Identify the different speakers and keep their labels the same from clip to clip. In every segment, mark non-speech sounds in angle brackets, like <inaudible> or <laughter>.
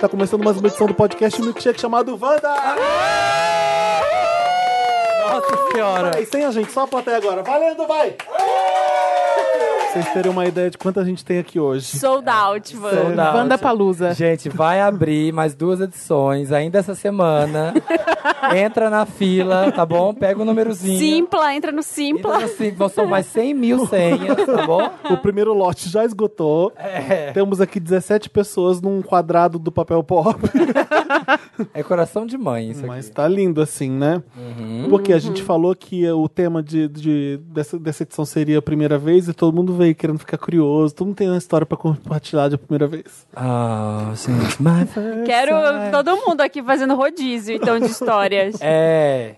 Speaker 1: Tá começando mais uma edição do podcast um Milkshake chamado Wanda!
Speaker 2: Nossa senhora.
Speaker 1: E sem a gente, só a plateia agora. Valendo, vai! Pra Vocês terem uma ideia de quanta gente tem aqui hoje.
Speaker 3: Sold out, mano.
Speaker 2: Sold out.
Speaker 4: Wanda Palusa.
Speaker 2: Gente, vai abrir mais duas edições ainda essa
Speaker 3: <laughs>
Speaker 2: semana. Entra na fila, tá bom? Pega o númerozinho.
Speaker 3: Simpla, entra no Simpla.
Speaker 2: Entra no Simpla. Vão somar 100 mil senhas, tá bom?
Speaker 1: O primeiro lote já esgotou.
Speaker 2: É,
Speaker 1: Temos aqui 17 pessoas num quadrado do papel pop.
Speaker 2: Uhum. é coração de mãe isso
Speaker 1: Mas
Speaker 2: aqui.
Speaker 1: tá lindo assim, né?
Speaker 2: Uhum.
Speaker 1: Porque a gente falou que o tema de, de- dessa, dessa edição seria a primeira vez e todo mundo veio querendo ficar curioso. Todo mundo tem uma história pra compartilhar de primeira vez.
Speaker 2: Ah, gente, my first
Speaker 3: Quero
Speaker 2: time.
Speaker 3: todo mundo aqui fazendo rodízio, então, de histórias.
Speaker 2: <laughs> É.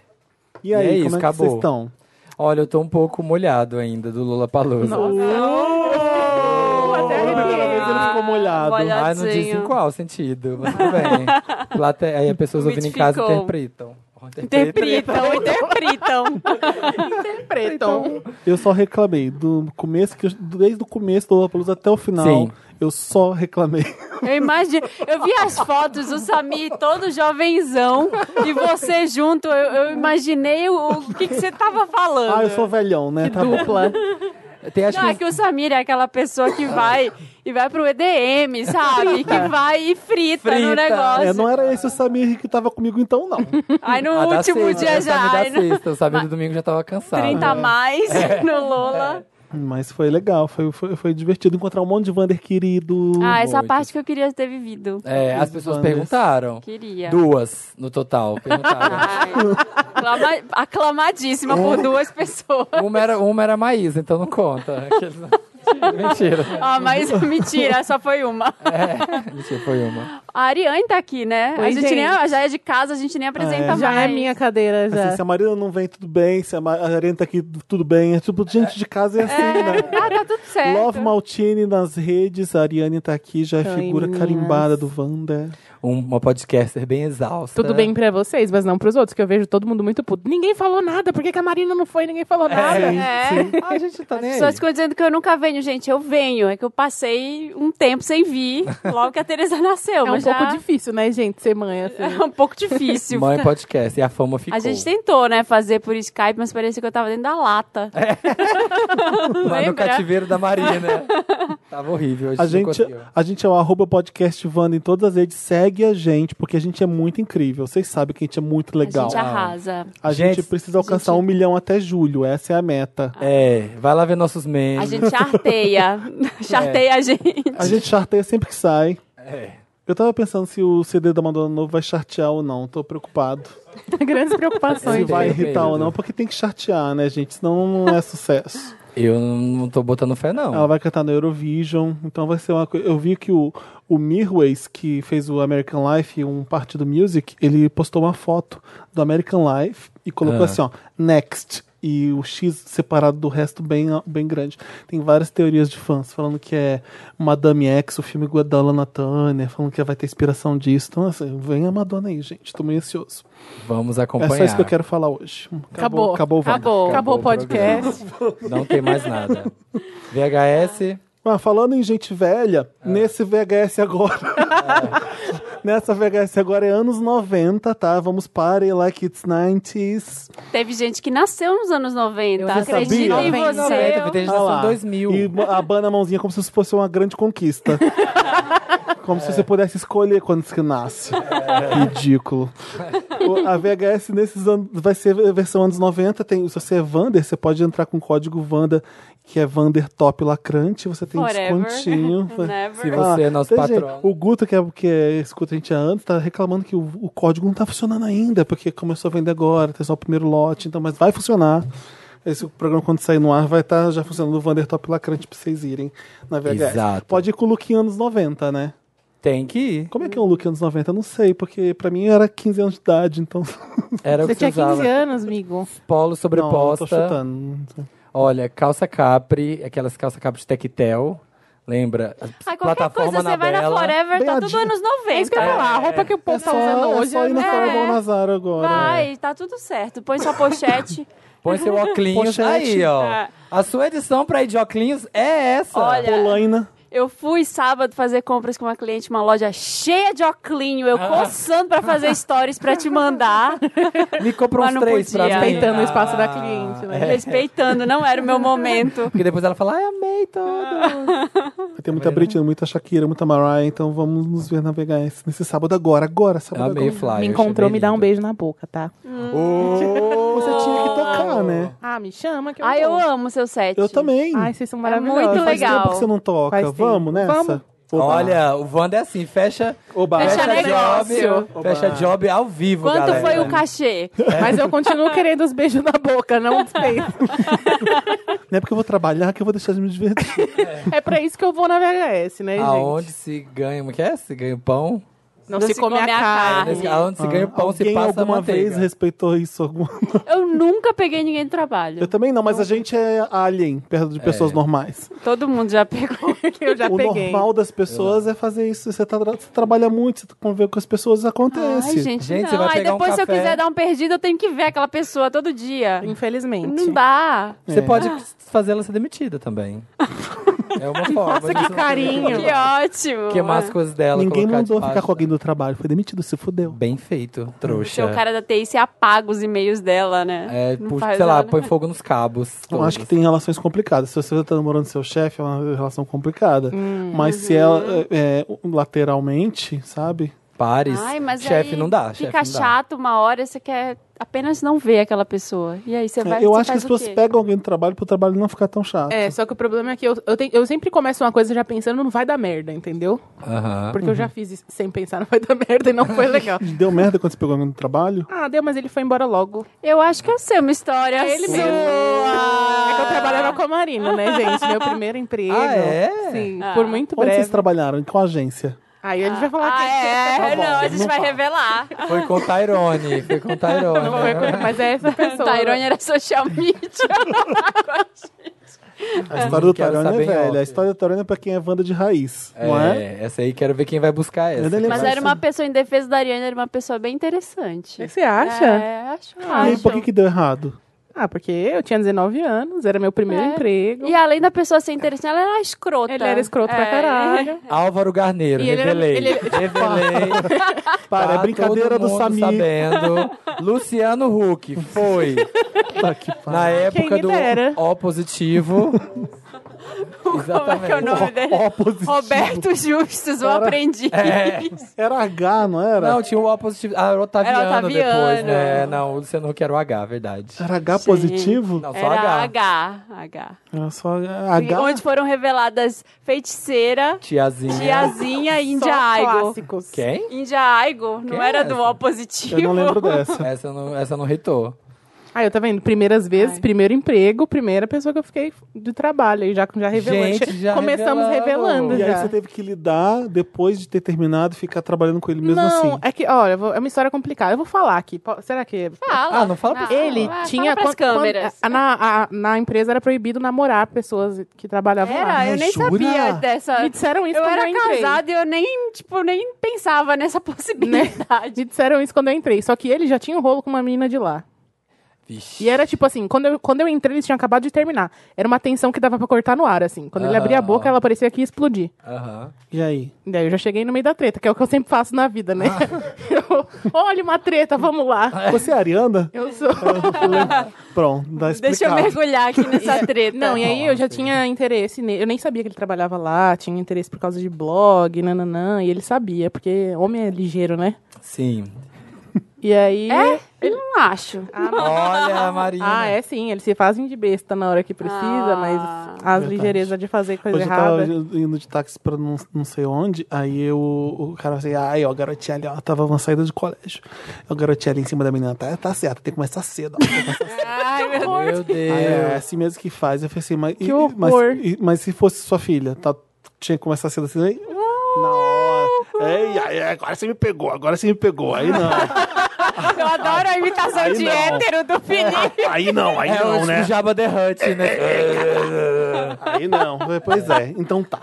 Speaker 1: E aí,
Speaker 2: é isso,
Speaker 1: como é que
Speaker 2: acabou.
Speaker 1: vocês estão?
Speaker 2: Olha, eu tô um pouco molhado ainda do Lula Palusa.
Speaker 3: Até
Speaker 1: Pela primeira
Speaker 3: arrepiei.
Speaker 1: vez ele ficou molhado.
Speaker 2: Ah, não disse em
Speaker 3: Molhadinho.
Speaker 2: qual sentido, mas tudo bem. Plate...
Speaker 3: <laughs>
Speaker 2: Aí as pessoas ouvindo em casa
Speaker 3: Mitificou.
Speaker 2: interpretam.
Speaker 3: Interpretam, interpretam. interpretam.
Speaker 1: Eu só reclamei do começo, que eu- desde o começo do Lollapalooza até o final,
Speaker 2: Sim.
Speaker 1: eu só <laughs> reclamei.
Speaker 3: Eu imagino. Eu vi as fotos, o Samir todo jovenzão e você junto. Eu, eu imaginei o, o que, que você tava falando.
Speaker 1: Ah, eu sou velhão, né? Tá bom.
Speaker 4: Dupla.
Speaker 2: Tem acho
Speaker 3: Não, é
Speaker 2: que
Speaker 3: que o Samir é aquela pessoa que vai e vai pro EDM, sabe? Que vai e frita, no
Speaker 2: Frita.
Speaker 3: negócio.
Speaker 1: É, não era esse o Samir que tava comigo então,
Speaker 2: <laughs>
Speaker 1: não.
Speaker 3: Aí no
Speaker 2: Ah, da
Speaker 3: último
Speaker 2: sexta,
Speaker 3: dia
Speaker 2: eu
Speaker 3: já.
Speaker 2: sabia
Speaker 3: Aí
Speaker 2: da
Speaker 3: no
Speaker 2: sexta, eu sabia do domingo já tava cansado.
Speaker 3: 30 a mais
Speaker 4: <laughs>
Speaker 3: no Lola.
Speaker 1: Mas foi legal, foi, foi, foi divertido encontrar um monte de Wander querido.
Speaker 3: Ah, essa
Speaker 2: Muito.
Speaker 3: parte que eu queria ter vivido.
Speaker 2: É, as pessoas
Speaker 1: Wanders.
Speaker 2: perguntaram.
Speaker 3: Queria.
Speaker 2: Duas no total,
Speaker 3: <laughs>
Speaker 2: perguntaram.
Speaker 3: Ai. Aclama- Aclamadíssima por duas pessoas.
Speaker 2: <laughs> uma, era, uma era a Maísa, então não
Speaker 3: <laughs>
Speaker 2: conta. Aqueles- mentira.
Speaker 3: Ah, mas <laughs> mentira, só foi uma.
Speaker 2: É, mentira, foi uma.
Speaker 3: A Ariane tá aqui, né? a
Speaker 4: Oi,
Speaker 3: gente, nem,
Speaker 4: gente.
Speaker 3: já é de casa, a gente nem apresenta
Speaker 1: É.
Speaker 3: mais.
Speaker 4: Já é minha cadeira, já.
Speaker 1: Assim, se a Marina não vem, tudo bem. Se a Ma- a Ariana tá aqui, tudo bem. É tipo, gente de casa é assim, né?
Speaker 3: Ah, tá tudo certo.
Speaker 1: Love Maltini nas redes, a Ariane tá aqui, já é
Speaker 4: Oi,
Speaker 1: figura
Speaker 4: meninas.
Speaker 1: carimbada do Wander.
Speaker 2: Um- Uma podcaster bem exausta.
Speaker 4: Tudo bem pra vocês, mas não pros outros, que eu vejo todo mundo muito puto. Ninguém falou nada, por que, que a Marina não foi? Ninguém falou nada.
Speaker 3: É.
Speaker 2: Ah, a gente não tá nem aí.
Speaker 3: Só ficam dizendo que eu nunca venho, gente. Eu venho. É que eu passei um tempo sem vir, logo que a Tereza nasceu.
Speaker 4: É um
Speaker 3: mas
Speaker 4: pouco
Speaker 3: já-
Speaker 4: difícil, né, gente, ser mãe assim.
Speaker 3: É um pouco
Speaker 2: <laughs>
Speaker 3: difícil.
Speaker 2: Mãe podcast, e a fama ficou.
Speaker 3: A gente tentou, né, fazer por Skype, mas parecia que eu tava dentro da lata.
Speaker 4: É.
Speaker 3: <laughs>
Speaker 2: Lá no
Speaker 3: lembra?
Speaker 2: cativeiro da Maria, né?
Speaker 3: <laughs>
Speaker 2: Tava horrível.
Speaker 1: A
Speaker 2: não
Speaker 1: gente,
Speaker 2: conseguiu.
Speaker 1: a gente é o arroba podcast Wanda em todas as redes. Segue a gente, porque a gente é muito incrível. Vocês sabem que a gente é muito legal.
Speaker 3: A gente arrasa.
Speaker 1: A gente,
Speaker 2: Gente,
Speaker 1: precisa alcançar um milhão até julho, essa é a meta.
Speaker 2: É, vai lá ver nossos memes.
Speaker 3: A gente
Speaker 4: <laughs>
Speaker 3: charteia.
Speaker 4: É.
Speaker 3: charteia a gente.
Speaker 1: A gente charteia sempre que sai.
Speaker 2: É.
Speaker 1: Eu tava pensando se o CD da Madonna Novo vai chartear ou não, tô preocupado.
Speaker 4: <laughs> Grandes
Speaker 1: Se
Speaker 4: preocupações.
Speaker 2: Sim.
Speaker 1: vai
Speaker 2: tenho
Speaker 1: irritar ou
Speaker 2: medo.
Speaker 1: não, porque tem que chartear, né, gente? Senão não é sucesso.
Speaker 2: Eu não tô botando fé, não.
Speaker 1: Ela vai cantar no Eurovision, então vai ser uma coisa. Eu vi que o, o Mirways, que fez o American Life, um parte do Music, ele postou uma foto do American Life e colocou
Speaker 2: Ah.
Speaker 1: assim, ó, next. E o X separado do resto bem, bem grande. Tem várias teorias de fãs falando que é Madame X, o filme Guadalana Turner, falando que vai ter inspiração disso. Então, assim, vem a Madonna aí, gente. Tô meio ansioso.
Speaker 2: Vamos
Speaker 1: É
Speaker 2: acompanhar.
Speaker 1: só isso que eu quero falar hoje.
Speaker 4: Acabou.
Speaker 1: Acabou, o É Wanda.
Speaker 3: Acabou.
Speaker 4: Acabou o
Speaker 2: programa.
Speaker 4: podcast.
Speaker 2: Não tem
Speaker 1: <laughs>
Speaker 2: mais nada. VHS,
Speaker 1: Ah, falando em gente velha, nesse VHS agora. <laughs> Nessa VHS agora é anos 90, tá? Vamos party like it's 90s.
Speaker 3: Teve gente que nasceu nos anos 90.
Speaker 4: Eu não sabia.
Speaker 3: Acredita em
Speaker 4: Noventa,
Speaker 3: você.
Speaker 4: noventa,
Speaker 3: eu-
Speaker 2: tem
Speaker 1: Ah lá.
Speaker 2: geração 2000.
Speaker 1: E mo- abana a mãozinha como se isso fosse uma grande
Speaker 3: <laughs>
Speaker 1: conquista. como
Speaker 3: É.
Speaker 1: se você pudesse escolher quando você nasce. Ridículo. O- A VHS nesses anos vai ser a versão anos 90. Tem, se você é Vander, você pode entrar com o código Vander, que é Vander Top Lacrante. Você tem um
Speaker 3: Forever.
Speaker 1: descontinho.
Speaker 3: <laughs> Never.
Speaker 2: Se você é nosso
Speaker 1: Ah, tem gente-
Speaker 2: patrão.
Speaker 1: o Guto, que, é, que é- escuta a gente há anos, tá reclamando que o, o código não tá funcionando ainda, porque começou a vender agora, tem só o primeiro lote, então, mas vai funcionar. Esse programa, quando sair no ar, vai estar já funcionando o Vandertop Lacrante pra vocês irem na VHS.
Speaker 2: Exato.
Speaker 1: Pode ir com o look anos 90, né?
Speaker 2: Tem que ir.
Speaker 1: Como é que é um look anos 90? Eu não sei, porque pra mim era 15 anos de idade, então. <laughs>
Speaker 2: Era o
Speaker 4: Você
Speaker 2: que você
Speaker 4: tinha 15
Speaker 2: usava.
Speaker 4: anos, amigo.
Speaker 2: Polo
Speaker 1: Não, tô
Speaker 2: sobreposta.
Speaker 1: chutando.
Speaker 2: Olha, calça capri, aquelas calça capri de tectel. Lembra?
Speaker 3: Ai, qualquer coisa,
Speaker 2: Plataforma
Speaker 3: você vai na
Speaker 2: Bela.
Speaker 3: Forever, tá
Speaker 1: Bem
Speaker 3: tudo
Speaker 1: adi-
Speaker 3: anos 90.
Speaker 4: É isso que eu ia falar, a roupa que o povo
Speaker 1: É
Speaker 4: tá usando
Speaker 1: só, é
Speaker 4: hoje
Speaker 1: só ir no
Speaker 4: é-
Speaker 1: Farol Nazar agora. né?
Speaker 3: Vai, tá tudo certo. Põe sua pochete.
Speaker 2: Põe seu óculos
Speaker 1: Pochete.
Speaker 2: aí, ó.
Speaker 3: É.
Speaker 2: A sua edição pra ir de óculos é essa.
Speaker 3: Olha.
Speaker 1: Polaina.
Speaker 3: Eu fui sábado fazer compras com uma cliente, uma loja cheia de oclinho, eu
Speaker 4: Ah.
Speaker 3: coçando pra fazer stories pra te
Speaker 4: <laughs>
Speaker 3: mandar,
Speaker 2: Me compra
Speaker 3: Mas
Speaker 2: uns
Speaker 3: não
Speaker 2: três
Speaker 3: podia.
Speaker 2: pra mim.
Speaker 4: Respeitando o espaço da
Speaker 2: Ah,
Speaker 4: cliente, né?
Speaker 2: é.
Speaker 3: respeitando, não era o meu <laughs> momento.
Speaker 2: Porque depois ela fala, ai, amei todos. Tá
Speaker 1: Tem muita Britney, muita Shakira, muita Mariah, então vamos nos ver na VHS nesse sábado agora, agora, sábado
Speaker 2: Amei,
Speaker 1: agora.
Speaker 2: Flávio.
Speaker 4: me encontrou, me dá um beijo na boca, tá?
Speaker 1: Você tinha que tocar, né?
Speaker 4: Ah, me chama que eu É
Speaker 3: Ah, eu
Speaker 4: vou.
Speaker 3: amo seu set.
Speaker 1: Eu também.
Speaker 4: Ai, vocês são
Speaker 3: muito legal.
Speaker 4: maravilhosos.
Speaker 1: Faz tempo que você não toca.
Speaker 4: Faz tempo.
Speaker 1: Vamos nessa?
Speaker 4: Vamos.
Speaker 1: Oba.
Speaker 2: Olha, o Wanda é assim, fecha,
Speaker 1: Oba.
Speaker 3: Fecha
Speaker 2: fecha,
Speaker 3: negócio.
Speaker 2: job, fecha job ao vivo,
Speaker 3: Quanto
Speaker 2: galera.
Speaker 1: né?
Speaker 3: foi o cachê?
Speaker 4: <laughs> Mas eu continuo querendo os beijos na boca, não os <laughs> peitos.
Speaker 1: Não é porque eu vou trabalhar que eu vou deixar de me divertir.
Speaker 4: É pra isso que eu vou na VHS, né,
Speaker 2: Aonde se ganha, como que é? Se ganha pão?
Speaker 4: gente? Não se come a
Speaker 3: Ah,
Speaker 4: carne.
Speaker 3: é.
Speaker 2: Nesse- Aonde <laughs> se ganha pão, se
Speaker 1: Alguém
Speaker 2: passa
Speaker 1: alguma
Speaker 2: manteiga.
Speaker 1: vez respeitou isso? Alguma...
Speaker 3: Eu nunca peguei ninguém do trabalho.
Speaker 1: Eu também não, mas a gente é alien, perto de pessoas normais.
Speaker 3: Todo mundo já
Speaker 1: <laughs>
Speaker 3: pegou.
Speaker 4: <laughs> Eu já
Speaker 1: o
Speaker 4: peguei.
Speaker 1: normal das pessoas é fazer isso. Você, tá- você trabalha muito, você convive com as pessoas, acontece.
Speaker 3: Ai, gente,
Speaker 2: Gente,
Speaker 3: não.
Speaker 2: você vai
Speaker 3: Aí
Speaker 2: pegar um
Speaker 3: depois, se eu
Speaker 2: café.
Speaker 3: quiser dar um perdido, eu tenho que ver aquela pessoa todo dia.
Speaker 4: Infelizmente.
Speaker 3: Não dá.
Speaker 2: Você
Speaker 1: É.
Speaker 2: pode fazer ela ser demitida
Speaker 3: <laughs>
Speaker 2: também. é uma forma.
Speaker 4: Nossa,
Speaker 2: disso
Speaker 4: que carinho.
Speaker 3: Que ótimo.
Speaker 2: Queimar as coisas dela.
Speaker 1: Ninguém
Speaker 2: colocar
Speaker 1: mandou
Speaker 2: debaixo.
Speaker 1: ficar com alguém do trabalho, foi demitido, se fudeu.
Speaker 2: Bem feito,
Speaker 3: Porque
Speaker 2: trouxa.
Speaker 3: o Hum, cara da TI se apaga os e-mails dela, né?
Speaker 2: É,
Speaker 3: Não
Speaker 2: puxa,
Speaker 3: faz
Speaker 2: sei lá,
Speaker 3: nada.
Speaker 2: põe fogo nos cabos.
Speaker 1: Eu acho que
Speaker 2: todos.
Speaker 1: tem relações complicadas. Se você tá namorando seu chefe, é uma relação complicada.
Speaker 3: Hum,
Speaker 1: Mas se ela é, é, lateralmente, sabe?
Speaker 2: Pares,
Speaker 3: Ai, mas
Speaker 2: chefe
Speaker 3: aí
Speaker 2: não dá. chefe
Speaker 3: Fica
Speaker 2: não dá.
Speaker 3: chato uma hora, você quer apenas não ver aquela pessoa. E aí você vai.
Speaker 1: É, eu
Speaker 3: você
Speaker 1: acho que as
Speaker 3: faz o
Speaker 1: pessoas
Speaker 3: quê?
Speaker 1: pegam alguém do trabalho pro trabalho não ficar tão chato.
Speaker 4: É, só que o problema é que eu, eu, tenho- eu sempre começo uma coisa já pensando, não vai dar merda, entendeu?
Speaker 1: Ah,
Speaker 2: Aham.
Speaker 4: Porque eu
Speaker 1: uhum.
Speaker 4: já fiz isso sem pensar, não vai dar <laughs> merda e não
Speaker 1: <laughs>
Speaker 4: foi legal.
Speaker 1: Deu merda quando você pegou alguém do trabalho?
Speaker 4: Ah, deu, mas ele foi embora logo.
Speaker 3: Eu acho que eu sei uma história.
Speaker 4: É ele
Speaker 3: sua.
Speaker 4: mesmo. É que eu trabalhava com a Marina, né, gente? Meu primeiro emprego.
Speaker 2: Ah, é?
Speaker 4: Sim,
Speaker 3: Ah.
Speaker 4: por muito
Speaker 1: Onde vocês
Speaker 4: breve.
Speaker 1: trabalharam? Em qual agência?
Speaker 4: Aí a gente vai falar
Speaker 3: Ah,
Speaker 4: que
Speaker 3: é.
Speaker 1: Tá bom,
Speaker 3: não, a gente
Speaker 1: não
Speaker 3: vai
Speaker 1: fala.
Speaker 3: revelar.
Speaker 2: Foi com o Tyrone. Foi com o
Speaker 3: <laughs>
Speaker 2: Tyrone.
Speaker 4: Não foi com ele, mas é
Speaker 3: Tá
Speaker 4: essa pessoa.
Speaker 3: Tyrone era social media.
Speaker 1: A história do
Speaker 2: Quero
Speaker 1: Tarone é
Speaker 2: saber em off.
Speaker 1: velha. A história do Tarone é pra quem é Wanda de raiz, não é?
Speaker 2: Essa aí quero ver quem vai buscar essa.
Speaker 1: Eu nem lembro.
Speaker 3: Mas é-
Speaker 1: Vai
Speaker 3: era
Speaker 1: ser-
Speaker 3: uma pessoa em defesa da Ariane, era uma pessoa bem
Speaker 4: O que
Speaker 3: interessante.
Speaker 4: você acha?
Speaker 3: É, acho.
Speaker 1: E aí,
Speaker 3: acho.
Speaker 1: por que, que deu errado?
Speaker 4: Ah, porque eu tinha 19 anos, era meu primeiro
Speaker 3: É.
Speaker 4: emprego.
Speaker 3: E além da pessoa ser interessante, ela era escrota.
Speaker 4: Ele era escroto pra
Speaker 3: É.
Speaker 4: caralho.
Speaker 2: Álvaro Garneiro,
Speaker 4: E ele era-
Speaker 2: revelei.
Speaker 4: ele-
Speaker 2: Revelei.
Speaker 1: Para, é
Speaker 2: Tá
Speaker 1: brincadeira
Speaker 2: todo
Speaker 1: do
Speaker 2: mundo
Speaker 1: Samir.
Speaker 2: sabendo. <laughs> Luciano Huck, <laughs> foi.
Speaker 1: Tá que pariu.
Speaker 2: Na época
Speaker 4: me
Speaker 2: do
Speaker 4: dera.
Speaker 2: O positivo.
Speaker 3: <laughs> Como é que é o nome dele?
Speaker 1: Ó, positivo.
Speaker 3: Roberto Justus, o
Speaker 1: Era-
Speaker 3: aprendiz.
Speaker 1: Era H, não era?
Speaker 2: <laughs> Não, tinha o O positivo. Ah, era o Otaviano,
Speaker 3: Era o Otaviano.
Speaker 2: depois, né? Não, o Luciano Huck era o H, verdade.
Speaker 1: Era H positivo?
Speaker 2: Não, só
Speaker 3: Era
Speaker 2: H.
Speaker 3: H. H.
Speaker 1: Era só
Speaker 3: E
Speaker 1: H.
Speaker 3: Onde foram reveladas feiticeira,
Speaker 2: Tiazinha.
Speaker 3: tiazinha e Índia
Speaker 4: Só
Speaker 3: Aigo.
Speaker 4: clássicos.
Speaker 2: Quem?
Speaker 3: Índia Aigo não
Speaker 2: Quem é
Speaker 3: era do
Speaker 2: essa?
Speaker 3: O positivo.
Speaker 1: Eu não lembro
Speaker 2: <laughs>
Speaker 1: dessa.
Speaker 2: Essa não, essa não reitou.
Speaker 4: Ah, eu tá vendo? Primeiras vezes,
Speaker 3: Ai.
Speaker 4: primeiro emprego, primeira pessoa que eu fiquei de trabalho. Aí já, já revelando.
Speaker 2: Gente, já
Speaker 4: Começamos
Speaker 2: revelando.
Speaker 4: revelando,
Speaker 1: E aí
Speaker 4: já.
Speaker 1: você teve que lidar depois de ter terminado e ficar trabalhando com ele mesmo
Speaker 4: não,
Speaker 1: assim.
Speaker 4: é que, olha, eu vou- é uma história complicada. Eu vou falar aqui. Po- Será que. é?
Speaker 3: Fala.
Speaker 2: Ah, não fala pra-
Speaker 4: Ele
Speaker 3: fala
Speaker 4: tinha. Ah,
Speaker 3: pras
Speaker 4: quan- quan-
Speaker 3: câmeras.
Speaker 4: a- na, a- na empresa era proibido namorar pessoas que trabalhavam lá. né?
Speaker 3: Era, eu
Speaker 1: Ai,
Speaker 3: nem
Speaker 1: jura?
Speaker 3: sabia dessa.
Speaker 4: Me disseram isso
Speaker 3: Eu
Speaker 4: quando
Speaker 3: era
Speaker 4: eu entrei.
Speaker 3: casada e eu nem, tipo, nem pensava nessa <laughs> possibilidade.
Speaker 4: né? Me disseram isso quando eu entrei. Só que ele já tinha um rolo com uma menina de lá.
Speaker 2: Vixe.
Speaker 4: E era tipo assim, quando eu, quando eu entrei, eles tinham acabado de terminar. Era uma tensão que dava pra cortar no ar, assim. Quando ele
Speaker 2: Ah.
Speaker 4: abria a boca, ela parecia que ia explodir.
Speaker 2: Aham.
Speaker 1: E aí?
Speaker 4: E aí eu já cheguei no meio da treta, que é o que eu sempre faço na vida, né?
Speaker 1: Ah.
Speaker 4: <laughs> Eu, olha uma treta, vamos lá.
Speaker 1: Você é Ariana?
Speaker 4: Eu sou.
Speaker 1: Pronto, dá
Speaker 3: Deixa eu
Speaker 1: explicado.
Speaker 3: mergulhar aqui <laughs> nessa treta.
Speaker 4: <laughs> Não, e aí eu já tinha interesse nele. Eu nem sabia que ele trabalhava lá, tinha interesse por causa de blog, nananã. E ele sabia, porque homem é ligeiro, né?
Speaker 2: Sim.
Speaker 4: E aí.
Speaker 3: É? Eu não acho.
Speaker 2: Olha, Marina.
Speaker 4: Ah, é sim, eles se fazem de besta na hora que precisa,
Speaker 3: Ah.
Speaker 4: mas as ligeirezas de fazer coisa
Speaker 1: Hoje eu
Speaker 4: errada.
Speaker 1: tava indo de táxi pra não, não sei onde, aí eu, o cara assim, ai, ó, a garotinha ali, ó, tava na saída de colégio. A garotinha ali em cima da menina, tá, tá certo, tem que começar cedo. Ó, tem que começar cedo.
Speaker 3: Ai, <laughs> meu Deus.
Speaker 2: Meu
Speaker 1: Aí, é
Speaker 2: Deus.
Speaker 1: assim mesmo que faz. Eu falei assim, mas, e-
Speaker 4: horror.
Speaker 1: mas, e- mas se fosse sua filha, tá, tinha que começar cedo assim, aí, na hora. Ei, ai, agora você me pegou, agora você me pegou. Aí não,
Speaker 3: Eu adoro a imitação
Speaker 1: Aí
Speaker 3: de
Speaker 1: não.
Speaker 3: hétero do Felipe.
Speaker 1: aí Ah, não, aí
Speaker 2: É
Speaker 1: não,
Speaker 2: o
Speaker 1: né? <laughs>
Speaker 2: Jabba the Hutt, né?
Speaker 1: Aí não, pois é, então tá.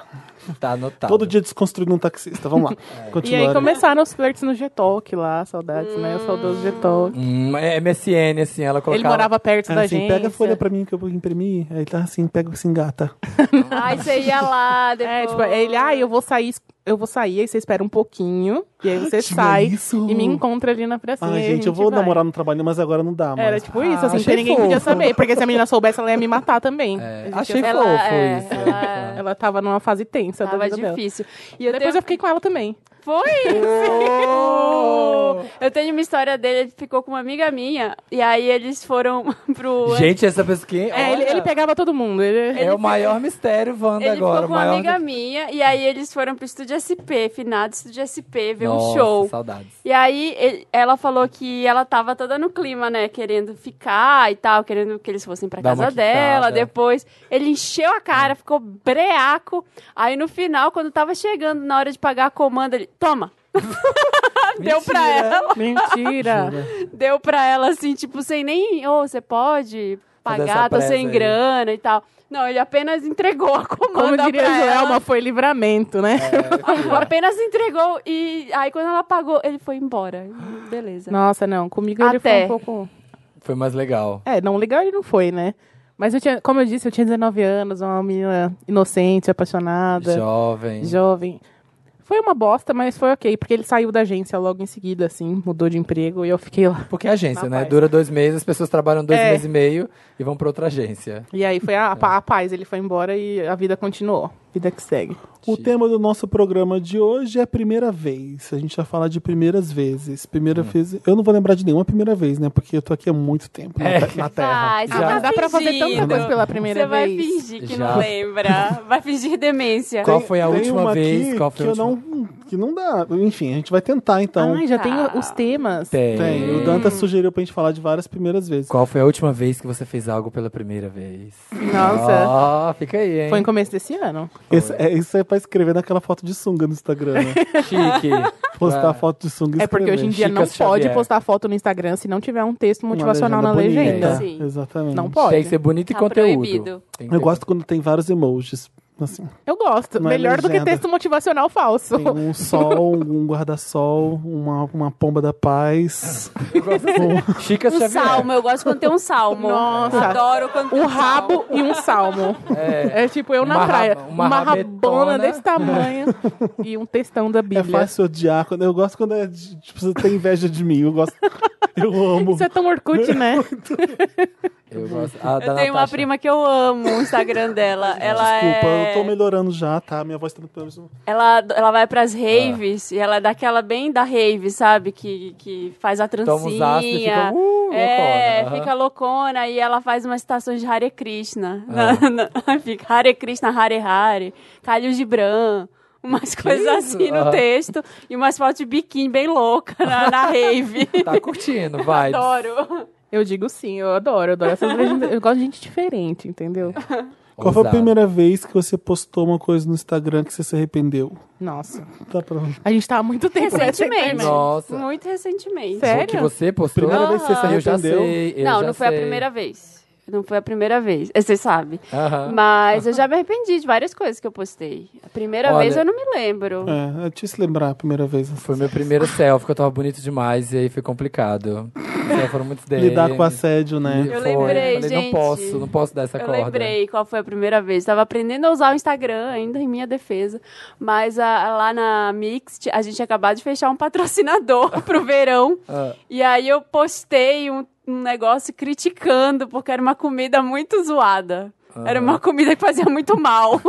Speaker 2: Tá É. anotado.
Speaker 1: Todo dia desconstruindo um taxista. Vamos lá.
Speaker 4: E
Speaker 1: Continua. né?
Speaker 4: aí é
Speaker 1: Ari.
Speaker 4: começaram os flirts no G-Talk lá, saudades, né? O saudoso G-Talk.
Speaker 2: Hum, é MSN, assim, ela colocava... <laughs>
Speaker 4: Ele morava perto
Speaker 1: Era
Speaker 4: da
Speaker 1: assim,
Speaker 4: gente.
Speaker 1: pega a folha pra mim que eu vou imprimir. Aí tá assim, pega assim, gata.
Speaker 3: <laughs> Ai, você ia lá depois.
Speaker 4: É, tipo, ele, ah, eu vou sair, eu vou sair, aí você espera um pouquinho, e aí você
Speaker 1: Tinha
Speaker 4: sai
Speaker 1: é isso.
Speaker 4: e me encontra ali na pracinha.
Speaker 1: Ai,
Speaker 4: e a
Speaker 1: gente, eu vou
Speaker 4: vai.
Speaker 1: namorar no trabalho, mas agora não dá, mais.
Speaker 4: Era tipo isso,
Speaker 2: Ah,
Speaker 4: assim,
Speaker 2: achei
Speaker 4: que ninguém podia
Speaker 2: fofo.
Speaker 4: saber, porque se a menina soubesse, ela ia me matar também.
Speaker 2: É,
Speaker 4: A gente
Speaker 2: achei
Speaker 4: ia-
Speaker 3: Ela-
Speaker 2: fofo
Speaker 3: é,
Speaker 2: isso.
Speaker 3: ela-
Speaker 4: Ela tava numa fase tensa da
Speaker 3: Tava
Speaker 4: vida dela.
Speaker 3: difícil. E eu
Speaker 4: Depois
Speaker 3: tenho...
Speaker 4: eu fiquei com ela também.
Speaker 3: <laughs>
Speaker 2: Oh!
Speaker 3: Foi! Eu tenho uma história dele, ele ficou com uma amiga minha, e aí eles foram <laughs> pro...
Speaker 2: Gente, essa pessoa... Quem,
Speaker 4: É, ele,
Speaker 2: olha,
Speaker 4: ele pegava todo
Speaker 3: <laughs>
Speaker 4: mundo. Ele...
Speaker 2: É o maior mistério, Wanda,
Speaker 3: Ele
Speaker 2: agora.
Speaker 3: ficou com
Speaker 2: o
Speaker 3: uma
Speaker 2: maior...
Speaker 3: amiga minha, e aí eles foram pro Estúdio SP, finado Estúdio SP, ver um
Speaker 2: Nossa,
Speaker 3: show.
Speaker 2: saudades.
Speaker 3: E aí ele- ela falou que ela tava toda no clima, né? Querendo ficar e tal, querendo que eles fossem pra
Speaker 2: Dar uma
Speaker 3: casa
Speaker 2: quitada. É.
Speaker 3: dela depois. Ele encheu a cara, ficou breaco. Aí no final, quando tava chegando na hora de pagar a comanda, ele. Toma! <laughs> deu pra
Speaker 2: Mentira.
Speaker 3: ela,
Speaker 4: Mentira.
Speaker 3: deu pra ela assim, tipo, sem nem. Ô, você pode
Speaker 2: Fazer essa
Speaker 3: pagar, tô
Speaker 2: pressa
Speaker 3: sem
Speaker 2: aí."
Speaker 3: grana e tal. Não, ele apenas entregou a
Speaker 4: Como
Speaker 3: comanda
Speaker 4: diria
Speaker 3: pra ela.
Speaker 4: Joelma, foi livramento, né?
Speaker 2: É.
Speaker 3: <laughs> Apenas entregou e aí quando ela pagou, ele foi embora. Beleza.
Speaker 4: <laughs> Nossa, não, comigo
Speaker 3: Até.
Speaker 4: ele foi um pouco...
Speaker 2: Foi mais legal.
Speaker 4: É, não, legal ele não foi, né? Mas eu tinha, como eu disse, eu tinha 19 anos, uma menina inocente, apaixonada,
Speaker 2: Jovem.
Speaker 4: jovem. Foi uma bosta, mas foi ok, porque ele saiu da agência logo em seguida, assim, mudou de emprego e eu fiquei lá.
Speaker 2: Porque é agência, né?
Speaker 4: Rapaz.
Speaker 2: Dura dois meses, as pessoas trabalham dois
Speaker 4: É.
Speaker 2: meses e meio e vão pra outra agência.
Speaker 4: E aí foi a, a, pa- a paz, ele foi embora e a vida continuou. Vida que segue.
Speaker 1: O tema do nosso programa de hoje é a primeira vez. A gente vai falar de primeiras vezes. Primeira
Speaker 2: Hum.
Speaker 1: vez. Eu não vou lembrar de nenhuma primeira vez, né? Porque eu tô aqui há muito tempo né? na,
Speaker 3: É.
Speaker 2: É.
Speaker 1: te-
Speaker 3: <laughs>
Speaker 1: na Terra.
Speaker 3: Vai, você
Speaker 2: Já-
Speaker 3: tá
Speaker 4: Mas dá pra fazer tanta
Speaker 3: fingindo.
Speaker 4: coisa pela primeira
Speaker 3: Você vai
Speaker 4: vez.
Speaker 3: fingir que
Speaker 2: Já.
Speaker 3: não lembra. Vai fingir demência.
Speaker 2: Qual foi a
Speaker 1: Tem
Speaker 2: última
Speaker 1: uma
Speaker 2: vez?
Speaker 1: aqui
Speaker 2: Qual foi a
Speaker 1: que
Speaker 2: última?
Speaker 1: eu não. Que não dá. Enfim, a gente vai tentar então.
Speaker 4: Ai, já
Speaker 3: Tá.
Speaker 4: tem o- os temas.
Speaker 2: Tem.
Speaker 1: Tem. O Danta sugeriu pra gente falar de várias primeiras vezes.
Speaker 2: Qual foi a última vez que você fez algo pela primeira vez?
Speaker 4: Nossa.
Speaker 2: Ó, fica aí, hein?
Speaker 4: Foi no começo desse ano.
Speaker 1: Esse- é, isso é pra escrever naquela foto de sunga no Instagram, né?
Speaker 3: <laughs>
Speaker 2: chique.
Speaker 1: Postar
Speaker 2: Ah.
Speaker 1: foto de sunga e
Speaker 4: É porque
Speaker 1: escrever.
Speaker 4: hoje em dia
Speaker 2: Chica
Speaker 4: não pode
Speaker 2: Xavier.
Speaker 4: postar foto no Instagram se não tiver um texto
Speaker 1: Uma
Speaker 4: motivacional na
Speaker 1: bonita.
Speaker 4: legenda.
Speaker 2: bonita.
Speaker 3: Sim.
Speaker 1: Exatamente.
Speaker 4: Não pode.
Speaker 2: Tem que ser bonito e
Speaker 3: Tá
Speaker 2: conteúdo.
Speaker 3: proibido.
Speaker 2: Tem que
Speaker 1: Eu
Speaker 2: ter-
Speaker 1: gosto quando tem vários emojis. Assim,
Speaker 4: Eu gosto.
Speaker 1: Não é
Speaker 4: Melhor do que
Speaker 1: legenda.
Speaker 4: texto motivacional falso. <laughs>
Speaker 1: tem um sol, um guarda-sol, uma, uma pomba da paz.
Speaker 2: Eu
Speaker 1: <laughs>
Speaker 2: gosto assim. Chica
Speaker 3: Um
Speaker 2: Xavier.
Speaker 3: salmo, eu gosto quando tem um salmo.
Speaker 4: Nossa.
Speaker 3: Adoro quando tem
Speaker 4: Um rabo e um salmo.
Speaker 2: É.
Speaker 4: É, tipo eu na
Speaker 2: Uma
Speaker 4: praia.
Speaker 2: raba- uma
Speaker 4: uma rabona
Speaker 2: rabetona.
Speaker 4: desse tamanho e um textão da
Speaker 1: É
Speaker 4: Bíblia.
Speaker 1: fácil odiar. Quando, eu gosto quando é, de- tipo, você tem inveja de mim. Eu gosto. <laughs> Eu amo.
Speaker 4: Isso é tão Orkut, né?
Speaker 2: Eu gosto. A da
Speaker 3: Eu tenho uma
Speaker 2: Natasha.
Speaker 3: prima que eu amo, o Instagram dela.
Speaker 4: tá-
Speaker 3: Ela
Speaker 1: Desculpa,
Speaker 3: é...
Speaker 1: eu tô melhorando já, tá? Minha voz tá no pelo
Speaker 3: Ela, ela vai pras raves e ela é daquela bem da rave, sabe? Que, que faz a trancinha.
Speaker 2: Toma uns ácidos e fica, uh,
Speaker 3: é,
Speaker 2: loucona. Aham.
Speaker 3: fica loucona e ela faz umas citações de Hare Krishna.
Speaker 2: Ah.
Speaker 3: Na- <laughs> na- fica Hare Krishna, Hare Hare, Kalil Gibran. Umas coisas
Speaker 2: isso?
Speaker 3: assim no
Speaker 2: Aham.
Speaker 3: texto. E umas fotos de biquíni bem louca na,
Speaker 2: <laughs>
Speaker 3: na rave.
Speaker 2: Tá curtindo, vai.
Speaker 3: Adoro.
Speaker 4: Eu digo sim, eu adoro, eu adoro essas legendas. Eu gosto de gente diferente, entendeu?
Speaker 1: Qual foi a primeira vez que você postou uma coisa no Instagram que você se arrependeu?
Speaker 4: Nossa.
Speaker 1: Tá pronto.
Speaker 4: A gente tá há muito tempo nessa
Speaker 3: Recentemente.
Speaker 4: internet.
Speaker 2: Nossa.
Speaker 3: Muito recentemente.
Speaker 4: Sério?
Speaker 2: Que você postou?
Speaker 1: Primeira vez que você se
Speaker 2: Eu já
Speaker 1: arrependeu?
Speaker 2: sei. eu
Speaker 3: Ah, não,
Speaker 2: já
Speaker 3: não foi a
Speaker 2: sei.
Speaker 3: primeira vez. Não foi a primeira vez. É, Você sabe.
Speaker 2: Aham.
Speaker 3: Mas eu já me arrependi de várias coisas que eu postei. A primeira
Speaker 2: Ah. Olha-
Speaker 3: vez eu não me lembro.
Speaker 1: É, eu tinha se lembrar a primeira vez. né?
Speaker 2: Foi meu primeiro selfie, que eu tava bonito demais e aí foi complicado. Só foram muitos deles.
Speaker 1: Lidar com assédio, né?
Speaker 3: Eu
Speaker 2: Foi,
Speaker 3: lembrei,
Speaker 2: falei, Não
Speaker 3: gente.
Speaker 2: posso, não posso dar essa
Speaker 3: Eu
Speaker 2: corda.
Speaker 3: lembrei qual foi a primeira vez. Estava aprendendo a usar o Instagram, ainda em minha defesa. Mas a- a- lá na Mix, a gente tinha acabado de fechar um patrocinador <laughs> pro verão.
Speaker 2: Ah.
Speaker 3: E aí eu postei um, um negócio criticando, porque era uma comida muito zoada. Era uma comida que fazia
Speaker 2: <laughs>
Speaker 3: muito mal.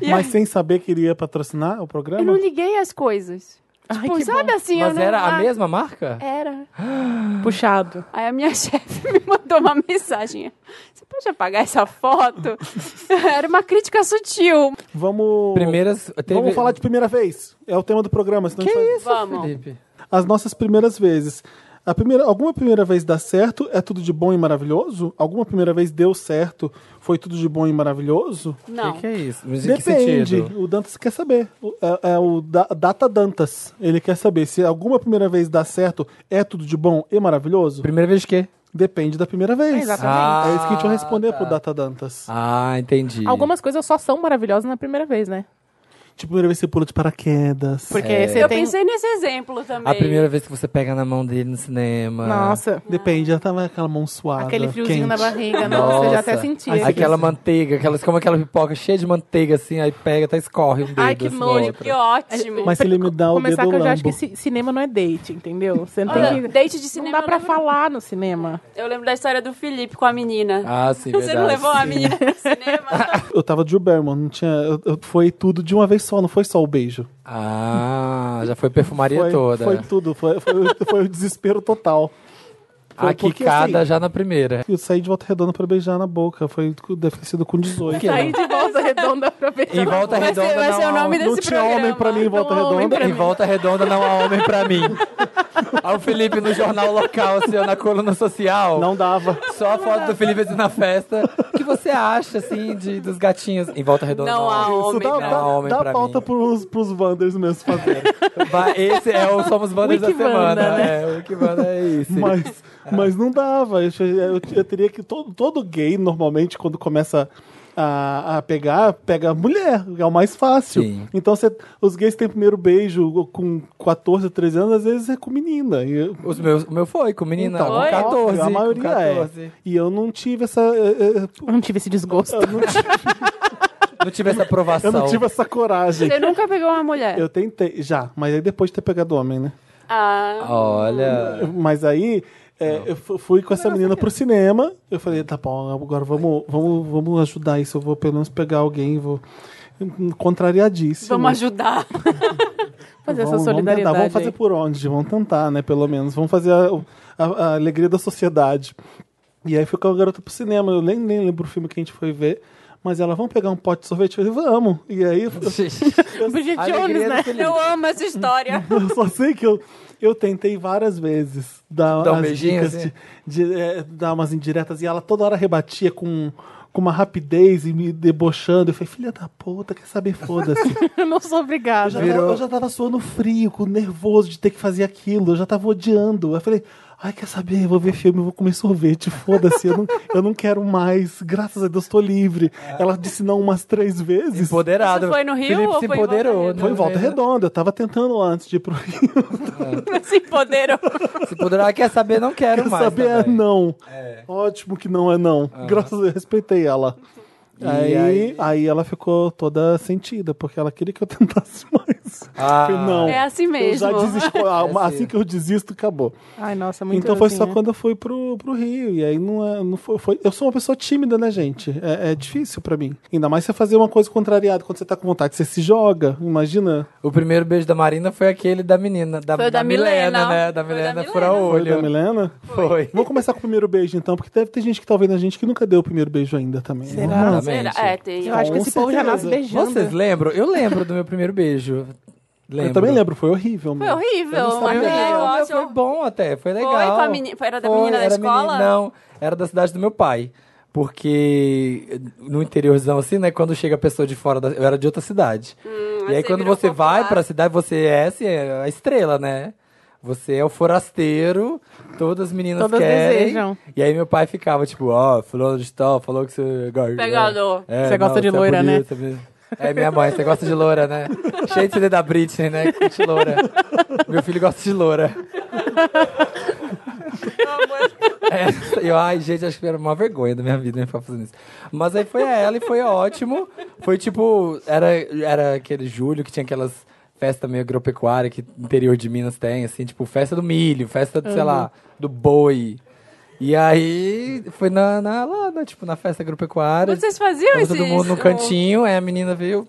Speaker 3: E
Speaker 1: Mas
Speaker 3: aí-
Speaker 1: sem saber que iria patrocinar o programa?
Speaker 3: eu não liguei as coisas.
Speaker 4: Ai,
Speaker 3: Tipo,
Speaker 4: que
Speaker 3: sabe assim, eu
Speaker 2: Mas
Speaker 3: não-
Speaker 2: era a
Speaker 3: ah,
Speaker 2: mesma marca?
Speaker 3: Era.
Speaker 4: bom. Puxado.
Speaker 3: Aí a minha <laughs> chefe me mandou uma mensagem. Você pode apagar essa foto? <laughs> Era uma crítica sutil.
Speaker 1: Vamos.
Speaker 2: Primeiras. Teve...
Speaker 1: Vamos falar de primeira vez. É o tema do programa. Senão a gente vai-
Speaker 3: Vamos.
Speaker 2: Felipe.
Speaker 1: As nossas primeiras vezes. A primeira, alguma primeira vez dá certo? É tudo de bom e maravilhoso? Alguma primeira vez deu certo? Foi tudo de bom e maravilhoso?
Speaker 2: O
Speaker 3: Não.
Speaker 2: que, que é isso? Mas em que
Speaker 1: Depende.
Speaker 2: sentido?
Speaker 1: O Dantas quer saber. O- É, é o da- Data Dantas. Ele quer saber se alguma primeira vez dá certo, é tudo de bom e maravilhoso?
Speaker 2: Primeira vez de quê?
Speaker 1: Depende da primeira vez.
Speaker 4: Exatamente.
Speaker 2: Ah,
Speaker 1: é isso que a gente vai responder
Speaker 2: tá.
Speaker 1: pro Data Dantas.
Speaker 2: Ah, entendi.
Speaker 4: Algumas coisas só são maravilhosas na primeira vez, né?
Speaker 1: Tipo, primeira vez que você pula de paraquedas.
Speaker 4: Porque
Speaker 2: É.
Speaker 4: você
Speaker 3: eu
Speaker 4: tem.
Speaker 3: pensei nesse exemplo também.
Speaker 2: A primeira vez que você pega na mão dele no cinema.
Speaker 4: Nossa,
Speaker 1: Depende, já tava aquela mão suada.
Speaker 4: aquele
Speaker 1: quente.
Speaker 4: friozinho na barriga, nossa, eu já até senti.
Speaker 2: Aquela manteiga, aquelas, como aquela pipoca cheia de manteiga, assim, aí pega, até escorre um dedo.
Speaker 4: Ai, que
Speaker 2: assim, no
Speaker 4: nojo,
Speaker 2: outro.
Speaker 3: Que ótimo.
Speaker 1: Mas se ele me dá o
Speaker 4: Começar
Speaker 1: dedo,
Speaker 4: que eu já acho
Speaker 1: lambo.
Speaker 4: que ci- cinema não é date, entendeu? Você não tem
Speaker 3: Olha,
Speaker 4: que.
Speaker 3: date de
Speaker 4: Não
Speaker 3: cinema.
Speaker 4: dá pra
Speaker 3: eu, lembro,
Speaker 4: falar no cinema.
Speaker 3: eu lembro da história do Felipe com a menina.
Speaker 2: Ah, sim, verdade.
Speaker 3: <laughs> Você não levou a
Speaker 2: sim.
Speaker 3: menina pro cinema?
Speaker 1: Eu tava de Drew Barrymore, não tinha. eu- eu- foi tudo de uma vez só, não foi só o beijo.
Speaker 2: Ah, já foi perfumaria
Speaker 1: foi,
Speaker 2: toda.
Speaker 1: foi tudo, foi, foi, foi o desespero total. Foi
Speaker 2: a
Speaker 1: porque eu
Speaker 2: quicada
Speaker 1: saí-
Speaker 2: já na primeira.
Speaker 1: Eu saí de volta redonda pra beijar na boca. Foi, deve ter sido com 18.
Speaker 4: Sair de volta redonda pra ver.
Speaker 2: Em volta
Speaker 3: Vai ser-
Speaker 2: redonda
Speaker 3: vai
Speaker 2: não
Speaker 3: ser o
Speaker 2: há
Speaker 3: nome
Speaker 2: homem-
Speaker 1: Não
Speaker 3: Nesse
Speaker 1: tinha homem
Speaker 3: programa,
Speaker 1: pra mim em volta
Speaker 4: não há homem
Speaker 1: redonda.
Speaker 4: pra
Speaker 2: Em
Speaker 4: mim.
Speaker 2: volta redonda não há homem pra mim. Olha o Felipe no jornal local, assim, ó, na coluna social.
Speaker 1: Não dava.
Speaker 2: Só a foto do Felipe assim, na festa. O que você acha, assim, de, dos gatinhos? Em volta redonda
Speaker 3: Não há
Speaker 2: homem.
Speaker 1: Isso
Speaker 3: homem
Speaker 1: dá,
Speaker 3: pra
Speaker 1: dá,
Speaker 2: mim. Homem
Speaker 1: dá
Speaker 2: pra
Speaker 1: pauta
Speaker 2: mim.
Speaker 1: Pros, pros Wanders mesmo fazer.
Speaker 2: Vai, Esse é o Somos Bandas da
Speaker 4: Wikibanda,
Speaker 2: Semana.
Speaker 4: né?
Speaker 2: É, o Wikibanda é esse.
Speaker 1: mas,
Speaker 2: <laughs> É.
Speaker 1: mas não dava. Eu, eu- eu teria que. Todo, todo gay, normalmente, quando começa. A, a pegar, pega a mulher, é o mais fácil.
Speaker 2: Sim.
Speaker 1: Então você- os gays têm primeiro beijo com 14, 13 anos, às vezes é com menina. E,
Speaker 2: Os meus, o meu foi, com menina,
Speaker 1: então,
Speaker 2: com
Speaker 3: é.
Speaker 1: óbvio,
Speaker 2: 14.
Speaker 1: a
Speaker 2: com
Speaker 1: maioria
Speaker 2: 14.
Speaker 1: é. E eu não tive essa. eh, eh,
Speaker 4: Eu não tive esse desgosto.
Speaker 1: Eu não tive,
Speaker 2: Não tive essa
Speaker 1: eu
Speaker 2: aprovação.
Speaker 1: não tive essa
Speaker 2: <laughs>
Speaker 1: coragem.
Speaker 3: Você nunca pegou uma mulher?
Speaker 1: Eu tentei, já, mas aí depois de ter pegado homem, né?
Speaker 3: Ah,
Speaker 2: Olha.
Speaker 1: Mas aí é, eu fu- fui com essa menina pro cinema. Eu falei, tá bom, agora vamos, vamos, vamos ajudar isso. Eu vou pelo menos pegar alguém, vou. Contrariadíssimo.
Speaker 3: vamos ajudar.
Speaker 4: Fazer essa
Speaker 1: Vamos- vamos tentar,
Speaker 4: solidariedade.
Speaker 1: Vamos fazer
Speaker 4: aí.
Speaker 1: por onde? Vamos tentar, né? Pelo menos. Vamos fazer a, a- a alegria da sociedade. E aí fui com a garota pro cinema. Eu nem, nem lembro o filme que a gente foi ver. Mas ela, vamos pegar um pote de sorvete? Eu falei, vamos. E aí eu,
Speaker 4: <laughs> Bridget
Speaker 2: Alegria
Speaker 4: Jones,
Speaker 2: do
Speaker 4: né?
Speaker 2: Felipe.
Speaker 3: Eu amo essa história.
Speaker 1: <laughs> Eu só sei que eu, eu tentei várias vezes dar,
Speaker 2: Dar um
Speaker 1: as
Speaker 2: beijinho,
Speaker 1: dicas
Speaker 2: assim?
Speaker 1: de, de, é, dar umas indiretas e ela toda hora rebatia com, com uma rapidez e me debochando. Eu falei, filha da puta, quer saber?
Speaker 2: <laughs>
Speaker 1: Foda-se.
Speaker 4: tipo, Eu não sou
Speaker 1: Eu
Speaker 4: <laughs> obrigada.
Speaker 1: já, tava, eu já tava suando frio, com nervoso de ter que fazer aquilo. Eu já tava odiando. Eu falei, ai, quer saber? Eu vou ver filme, eu vou comer sorvete, foda-se. Eu não, eu não quero mais. Graças a Deus, tô livre. Ela disse não umas três vezes.
Speaker 2: Empoderado.
Speaker 3: Isso foi no Rio
Speaker 2: Felipe
Speaker 3: ou
Speaker 2: se
Speaker 3: foi em Volta
Speaker 2: empoderou. né?
Speaker 3: Redonda?
Speaker 1: Foi em volta redonda. Eu tava tentando antes de ir pro Rio.
Speaker 3: Se empoderou.
Speaker 2: Se empoderou, ah, quer saber, não quero
Speaker 1: Quer
Speaker 2: mais.
Speaker 1: saber é
Speaker 2: também.
Speaker 1: não. Ótimo que não é não. Graças a Deus, respeitei ela.
Speaker 2: E
Speaker 1: Aí,
Speaker 2: aí?
Speaker 1: aí... ela ficou toda sentida, porque ela queria que eu <laughs> tentasse mais.
Speaker 2: Ah.
Speaker 1: Falei, não.
Speaker 3: É assim
Speaker 1: Eu já
Speaker 3: mesmo.
Speaker 2: <laughs>
Speaker 1: desisti. Ah,
Speaker 2: assim.
Speaker 1: assim que eu desisto, acabou.
Speaker 4: Ai, nossa, muito
Speaker 1: então foi
Speaker 4: assim,
Speaker 1: só
Speaker 4: né?
Speaker 1: quando eu fui pro, pro Rio. E aí não, é, não foi, foi- Eu sou uma pessoa tímida, né, gente? É, é difícil pra mim. Ainda mais você fazer uma coisa contrariada quando você tá com vontade. Você se joga, imagina.
Speaker 2: O primeiro beijo da Marina foi aquele da menina. Da,
Speaker 3: Foi o da Milena.
Speaker 2: né? Da
Speaker 3: Foi o
Speaker 2: Milena
Speaker 3: da
Speaker 1: Foi da
Speaker 2: fura-olho.
Speaker 1: Milena?
Speaker 2: Foi.
Speaker 1: Vamos começar com o primeiro beijo, então, porque deve ter gente que tá ouvindo a gente que nunca deu o primeiro beijo ainda também. né?
Speaker 2: Exatamente.
Speaker 4: Será?
Speaker 3: É, tem.
Speaker 4: Eu acho que
Speaker 1: Com
Speaker 4: esse povo já nasce
Speaker 1: certeza.
Speaker 4: beijando.
Speaker 2: Vocês lembram? Eu lembro do meu primeiro beijo. Lembro.
Speaker 1: Eu também lembro, foi horrível.
Speaker 3: Foi
Speaker 1: meu.
Speaker 3: horrível.
Speaker 1: Eu não sabia.
Speaker 3: Aquele
Speaker 2: Não,
Speaker 3: negócio.
Speaker 2: foi bom até, foi legal.
Speaker 3: com a meni- foi- era da menina da
Speaker 2: era
Speaker 3: escola?
Speaker 2: não, era da cidade do meu pai. Porque no interiorzão, assim, né? Quando chega a pessoa de fora, da, eu era de outra cidade. e
Speaker 3: aí
Speaker 2: aí,
Speaker 3: Hum, você
Speaker 2: quando
Speaker 3: virou
Speaker 2: você
Speaker 3: popular.
Speaker 2: vai pra cidade, você é, assim, é a estrela, né? Você é o forasteiro, todas as meninas
Speaker 4: Todas
Speaker 2: querem.
Speaker 4: desejam.
Speaker 2: E aí meu pai ficava, tipo, ó, fulano de tal, falou que você... gosta-
Speaker 3: Pegador.
Speaker 2: É,
Speaker 4: Você gosta de
Speaker 2: é
Speaker 4: loira, né?
Speaker 2: bonita, bonita. É minha mãe, você gosta de loura, né? Cheio de CD da Britney, né? Curte loura. Meu filho gosta de loura. É, eu, ai, gente, acho que era uma vergonha da minha vida me ficar fazendo isso. Mas aí foi a ela e foi ótimo. Foi tipo, era, era aquele julho que tinha aquelas festas meio agropecuária que interior de Minas tem, assim, tipo, festa do milho, festa, do, sei
Speaker 4: Uhum.
Speaker 2: lá, do boi. E aí foi na, na- lá, na, tipo, na festa agropecuária.
Speaker 3: Vocês faziam
Speaker 2: Tava
Speaker 3: isso?
Speaker 2: todo mundo no cantinho, aí a menina veio.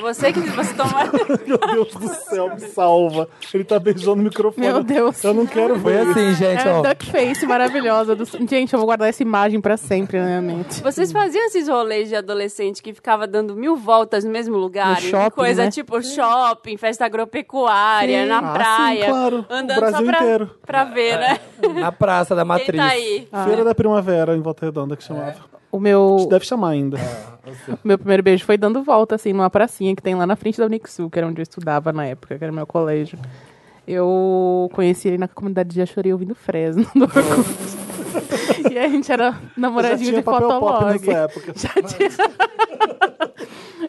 Speaker 3: Você que você tomava.
Speaker 1: Meu Deus do céu, me salva. Ele tá beijando o microfone.
Speaker 4: Meu Deus.
Speaker 1: Eu não quero
Speaker 2: Foi
Speaker 1: ver.
Speaker 2: assim, gente,
Speaker 4: É a <laughs>
Speaker 2: ó.
Speaker 4: duck face maravilhosa. do- Gente, eu vou guardar essa imagem pra sempre na minha mente.
Speaker 3: Vocês faziam esses rolês de adolescente que ficava dando mil voltas no mesmo lugar?
Speaker 4: No shopping,
Speaker 3: coisa
Speaker 4: né?
Speaker 3: tipo shopping, festa agropecuária,
Speaker 4: Sim.
Speaker 3: na
Speaker 1: Ah, sim,
Speaker 3: praia.
Speaker 1: claro. O
Speaker 3: Andando
Speaker 1: Brasil
Speaker 3: só pra,
Speaker 1: inteiro.
Speaker 3: pra ver, né?
Speaker 2: Na Praça da
Speaker 4: É,
Speaker 3: Quem
Speaker 2: Matriz.
Speaker 3: tá aí?
Speaker 4: Ah.
Speaker 1: Feira da Primavera, em Volta Redonda,
Speaker 2: É.
Speaker 1: que chamava.
Speaker 4: O meu,
Speaker 1: Deve chamar
Speaker 4: É.
Speaker 1: ainda.
Speaker 4: meu primeiro beijo foi dando volta, assim, numa pracinha que tem lá na frente da Unixul, que era onde eu estudava na época, que era meu colégio. <laughs> Eu conheci ele na comunidade de Achorei ouvindo Fresno. do Orkut. E a gente era
Speaker 1: Eu já
Speaker 4: namoradinho
Speaker 1: tinha
Speaker 4: de
Speaker 1: papel pop
Speaker 4: fotolog.
Speaker 1: nessa época.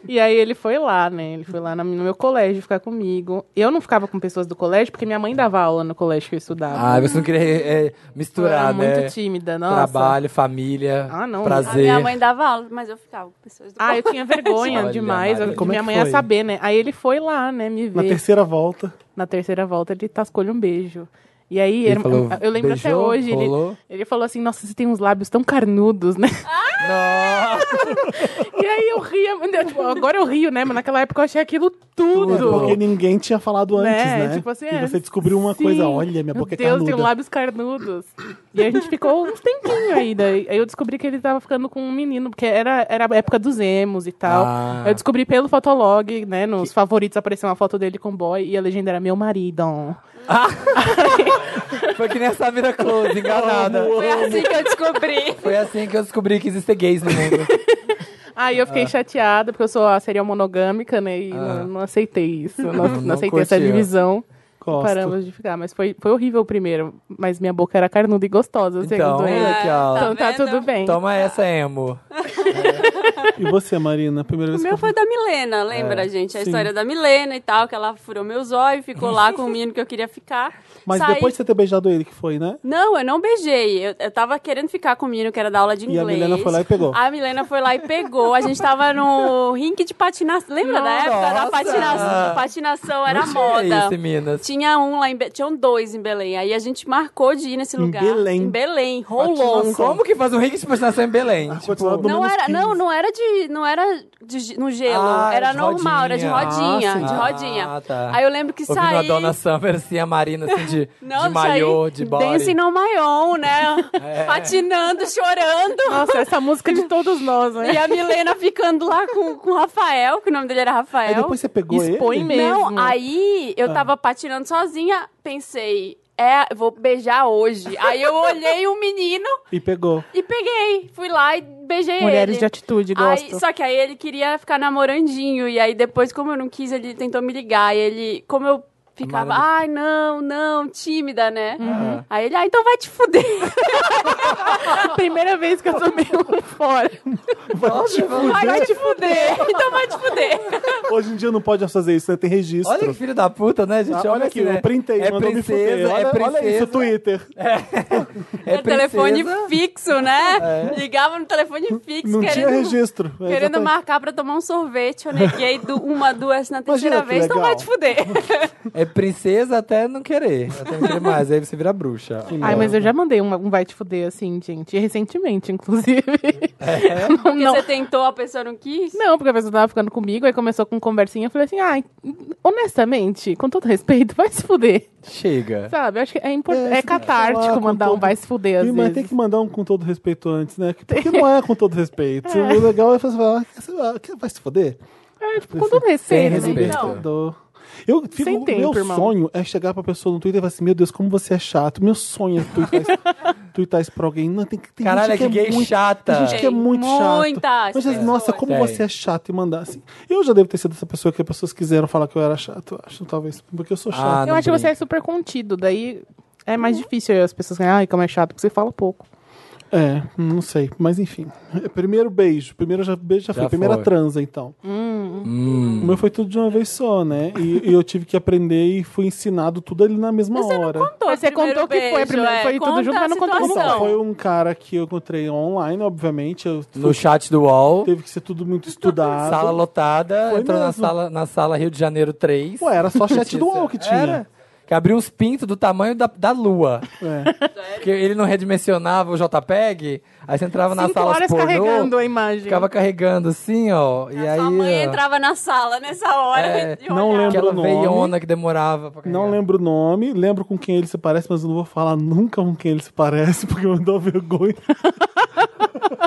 Speaker 4: E aí ele foi lá, né? Ele foi lá na- no meu colégio ficar comigo. Eu não ficava com pessoas do colégio, porque minha mãe dava aula no colégio que eu estudava.
Speaker 2: Ah, você não queria é, é,
Speaker 4: eu era
Speaker 2: misturar, né?
Speaker 4: muito tímida, nossa.
Speaker 2: Trabalho, família,
Speaker 4: Ah, não.
Speaker 3: A
Speaker 2: prazer.
Speaker 3: minha mãe dava aula, mas eu ficava com pessoas do
Speaker 4: Ah, eu tinha vergonha
Speaker 2: Olha,
Speaker 4: demais.
Speaker 2: Mari.
Speaker 4: eu-
Speaker 1: Como é
Speaker 4: minha
Speaker 1: que
Speaker 4: mãe ia
Speaker 1: foi?
Speaker 4: saber, né? Aí ele foi lá, né, me
Speaker 1: Na
Speaker 4: ver.
Speaker 1: terceira volta.
Speaker 4: Na terceira volta, ele tascou-lhe um beijo. E aí,
Speaker 2: Ele
Speaker 4: era-
Speaker 2: falou,
Speaker 4: eu lembro até
Speaker 2: "Beijou,
Speaker 4: hoje, ele,
Speaker 2: rolou."
Speaker 4: ele falou assim, nossa, você tem uns lábios tão carnudos, né? <laughs>
Speaker 2: Nossa!
Speaker 4: E aí eu ria, né, tipo, agora eu rio, né? Mas naquela época eu achei aquilo tudo.
Speaker 1: É, Porque ninguém tinha falado antes,
Speaker 4: né?
Speaker 1: né?
Speaker 4: Tipo assim, é,
Speaker 1: e você descobriu uma
Speaker 4: sim.
Speaker 1: coisa, olha, minha
Speaker 4: Meu
Speaker 1: boca é
Speaker 4: Deus, tem um
Speaker 1: carnuda.
Speaker 4: lábios carnudos. E a gente ficou uns tempinho aí. Daí, aí eu descobri que ele tava ficando com um menino, porque era, era a época dos emos e tal.
Speaker 2: Ah.
Speaker 4: Eu descobri pelo Fotolog, né? Nos favoritos apareceu uma foto dele com boy e a legenda era meu marido.
Speaker 2: Foi que nem a Samira Close, enganada.
Speaker 3: Foi assim que eu
Speaker 4: <laughs>
Speaker 3: descobri.
Speaker 2: Foi assim que eu descobri que existem gays no mundo.
Speaker 4: Aí eu fiquei chateada, porque eu sou a serial monogâmica, né? E
Speaker 2: Ah.
Speaker 4: não, não aceitei isso. Não, não
Speaker 2: Não
Speaker 4: aceitei essa
Speaker 2: curtiu.
Speaker 4: divisão.
Speaker 1: Gosto.
Speaker 4: Paramos de ficar. Mas foi, foi horrível o primeiro. Mas minha boca era carnuda e gostosa,
Speaker 2: Então,
Speaker 4: segundo ele.
Speaker 2: olha aqui, ó.
Speaker 4: Então tá
Speaker 3: vendo?
Speaker 4: tudo bem.
Speaker 2: Toma essa, emo.
Speaker 1: E você, Marina? Primeira
Speaker 3: O
Speaker 1: vez
Speaker 3: meu
Speaker 1: que...
Speaker 3: foi da Milena,
Speaker 4: É,
Speaker 3: lembra, gente? A história da Milena e tal, que ela furou meus olhos, ficou
Speaker 4: <laughs>
Speaker 3: lá com o menino que eu queria ficar.
Speaker 1: Mas
Speaker 3: Saí-
Speaker 1: depois de você ter beijado ele, que foi, né?
Speaker 3: Não, eu não beijei. Eu, eu tava querendo ficar com o menino que era da aula de
Speaker 1: E a
Speaker 3: inglês.
Speaker 1: Milena foi lá e pegou.
Speaker 3: A Milena foi lá e pegou. A gente tava no rink de patinação. Lembra da época da
Speaker 2: Nossa!
Speaker 3: patinação? Patinação
Speaker 2: Ah.
Speaker 3: era
Speaker 2: Não tinha
Speaker 3: moda.
Speaker 2: Isso, em Minas.
Speaker 3: Tinha um lá em Be... Tinham dois em Belém. Aí a gente marcou de ir nesse lugar.
Speaker 1: Belém.
Speaker 3: Em Belém. Rolou.
Speaker 2: Como que faz um ringue de patinação em Belém?
Speaker 1: Continuar no
Speaker 3: Não
Speaker 1: menos
Speaker 3: era,
Speaker 1: 15.
Speaker 3: não, não era de, não era de ge- no gelo,
Speaker 2: Ah,
Speaker 3: era
Speaker 2: de
Speaker 3: normal, era de
Speaker 2: rodinha.
Speaker 3: rodinha,
Speaker 1: Ah, sim.
Speaker 3: de rodinha.
Speaker 2: Ah, tá.
Speaker 3: Aí eu lembro que
Speaker 2: Ouvindo a
Speaker 3: saí,
Speaker 2: Donna Summer, assim, a Marina, assim,
Speaker 4: <laughs>
Speaker 2: de,
Speaker 3: não,
Speaker 2: de maiô, de body. É.
Speaker 3: Dance no maion, né?
Speaker 2: <laughs>
Speaker 3: Patinando, chorando.
Speaker 4: Nossa, essa música de todos nós, né?
Speaker 3: E a Milena ficando lá com, com o Rafael, que o nome dele era
Speaker 1: Aí
Speaker 3: Rafael.
Speaker 1: depois você pegou
Speaker 4: Expõe
Speaker 1: ele?
Speaker 4: mesmo.
Speaker 3: Não, aí eu tava patinando sozinha, pensei, é, vou beijar hoje. Aí eu olhei o menino
Speaker 1: E pegou.
Speaker 3: e peguei. Fui lá e beijei
Speaker 4: Mulheres de
Speaker 3: ele.
Speaker 4: atitude,
Speaker 3: Aí-
Speaker 4: gosto.
Speaker 3: só que aí ele queria ficar namorandinho. E aí depois, como eu não quis, ele tentou me ligar. E ele, como eu ficava,
Speaker 2: Amada.
Speaker 3: ai, não, não, tímida, né?
Speaker 2: Uhum.
Speaker 3: Aí ele, ah, então vai te fuder. <laughs>
Speaker 4: Primeira vez que eu tomei
Speaker 3: <laughs>
Speaker 4: um fora.
Speaker 2: Nossa,
Speaker 3: Vai te fuder. então vai te fuder.
Speaker 1: Hoje em dia não pode mais fazer isso, né? Tem registro.
Speaker 2: Olha que filho da puta, né, gente?
Speaker 1: Ah,
Speaker 2: olha
Speaker 1: olha
Speaker 2: aqui,
Speaker 1: aqui, eu printei,
Speaker 2: é
Speaker 1: mandou me fuder.
Speaker 2: princesa,
Speaker 1: Olha,
Speaker 2: é princesa,
Speaker 1: olha isso, Twitter.
Speaker 2: é
Speaker 3: Era telefone
Speaker 2: princesa.
Speaker 3: fixo, né? Ligava no telefone fixo,
Speaker 1: É. Não tinha
Speaker 3: querendo,
Speaker 1: registro. É,
Speaker 3: querendo
Speaker 1: exatamente.
Speaker 3: marcar pra tomar um sorvete. Eu neguei du- uma, duas, na terceira
Speaker 1: Imagina que
Speaker 3: vez. Então
Speaker 1: legal.
Speaker 3: vai te fuder.
Speaker 1: <laughs>
Speaker 2: É princesa até não querer. Até não querer mais. Aí você vira bruxa.
Speaker 4: Ai, mas eu já mandei um, um vai te fuder, assim, gente. Recentemente, inclusive. <laughs> Não,
Speaker 3: Porque
Speaker 4: não.
Speaker 3: você tentou, a pessoa não quis.
Speaker 4: Não, porque a pessoa tava ficando comigo, aí começou com conversinha. Eu falei assim, ai, honestamente, com todo respeito, <laughs> vai se fuder.
Speaker 2: Chega.
Speaker 4: Sabe? Eu acho que é
Speaker 1: É,
Speaker 4: importante. É,
Speaker 1: você tem que falar
Speaker 4: catártico
Speaker 1: com
Speaker 4: mandar um
Speaker 1: todo-
Speaker 4: vai se fuder, às
Speaker 1: Mas
Speaker 4: vezes.
Speaker 1: tem que mandar um com todo respeito antes, né? Porque não é com todo respeito. O legal é você falar, "Ah, você- ah, que- vai se foder.
Speaker 4: É, tipo, com todo respeito.
Speaker 2: Sem
Speaker 4: né?
Speaker 2: respeito.
Speaker 3: Não.
Speaker 1: Dou. Eu fico,
Speaker 4: Sem tempo,
Speaker 1: meu
Speaker 4: irmão.
Speaker 1: sonho é chegar pra pessoa no Twitter e falar assim, meu Deus, como você é chato. Meu sonho é tweetar isso, tweetar isso pra alguém. Não, tem, que- tem
Speaker 2: Caralho,
Speaker 1: gente que,
Speaker 2: que gay
Speaker 1: é muito,
Speaker 2: chata.
Speaker 1: Tem gente que é
Speaker 3: Tem
Speaker 1: muito
Speaker 3: muitas
Speaker 1: chato. Mas, assim,
Speaker 3: pessoas.
Speaker 1: nossa, como
Speaker 2: Tem.
Speaker 1: você é chato e mandar assim. Eu já devo ter sido essa pessoa que as pessoas quiseram falar que eu era chato, eu acho, talvez. Porque eu sou
Speaker 2: Ah,
Speaker 1: chato.
Speaker 4: Eu
Speaker 2: não
Speaker 4: acho que você
Speaker 2: brinca.
Speaker 4: é super contido, daí é mais
Speaker 1: Uhum.
Speaker 4: difícil aí as pessoas ganharem, ai, como é chato, porque você fala pouco.
Speaker 1: É, não sei. Mas enfim. Primeiro beijo. Primeiro já, beijo já,
Speaker 2: Já
Speaker 1: foi. Primeira
Speaker 2: foi.
Speaker 1: transa, então.
Speaker 2: Hum.
Speaker 1: O meu foi tudo de uma vez só, né? E, e eu tive que aprender e fui ensinado tudo ali na mesma hora.
Speaker 3: Contou
Speaker 4: Você
Speaker 3: o primeiro
Speaker 4: contou que foi
Speaker 3: beijo,
Speaker 4: primeiro,
Speaker 3: é.
Speaker 4: foi tudo
Speaker 3: Conta
Speaker 4: junto, mas
Speaker 3: a
Speaker 4: não contou como
Speaker 3: situação.
Speaker 1: Então, foi um cara que eu encontrei online, obviamente. Eu
Speaker 2: No chat do UOL,
Speaker 1: Teve que ser tudo muito estudado.
Speaker 2: sala lotada,
Speaker 1: Foi
Speaker 2: entrou na
Speaker 1: mesmo.
Speaker 2: sala, na sala Rio de Janeiro 3.
Speaker 1: Ué, era só chat do UOL que tinha.
Speaker 2: Era. Que abriu uns pintos do tamanho da, da lua.
Speaker 1: É.
Speaker 2: <laughs> Porque ele não redimensionava o JPEG, aí você entrava na
Speaker 4: Cinco
Speaker 2: sala
Speaker 4: horas
Speaker 2: pornô,
Speaker 4: carregando a imagem.
Speaker 2: ficava carregando assim, ó. e aí,
Speaker 3: Sua mãe
Speaker 2: ó,
Speaker 3: entrava na sala nessa hora
Speaker 2: É,
Speaker 3: e
Speaker 1: é. não
Speaker 3: olhava.
Speaker 1: lembro.
Speaker 2: aquela
Speaker 1: o nome.
Speaker 2: veiona que demorava pra carregar.
Speaker 1: Não lembro o nome, lembro com quem ele se parece, mas eu não vou falar nunca com quem ele se parece, <laughs> porque eu dou vergonha.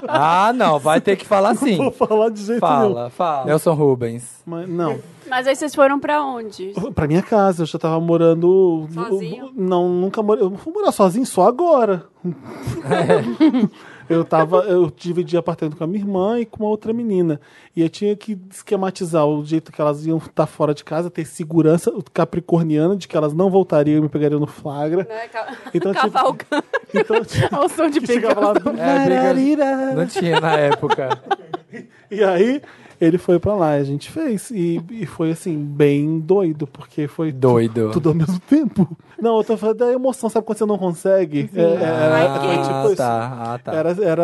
Speaker 2: Ah, não, vai ter que
Speaker 1: <laughs>
Speaker 2: falar sim.
Speaker 1: Não vou falar de jeito nenhum.
Speaker 2: Fala, fala. Nelson Rubens.
Speaker 1: Mas, não.
Speaker 3: Mas aí vocês foram pra onde?
Speaker 1: Pra minha casa, eu já tava morando.
Speaker 3: Sozinho?
Speaker 1: Não, nunca morei. Eu vou morar sozinho só agora. <laughs> Eu tava, eu dividi apartamento com a minha irmã e com uma outra menina. E eu tinha que esquematizar o jeito que elas iam estar fora de casa, ter segurança capricorniana de que elas não voltariam e me pegariam no flagra.
Speaker 3: Né, ca-
Speaker 1: <laughs> Então, eu tinha-
Speaker 3: Cavalcando.
Speaker 1: Então eu tinha
Speaker 4: Olha o
Speaker 2: <laughs>
Speaker 4: som de
Speaker 1: que chegar
Speaker 4: picão.
Speaker 1: lá.
Speaker 2: briga- Não tinha na época.
Speaker 1: E aí ele foi pra lá, a gente fez. E, e foi assim, bem doido, porque foi tu-
Speaker 2: Doido.
Speaker 1: tudo ao mesmo tempo. Não, eu tô falando da emoção, sabe quando você não consegue? É, <laughs> é, era- foi tipo
Speaker 2: Ah,
Speaker 1: isso.
Speaker 2: tá. Ah, tá.
Speaker 1: Era, era,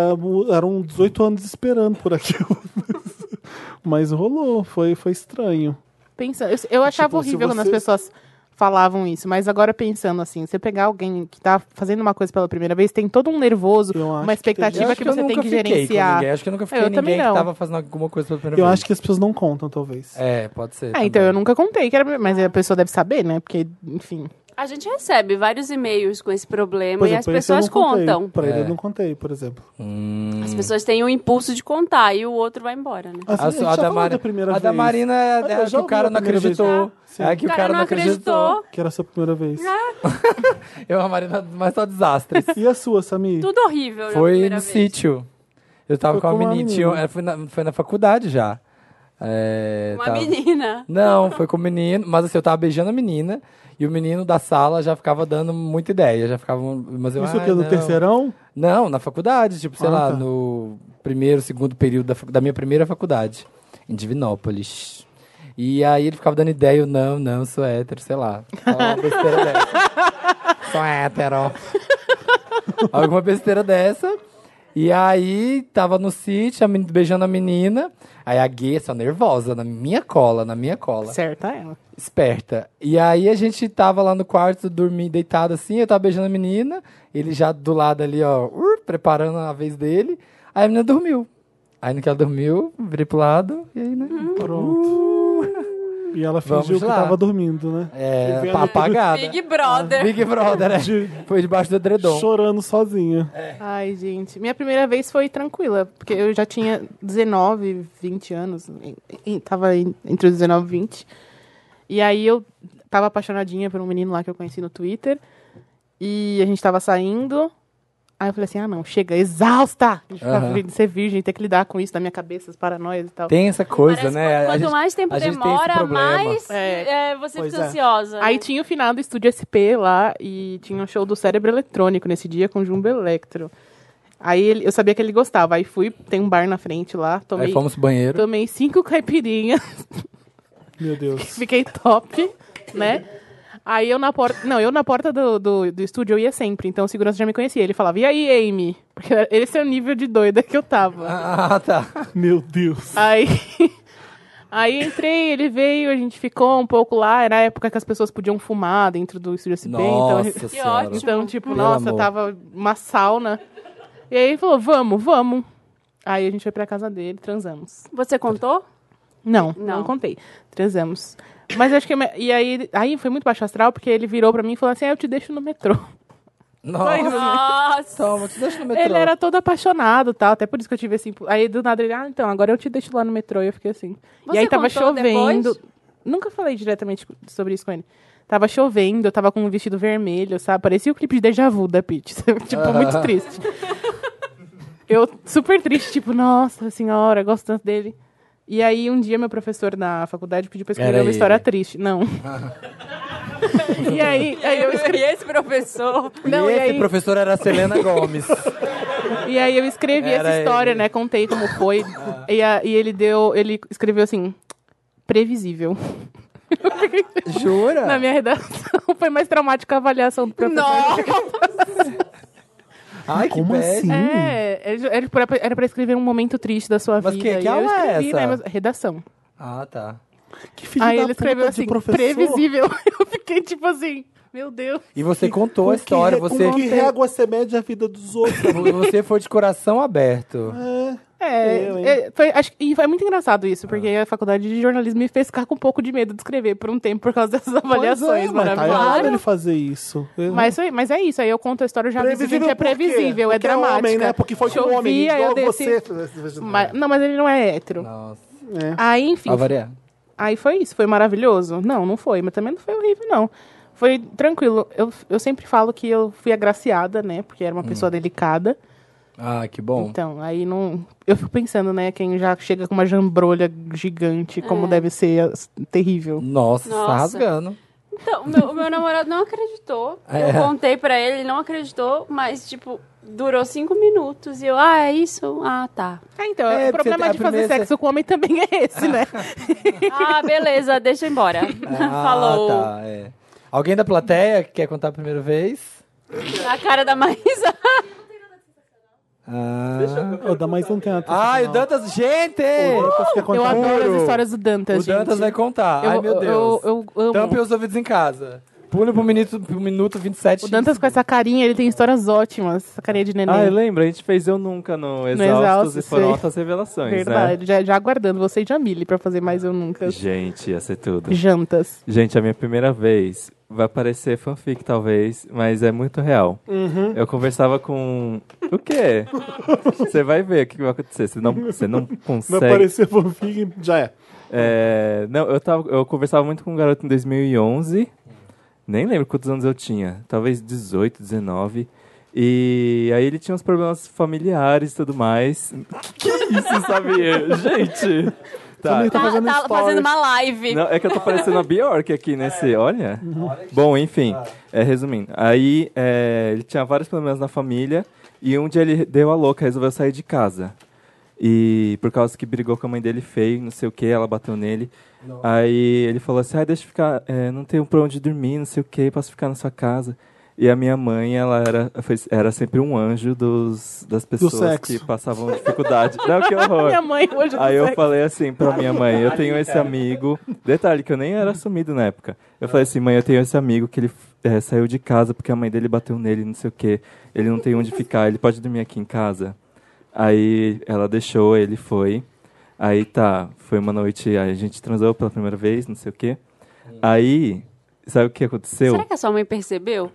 Speaker 1: eram 18 anos esperando por aquilo. <laughs> Mas rolou, foi, foi estranho.
Speaker 4: Pensa, eu, eu achava
Speaker 1: Tipo, se
Speaker 4: horrível quando as
Speaker 1: você-
Speaker 4: pessoas falavam isso, mas agora pensando assim, você pegar alguém que tá fazendo uma coisa pela primeira vez, tem todo um nervoso,
Speaker 1: Eu acho
Speaker 4: uma
Speaker 1: que
Speaker 2: Eu
Speaker 4: expectativa
Speaker 2: acho
Speaker 4: tipo que,
Speaker 2: eu
Speaker 4: você tem
Speaker 2: nunca
Speaker 4: que
Speaker 2: fiquei com
Speaker 4: gerenciar.
Speaker 2: ninguém. Acho que eu nunca fiquei
Speaker 4: Eu também
Speaker 2: ninguém que
Speaker 4: não.
Speaker 2: tava fazendo alguma coisa pela primeira
Speaker 1: Eu
Speaker 2: vez.
Speaker 1: acho que as pessoas não contam, talvez.
Speaker 2: É, pode ser.
Speaker 4: É, então eu nunca contei que era, mas a pessoa deve saber, né? Porque, enfim.
Speaker 3: A gente recebe vários e-mails com esse problema
Speaker 1: é, Por
Speaker 3: e
Speaker 1: exemplo,
Speaker 3: as
Speaker 1: pra esse eu
Speaker 3: pessoas
Speaker 1: não contei. Hum.
Speaker 3: contam.
Speaker 1: Pra ele
Speaker 2: É.
Speaker 1: eu não contei, por exemplo.
Speaker 3: As pessoas têm o impulso de contar e o outro vai embora, né?
Speaker 1: Assim,
Speaker 2: A,
Speaker 1: gente
Speaker 2: sua- a,
Speaker 1: já
Speaker 2: da,
Speaker 1: falou
Speaker 2: Mari-
Speaker 1: da primeira
Speaker 2: a
Speaker 1: vez.
Speaker 2: da Marina
Speaker 1: Ah,
Speaker 2: é
Speaker 1: eu
Speaker 2: a
Speaker 1: já
Speaker 2: que o
Speaker 1: ouvi
Speaker 2: cara
Speaker 1: a
Speaker 2: não
Speaker 1: primeira vez.
Speaker 2: acreditou.
Speaker 1: Sim.
Speaker 2: É que o cara não acreditou.
Speaker 1: Que era a sua primeira vez.
Speaker 2: Eu, a Marina, mas só desastres.
Speaker 1: E a sua, Samir?
Speaker 3: Tudo horrível na
Speaker 2: Foi
Speaker 3: primeira
Speaker 2: no
Speaker 3: vez.
Speaker 2: sítio. Eu tava
Speaker 1: Foi
Speaker 2: com uma
Speaker 1: com uma
Speaker 2: menina, tinha-
Speaker 1: menina.
Speaker 2: ela foi na, foi na faculdade já. É,
Speaker 3: Uma
Speaker 2: tava-
Speaker 3: menina.
Speaker 2: Não, foi com o menino, mas assim, eu tava beijando a menina e o menino da sala já ficava dando muita ideia, já ficava, um, mas eu,
Speaker 1: Isso o
Speaker 2: "Ai,
Speaker 1: que? é No
Speaker 2: não."
Speaker 1: terceirão?
Speaker 2: Não, na faculdade, tipo, sei
Speaker 1: Ah,
Speaker 2: lá,
Speaker 1: tá.
Speaker 2: no primeiro, segundo período da, facu- da minha primeira faculdade, em Divinópolis. E aí ele ficava dando ideia, eu, não, não, sou hétero, sei lá.
Speaker 1: <laughs>
Speaker 2: Uma besteira dessa. sou hétero. Alguma besteira dessa. E aí, tava no sítio, a menina, beijando a menina. Aí a gay, só nervosa, na minha cola, na minha cola
Speaker 4: Certa é ela.
Speaker 2: esperta. E aí a gente tava lá no quarto, dormindo, deitado assim, eu tava beijando a menina, ele já do lado ali, ó, ur, preparando a vez dele. Aí a menina dormiu. Aí no que ela dormiu, virei pro lado, e aí, né?
Speaker 1: Pronto.
Speaker 4: Hum.
Speaker 1: E ela
Speaker 2: Vamos
Speaker 1: fingiu que
Speaker 2: lá.
Speaker 1: tava dormindo, né?
Speaker 2: É,
Speaker 1: Vivendo-
Speaker 2: papagada.
Speaker 3: Big Brother.
Speaker 2: Big Brother, né? <laughs>
Speaker 1: De-
Speaker 2: Foi debaixo do edredom.
Speaker 1: Chorando sozinha.
Speaker 2: É.
Speaker 4: Ai, gente. Minha primeira vez foi tranquila, porque eu já tinha 19, 20 anos. em- em- Tava em- entre os 19 e 20. E aí eu tava apaixonadinha por um menino lá que eu conheci no Twitter. E a gente tava saindo. Aí eu falei assim: ah, não, chega, exausta! De ficar
Speaker 2: Aham.
Speaker 4: vir- de ser virgem, ter que lidar com isso na minha cabeça, as paranoias e tal.
Speaker 2: Tem essa coisa,
Speaker 3: Parece
Speaker 2: né?
Speaker 3: que
Speaker 2: A
Speaker 3: Quanto
Speaker 2: gente-
Speaker 3: mais tempo
Speaker 2: a gente tem esse
Speaker 3: demora,
Speaker 2: problema.
Speaker 3: mais
Speaker 4: É.
Speaker 3: é, você
Speaker 1: Pois
Speaker 3: fica
Speaker 1: é.
Speaker 3: ansiosa.
Speaker 4: Aí
Speaker 3: né?
Speaker 4: tinha o finado Estúdio SP lá e tinha um show do Cérebro Eletrônico nesse dia com Jumbo Electro. Aí ele- eu sabia que ele gostava. Aí fui, tem um bar na frente lá,
Speaker 2: Aí
Speaker 4: tomei,
Speaker 2: fomos pro banheiro.
Speaker 4: tomei cinco caipirinhas, <laughs>
Speaker 1: Meu Deus.
Speaker 4: fiquei top, né? Aí eu na porta. Não, eu na porta do, do, do estúdio eu ia sempre, então o segurança já me conhecia. Ele falava, e aí, Amy? Porque esse é o nível de doida que eu
Speaker 2: <laughs>
Speaker 4: tava.
Speaker 2: Ah, tá.
Speaker 1: Meu Deus.
Speaker 4: Aí, <laughs> aí entrei, ele veio, a gente ficou um pouco lá. Era a época que as pessoas podiam fumar dentro do estúdio SP. Então,
Speaker 2: Nossa
Speaker 3: Que
Speaker 2: senhora.
Speaker 3: ótimo.
Speaker 4: Então, tipo,
Speaker 2: Pelo
Speaker 4: nossa,
Speaker 2: amor.
Speaker 4: tava uma sauna. E aí ele falou, vamos, vamos. Aí a gente foi pra casa dele, transamos.
Speaker 3: Você contou?
Speaker 4: Não, não,
Speaker 3: Não.
Speaker 4: contei. Transamos. Mas acho que. é E aí, aí foi muito baixo astral, porque ele virou pra mim e falou assim: ah, eu te deixo no metrô.
Speaker 2: Nossa.
Speaker 3: <laughs> Nossa!
Speaker 2: Toma, te deixa no metrô.
Speaker 4: Ele era todo apaixonado tal, até por isso que eu tive assim. Aí do nada ele, ah, então, agora eu te deixo lá no metrô. E eu fiquei assim.
Speaker 3: Você
Speaker 4: e aí tava
Speaker 3: contou
Speaker 4: chovendo.
Speaker 3: depois?
Speaker 4: Nunca falei diretamente sobre isso com ele. Tava chovendo, eu tava com um vestido vermelho, sabe? Parecia o clipe de Deja Vu da Peach. <laughs> sabe? tipo, muito triste. Eu super triste, tipo, nossa senhora, gosto tanto dele. E aí um dia meu professor na faculdade pediu pra eu escrever
Speaker 2: Era
Speaker 4: uma história
Speaker 2: ele. <laughs>
Speaker 4: triste. Não. e aí, aí eu escrevi.
Speaker 3: E esse professor.
Speaker 4: Não,
Speaker 2: e
Speaker 4: e
Speaker 2: esse
Speaker 4: aí-
Speaker 2: é professor era a Selena
Speaker 4: <laughs>
Speaker 2: Gomes.
Speaker 4: E aí eu escrevi
Speaker 2: Era
Speaker 4: essa história,
Speaker 2: ele.
Speaker 4: né? Contei como foi. E, a- e ele deu. Ele escreveu assim. Previsível.
Speaker 2: Jura?
Speaker 1: Ah.
Speaker 4: Na minha redação. <laughs> Foi mais traumática a avaliação do professor.
Speaker 3: Nossa!
Speaker 2: Ai, que
Speaker 1: Como
Speaker 2: bad.
Speaker 1: assim?
Speaker 4: É, era- era pra, era pra escrever um momento triste da sua
Speaker 2: Mas que-
Speaker 4: vida.
Speaker 2: que
Speaker 4: e eu
Speaker 2: aula é
Speaker 4: escrevi,
Speaker 2: essa?
Speaker 4: né, mas- redação.
Speaker 2: Ah, tá.
Speaker 1: Que filho
Speaker 4: aí
Speaker 1: da
Speaker 4: ele
Speaker 1: puta
Speaker 4: escreveu
Speaker 1: de
Speaker 4: assim,
Speaker 1: professor.
Speaker 4: previsível. <laughs> Eu fiquei tipo assim, meu Deus.
Speaker 2: E você contou a
Speaker 1: Com que
Speaker 2: história,
Speaker 4: é-
Speaker 1: re-
Speaker 2: você,
Speaker 1: Com que régua você mede a vida dos
Speaker 2: <laughs>
Speaker 1: outros?
Speaker 2: você foi de coração aberto.
Speaker 1: É.
Speaker 4: É,
Speaker 1: Eu, hein? Ah.
Speaker 4: é, foi, acho, que- e foi muito engraçado isso, porque a faculdade de jornalismo me fez ficar com um pouco de medo de escrever por um tempo por causa dessas
Speaker 1: Pois
Speaker 4: avaliações
Speaker 1: é, mas tá
Speaker 4: maravilhosas.
Speaker 1: errado
Speaker 3: Claro.
Speaker 1: ele fazer isso. Eu-
Speaker 4: Mas, foi- mas é isso, aí eu conto a história, eu já aviso, gente, é
Speaker 1: por quê?
Speaker 4: previsível, é
Speaker 1: Porque
Speaker 4: dramático.
Speaker 1: homem, né? Porque foi com
Speaker 4: Chovia,
Speaker 1: homem, igual
Speaker 4: eu desci-
Speaker 1: você.
Speaker 4: Mas- não, mas ele não é hétero.
Speaker 2: Nossa.
Speaker 1: É.
Speaker 4: Aí, enfim,
Speaker 2: Pra variar.
Speaker 4: aí foi isso, foi maravilhoso? Não, não foi, mas também não foi horrível, não. Foi tranquilo, eu, eu sempre falo que eu fui agraciada, né, porque era uma pessoa delicada.
Speaker 2: Ah, que bom.
Speaker 4: Então, aí não. Eu fico pensando, né? Quem já chega com uma jambrolha gigante, como deve ser as- terrível.
Speaker 2: Nossa,
Speaker 3: Nossa.
Speaker 2: tá rasgando.
Speaker 3: Então, o meu, o meu namorado não acreditou.
Speaker 2: É.
Speaker 3: Eu contei pra ele, ele não acreditou, mas, tipo, durou cinco minutos. E eu, ah, é isso? Ah, tá.
Speaker 4: Ah, então,
Speaker 2: É,
Speaker 4: o
Speaker 2: porque
Speaker 4: problema
Speaker 2: a
Speaker 4: de fazer
Speaker 2: primeira-
Speaker 4: sexo com homem também é
Speaker 1: <laughs>
Speaker 4: esse, né?
Speaker 3: Ah, beleza, deixa eu ir embora.
Speaker 2: <laughs> Ah,
Speaker 3: <laughs> Falou.
Speaker 2: tá, é. Alguém da plateia quer contar a primeira vez?
Speaker 3: A cara da Maísa.
Speaker 2: Ah,
Speaker 1: O da mais um não tem nada.
Speaker 2: ah e o Dantas, gente!
Speaker 1: Dantas quer
Speaker 4: eu
Speaker 1: contar um
Speaker 4: adoro as
Speaker 2: puro.
Speaker 4: histórias do Dantas,
Speaker 2: o Dantas
Speaker 4: gente.
Speaker 2: vai contar.
Speaker 4: Eu-
Speaker 2: Ai, meu
Speaker 4: eu-
Speaker 2: Deus.
Speaker 4: eu- eu amo.
Speaker 2: Tampem os ouvidos em casa. Pule pro minuto, pro minuto 27.
Speaker 4: O Dantas com essa carinha, ele tem histórias ótimas. Essa carinha de neném.
Speaker 5: Ah, lembra, a gente fez Eu Nunca no Exaustos
Speaker 4: Exaustos,
Speaker 5: e foram
Speaker 4: sim.
Speaker 5: altas revelações,
Speaker 4: Verdade. Já, já aguardando você e Jamile pra fazer mais Eu Nunca.
Speaker 5: né? Gente, ia ser tudo.
Speaker 4: Jantas.
Speaker 5: Gente, a minha primeira vez vai parecer fanfic, talvez, mas é muito real.
Speaker 1: Uhum.
Speaker 5: Eu conversava com. O quê? Você vai ver o que vai acontecer. Você não, você não
Speaker 1: Vai
Speaker 5: consegue.
Speaker 1: aparecer fofinho, já é.
Speaker 4: Tá,
Speaker 5: É, não, eu, tava, eu conversava muito com um garoto em 2011. Nem lembro quantos anos eu tinha. Talvez 18, 19. E aí ele tinha uns problemas familiares e tudo mais. <laughs> Que isso, sabia? Gente! Tá.
Speaker 1: Tá fazendo
Speaker 3: tá
Speaker 1: stories.
Speaker 3: fazendo uma live.
Speaker 5: Não, é que eu tô parecendo a Bjork aqui nesse. Olha. Bom, enfim, é, resumindo. Aí é, ele tinha vários problemas na família e um dia ele deu a louca, resolveu sair de casa. E por causa que brigou com a mãe dele feio, não sei o que, ela bateu nele. Aí ele falou assim: ah, deixa eu ficar, é, não tenho pra onde dormir, não sei o que, posso ficar na sua casa. E a minha mãe, ela era, foi- era sempre um anjo dos, das pessoas
Speaker 1: sexo.
Speaker 5: que passavam dificuldade. Não, que horror.
Speaker 4: <laughs> Minha mãe hoje
Speaker 5: Aí
Speaker 4: não
Speaker 5: eu
Speaker 4: sei.
Speaker 5: falei assim pra minha mãe, eu tenho esse amigo. Detalhe que eu nem era assumido na época. Eu falei assim, mãe, eu tenho esse amigo que ele eh, saiu de casa porque a mãe dele bateu nele, não sei o quê. Ele não tem onde ficar, ele pode dormir aqui em casa. Aí ela deixou, ele foi. Aí tá, foi uma noite, aí a gente transou pela primeira vez, não sei o quê. Aí, sabe o que aconteceu?
Speaker 3: Hum. Será que a sua mãe percebeu?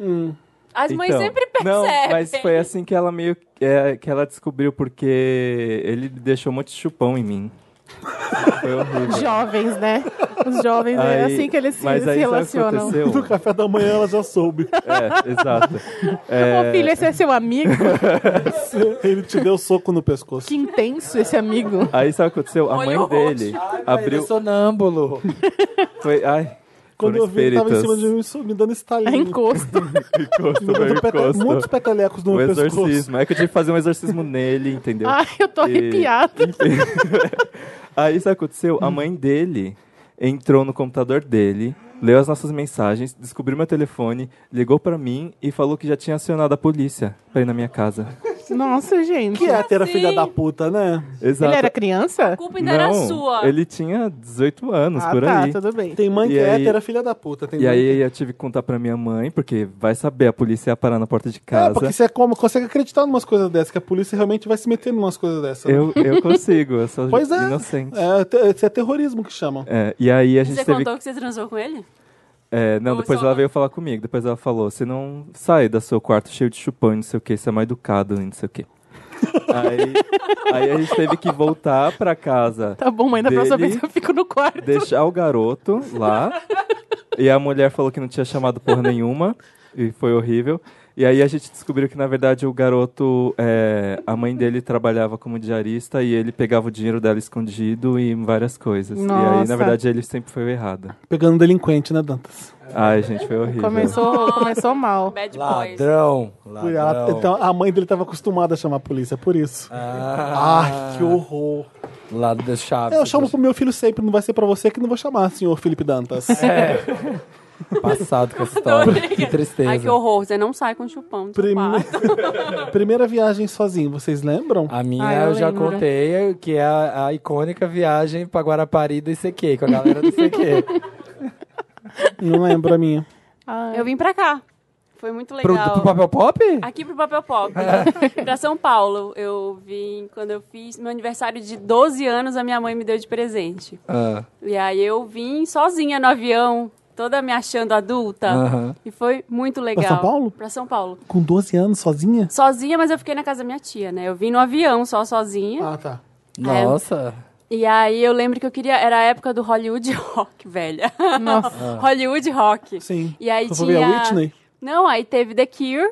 Speaker 1: Hum.
Speaker 3: As mães
Speaker 5: Então,
Speaker 3: sempre percebem.
Speaker 5: Não, mas foi assim que ela meio é, que ela descobriu porque ele deixou um monte de chupão em mim. Foi horrível.
Speaker 4: Jovens, né? Os jovens, é
Speaker 5: Aí-
Speaker 4: assim que eles se,
Speaker 5: mas
Speaker 4: se
Speaker 5: aí sabe o que
Speaker 4: relacionam.
Speaker 1: No
Speaker 5: aconteceu?
Speaker 1: café da manhã ela já soube.
Speaker 5: é, exato.
Speaker 4: Ô, filho, esse é seu
Speaker 5: <laughs>
Speaker 4: amigo?
Speaker 1: <laughs> Ele te deu soco no pescoço.
Speaker 4: que intenso esse amigo.
Speaker 5: Aí sabe o que aconteceu? A
Speaker 3: Olho
Speaker 5: mãe dele
Speaker 2: Abriu.
Speaker 5: abriu.
Speaker 2: é sonâmbulo.
Speaker 5: Foi, ai,
Speaker 1: Quando eu
Speaker 5: foram
Speaker 1: vi, ele tava em cima
Speaker 5: espíritas.
Speaker 1: de mim so- me dando
Speaker 4: É
Speaker 1: estalinho.
Speaker 4: encosto.
Speaker 5: Encosto,
Speaker 1: Me dando
Speaker 5: meu
Speaker 1: pete-
Speaker 5: encosto.
Speaker 1: Muitos petelecos no
Speaker 5: O
Speaker 1: meu pescoço.
Speaker 5: exorcismo. É que eu tive que fazer um exorcismo nele, entendeu?
Speaker 4: Ai, eu tô
Speaker 5: E- <laughs>
Speaker 4: arrepiada.
Speaker 5: Aí sabe o que aconteceu? A mãe dele entrou no computador dele, leu as nossas mensagens, descobriu meu telefone, ligou pra mim e falou que já tinha acionado a polícia pra ir na minha casa.
Speaker 4: Nossa, gente.
Speaker 1: Que é hétera
Speaker 3: Sim.
Speaker 1: filha da puta, né?
Speaker 5: é? Exato.
Speaker 4: Ele era tipo, criança?
Speaker 3: A culpa ainda era
Speaker 5: Não,
Speaker 3: sua.
Speaker 5: Ele tinha 18 anos
Speaker 4: Ah,
Speaker 5: por
Speaker 4: tá,
Speaker 5: aí.
Speaker 4: tudo bem.
Speaker 1: Tem mãe
Speaker 5: E
Speaker 1: que é
Speaker 5: aí-
Speaker 1: hétera filha da puta. Tem
Speaker 5: E
Speaker 1: mãe é-
Speaker 5: aí eu tive que contar pra minha mãe, porque vai saber, a polícia ia parar na porta de
Speaker 1: É,
Speaker 5: casa.
Speaker 1: porque você é como, consegue acreditar em umas coisas dessas, que a polícia realmente vai se meter em umas coisas dessas. né?
Speaker 5: eu, eu consigo, eu sou
Speaker 1: Pois é.
Speaker 5: inocente.
Speaker 1: É, te- Isso é terrorismo que chamam.
Speaker 5: É, e aí a gente
Speaker 3: Você
Speaker 5: teve.
Speaker 3: contou que você transou com ele?
Speaker 5: é, não,
Speaker 3: Ou
Speaker 5: depois
Speaker 3: só-
Speaker 5: ela veio falar comigo. Depois ela falou: você não sai do seu quarto cheio de chupão e não sei o que, você é mal educado e não sei o
Speaker 2: <laughs>
Speaker 5: que. aí, aí a gente teve que voltar pra casa.
Speaker 4: Tá bom, mãe, da próxima
Speaker 5: Dele-
Speaker 4: vez eu fico no quarto.
Speaker 5: deixar o garoto lá. e a mulher falou que não tinha chamado porra nenhuma. E foi horrível. E aí a gente descobriu que, na verdade, o garoto, é, a mãe dele trabalhava como diarista e ele pegava o dinheiro dela escondido e várias coisas. E aí,
Speaker 4: Nossa.
Speaker 5: na verdade, ele sempre foi o errado.
Speaker 1: Pegando delinquente, né, Dantas?
Speaker 5: Ai, gente, foi horrível.
Speaker 4: Começou,
Speaker 3: <laughs>
Speaker 4: começou mal.
Speaker 3: Bad
Speaker 5: Ah,
Speaker 3: boys.
Speaker 2: Ladrão.
Speaker 1: Por ela-
Speaker 2: Ladrão.
Speaker 1: então, a mãe dele tava acostumada a chamar a polícia, por isso.
Speaker 2: Ah,
Speaker 1: Ai, que horror.
Speaker 2: Lado da chave.
Speaker 1: Eu chamo pro meu filho sempre, não vai ser pra você que não vou chamar, senhor Felipe Dantas.
Speaker 2: Passado com essa história. que tristeza.
Speaker 3: Ai, que horror. Você não sai com chupão. de
Speaker 1: Prime-
Speaker 3: sapato.
Speaker 5: <laughs>
Speaker 1: Primeira viagem sozinho, vocês lembram?
Speaker 2: A minha
Speaker 4: Ah, eu
Speaker 2: eu, já
Speaker 4: lembro.
Speaker 2: contei, que é a, a icônica viagem pra Guarapari do ICQ, com a galera do
Speaker 3: <laughs>
Speaker 2: ICQ.
Speaker 1: Não lembro a minha.
Speaker 4: Ai.
Speaker 3: Eu vim pra cá. Foi muito
Speaker 2: pro,
Speaker 3: legal.
Speaker 2: pro papel pop?
Speaker 3: Aqui pro Papel Pop.
Speaker 5: <laughs> É.
Speaker 3: pra São Paulo. Eu vim quando eu fiz meu aniversário de 12 anos, a minha mãe me deu de presente.
Speaker 2: Ah,
Speaker 3: E aí eu vim sozinha no avião, toda me achando adulta.
Speaker 2: Aham.
Speaker 3: E foi muito legal.
Speaker 1: São Paulo?
Speaker 3: Pra São Paulo.
Speaker 1: Com 12 anos, sozinha?
Speaker 3: Sozinha, mas eu fiquei na casa da minha tia, né? Eu vim no avião só sozinha.
Speaker 1: Ah, tá.
Speaker 2: nossa.
Speaker 3: E aí eu lembro que eu queria. Era a época do Hollywood <laughs> Rock, velha.
Speaker 4: Nossa.
Speaker 2: Ah.
Speaker 3: Hollywood Rock.
Speaker 1: Sim.
Speaker 3: E aí
Speaker 1: Você foi
Speaker 3: tinha.
Speaker 1: ver a Whitney?
Speaker 3: Não, aí teve The Cure.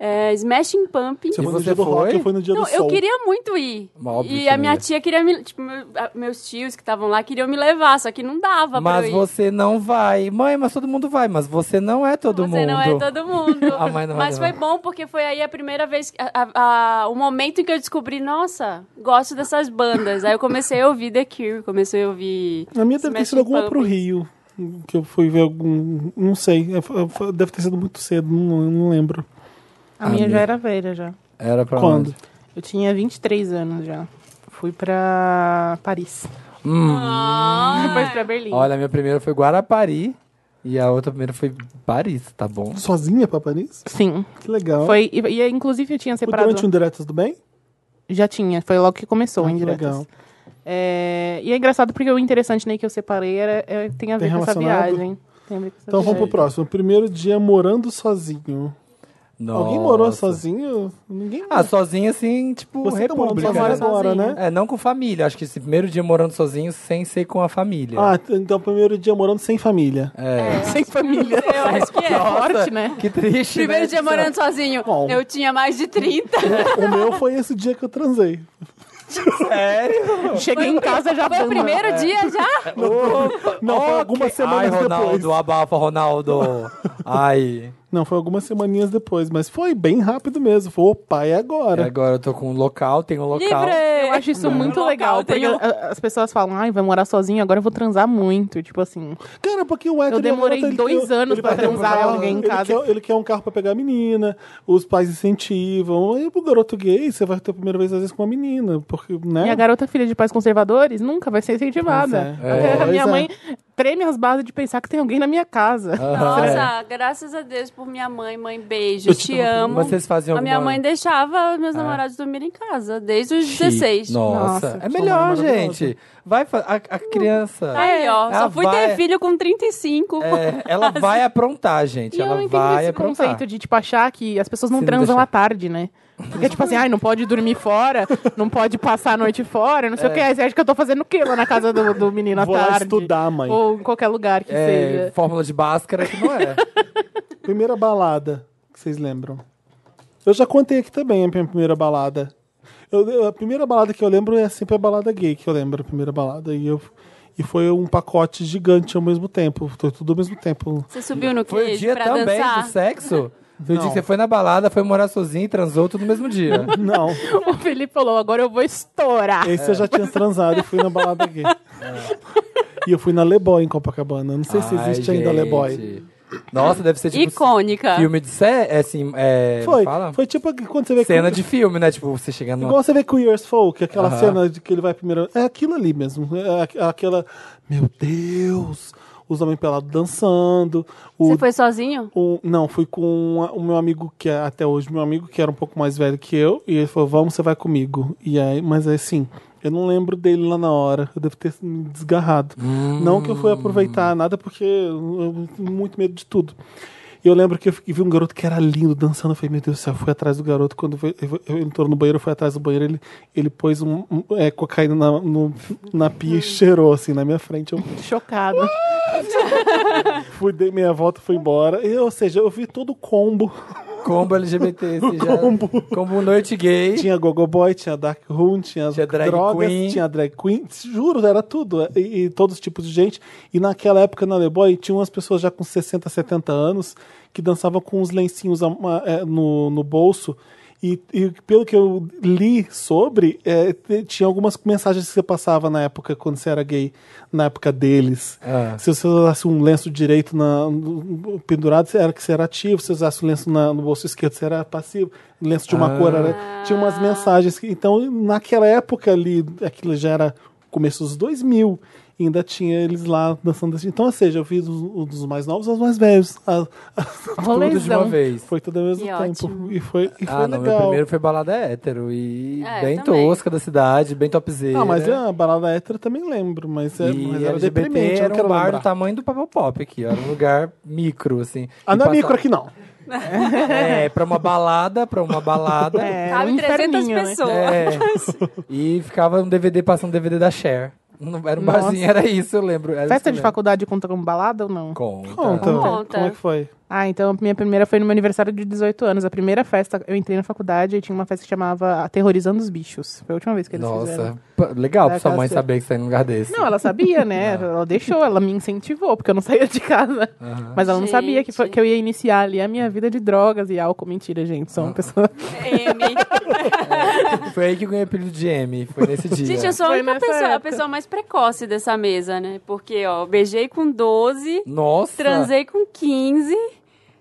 Speaker 3: É, Smashing Pumpkin.
Speaker 1: Semana
Speaker 2: você
Speaker 1: do dia
Speaker 2: é
Speaker 1: do
Speaker 2: foi?
Speaker 1: rock, eu fui no dia
Speaker 3: Não,
Speaker 1: do sol.
Speaker 3: eu queria muito ir.
Speaker 2: Mas óbvio que
Speaker 3: e
Speaker 2: você
Speaker 3: a
Speaker 2: não
Speaker 3: minha
Speaker 2: ia.
Speaker 3: tia queria me. Tipo, meu- a- meus tios que estavam lá queriam me levar, só que não dava pra
Speaker 2: Mas
Speaker 3: eu ir.
Speaker 2: você não vai. Mãe, mas todo mundo vai. Mas você não é todo
Speaker 3: Você
Speaker 2: mundo.
Speaker 3: não é
Speaker 2: <laughs>
Speaker 3: todo mundo.
Speaker 2: A mãe não vai
Speaker 3: Mas
Speaker 2: levar.
Speaker 3: foi bom porque foi aí a primeira vez, a- a- a- o momento em que eu descobri, nossa, gosto dessas bandas. aí eu comecei a ouvir The Cure, comecei a ouvir.
Speaker 1: A minha deve ter
Speaker 3: Smashing
Speaker 1: sido alguma pro
Speaker 3: Pumpkins.
Speaker 1: Rio. Que eu fui ver algum. Não sei. é, foi- foi- Deve ter sido muito cedo, não, não lembro.
Speaker 4: A minha
Speaker 2: Ah,
Speaker 4: já
Speaker 2: meu.
Speaker 4: era velha já.
Speaker 2: Era pra
Speaker 1: Quando?
Speaker 2: onde?
Speaker 4: Eu tinha 23 anos já. Fui pra Paris.
Speaker 2: Hum,
Speaker 3: Ah.
Speaker 4: Depois pra Berlim.
Speaker 2: olha, a minha primeira foi Guarapari. E a outra primeira foi Paris, tá bom?
Speaker 1: Sozinha pra Paris?
Speaker 4: Sim.
Speaker 1: Que legal.
Speaker 4: Foi, e, e, inclusive eu tinha
Speaker 1: O
Speaker 4: separado.
Speaker 1: Durante um Diretas do Bem?
Speaker 4: Já tinha, foi logo que começou
Speaker 1: Ah,
Speaker 4: o
Speaker 1: que
Speaker 4: Indiretas.
Speaker 1: legal.
Speaker 4: É, e é engraçado porque o interessante né, que eu separei era, é, tem a ver
Speaker 1: Tem
Speaker 4: com essa
Speaker 1: Tá relacionado?
Speaker 4: viagem. Tem a ver com essa
Speaker 1: Então vamos pro
Speaker 4: viagem.
Speaker 1: próximo. Primeiro dia morando sozinho. Alguém morou
Speaker 2: Nossa.
Speaker 1: sozinho? Ninguém
Speaker 2: Ah, sozinho assim, tipo,
Speaker 1: Você tá morando
Speaker 2: república.
Speaker 1: sozinho
Speaker 2: né?
Speaker 1: agora,
Speaker 4: Sozinho.
Speaker 1: né?
Speaker 2: É, não com família. Acho que esse primeiro dia morando sozinho sem ser com a família.
Speaker 1: Ah, t- então primeiro dia morando sem família.
Speaker 2: é.
Speaker 4: Sem família.
Speaker 3: Eu acho que é.
Speaker 4: Sorte, né?
Speaker 2: Que triste.
Speaker 3: Primeiro
Speaker 2: né?
Speaker 3: dia morando sozinho.
Speaker 1: Bom.
Speaker 3: Eu tinha mais de 30.
Speaker 1: O meu foi esse dia que eu transei.
Speaker 2: Sério?
Speaker 4: Cheguei em casa
Speaker 2: Tá
Speaker 4: já
Speaker 3: Foi o
Speaker 4: dando-
Speaker 3: primeiro
Speaker 2: né?
Speaker 3: dia já?
Speaker 1: Não, foi
Speaker 2: Ok.
Speaker 1: algumas semanas
Speaker 2: Ai, Ronaldo,
Speaker 1: depois.
Speaker 2: abafa, Ronaldo. Ai.
Speaker 1: Não, foi algumas semaninhas depois, mas foi bem rápido mesmo. Foi, opa, é
Speaker 2: E
Speaker 1: agora.
Speaker 2: agora eu tô com um local, tem um local.
Speaker 4: Eu
Speaker 3: Livre!
Speaker 4: acho isso muito
Speaker 3: Local,
Speaker 4: legal,
Speaker 3: tem
Speaker 4: porque
Speaker 3: um-
Speaker 4: a- as pessoas falam, ai, vai morar sozinho, agora eu vou transar muito. Tipo assim,
Speaker 1: Cara, porque o hétero...
Speaker 4: Eu demorei
Speaker 1: ele
Speaker 4: dois anos
Speaker 1: ele
Speaker 4: pra
Speaker 1: vai ter um
Speaker 4: transar
Speaker 1: carro,
Speaker 4: alguém em
Speaker 1: ele
Speaker 4: casa.
Speaker 1: Quer, ele quer um carro pra pegar a menina, os pais incentivam. E pro garoto gay, você vai ter a primeira vez, às vezes, com uma menina, porque, né?
Speaker 4: E a garota filha de pais conservadores nunca vai ser incentivada.
Speaker 1: Pois é.
Speaker 4: Até
Speaker 1: É.
Speaker 4: a minha
Speaker 1: Pois é.
Speaker 4: mãe treme as bases de pensar que tem alguém na minha casa.
Speaker 2: Ah,
Speaker 3: Nossa, graças a Deus por minha mãe. Mãe, beijo,
Speaker 1: Eu
Speaker 3: te,
Speaker 1: te amo.
Speaker 3: amo.
Speaker 2: Mas vocês faziam
Speaker 3: A minha
Speaker 2: alguma- É.
Speaker 3: mãe deixava meus namorados dormirem em casa, desde os 16.
Speaker 2: Nossa.
Speaker 4: Nossa,
Speaker 2: é
Speaker 1: mãe
Speaker 2: melhor,
Speaker 1: é maravilhosa.
Speaker 2: gente. Vai fa- a, a criança.
Speaker 4: É.
Speaker 3: Aí, ó,
Speaker 2: ela
Speaker 3: só fui
Speaker 2: Ah, vai-
Speaker 3: ter filho com 35.
Speaker 2: é,
Speaker 4: <laughs>
Speaker 2: ela vai aprontar, gente.
Speaker 4: E eu
Speaker 2: ela
Speaker 4: não entendo
Speaker 2: vai
Speaker 4: esse
Speaker 2: aprontar.
Speaker 4: conceito de, tipo, achar que as pessoas não
Speaker 2: Se não
Speaker 4: transam
Speaker 2: deixar.
Speaker 4: à tarde, né? Porque, tipo assim, ai, não pode dormir fora, não pode passar a noite fora, não sei o que. Aí você acha que eu tô fazendo o quê lá na casa do, do menino à
Speaker 1: Vou lá
Speaker 4: tarde?
Speaker 1: estudar, mãe.
Speaker 4: Ou em qualquer lugar que
Speaker 2: É,
Speaker 4: seja.
Speaker 2: fórmula de Bhaskara que não
Speaker 4: <laughs>
Speaker 2: é.
Speaker 1: Primeira balada que vocês lembram? Eu já contei aqui também a minha primeira balada. Eu- eu- a primeira balada que eu lembro é sempre a balada gay que eu lembro, a primeira balada. E, eu, e foi um pacote gigante ao mesmo tempo. Foi tudo ao mesmo tempo.
Speaker 3: Você subiu no
Speaker 2: Foi o
Speaker 3: Kiss
Speaker 2: dia
Speaker 3: pra
Speaker 2: também
Speaker 3: dançar?
Speaker 2: do sexo? Foi o
Speaker 1: Não.
Speaker 2: dia que você foi na balada, foi morar sozinho e transou tudo no mesmo dia. <laughs>
Speaker 1: Não,
Speaker 4: <laughs> O Felipe falou, agora eu vou estourar.
Speaker 1: esse eu já tinha transado e fui na balada gay. E eu fui na Leboy em Copacabana. Eu Não sei se
Speaker 2: É. Ai,
Speaker 1: existe ainda a
Speaker 2: gente.
Speaker 1: Leboy.
Speaker 2: Nossa, deve ser tipo
Speaker 3: Icônica.
Speaker 2: filme de sé, é, assim, é,
Speaker 1: Foi,
Speaker 2: fala?
Speaker 1: foi tipo quando você vê
Speaker 2: cena
Speaker 1: que,
Speaker 2: de filme, né? Tipo, você chegando
Speaker 1: Igual você vê Queer's Folk, aquela
Speaker 2: Aham.
Speaker 1: cena de que ele vai primeiro. É aquilo ali mesmo. É aqu- aquela. Meu Deus! Os homens pelados dançando. O,
Speaker 3: Você foi sozinho?
Speaker 1: o- um, não, fui com a- o meu amigo, que é até hoje meu amigo, que era um pouco mais velho que eu. E ele falou: Vamos, você vai comigo. E aí, mas é assim. Eu não lembro dele lá na hora. Eu devo ter me desgarrado. Não que eu fui aproveitar nada, porque eu tenho muito medo de tudo. E eu lembro que eu fiquei- vi um garoto que era lindo dançando. Eu falei, meu Deus do céu, eu fui atrás do garoto. Quando eu, eu, eu entrou no banheiro, eu fui atrás do banheiro. Ele, ele pôs um, um, é, cocaína na, no- na pia e cheirou assim na minha frente. Eu
Speaker 4: Chocado.
Speaker 1: fui, dei meia volta, fui embora. E, ou seja, eu vi todo o combo. <laughs>
Speaker 2: combo LGBT. Esse já,
Speaker 1: Combo.
Speaker 2: combo noite gay.
Speaker 1: Tinha Gogoboy, tinha Dark Room, tinha,
Speaker 2: Tinha drag
Speaker 1: drogas,
Speaker 2: queen.
Speaker 1: tinha drag queen. Juro, era tudo. E, e todos os tipos de gente. E naquela época na Leboy tinha umas pessoas já com 60, 70 anos que dançavam com uns lencinhos a- a- é, no, no bolso. E, e pelo que eu li sobre, é, t- tinha algumas mensagens que você passava na época, quando você era gay, na época deles.
Speaker 2: Ah.
Speaker 1: Se você usasse um lenço direito na, no- pendurado, você era que você era ativo. Se você usasse um lenço na- no bolso esquerdo, você era passivo. Um Lenço de uma
Speaker 2: Ah.
Speaker 1: cor era. Tinha umas mensagens. que- então, naquela época ali, aquilo já era começo dos 2000, e ainda tinha eles lá dançando assim. Então, ou seja, eu vi dos, dos mais novos aos mais velhos. A- a-
Speaker 2: tudo de uma
Speaker 4: Rolezão.
Speaker 2: vez.
Speaker 1: foi tudo ao mesmo
Speaker 3: Que
Speaker 1: tempo.
Speaker 3: ótimo.
Speaker 1: E foi, e foi
Speaker 2: Ah, não, meu
Speaker 1: legal.
Speaker 2: primeiro foi balada hétero e
Speaker 3: É,
Speaker 2: bem
Speaker 3: também.
Speaker 2: tosca da cidade, bem topzeira.
Speaker 1: Ah, mas a balada hétero eu também lembro, mas, é,
Speaker 2: E
Speaker 1: mas era
Speaker 2: LGBT
Speaker 1: deprimente. eu
Speaker 2: era
Speaker 1: não
Speaker 2: um
Speaker 1: quero
Speaker 2: bar do
Speaker 1: lembrar.
Speaker 2: tamanho do papel pop aqui, ó, era um lugar micro, assim.
Speaker 1: Ah,
Speaker 2: E
Speaker 1: não é
Speaker 2: passa-
Speaker 1: micro aqui não.
Speaker 2: É, pra uma balada, pra
Speaker 1: <laughs>
Speaker 2: uma balada.
Speaker 4: É,
Speaker 3: Cabe
Speaker 4: um
Speaker 3: 300
Speaker 4: inferninho, né?
Speaker 3: pessoas.
Speaker 2: É. E ficava um DVD passando DVD da Cher. Não era um
Speaker 4: Nossa.
Speaker 2: barzinho, era isso, eu lembro. era isso que
Speaker 4: Festa
Speaker 2: eu
Speaker 4: de
Speaker 2: lembro.
Speaker 4: faculdade conta como balada ou não?
Speaker 3: Tá
Speaker 2: Conta.
Speaker 1: Conta.
Speaker 3: Conta.
Speaker 1: então, Como é que foi?
Speaker 4: Ah, então a minha primeira foi no meu aniversário de 18 anos. A primeira festa, eu entrei na faculdade e tinha uma festa que chamava Aterrorizando os Bichos. Foi a última vez que eles fizeram.
Speaker 2: Nossa, pá, legal pra
Speaker 4: Da
Speaker 2: sua mãe
Speaker 4: Cássia.
Speaker 2: saber que você tá em um lugar desse.
Speaker 4: Não, ela sabia, né? Ela deixou, ela me incentivou, porque eu não saía de casa.
Speaker 2: Aham.
Speaker 4: Mas ela não sabia que, foi-
Speaker 3: Gente.
Speaker 4: que eu ia iniciar ali a minha vida de drogas e álcool. Mentira, gente. Sou uma
Speaker 3: <laughs>
Speaker 4: pessoa.
Speaker 3: <laughs> M.
Speaker 2: <laughs> Foi aí que eu ganhei o apelido de M, foi nesse dia.
Speaker 3: <laughs> Gente, eu sou a
Speaker 4: Foi
Speaker 3: única
Speaker 4: nessa
Speaker 3: pessoa, a
Speaker 4: época.
Speaker 3: pessoa mais precoce dessa mesa, né? Porque, ó, eu beijei com 12,
Speaker 2: Nossa!
Speaker 3: transei com 15.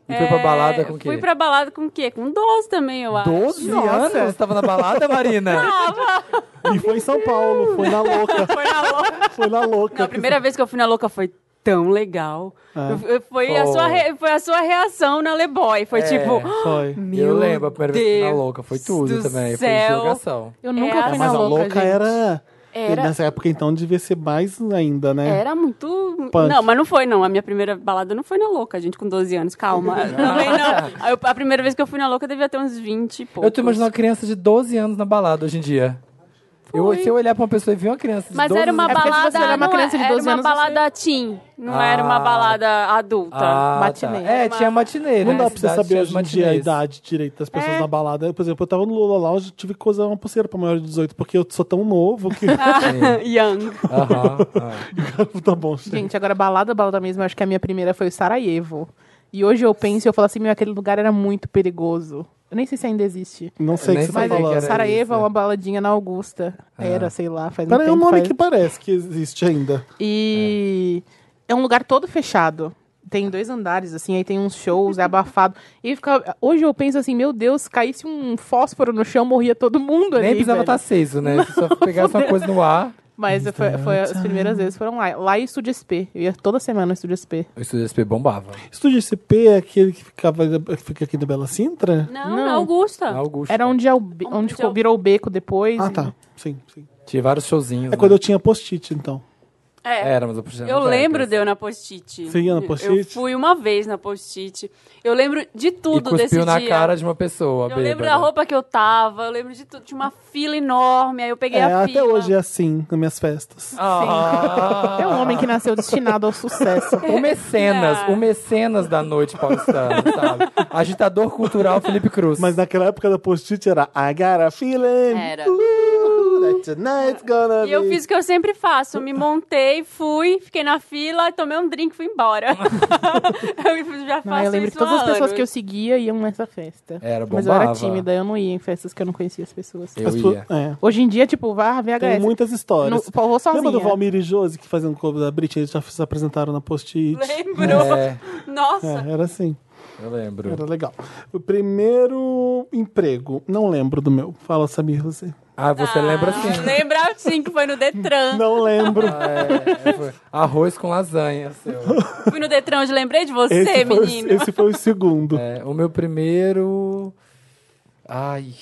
Speaker 2: E foi pra balada com o quê?
Speaker 3: Fui pra balada com o quê? Com 12 também, eu acho.
Speaker 2: 12
Speaker 4: Nossa.
Speaker 2: anos? Você tava na balada,
Speaker 3: <laughs>
Speaker 2: Marina?
Speaker 3: Ah,
Speaker 1: E foi em São Paulo, foi na louca.
Speaker 3: Foi na louca.
Speaker 2: <laughs>
Speaker 1: Foi na louca.
Speaker 3: Não, a primeira vez que eu fui na louca foi tão legal. Eu- eu- foi, a
Speaker 2: É. Foi.
Speaker 3: sua re- foi a sua reação na Leboy. Foi
Speaker 2: É.
Speaker 3: tipo.
Speaker 1: Foi.
Speaker 3: Meu
Speaker 2: eu lembro, a primeira vez que eu fui na
Speaker 3: Deus
Speaker 2: louca, foi tudo
Speaker 3: do
Speaker 2: também, foi
Speaker 3: céu.
Speaker 2: divulgação.
Speaker 4: Eu
Speaker 3: nunca
Speaker 4: nunca
Speaker 3: É, fui
Speaker 4: fui
Speaker 3: na
Speaker 1: Mas
Speaker 4: na
Speaker 1: a
Speaker 4: louca,
Speaker 1: louca era...
Speaker 3: Era-
Speaker 1: Nessa época, então, devia ser mais ainda,
Speaker 2: É.
Speaker 1: né?
Speaker 3: Era muito.
Speaker 1: Punk.
Speaker 3: Não, mas não foi, não. A minha primeira balada não foi na louca, gente, com 12
Speaker 2: <laughs>
Speaker 3: anos. Calma. Também não. Eu- a primeira vez que eu fui na louca devia ter uns 20 e poucos.
Speaker 2: Eu tô imaginando uma criança de 12 anos na balada hoje em dia. Eu, se eu olhar pra uma pessoa e ver uma criança de
Speaker 3: Mas
Speaker 2: 12
Speaker 3: era uma
Speaker 2: anos...
Speaker 4: É porque se
Speaker 3: balada.
Speaker 4: você era uma
Speaker 3: não
Speaker 4: criança de
Speaker 3: era
Speaker 4: 12
Speaker 3: uma
Speaker 4: anos,
Speaker 3: balada teen. Não
Speaker 2: Ah.
Speaker 3: era uma balada adulta.
Speaker 2: Ah,
Speaker 4: matinê.
Speaker 2: tá. É, tinha matinê, né?
Speaker 1: Não dá pra você
Speaker 2: Cidade
Speaker 1: saber
Speaker 2: tinha
Speaker 1: hoje em dia a
Speaker 2: matinês.
Speaker 1: idade direito das
Speaker 3: É.
Speaker 1: pessoas na balada. Por exemplo, eu tava no Lula Lounge, tive que usar uma pulseira pra maior de 18, porque eu sou tão novo
Speaker 3: <laughs>
Speaker 1: que... <laughs>
Speaker 3: Young.
Speaker 2: Aham, aham.
Speaker 1: tá bom, chega.
Speaker 4: Gente, agora balada, balada mesmo, eu acho que a minha primeira foi o Sarajevo. E hoje eu penso e eu falo assim, meu, aquele lugar era muito perigoso. Eu nem sei se ainda existe.
Speaker 1: Não sei o que
Speaker 2: Nem
Speaker 1: você tá
Speaker 2: sabia que
Speaker 1: falando.
Speaker 2: era.
Speaker 4: Sarajevo
Speaker 2: isso. né? Ah.
Speaker 4: é uma baladinha na Augusta. Era, sei lá, faz um
Speaker 1: Peraí, é um
Speaker 4: tempo,
Speaker 1: nome
Speaker 4: faz-
Speaker 1: que parece que existe ainda.
Speaker 4: E é. um lugar todo fechado. Tem dois andares, assim, aí tem uns shows, é abafado. E fica... hoje eu penso assim, meu Deus, caísse um fósforo no chão, morria todo mundo ali.
Speaker 2: Nem precisava
Speaker 4: velho.
Speaker 2: estar aceso, né? Se só pegasse uma coisa no ar...
Speaker 4: Mas foi, foi as primeiras vezes foram lá. Lá e Estúdio SP. Eu ia toda semana no Estúdio SP.
Speaker 2: O Estúdio SP bombava.
Speaker 1: Estúdio CP é aquele que ficava, fica aqui na Bela Sintra?
Speaker 3: Não,
Speaker 4: Não.
Speaker 3: na Augusta.
Speaker 2: Na Augusta.
Speaker 4: Era onde, é o be-
Speaker 3: Onde
Speaker 4: onde
Speaker 3: é
Speaker 4: ficou-
Speaker 3: o-
Speaker 4: virou o beco depois.
Speaker 1: Ah, tá. Sim, sim.
Speaker 2: Tinha vários showzinhos. né?
Speaker 1: É quando eu tinha post-it, então.
Speaker 3: É.
Speaker 2: Era, mas eu puxava
Speaker 3: Eu
Speaker 2: as
Speaker 3: lembro
Speaker 2: regras.
Speaker 3: de eu na post-it.
Speaker 1: Você ia na
Speaker 3: Eu
Speaker 1: Post-it?
Speaker 3: fui uma vez na post-it. Eu lembro de
Speaker 2: E
Speaker 3: tudo desse
Speaker 2: cuspiu na
Speaker 3: dia.
Speaker 2: cara de uma pessoa,
Speaker 3: Eu lembro
Speaker 2: bêbada.
Speaker 3: da roupa que eu tava, eu lembro de tudo. Tinha uma fila enorme, aí eu peguei
Speaker 1: É,
Speaker 3: a
Speaker 1: até
Speaker 3: fila.
Speaker 1: hoje é assim, nas minhas festas.
Speaker 2: Ah,
Speaker 4: É um homem que nasceu destinado ao sucesso.
Speaker 2: <laughs> O
Speaker 3: <laughs>
Speaker 2: mecenas,
Speaker 3: Ah.
Speaker 2: o mecenas da noite
Speaker 3: <laughs>
Speaker 2: paulistana, sabe? Agitador cultural Felipe Cruz. É,
Speaker 1: Mas naquela época da post-it era I got a feeling.
Speaker 3: Era.
Speaker 1: ooh, that tonight's gonna
Speaker 3: E eu
Speaker 1: be.
Speaker 3: fiz o que eu sempre faço, me montei, fui, fiquei na fila, tomei um drink e fui embora. <laughs> eu já faço
Speaker 4: Ah, eu lembro
Speaker 3: isso
Speaker 4: que todas
Speaker 3: há
Speaker 4: as pessoas
Speaker 3: anos.
Speaker 4: que eu seguia iam nessa festa.
Speaker 1: É,
Speaker 2: Era,
Speaker 4: Mas eu era
Speaker 2: bombava.
Speaker 4: tímida, eu não ia em festas que eu não conhecia as pessoas.
Speaker 2: Eu
Speaker 1: As pessoas-
Speaker 2: ia.
Speaker 1: é.
Speaker 4: Hoje em dia, tipo, vá VHS.
Speaker 1: Tem muitas
Speaker 4: No,
Speaker 1: histórias.
Speaker 4: eu vou sozinha.
Speaker 1: Lembra do Valmir e Josi que faziam o clube da Brit? Eles já se apresentaram na post-it.
Speaker 3: Lembro. Nossa.
Speaker 1: É, era assim.
Speaker 2: É, eu lembro.
Speaker 1: Era legal. O primeiro emprego. Não lembro do meu. Fala, Samir, você.
Speaker 2: Ah, você lembra sim.
Speaker 3: Ah, lembra sim que foi no Detran.
Speaker 1: Não lembro.
Speaker 2: Ah, é, é, foi. Arroz com lasanha, seu.
Speaker 3: Fui no Detran, eu lembrei de <laughs> você,
Speaker 1: esse, foi,
Speaker 3: menino.
Speaker 1: o- esse foi o segundo.
Speaker 2: É, o meu primeiro. Ai.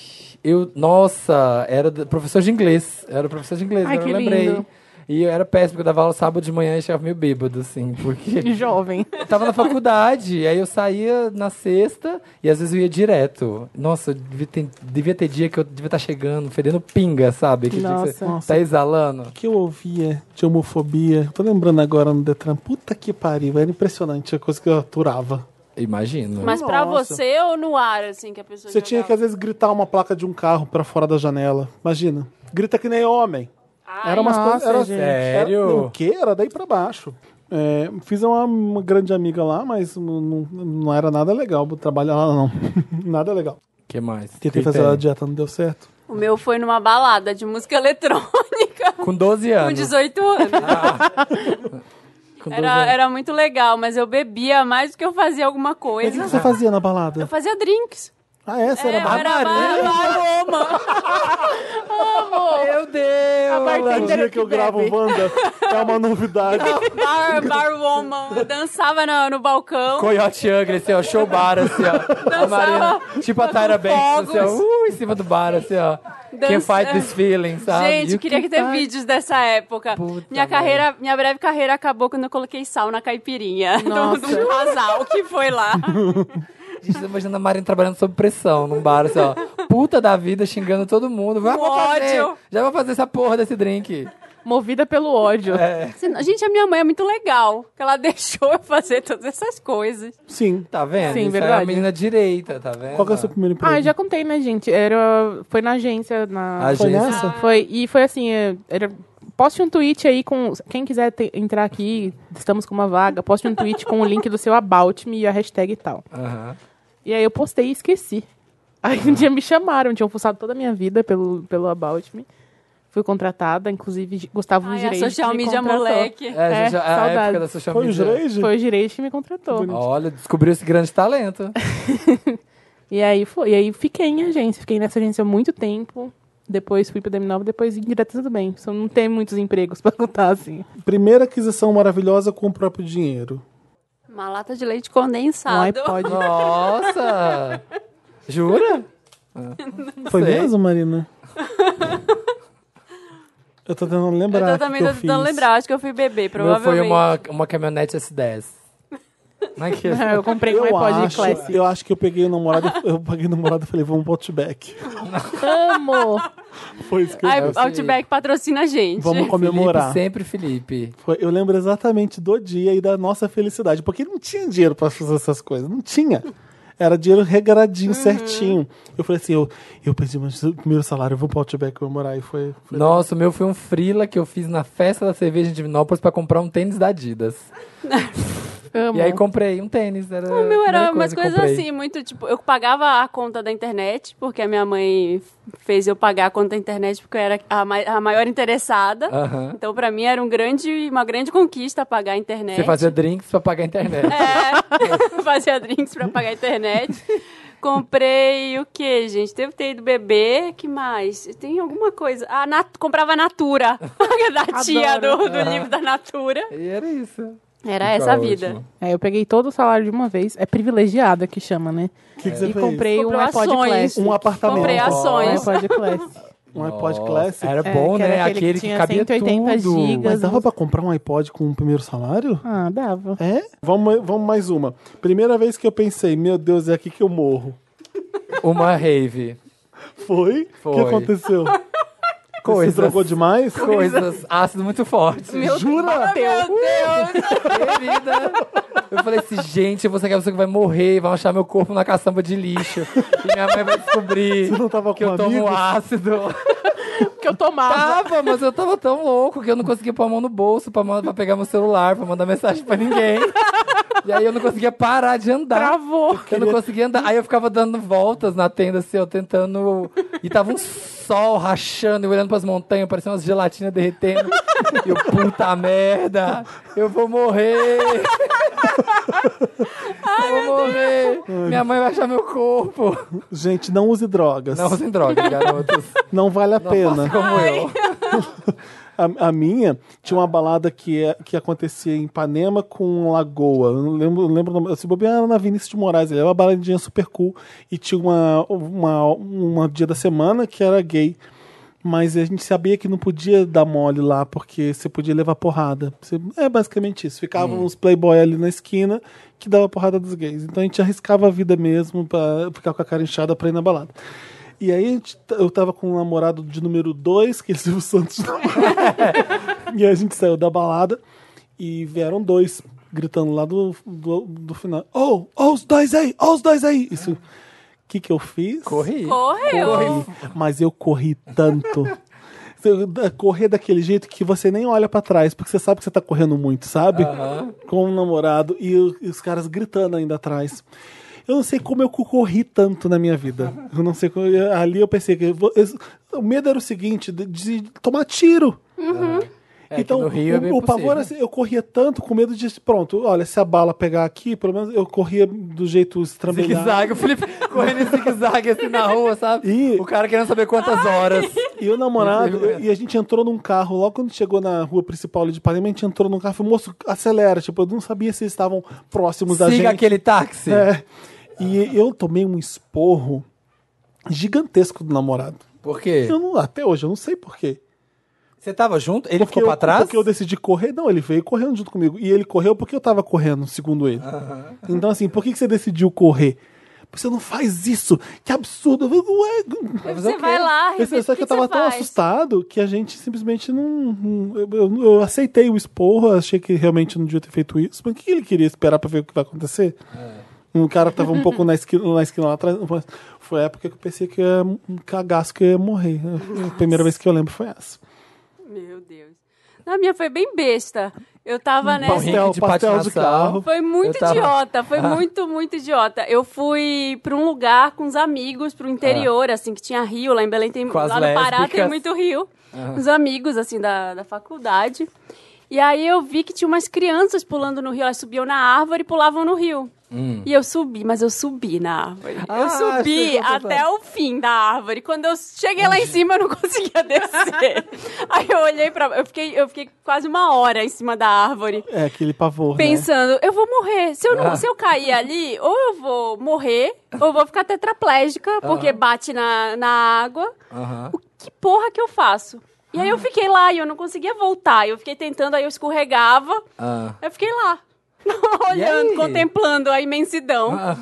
Speaker 2: Eu. Nossa, era do- professor de inglês. Era professor de inglês,
Speaker 4: Ai,
Speaker 2: agora
Speaker 4: que
Speaker 2: eu lembrei.
Speaker 4: lindo.
Speaker 2: E eu era péssimo, porque eu dava aula sábado de manhã e chegava meio bêbado, assim, porque. <laughs>
Speaker 1: <laughs>
Speaker 4: Jovem.
Speaker 2: Eu tava na faculdade, aí eu saía na sexta e às vezes eu ia direto. Nossa, eu devia ter, devia ter dia que eu devia estar chegando, fedendo pinga, sabe? Que dia que você
Speaker 4: Nossa.
Speaker 2: tá exalando.
Speaker 1: O que eu ouvia de homofobia? Tô lembrando agora no Detran. Puta que pariu. Era impressionante a coisa que eu aturava.
Speaker 2: Imagino.
Speaker 3: Mas pra
Speaker 1: Nossa.
Speaker 3: você ou no ar, assim, que a pessoa
Speaker 1: Você tinha que, às vezes, gritar uma placa de um carro pra fora da janela. Imagina. Grita que nem homem. era umas
Speaker 4: nossa,
Speaker 1: coisas. Era,
Speaker 4: gente.
Speaker 1: era-
Speaker 2: Sério?
Speaker 1: não, o quê? Era daí pra baixo. É, fiz uma, uma grande amiga lá, mas não, não, não era nada legal trabalhar lá, não. <laughs> nada legal.
Speaker 2: que mais?
Speaker 1: Tentei
Speaker 2: Critério.
Speaker 1: fazer a dieta, não deu certo.
Speaker 3: O meu foi numa balada de música <laughs>
Speaker 1: Ah,
Speaker 3: eletrônica.
Speaker 2: Com 12
Speaker 3: Com
Speaker 2: anos.
Speaker 3: 18 anos.
Speaker 2: Com 12
Speaker 3: Era,
Speaker 2: anos.
Speaker 3: era muito legal, mas eu bebia mais do que eu fazia alguma
Speaker 1: Mas o que
Speaker 3: coisa.
Speaker 1: que você fazia na balada?
Speaker 3: Eu fazia drinks.
Speaker 1: Ah, essa
Speaker 3: É,
Speaker 1: era a
Speaker 3: eu
Speaker 1: balada?
Speaker 3: era
Speaker 2: Maria.
Speaker 3: baroma.
Speaker 2: Meu Deus!
Speaker 1: O Um dia que eu gravo o Wanda é uma novidade.
Speaker 3: Bar, barwoman. Eu dançava na- no, balcão.
Speaker 2: Coyote Ugly, assim, ó, show bar, assim, ó. A Marina, tipo a Tyra Banks, assim, ó,
Speaker 3: fogos.
Speaker 2: uh, em cima do bar, assim, ó. Can't fight this feeling, sabe?
Speaker 3: Gente,
Speaker 2: You
Speaker 3: queria
Speaker 2: can
Speaker 3: que ter
Speaker 2: fight-
Speaker 3: vídeos dessa época.
Speaker 2: Puta
Speaker 3: minha carreira, minha breve carreira acabou quando eu coloquei sal na caipirinha <laughs> do, do casal que foi lá.
Speaker 2: Gente, tô imaginando a Marina trabalhando sob pressão num bar, assim, ó. Puta da vida, xingando todo mundo. Vai,
Speaker 3: Um
Speaker 2: vou fazer.
Speaker 3: ódio.
Speaker 2: Já vou fazer essa porra desse drink.
Speaker 4: movida pelo ódio.
Speaker 3: Senão- Gente, a minha mãe é muito legal, que ela <laughs> deixou eu fazer todas essas coisas.
Speaker 1: Sim.
Speaker 2: Tá vendo?
Speaker 4: Sim,
Speaker 2: Isso é a
Speaker 4: verdade.
Speaker 2: menina direita, tá vendo?
Speaker 1: Qual que é o seu primeiro emprego?
Speaker 4: Ah, eu já contei, né, gente? Era, foi na agência, na...
Speaker 2: A
Speaker 1: Foi
Speaker 2: gente-
Speaker 1: nessa?
Speaker 4: Foi, e foi assim, é, era, poste um tweet aí com. Quem quiser te- entrar aqui, estamos com uma vaga, poste um tweet com o link do seu About Me e a hashtag e tal.
Speaker 2: Aham.
Speaker 4: E aí eu postei e esqueci. Aí um dia me chamaram, tinham fuçado toda a minha vida pelo, pelo About Me. Fui contratada, inclusive
Speaker 2: Um
Speaker 4: Gustavo
Speaker 3: Ai, a
Speaker 4: Girei.
Speaker 3: social media moleque.
Speaker 2: É, a gente-
Speaker 4: É,
Speaker 2: a
Speaker 4: saudade.
Speaker 2: época da social
Speaker 1: Foi o
Speaker 2: media.
Speaker 1: Jurage?
Speaker 4: Foi o Girei que me contratou.
Speaker 2: Olha, descobriu esse grande talento.
Speaker 4: E aí, foi, e aí fiquei em agência, fiquei nessa agência há muito tempo. Depois fui pro DM9, depois direto tudo bem. Só não tem muitos empregos <laughs> pra contar, assim.
Speaker 1: Primeira aquisição maravilhosa com o próprio dinheiro.
Speaker 3: Uma lata de leite
Speaker 4: Um
Speaker 3: condensado.
Speaker 4: iPod.
Speaker 2: Nossa! Jura?
Speaker 1: Foi
Speaker 2: sei.
Speaker 1: mesmo, Marina? eu tô tentando lembrar.
Speaker 3: eu tô também
Speaker 1: o que
Speaker 3: tô
Speaker 1: eu
Speaker 3: tentando
Speaker 1: fiz.
Speaker 3: lembrar, acho que eu fui beber,
Speaker 2: O meu
Speaker 3: provavelmente.
Speaker 2: foi uma, uma caminhonete S10. Naquele.
Speaker 4: Eu comprei um
Speaker 1: Eu
Speaker 4: iPod de
Speaker 1: acho,
Speaker 4: classe.
Speaker 1: eu acho que eu peguei o namorado, <laughs> eu paguei o namorado e falei, vamos pro Outback.
Speaker 4: Amo!
Speaker 1: Foi isso que eu
Speaker 3: Ai,
Speaker 1: fiz.
Speaker 2: esse-
Speaker 3: Outback patrocina a gente. <laughs>
Speaker 1: Vamos
Speaker 2: Felipe,
Speaker 1: comemorar.
Speaker 2: sempre Felipe.
Speaker 1: Foi- eu lembro exatamente do dia e da nossa felicidade, porque não tinha dinheiro pra fazer essas coisas, não tinha. Era dinheiro regradinho, certinho. Eu falei assim, eu, eu perdi meu primeiro salário, eu vou pro Outback comemorar. E foi, foi
Speaker 2: Nossa, o meu foi um frila que eu fiz na festa da cerveja de Divinópolis pra comprar um tênis da Adidas.
Speaker 4: Amo.
Speaker 2: E aí comprei um tênis. Era
Speaker 3: O meu era
Speaker 2: coisa que
Speaker 3: umas
Speaker 2: eu
Speaker 3: coisas
Speaker 2: comprei.
Speaker 3: assim, muito tipo, eu pagava a conta da internet, porque a minha mãe fez eu pagar a conta da internet, porque eu era a, mai- a maior interessada.
Speaker 2: Aham.
Speaker 3: Então, pra mim, era um grande, uma grande conquista pagar a internet.
Speaker 2: Você fazia drinks pra pagar a internet.
Speaker 3: É, <laughs> fazia drinks pra pagar a
Speaker 4: <laughs>
Speaker 3: internet. Comprei o que, gente? Deve ter ido beber. que mais? Tem alguma coisa. Ah, nat comprava a Natura. <laughs> da tia do,
Speaker 4: Adoro.
Speaker 3: do livro da Natura.
Speaker 2: E era isso.
Speaker 3: Era
Speaker 2: E
Speaker 3: essa
Speaker 2: qual
Speaker 3: a
Speaker 2: a
Speaker 3: vida.
Speaker 2: última?
Speaker 4: É, eu peguei todo o salário de uma vez. É privilegiada que chama, né?
Speaker 1: O que, que você
Speaker 4: e
Speaker 1: fez?
Speaker 4: comprei
Speaker 3: Comprou
Speaker 4: um iPod
Speaker 3: ações.
Speaker 4: Classic.
Speaker 1: um apartamento.
Speaker 3: Comprei
Speaker 4: Um
Speaker 3: ações.
Speaker 4: iPod Classic.
Speaker 1: Um iPod
Speaker 2: Nossa,
Speaker 1: Classic.
Speaker 2: Era
Speaker 4: É,
Speaker 2: bom,
Speaker 4: que
Speaker 2: né?
Speaker 4: era aquele
Speaker 2: aquele
Speaker 4: que
Speaker 2: que,
Speaker 4: tinha
Speaker 2: cabia
Speaker 4: 180
Speaker 2: tudo.
Speaker 4: gigas.
Speaker 1: Mas dava pra comprar um iPod com o primeiro salário?
Speaker 4: Ah, dava.
Speaker 1: É? Vamos, vamos mais uma. Primeira vez que eu pensei, meu Deus, é aqui que eu morro.
Speaker 2: Uma
Speaker 3: <laughs>
Speaker 2: rave.
Speaker 1: Foi? O
Speaker 2: Foi.
Speaker 1: que aconteceu? Você
Speaker 2: Coisas.
Speaker 1: se drogou demais?
Speaker 2: Coisas. Ácido muito forte.
Speaker 1: Jura?
Speaker 3: Meu Deus!
Speaker 2: Querida. Eu falei assim, gente, eu vou ser aquela pessoa que vai morrer, vai achar meu corpo na caçamba de lixo. E minha mãe vai descobrir
Speaker 1: Você não tava
Speaker 2: que
Speaker 1: com
Speaker 2: eu tomo
Speaker 1: amigos?
Speaker 2: ácido.
Speaker 4: Que eu tomava.
Speaker 2: Tava, mas eu tava tão louco que eu não conseguia pôr a mão no bolso pra, ma- pra pegar meu celular, pra mandar mensagem pra ninguém. E aí eu não conseguia parar de andar.
Speaker 4: Travou.
Speaker 2: Eu não conseguia andar. Aí eu ficava dando voltas na tenda, assim, eu tentando. E tava um sol rachando, eu olhando pras montanhas, parecia umas
Speaker 1: <laughs>
Speaker 2: gelatinas derretendo. E eu, puta merda, eu vou morrer. eu vou morrer. Minha mãe vai achar meu corpo.
Speaker 1: Gente, não use drogas.
Speaker 2: Não,
Speaker 1: Não,
Speaker 2: sem drogas, garotos.
Speaker 1: vale a pena.
Speaker 2: Como eu.
Speaker 1: A, a minha tinha uma balada que, é- que acontecia em Ipanema com Lagoa. Eu não lembro, não lembro o nome. Se bobear era na Vinícius de Moraes. Ele era uma baladinha super cool. E tinha uma, uma, uma dia da semana que era gay. Mas a gente sabia que não podia dar mole lá, porque você podia levar porrada. Você- é basicamente isso. Ficavam uns playboy ali na esquina que dava porrada dos gays. Então a gente arriscava a vida mesmo pra ficar com a cara inchada pra ir na balada. E aí a gente- eu tava com um namorado de número 2, que é Silvio Santos e a gente saiu da balada e vieram dois gritando lá do, do, do final. Oh, oh, os dois aí, oh, os dois aí. Isso. O que que eu fiz?
Speaker 2: Corri.
Speaker 3: Correu!
Speaker 1: Mas eu corri tanto. Eu- da- Correr daquele jeito que você nem olha pra trás, porque você sabe que você tá correndo muito, sabe? Com um namorado e, o- e os caras gritando ainda atrás. Eu não sei como eu corri tanto na minha vida. Eu não sei como. eu- ali eu pensei que. eu vou- eu- o medo era o seguinte: de, de tomar tiro.
Speaker 2: É,
Speaker 1: então,
Speaker 2: que no Rio é bem
Speaker 1: o, o
Speaker 2: possível.
Speaker 1: pavor, assim, eu corria tanto com medo de. Pronto, olha, se a bala pegar aqui, pelo menos eu corria do jeito estrambelhado.
Speaker 2: <laughs> Zigue-zague, o Felipe correndo em zigue-zague assim na rua, sabe?
Speaker 1: E-
Speaker 2: O cara querendo saber quantas horas.
Speaker 1: E o namorado,
Speaker 2: Incrível,
Speaker 1: e a gente entrou num carro, logo quando chegou na rua principal ali de Panema, a gente entrou num carro e falou, moço, acelera. Tipo, eu não sabia se eles estavam próximos da gente.
Speaker 2: Siga aquele táxi.
Speaker 1: É. E eu tomei um esporro gigantesco do namorado.
Speaker 2: Por quê?
Speaker 1: Eu não- até hoje, eu não sei porquê.
Speaker 2: Você tava junto? Ele
Speaker 1: Porque
Speaker 2: ficou pra
Speaker 1: eu-
Speaker 2: trás?
Speaker 1: Porque eu decidi correr. Não, ele veio correndo junto comigo. E ele correu porque eu tava correndo, segundo ele. Então, assim, por que, que você decidiu correr? Você não faz isso! Que absurdo! Ué,
Speaker 3: Você vai lá,
Speaker 1: Esse-
Speaker 3: repita
Speaker 1: Só
Speaker 3: o
Speaker 1: que eu tava
Speaker 3: Ah, você
Speaker 1: tão
Speaker 3: faz.
Speaker 1: assustado que a gente simplesmente não. não- Eu, eu- eu aceitei o esporro, achei que realmente não devia ter feito isso, mas o que ele queria esperar pra ver o que vai acontecer? Um cara que tava um pouco na esquina, na esquina lá atrás. mas Foi a época que eu pensei que eu ia, um cagaço que eu ia morrer. A primeira vez que eu lembro foi essa.
Speaker 3: Meu Deus. Na minha foi bem besta. Eu tava
Speaker 4: É.
Speaker 3: nessa.
Speaker 2: Paulinho
Speaker 1: Pastel-
Speaker 2: de
Speaker 1: pastel de
Speaker 2: patinação.
Speaker 1: carro.
Speaker 3: Foi muito
Speaker 2: Eu tava- Ah.
Speaker 3: idiota, foi muito, muito idiota. Eu fui pra um lugar com uns amigos pro interior, assim, que tinha rio, lá em Belém tem.
Speaker 2: Ah. Com as
Speaker 3: Lá no Pará tem
Speaker 2: lésbicas. Ah.
Speaker 3: muito rio. Uns amigos, assim, da, da faculdade. E aí eu vi que tinha umas crianças pulando no rio, elas subiam na árvore e pulavam no rio. E eu subi, mas eu subi na árvore.
Speaker 2: Hum. Ah,
Speaker 3: eu subi
Speaker 2: sei qual que é.
Speaker 3: até o fim da árvore. Quando eu cheguei lá em cima, eu não
Speaker 2: <laughs>
Speaker 3: conseguia descer. Aí eu olhei pra. Eu fiquei, eu fiquei quase uma hora em cima da árvore
Speaker 1: É, aquele
Speaker 2: Uhum.
Speaker 1: pavor. né?
Speaker 3: pensando, eu vou morrer. Se eu,
Speaker 2: Ah.
Speaker 3: não, se eu cair ali, ou eu vou morrer, ou eu vou ficar
Speaker 2: Ah.
Speaker 3: tetraplégica, porque bate na, na água.
Speaker 2: Aham.
Speaker 3: O que porra que eu faço? E aí eu fiquei lá e eu não conseguia voltar. Eu fiquei tentando, aí eu escorregava.
Speaker 2: Ah.
Speaker 3: Eu fiquei lá,
Speaker 2: E
Speaker 3: <laughs> olhando,
Speaker 2: aí?
Speaker 3: contemplando a imensidão.
Speaker 2: Ah.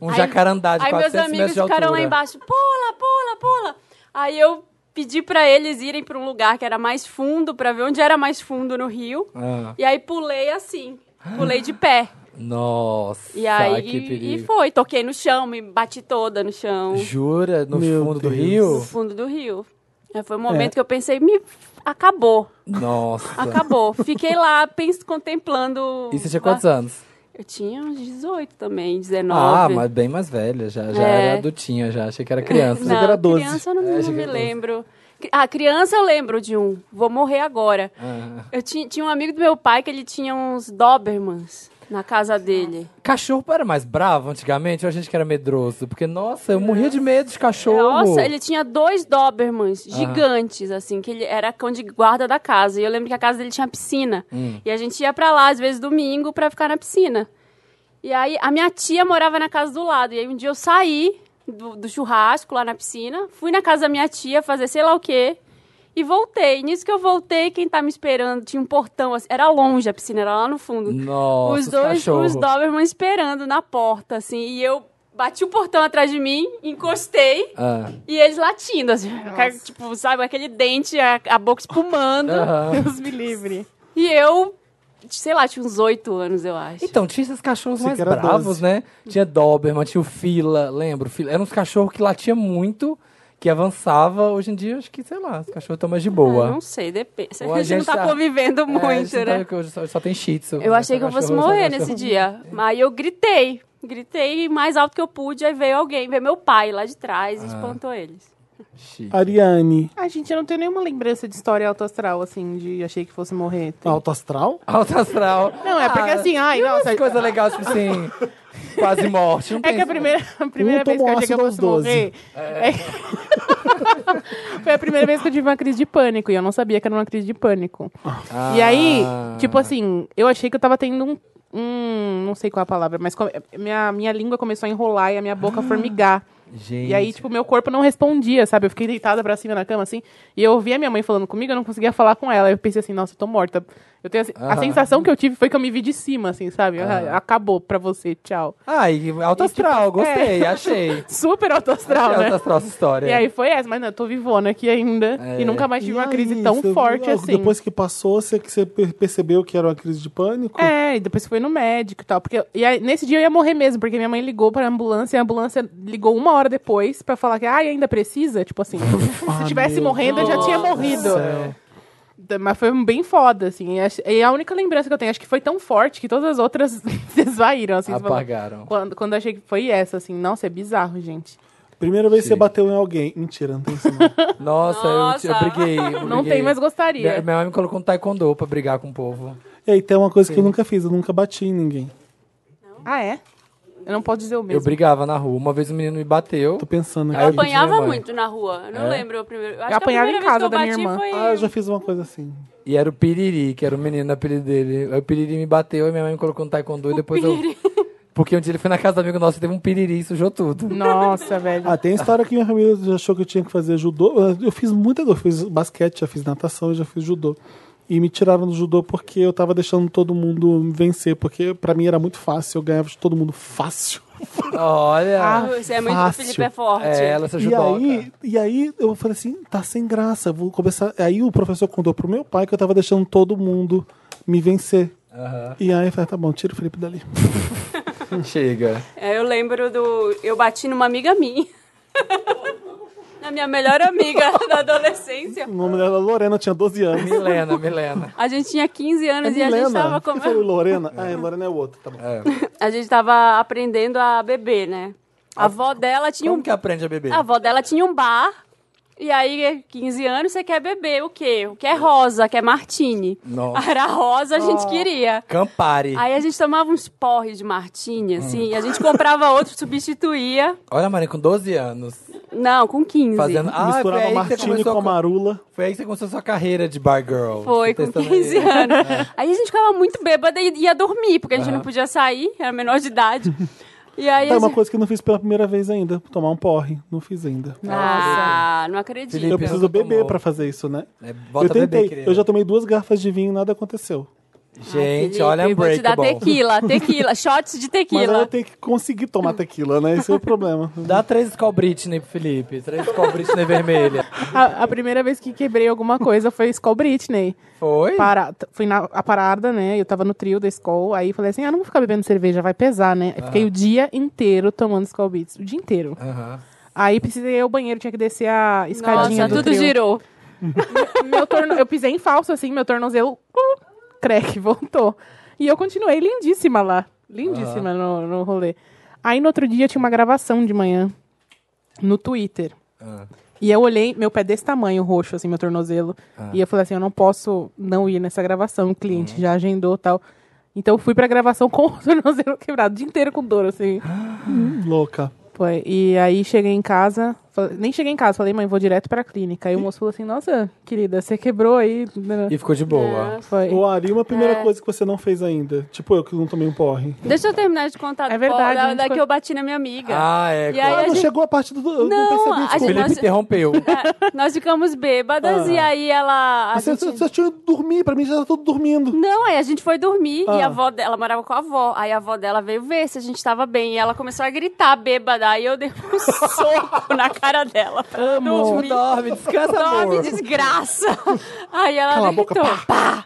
Speaker 2: Um
Speaker 3: Aí-
Speaker 2: jacarandá Ah, de
Speaker 3: Aí meus
Speaker 2: 400 metros
Speaker 3: amigos
Speaker 2: de altura.
Speaker 3: ficaram lá embaixo, pula, pula, pula. Aí eu pedi pra eles irem pra um lugar que era mais fundo, pra ver onde era mais fundo no rio.
Speaker 2: Ah.
Speaker 3: E aí pulei assim, pulei de pé.
Speaker 2: Nossa,
Speaker 3: E aí
Speaker 2: que
Speaker 3: e
Speaker 2: perigo.
Speaker 3: foi, toquei no chão, me bati toda no chão,
Speaker 2: Jura? No
Speaker 1: Meu
Speaker 2: fundo do
Speaker 1: Deus.
Speaker 3: no
Speaker 2: rio?
Speaker 3: fundo do rio. Aí foi um momento
Speaker 1: É.
Speaker 3: que eu pensei, me acabou,
Speaker 2: Nossa.
Speaker 3: acabou. Fiquei lá pens, contemplando.
Speaker 2: E você tinha quantos anos?
Speaker 3: Eu tinha uns 18 também, 19.
Speaker 2: Ah, mas bem mais velha, já, já
Speaker 3: É.
Speaker 2: era adultinha, já. Achei que era criança.
Speaker 1: que era
Speaker 3: Não,
Speaker 1: 12.
Speaker 3: criança eu não,
Speaker 2: É, achei
Speaker 3: não
Speaker 2: que
Speaker 3: me
Speaker 2: era 12.
Speaker 3: lembro. Cri- Ah, criança eu lembro de um. Vou morrer agora.
Speaker 2: Ah.
Speaker 3: Eu ti- tinha um amigo do meu pai que ele tinha uns Dobermans na casa dele.
Speaker 2: Cachorro era mais bravo antigamente ou a gente que era medroso? Porque, nossa, eu morria de medo de cachorro.
Speaker 3: É. Nossa, ele tinha dois Dobermans gigantes, assim, que ele era cão de guarda da casa. E eu lembro que a casa dele tinha piscina. E a gente ia pra lá, às vezes, domingo, pra ficar na piscina. E aí, a minha tia morava na casa do lado. E aí, um dia eu saí do, do churrasco lá na piscina, fui na casa da minha tia fazer sei lá o quê. E voltei. Nisso que eu voltei, quem tá me esperando tinha um portão, assim, era longe a piscina, era lá no fundo
Speaker 2: Nossa,
Speaker 3: os dois,
Speaker 2: cachorro.
Speaker 3: os Doberman esperando na porta, assim, e eu bati o portão atrás de mim, encostei,
Speaker 2: Ah.
Speaker 3: e eles latindo, assim, tipo, sabe, aquele dente, a, a boca espumando,
Speaker 2: Aham.
Speaker 4: Deus me livre.
Speaker 3: e eu, sei lá, tinha uns oito anos, eu acho.
Speaker 2: Então, tinha esses cachorros
Speaker 1: Esse
Speaker 2: mais
Speaker 1: que era
Speaker 2: bravos,
Speaker 1: 12.
Speaker 2: né? Tinha Doberman, tinha o Fila, lembro. Fila. Eram uns cachorros que latia muito, que avançava. Hoje em dia, acho que, sei lá, os cachorros estão mais de
Speaker 3: Ah,
Speaker 2: boa.
Speaker 3: não sei, depende,
Speaker 2: Ou
Speaker 3: a gente não tá, convivendo
Speaker 2: É, a
Speaker 3: muito,
Speaker 2: gente não
Speaker 3: né?
Speaker 2: tá- hoje só, só tem shih tzu.
Speaker 3: Eu achei que eu
Speaker 2: Cachorro,
Speaker 3: fosse
Speaker 2: só
Speaker 3: morrer
Speaker 2: cachorro.
Speaker 3: nesse dia, aí eu gritei, gritei mais alto que eu pude, aí veio alguém, veio meu pai lá de
Speaker 2: Ah.
Speaker 3: trás, e espantou eles.
Speaker 2: Chique.
Speaker 1: Ariane,
Speaker 4: Ai, Ah, gente, eu não tenho nenhuma lembrança de história autoastral, assim, de achei que fosse morrer. Tem-
Speaker 1: alto astral?
Speaker 2: Alto astral.
Speaker 4: Não, é porque
Speaker 2: Ah,
Speaker 4: assim, ai, nossa.
Speaker 2: Que coisa legal, tipo assim, quase morte. Não
Speaker 4: É que
Speaker 2: tem
Speaker 4: a primeira, a primeira
Speaker 1: Um
Speaker 4: vez que eu achei que eu
Speaker 1: tomou ácido aos
Speaker 4: fosse
Speaker 1: 12.
Speaker 4: morrer. é- <laughs> Foi a primeira vez que eu tive uma crise de pânico e eu não sabia que era uma crise de pânico.
Speaker 2: Ah.
Speaker 4: E aí, tipo assim, eu achei que eu tava tendo um. um- não sei qual é a palavra, mas co- minha, minha língua começou a enrolar e a minha boca a formigar.
Speaker 2: Gente.
Speaker 4: E aí, tipo, meu corpo não respondia, sabe? Eu fiquei deitada pra cima na cama, assim, e eu ouvia minha mãe falando comigo, eu não conseguia falar com ela. Eu pensei assim, nossa, eu tô morta. Eu tenho a, se- a
Speaker 2: Aham.
Speaker 4: sensação que eu tive foi que eu me vi de cima, assim, sabe? Ah, Acabou pra você, tchau.
Speaker 2: Ai, Ah, alto
Speaker 4: E,
Speaker 2: astral,
Speaker 4: tipo, <laughs>
Speaker 2: gostei, achei.
Speaker 4: Super autoastral,
Speaker 2: Alto
Speaker 4: né?
Speaker 2: astral essa história.
Speaker 4: E aí foi essa, mas não, eu tô vivona aqui ainda.
Speaker 2: É.
Speaker 4: E nunca mais tive
Speaker 1: E
Speaker 4: uma
Speaker 1: aí,
Speaker 4: crise tão
Speaker 1: você-
Speaker 4: forte assim.
Speaker 1: Depois que passou, você, que você per- percebeu que era uma crise de pânico?
Speaker 4: É, e depois foi no médico e tal. Porque eu- e aí, nesse dia eu ia morrer mesmo, porque minha mãe ligou pra ambulância e a ambulância ligou uma hora depois pra falar que, ah, ainda precisa?
Speaker 2: <laughs>
Speaker 4: Tipo assim, se tivesse morrendo, eu já tinha morrido. Da- Mas foi bem foda, assim. E ach- E a única lembrança que eu tenho, acho que foi tão forte que todas as outras <laughs> desvaíram, assim. você falou,
Speaker 2: Apagaram.
Speaker 4: Quando, quando eu achei que foi essa, assim, nossa, é bizarro, gente.
Speaker 1: Primeira vez que você
Speaker 2: Sim.
Speaker 1: bateu em alguém. Mentira, não tem isso não.
Speaker 4: <laughs>
Speaker 2: Nossa, Eu, eu
Speaker 3: Nossa.
Speaker 2: briguei. eu
Speaker 4: Não
Speaker 2: briguei.
Speaker 4: tem, mas
Speaker 2: Minha,
Speaker 4: gostaria.
Speaker 2: minha mãe me colocou um taekwondo pra brigar com o povo.
Speaker 1: E aí tem uma coisa que eu nunca fiz, eu nunca bati em ninguém.
Speaker 4: Ah, é? Eu não posso dizer o
Speaker 2: Eu
Speaker 4: mesmo.
Speaker 2: brigava na rua. Uma vez o menino me bateu.
Speaker 1: Tô pensando
Speaker 2: Aí
Speaker 3: Eu
Speaker 1: aqui.
Speaker 2: pedi minha
Speaker 3: apanhava
Speaker 2: mãe. É?
Speaker 3: muito na rua. Eu não lembro o primeiro. Acho
Speaker 4: apanhava
Speaker 3: que a primeira
Speaker 4: em
Speaker 3: vez que
Speaker 4: casa
Speaker 3: eu
Speaker 4: da minha
Speaker 3: bati
Speaker 4: irmã.
Speaker 3: Foi...
Speaker 1: Ah, eu já fiz uma coisa assim.
Speaker 2: E era o Piriri, que era o menino, o apelido dele. Aí o Piriri me bateu e minha mãe me colocou um taekwondo e depois
Speaker 3: <laughs>
Speaker 2: eu. Porque um dia ele foi na casa do amigo nosso e teve um piriri e sujou tudo.
Speaker 4: Nossa, velho.
Speaker 1: Ah, tem história que minha família já achou que eu tinha que fazer judô. Eu fiz muita coisa, eu fiz basquete, já fiz natação, eu já fiz judô. E me tiraram do judô porque eu tava deixando todo mundo vencer, porque pra mim era muito fácil, eu ganhava de todo mundo fácil.
Speaker 2: Olha.
Speaker 3: Ah, Você é muito
Speaker 1: fácil.
Speaker 3: Felipe é forte.
Speaker 2: tá. é, ela se
Speaker 1: E
Speaker 2: ajudou.
Speaker 1: aí, e aí eu falei assim, tá sem graça, vou começar. Aí o professor contou pro meu pai que eu tava deixando todo mundo me vencer. E aí eu falei, tá bom, tira o Felipe dali. <laughs>
Speaker 2: Chega.
Speaker 3: É, eu lembro do. Eu bati numa amiga minha. <laughs> Na minha melhor amiga <laughs> da adolescência.
Speaker 1: O nome dela era Lorena, eu tinha 12 anos.
Speaker 2: Milena, Milena.
Speaker 3: A gente tinha 15 anos e a gente tava
Speaker 1: Eu falei,
Speaker 3: comendo.
Speaker 1: Lorena? Ah, é, Lorena é outra, tá bom.
Speaker 2: É.
Speaker 3: A gente tava aprendendo a beber, né? A avó dela tinha um
Speaker 2: Como que é? aprende a beber?
Speaker 3: A avó dela tinha um bar. E aí, 15 anos, você quer beber o quê? O que é rosa, que é martini. <laughs>
Speaker 2: Nossa.
Speaker 3: Era rosa, a gente queria.
Speaker 2: Campari.
Speaker 3: Aí a gente tomava uns porres de martini, assim, e a gente comprava outro, substituía.
Speaker 2: Olha a Marina com 12 anos.
Speaker 3: Não, com 15.
Speaker 2: Fazendo... Ah, foi
Speaker 1: Misturava
Speaker 2: aí que você
Speaker 1: Martini
Speaker 2: começou
Speaker 1: com
Speaker 2: a co-
Speaker 1: Marula.
Speaker 2: Foi aí que você começou a sua carreira de bar girl.
Speaker 3: Foi,
Speaker 2: Você
Speaker 3: com
Speaker 2: testando
Speaker 3: 15
Speaker 2: aí.
Speaker 3: anos. Aí a gente ficava muito bêbada e ia dormir, porque a gente não podia sair, era menor de idade. E aí
Speaker 1: É
Speaker 3: a
Speaker 1: uma
Speaker 3: gente...
Speaker 1: coisa que eu não fiz pela primeira vez ainda, tomar um porre. Não fiz ainda.
Speaker 3: Ah, não acredito.
Speaker 2: Felipe,
Speaker 1: Eu preciso
Speaker 2: nunca
Speaker 1: beber
Speaker 2: tomou.
Speaker 1: pra fazer isso, né?
Speaker 2: É, bota
Speaker 1: eu tentei,
Speaker 2: bebê, querida.
Speaker 1: eu já tomei duas garrafas de vinho e nada aconteceu.
Speaker 2: Gente,
Speaker 3: Felipe,
Speaker 2: olha é um a
Speaker 3: vou te dar
Speaker 2: Unbreakable.
Speaker 3: tequila, tequila, shots de
Speaker 1: Mas aí eu
Speaker 3: tequila.
Speaker 1: tenho que conseguir tomar tequila, né? Esse é o
Speaker 4: <laughs>
Speaker 1: problema.
Speaker 2: Dá três Skull Britney pro Felipe. Três Skull Britney <laughs> vermelha.
Speaker 4: A, a primeira vez que quebrei alguma coisa foi Skull Britney.
Speaker 2: Foi?
Speaker 4: Para, t- fui na a parada, né? Eu tava no trio da Skull. Aí falei assim: ah, não vou ficar bebendo cerveja, vai pesar, né? Aí Fiquei o dia inteiro tomando Skull Beats. O dia inteiro.
Speaker 2: Aham.
Speaker 4: Aí precisei ir ao banheiro, tinha que descer a escadinha.
Speaker 3: Nossa,
Speaker 4: do
Speaker 3: tudo
Speaker 4: trio.
Speaker 3: girou.
Speaker 4: Meu torno... Eu pisei em falso, assim, meu tornozelo. uh, Creque, <laughs> voltou. E eu continuei lindíssima lá. Lindíssima no, no rolê. Aí no outro dia tinha uma gravação de manhã no Twitter.
Speaker 2: Ah.
Speaker 4: E eu olhei, meu pé é desse tamanho, roxo, assim, meu tornozelo. E eu falei assim: eu não posso não ir nessa gravação. O cliente já agendou tal. Então eu fui pra gravação <laughs> com o tornozelo quebrado, o dia inteiro com dor, assim.
Speaker 1: Louca.
Speaker 4: Foi. E aí cheguei em casa, fal- nem cheguei em casa, falei, mãe, vou direto pra clínica. Aí o moço falou assim, nossa, querida, você quebrou aí. né?"
Speaker 2: E ficou de boa.
Speaker 4: Foi.
Speaker 1: O Ari, uma
Speaker 4: É.
Speaker 1: primeira coisa que você não fez ainda. Tipo eu que não tomei um porre.
Speaker 3: Deixa eu terminar de contar
Speaker 4: É
Speaker 3: do
Speaker 4: verdade,
Speaker 3: pau-
Speaker 4: a
Speaker 3: da,
Speaker 4: gente
Speaker 3: da
Speaker 4: con-
Speaker 3: que eu bati na minha amiga.
Speaker 2: Ah, é.
Speaker 3: E aí tipo,
Speaker 1: Ah,
Speaker 3: a
Speaker 1: não
Speaker 3: gente-
Speaker 1: chegou a parte do. Eu não
Speaker 3: Não,
Speaker 1: percebi,
Speaker 3: a
Speaker 1: desculpa.
Speaker 2: Felipe
Speaker 3: nós- <laughs>
Speaker 2: interrompeu.
Speaker 3: É, nós ficamos bêbadas e aí ela. a
Speaker 1: Você,
Speaker 3: gente-
Speaker 1: você tinha ido dormir, pra mim já tá tudo dormindo.
Speaker 3: Não, aí a gente foi dormir e
Speaker 1: Ah.
Speaker 3: a avó dela, ela morava com a avó. Aí a avó dela veio ver se a gente tava bem. E ela começou a gritar bêbada. Aí eu dei
Speaker 1: <laughs>
Speaker 3: um soco na cara dela. pra
Speaker 2: Não
Speaker 3: dormir.
Speaker 2: dorme, descansa,
Speaker 3: Nome
Speaker 2: amor.
Speaker 3: desgraça! Aí ela
Speaker 1: Cala a boca,
Speaker 3: gritou. pá!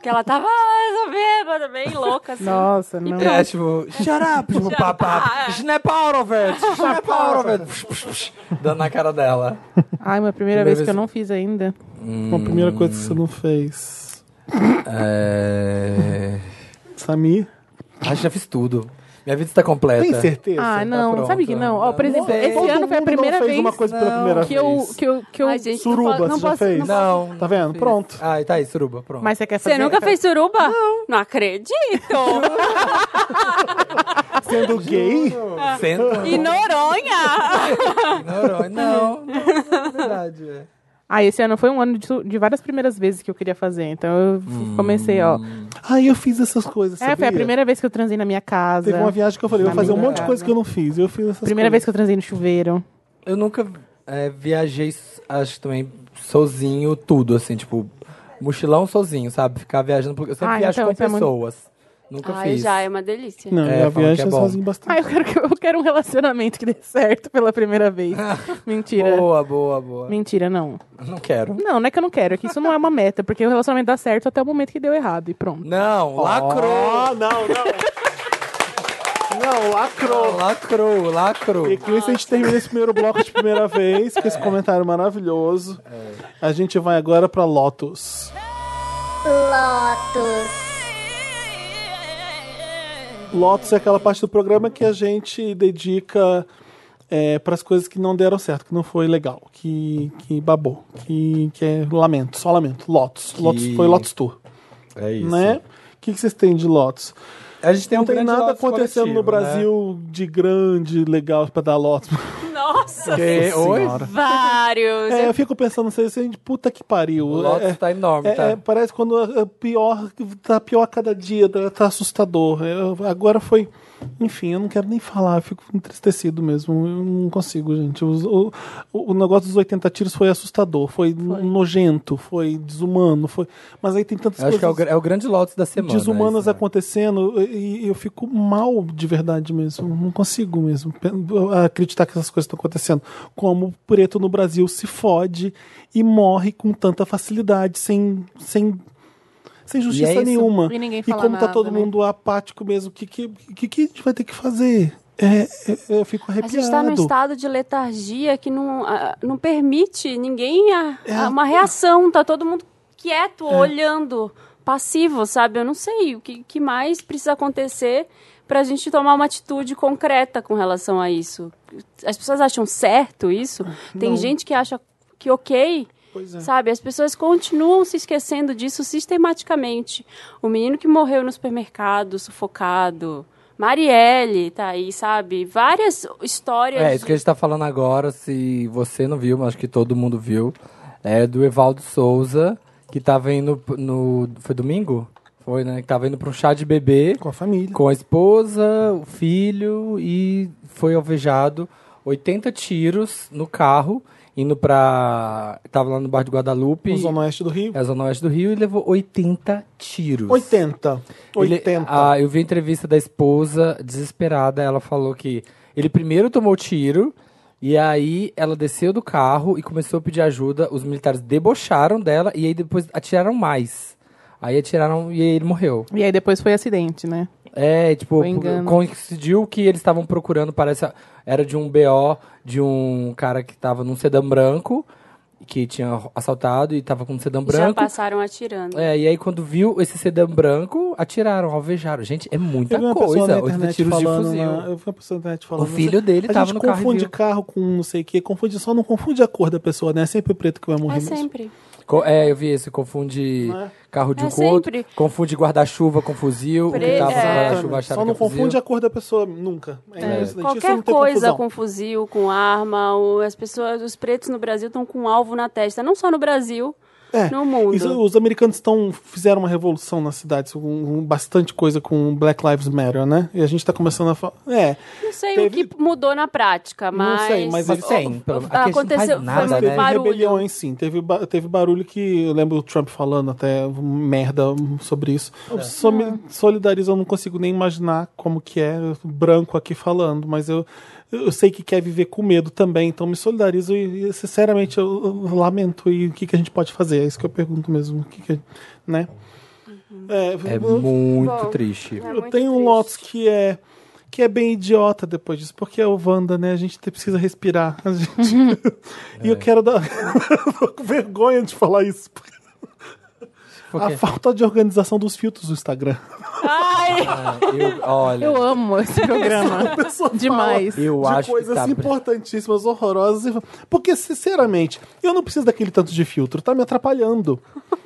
Speaker 3: Que ela tava ah, eu sou bêbada, bem louca, assim.
Speaker 4: Nossa, não.
Speaker 2: É, tipo, shut up, tipo, papá.
Speaker 3: up.
Speaker 2: Snap out of
Speaker 3: <laughs>
Speaker 2: it, snap out of it. Psh, psh, psh, Dando na cara dela.
Speaker 4: Ai, mas a primeira
Speaker 2: Primeira
Speaker 4: vez
Speaker 2: vez-
Speaker 4: que eu não fiz ainda.
Speaker 2: Hum.
Speaker 1: Uma primeira coisa que você não fez.
Speaker 2: É...
Speaker 1: Samir,
Speaker 2: Acho que já fiz tudo. Minha vida está completa.
Speaker 1: tem certeza?
Speaker 4: ah, não,
Speaker 2: pronta.
Speaker 4: sabe que não? Ó, por
Speaker 2: Não
Speaker 4: exemplo,
Speaker 2: sei.
Speaker 4: esse
Speaker 1: tá Todo
Speaker 4: ano foi a
Speaker 1: mundo
Speaker 4: primeira
Speaker 1: não fez
Speaker 4: vez
Speaker 1: uma coisa pela
Speaker 2: Não,
Speaker 1: primeira
Speaker 4: que eu,
Speaker 1: vez.
Speaker 4: que eu, que eu...
Speaker 3: Ai, gente,
Speaker 1: Suruba,
Speaker 3: não, fo-
Speaker 1: você
Speaker 3: não
Speaker 1: já
Speaker 3: posso,
Speaker 1: fez?
Speaker 3: Não posso
Speaker 2: Não.
Speaker 1: Tá vendo?
Speaker 2: Fiz.
Speaker 1: Pronto.
Speaker 2: Ah, tá aí, suruba, pronto.
Speaker 4: Mas você quer
Speaker 3: Você
Speaker 4: fazer?
Speaker 3: nunca fez suruba? Não. Não acredito.
Speaker 1: <laughs> Sendo gay,
Speaker 2: Senta.
Speaker 3: e Noronha!
Speaker 2: Não, não, não, é verdade. é.
Speaker 4: Ah, esse ano foi um ano de, su- de várias primeiras vezes que eu queria fazer. Então eu f- comecei, ó.
Speaker 1: Ai, eu fiz essas coisas.
Speaker 4: É, foi a
Speaker 1: sabia?
Speaker 4: primeira vez que eu transei na minha casa.
Speaker 1: Teve uma viagem que eu falei, eu vou fazer um monte de
Speaker 4: Amiga.
Speaker 1: coisa que eu não fiz. Eu fiz essas
Speaker 4: Primeira vez
Speaker 1: coisas.
Speaker 4: que eu transei no chuveiro.
Speaker 2: Eu nunca é, viajei, acho que também, sozinho, tudo, assim, tipo, mochilão sozinho, sabe? Ficar viajando, porque eu sempre
Speaker 4: Ah,
Speaker 2: viajo
Speaker 4: então,
Speaker 2: com
Speaker 4: isso é muito-
Speaker 2: pessoas. Nunca
Speaker 3: Ai,
Speaker 2: fiz.
Speaker 3: já, é uma delícia.
Speaker 1: Não,
Speaker 2: É,
Speaker 1: eu
Speaker 2: falam que é
Speaker 1: viagem
Speaker 2: bom.
Speaker 1: sozinho bastante.
Speaker 4: Ah, eu quero, que- eu quero um relacionamento que dê certo pela
Speaker 1: <laughs>
Speaker 4: primeira vez. Mentira.
Speaker 2: Boa, boa, boa.
Speaker 4: Mentira, não.
Speaker 2: Não quero.
Speaker 4: Não, não é que eu não quero, é que isso não é uma meta, porque o relacionamento dá certo até o momento que deu errado e pronto.
Speaker 2: Não, lacrou.
Speaker 1: Ah, não, não. não, lacrou.
Speaker 2: Lacrou, lacrou.
Speaker 1: E com isso a gente termina esse primeiro bloco de primeira vez, com esse comentário maravilhoso. A gente vai agora pra Lotus. Lotus é aquela parte do programa que a gente dedica para as coisas que não deram certo, que não foi legal, que, que babou, que, que é lamento, só lamento. Lotus. Lotus foi Lotus Tour,
Speaker 2: É isso.
Speaker 1: né? O que, que vocês têm de Lotus?
Speaker 2: A gente tem um
Speaker 1: Não tem
Speaker 2: grande
Speaker 1: nada
Speaker 2: Lotus né?
Speaker 1: acontecendo no
Speaker 2: coletivo, né?
Speaker 1: Brasil de grande legal pra dar Lotus.
Speaker 3: Nossa! Nossa!
Speaker 2: Que- É, Oi?
Speaker 1: Senhora.
Speaker 3: Vários!
Speaker 1: É, eu fico pensando, assim, assim, de puta que pariu.
Speaker 2: O Lotus
Speaker 1: É,
Speaker 2: tá enorme,
Speaker 1: é,
Speaker 2: tá?
Speaker 1: é, parece quando é pior, tá pior a cada dia, tá, tá assustador. Eu- agora foi. Enfim, eu não quero nem falar, eu fico entristecido mesmo. Eu não consigo, gente. Os- O, o, o negócio dos 80 tiros foi assustador, foi, nojento, foi desumano, foi. Mas aí tem tantas
Speaker 2: Eu acho
Speaker 1: coisas é
Speaker 2: que é o, gr- é o grande Lotus da semana.
Speaker 1: desumanas
Speaker 2: isso, né?
Speaker 1: acontecendo e e eu fico mal de verdade mesmo. Não consigo mesmo pe- acreditar que essas coisas estão acontecendo. Como o preto no Brasil se fode e morre com tanta facilidade, sem, sem, sem justiça
Speaker 2: E é isso.
Speaker 1: nenhuma.
Speaker 4: E ninguém
Speaker 1: e
Speaker 4: fala
Speaker 1: como tá
Speaker 4: nada,
Speaker 1: todo
Speaker 4: né?
Speaker 1: mundo apático mesmo, o que, que, que, que a gente vai ter que fazer? É, é, eu fico
Speaker 3: A
Speaker 1: arrepiado.
Speaker 3: gente
Speaker 4: tá
Speaker 3: está num estado de letargia que não, ah, não permite ninguém a-
Speaker 1: É.
Speaker 3: a uma reação, tá todo mundo quieto, olhando, passivo, sabe? Eu não sei o que, que mais precisa acontecer para a gente tomar uma atitude concreta com relação a isso. As pessoas acham certo isso? Tem
Speaker 1: Não.
Speaker 3: gente que acha que ok,
Speaker 1: Pois é.
Speaker 3: Sabe, as pessoas continuam se esquecendo disso sistematicamente. O menino que morreu no supermercado, sufocado. Marielle tá aí, sabe? Várias histórias.
Speaker 2: É, isso que a gente tá falando agora, se você não viu, mas acho que todo mundo viu, é do Evaldo Souza, que tava indo p- no... Foi domingo? Foi, né? Que tava indo pra um chá de bebê
Speaker 1: Com a família.
Speaker 2: com a esposa, o filho e foi alvejado 80 tiros no carro, indo pra... Tava lá no bar de Guadalupe,
Speaker 1: Com Zona Oeste do Rio.
Speaker 2: é a zona oeste do Rio, e levou 80 tiros.
Speaker 1: 80. 80.
Speaker 2: Ele- ah, eu vi a entrevista da esposa, desesperada. Ela falou que ele primeiro tomou tiro. E aí ela desceu do carro e começou a pedir ajuda. Os militares debocharam dela e aí depois atiraram mais. Aí atiraram e aí ele morreu.
Speaker 4: E aí depois foi acidente, né?
Speaker 2: É, tipo,
Speaker 4: Foi engano.
Speaker 2: coincidiu que eles estavam procurando, parece, era de um BO de um cara que tava num sedã branco, que tinha assaltado e tava com um sedã
Speaker 3: já
Speaker 2: branco.
Speaker 3: passaram atirando.
Speaker 2: É, e aí quando viu esse sedã branco, atiraram, alvejaram. Gente, é muita
Speaker 1: Eu vi uma pessoa
Speaker 2: coisa.
Speaker 1: na
Speaker 2: 80
Speaker 1: internet
Speaker 2: tiros de
Speaker 1: falando,
Speaker 2: fuzil.
Speaker 1: né? Eu vi uma pessoa na internet falando.
Speaker 2: O filho dele
Speaker 1: a
Speaker 2: tava
Speaker 1: gente
Speaker 2: no carro e
Speaker 1: confunde
Speaker 2: viu.
Speaker 1: carro com não sei o que, confunde só não confunde a cor da pessoa, né? É sempre o preto que vai morrer
Speaker 3: É
Speaker 1: mesmo.
Speaker 3: sempre.
Speaker 2: Co- É, eu vi esse, confunde
Speaker 1: Não é?
Speaker 2: carro de
Speaker 3: É
Speaker 2: um com o outro,
Speaker 3: sempre.
Speaker 2: confunde guarda-chuva com fuzil, o que
Speaker 3: Pre-
Speaker 2: tava com
Speaker 3: é.
Speaker 2: guarda-chuva acharam
Speaker 1: Só não
Speaker 2: que é fuzil.
Speaker 1: confunde a cor da pessoa nunca. É impressionante. Isso
Speaker 3: Qualquer
Speaker 1: não tem
Speaker 3: coisa
Speaker 1: confusão.
Speaker 3: com fuzil, com arma, o- as pessoas, os pretos no Brasil estão com um alvo na testa. Não só no Brasil,
Speaker 1: É,
Speaker 3: no mundo.
Speaker 1: Isso, os americanos estão fizeram uma revolução nas cidades com com bastante coisa com Black Lives Matter, né? E a gente tá começando a falar. É,
Speaker 3: Não sei
Speaker 1: Teve-
Speaker 3: o que mudou na prática,
Speaker 1: Não
Speaker 3: mas.
Speaker 1: sei, mas
Speaker 2: Mas tem, pelo
Speaker 1: é
Speaker 2: menos. Aqui a gente não faz
Speaker 3: Aconteceu-
Speaker 1: mas
Speaker 2: nada,
Speaker 1: teve
Speaker 2: né?
Speaker 3: Barulho.
Speaker 1: rebeliões sim, teve, ba- teve barulho que eu lembro o Trump falando até merda hum, sobre isso. Eu só me solidarizo, eu não consigo nem imaginar como que é branco aqui falando, mas eu, eu sei que quer viver com medo também, então me solidarizo e, e, sinceramente eu, eu lamento e o que, que a gente pode fazer? É isso que eu pergunto mesmo, o que que- né? É,
Speaker 2: É
Speaker 1: eu-
Speaker 2: muito
Speaker 3: Bom,
Speaker 2: triste.
Speaker 3: É
Speaker 1: eu
Speaker 3: muito
Speaker 1: tenho um
Speaker 3: triste.
Speaker 1: Lotus que é que é bem idiota depois disso, porque é o Wanda, né? A gente te- precisa respirar. a gente- E eu
Speaker 2: É.
Speaker 1: quero dar <laughs> eu tô com vergonha de falar isso. porque
Speaker 2: Por
Speaker 1: A
Speaker 2: quê?
Speaker 1: falta de organização dos filtros do Instagram. <laughs>
Speaker 3: Ai!
Speaker 2: Ah, eu- olha,
Speaker 4: Eu amo <laughs> esse programa. Demais.
Speaker 2: eu
Speaker 1: de assim,
Speaker 2: acho que
Speaker 1: coisas
Speaker 2: tá...
Speaker 1: importantíssimas, horrorosas. e- Porque, sinceramente, eu não preciso daquele tanto de filtro, tá me atrapalhando.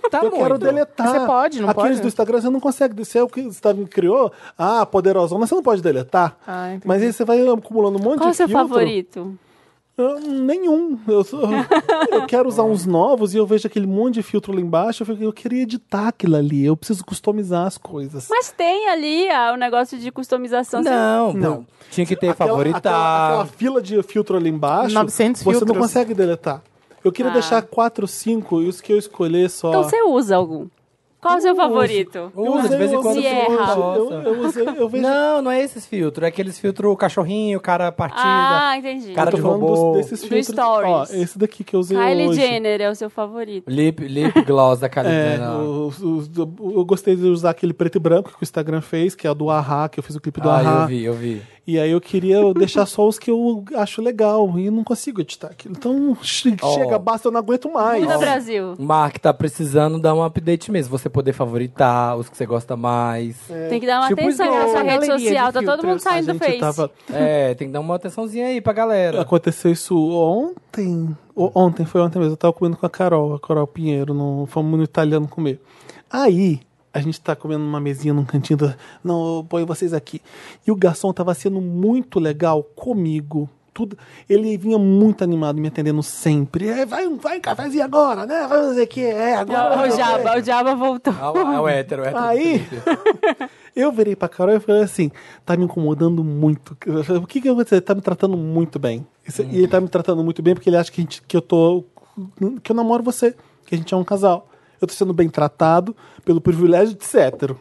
Speaker 2: tá
Speaker 1: eu quero
Speaker 2: muito.
Speaker 1: deletar.
Speaker 4: Você pode, não
Speaker 1: Aqueles
Speaker 4: pode?
Speaker 1: do Instagram você não consegue. Se é o que o Instagram criou, ah, poderosão, mas você não pode deletar.
Speaker 4: Ah, entendi.
Speaker 1: mas aí você vai acumulando um monte
Speaker 3: Qual é o
Speaker 1: de
Speaker 3: seu
Speaker 1: filtro.
Speaker 3: favorito?
Speaker 1: Eu- Ah, nenhum. Eu, sou- eu quero usar uns novos e eu vejo aquele monte de filtro lá embaixo. Eu fico, eu queria editar aquilo ali. Eu preciso customizar as coisas.
Speaker 3: Mas tem ali ah, o negócio de customização.
Speaker 2: Não, não.
Speaker 1: então assim, Não.
Speaker 2: Tinha que ter
Speaker 1: Aquela-
Speaker 2: favoritar.
Speaker 1: Aquela, aquela fila de filtro ali embaixo,
Speaker 4: 900
Speaker 1: você não
Speaker 4: filtros.
Speaker 1: consegue deletar. Eu queria
Speaker 3: Ah.
Speaker 1: deixar 4, 5 e os que eu escolher só.
Speaker 3: Então você usa algum. Qual é o seu
Speaker 1: Eu uso.
Speaker 3: favorito?
Speaker 1: eu
Speaker 2: Usa, de vez em quando
Speaker 1: eu,
Speaker 3: se erra.
Speaker 1: eu, eu, usei- eu vejo.
Speaker 2: Não, não é esses filtros. É aqueles filtros cachorrinho, cara partida.
Speaker 3: Ah, entendi.
Speaker 2: Cara
Speaker 1: eu tô
Speaker 2: de
Speaker 1: falando
Speaker 2: robô.
Speaker 1: dos- desses
Speaker 3: Do
Speaker 1: filtros. Ó,
Speaker 3: Stories.
Speaker 1: esse daqui que eu usei
Speaker 3: Kylie
Speaker 1: hoje.
Speaker 3: Jenner é o seu favorito.
Speaker 2: Lip, lip gloss da Kylie
Speaker 1: <laughs> É,
Speaker 2: Jenner.
Speaker 1: o- o- o- eu gostei de usar aquele preto e branco que o Instagram fez, que é o do Ahá, que eu fiz o clipe do
Speaker 2: ah,
Speaker 1: Ahá.
Speaker 2: eu vi, eu vi.
Speaker 1: E aí eu queria deixar só os que eu acho legal e não consigo editar aquilo. Então <laughs> che-
Speaker 2: Ó.
Speaker 1: chega, basta, eu não aguento mais.
Speaker 3: Muda Brasil.
Speaker 2: O Mark tá precisando dar um update mesmo. Você poder favoritar os que você gosta mais. É,
Speaker 3: Tem que dar uma
Speaker 2: Tipo
Speaker 3: atenção
Speaker 2: Snow.
Speaker 3: nessa
Speaker 4: Galeria
Speaker 3: rede
Speaker 4: de
Speaker 3: social. Tá todo
Speaker 4: filtros.
Speaker 3: mundo
Speaker 1: A
Speaker 3: saindo do Face.
Speaker 1: gente tava-
Speaker 2: É, tem que dar uma atençãozinha aí
Speaker 1: <laughs>
Speaker 2: pra galera.
Speaker 1: Aconteceu isso ontem. O- Ontem, foi ontem mesmo. Eu tava comendo com a Carol, a Carol Pinheiro. No... Fomos no italiano comer. Aí, a gente tá comendo numa mesinha num cantinho. Da... Não, eu ponho vocês aqui. E o garçom tava sendo muito legal comigo. tudo. Ele vinha muito animado me atendendo sempre. É, vai, um- vai um cafezinho agora, né? Vai fazer o que é agora.
Speaker 3: O Jaba, o Jaba voltou.
Speaker 2: Ah, o- ah, o hétero, o hétero.
Speaker 1: Aí, eu virei pra Carol e falei assim: tá me incomodando muito. Eu falei, o que que aconteceu? Ele tá me tratando muito bem. Esse- E ele tá me tratando muito bem porque ele acha que, a gente, que eu tô. que eu namoro você, que a gente é um casal. Eu tô sendo bem tratado pelo privilégio de ser hétero.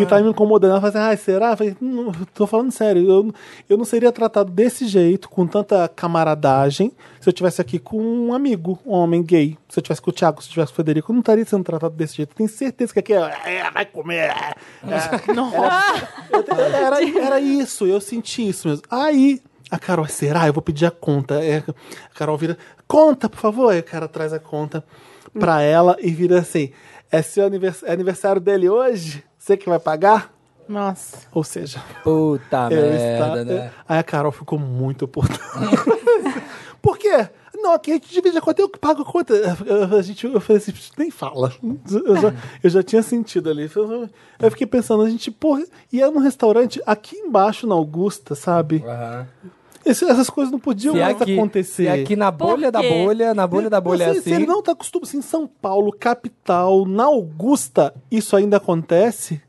Speaker 1: E tá me incomodando. Ela fala assim, ah, será? Eu falei, "Não, eu tô falando sério, eu, eu não seria tratado desse jeito, com tanta camaradagem, se eu tivesse aqui com um amigo, um homem gay. Se eu tivesse com o Thiago, se eu tivesse com o Federico, eu não estaria sendo tratado desse jeito. Tenho certeza que aqui é, "É, vai comer. é, é." <laughs> Era, era, era isso, eu senti isso mesmo. Aí, a Carol, "Ah, será? Eu vou pedir a conta. É, a Carol vira, conta, por favor. Aí o cara traz a conta pra ela e vira assim, é seu anivers- é aniversário dele hoje? Você que vai pagar?
Speaker 4: Nossa.
Speaker 1: Ou seja,
Speaker 2: Puta
Speaker 1: eu
Speaker 2: merda,
Speaker 1: está...
Speaker 2: né?
Speaker 1: Aí a Carol ficou muito puta. <laughs> Por quê? Não, aqui a gente divide a conta, eu que pago a conta. A gente, eu falei assim, nem fala. <laughs> Eu já, eu já tinha sentido ali. Eu fiquei pensando, a gente, porra, e era num restaurante aqui embaixo na Augusta, sabe?
Speaker 2: Aham.
Speaker 1: Esse- essas coisas não podiam
Speaker 2: Se
Speaker 1: mais
Speaker 2: aqui,
Speaker 1: acontecer.
Speaker 2: se é aqui na
Speaker 3: Por
Speaker 2: bolha da
Speaker 3: quê?
Speaker 2: bolha, na bolha da bolha é
Speaker 1: Assim,
Speaker 2: assim.
Speaker 1: Se ele não tá acostumado, se em São Paulo, capital, na Augusta, isso ainda acontece,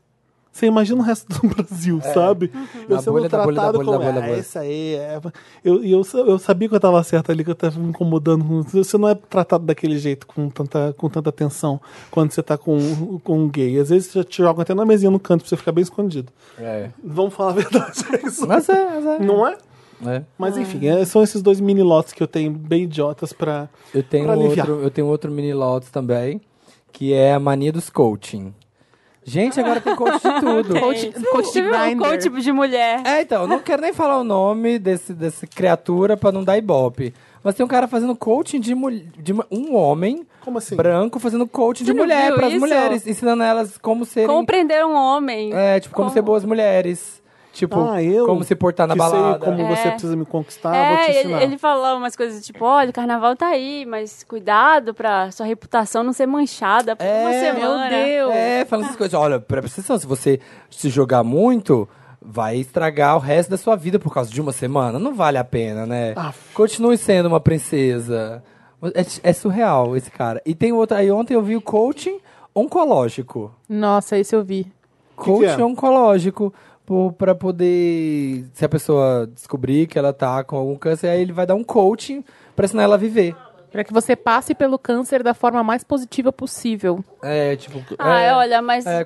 Speaker 1: você imagina o resto do <laughs> Brasil, sabe?
Speaker 2: É. Uhum. Na bolha da bolha, da bolha, da
Speaker 1: como,
Speaker 2: bolha, da
Speaker 1: "Ah,
Speaker 2: bolha."
Speaker 1: isso aí, é... eu, e eu, sa- eu sabia que eu tava certa ali, que eu tava me incomodando. com- Você não é tratado daquele jeito, com tanta, com tanta atenção, quando você tá com, com um gay. Às vezes você te jogam até na mesinha no canto pra você ficar bem escondido.
Speaker 2: É.
Speaker 1: Vamos falar a <laughs> verdade, é isso.
Speaker 2: Mas é, mas
Speaker 1: <laughs>
Speaker 2: é.
Speaker 1: Não é?
Speaker 2: É.
Speaker 1: Mas enfim, é- são esses dois mini lotes que eu tenho bem idiotas pra.
Speaker 2: Eu tenho
Speaker 1: Pra aliviar.
Speaker 2: outro, eu tenho outro mini lotes também, que é a mania dos coaching. Gente, agora tem coach
Speaker 3: <laughs>
Speaker 2: de tudo.
Speaker 4: Coach, coach
Speaker 3: Você
Speaker 4: de
Speaker 3: viu um
Speaker 4: grinder.
Speaker 3: coach de mulher?
Speaker 2: É, então, não quero nem falar o nome desse, dessa criatura pra não dar ibope. Mas tem um cara fazendo coaching de, mul- de mu- um homem
Speaker 1: Como assim?
Speaker 2: branco fazendo coaching de
Speaker 3: Você não
Speaker 2: mulher
Speaker 3: viu
Speaker 2: pras
Speaker 3: isso?
Speaker 2: mulheres, ensinando elas como serem
Speaker 3: Compreender um homem.
Speaker 2: É, tipo, como,
Speaker 3: Como-
Speaker 2: ser boas mulheres. Tipo,
Speaker 1: Ah, eu
Speaker 2: como se portar na
Speaker 1: que
Speaker 2: balada.
Speaker 1: Sei como
Speaker 3: É.
Speaker 1: você precisa me conquistar, ah, vou te
Speaker 3: É, ele,
Speaker 1: ensinar.
Speaker 3: ele falou umas coisas tipo, olha, o carnaval tá aí, mas cuidado pra sua reputação não ser manchada por uma
Speaker 2: É,
Speaker 3: semana.
Speaker 4: meu Deus.
Speaker 2: É, falando essas coisas. Olha, pre- presta atenção, se você se jogar muito, vai estragar o resto da sua vida por causa de uma semana. Não vale a pena, né?
Speaker 1: Ah.
Speaker 2: Continue sendo uma princesa. É, é surreal esse cara. E tem outra. Aí ontem eu vi o coaching oncológico.
Speaker 4: Nossa, esse eu vi.
Speaker 2: coach
Speaker 1: que é?
Speaker 2: oncológico para poder se a pessoa descobrir que ela tá com algum câncer, aí ele vai dar um coaching pra ensinar ela a viver.
Speaker 4: Pra que você passe pelo câncer da forma mais positiva possível.
Speaker 2: É, tipo,
Speaker 3: Ah,
Speaker 2: é,
Speaker 3: olha, mas
Speaker 2: é.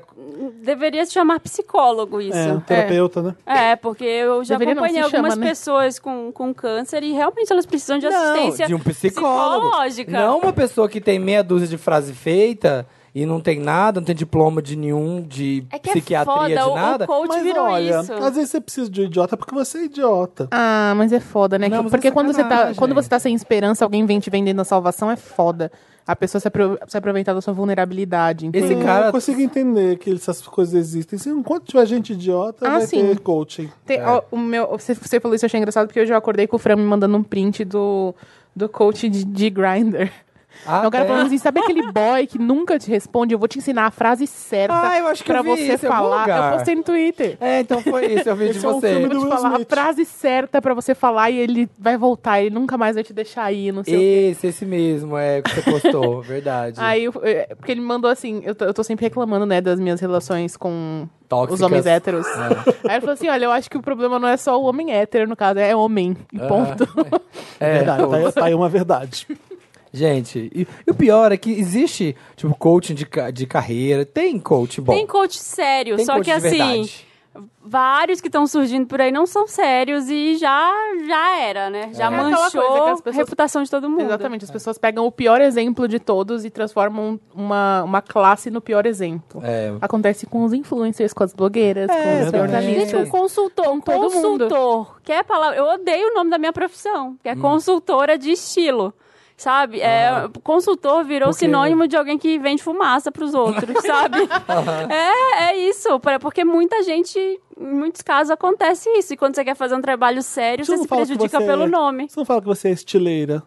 Speaker 3: deveria se chamar psicólogo isso.
Speaker 1: É, um terapeuta, né?
Speaker 3: É, porque eu já
Speaker 4: Deveria não,
Speaker 3: acompanhei
Speaker 4: se chama,
Speaker 3: algumas
Speaker 4: né?
Speaker 3: pessoas com, com câncer e realmente elas precisam de assistência
Speaker 2: de um psicólogo.
Speaker 3: psicológica.
Speaker 2: Não uma pessoa que tem meia dúzia de frase feita e não tem nada, não tem diploma de nenhum de
Speaker 3: é que
Speaker 2: psiquiatria de
Speaker 3: é foda, o-
Speaker 2: nada.
Speaker 3: o coach
Speaker 1: Mas
Speaker 3: virou
Speaker 1: olha,
Speaker 3: isso.
Speaker 1: às vezes você precisa de um idiota porque você é idiota.
Speaker 4: Ah, mas é foda, né?
Speaker 2: Não,
Speaker 4: Que-
Speaker 2: mas é
Speaker 4: Porque quando você, tá,
Speaker 2: sacanagem.
Speaker 4: quando você tá sem esperança, alguém vem te vendendo a salvação, é foda. A pessoa se, apro- se aproveitar da sua vulnerabilidade. então-
Speaker 2: Esse
Speaker 1: É,
Speaker 2: cara-
Speaker 1: Eu consigo entender que essas coisas existem. Se enquanto tiver gente idiota,
Speaker 4: Ah,
Speaker 1: vai
Speaker 4: sim.
Speaker 1: ter coaching.
Speaker 4: Tem- ó, o meu, você, você falou isso, eu achei engraçado, porque hoje eu acordei com o Fran me mandando um print do, do coach de, de Grindr.
Speaker 2: Ah,
Speaker 4: Aí o cara
Speaker 2: é?
Speaker 4: falando assim, sabe aquele boy que nunca te responde? Eu vou te ensinar a frase certa
Speaker 2: Ah, eu acho que
Speaker 4: pra
Speaker 2: eu vi
Speaker 4: você
Speaker 2: isso em algum
Speaker 4: falar.
Speaker 2: lugar.
Speaker 4: Eu postei no Twitter.
Speaker 2: É, então foi isso, eu vi de
Speaker 1: Esse é um
Speaker 2: você.
Speaker 1: filme
Speaker 4: Eu
Speaker 1: do
Speaker 4: vou te
Speaker 1: Will
Speaker 4: falar a
Speaker 1: Smith.
Speaker 4: frase certa pra você falar e ele vai voltar, ele nunca mais vai te deixar ir, não sei o quê.
Speaker 2: Esse, esse mesmo, é, que você postou, <laughs> verdade.
Speaker 4: Aí, eu- é, porque ele me mandou assim, eu tô, eu tô sempre reclamando, né, das minhas relações com
Speaker 2: Tóxicas. Ah.
Speaker 4: os homens héteros. Aí ele falou assim, olha, eu acho que o problema não é só o homem hétero, no caso, é homem, e
Speaker 2: Ah.
Speaker 4: ponto. <laughs>
Speaker 2: É,
Speaker 1: Verdade, tá, aí- tá aí uma
Speaker 3: <laughs>
Speaker 1: verdade.
Speaker 2: Gente, e, e o pior é que existe, tipo, coaching de, ca- de carreira, tem coaching bom.
Speaker 3: Tem coach sério,
Speaker 2: Tem
Speaker 3: só
Speaker 2: coach
Speaker 3: que
Speaker 2: de
Speaker 3: assim,
Speaker 2: verdade.
Speaker 3: vários que estão surgindo por aí não são sérios e já, já era, né? Já
Speaker 4: É aquela
Speaker 3: manchou
Speaker 4: coisa que
Speaker 3: a
Speaker 4: as pessoas-
Speaker 3: reputação de todo mundo.
Speaker 4: Exatamente, as pessoas pegam o pior exemplo de todos e transformam uma, uma classe no pior exemplo.
Speaker 2: É.
Speaker 4: Acontece com os influencers, com as blogueiras, com os
Speaker 2: também.
Speaker 3: Gente, um
Speaker 4: jornalistas.
Speaker 3: consultor, um
Speaker 4: todo mundo.
Speaker 3: consultor, que é a palavra, eu odeio o nome da minha profissão, que é consultora de estilo. Sabe? É, consultor virou
Speaker 2: Porque-
Speaker 3: sinônimo de alguém que vende fumaça pros outros, sabe? É, é isso, pra- porque muita gente, em muitos casos, acontece isso. E quando você quer fazer um trabalho sério,
Speaker 1: Você
Speaker 3: você,
Speaker 1: não
Speaker 3: se
Speaker 1: fala que
Speaker 3: prejudica
Speaker 1: você
Speaker 3: pelo
Speaker 1: é-
Speaker 3: nome.
Speaker 1: Você não fala que você é estileira.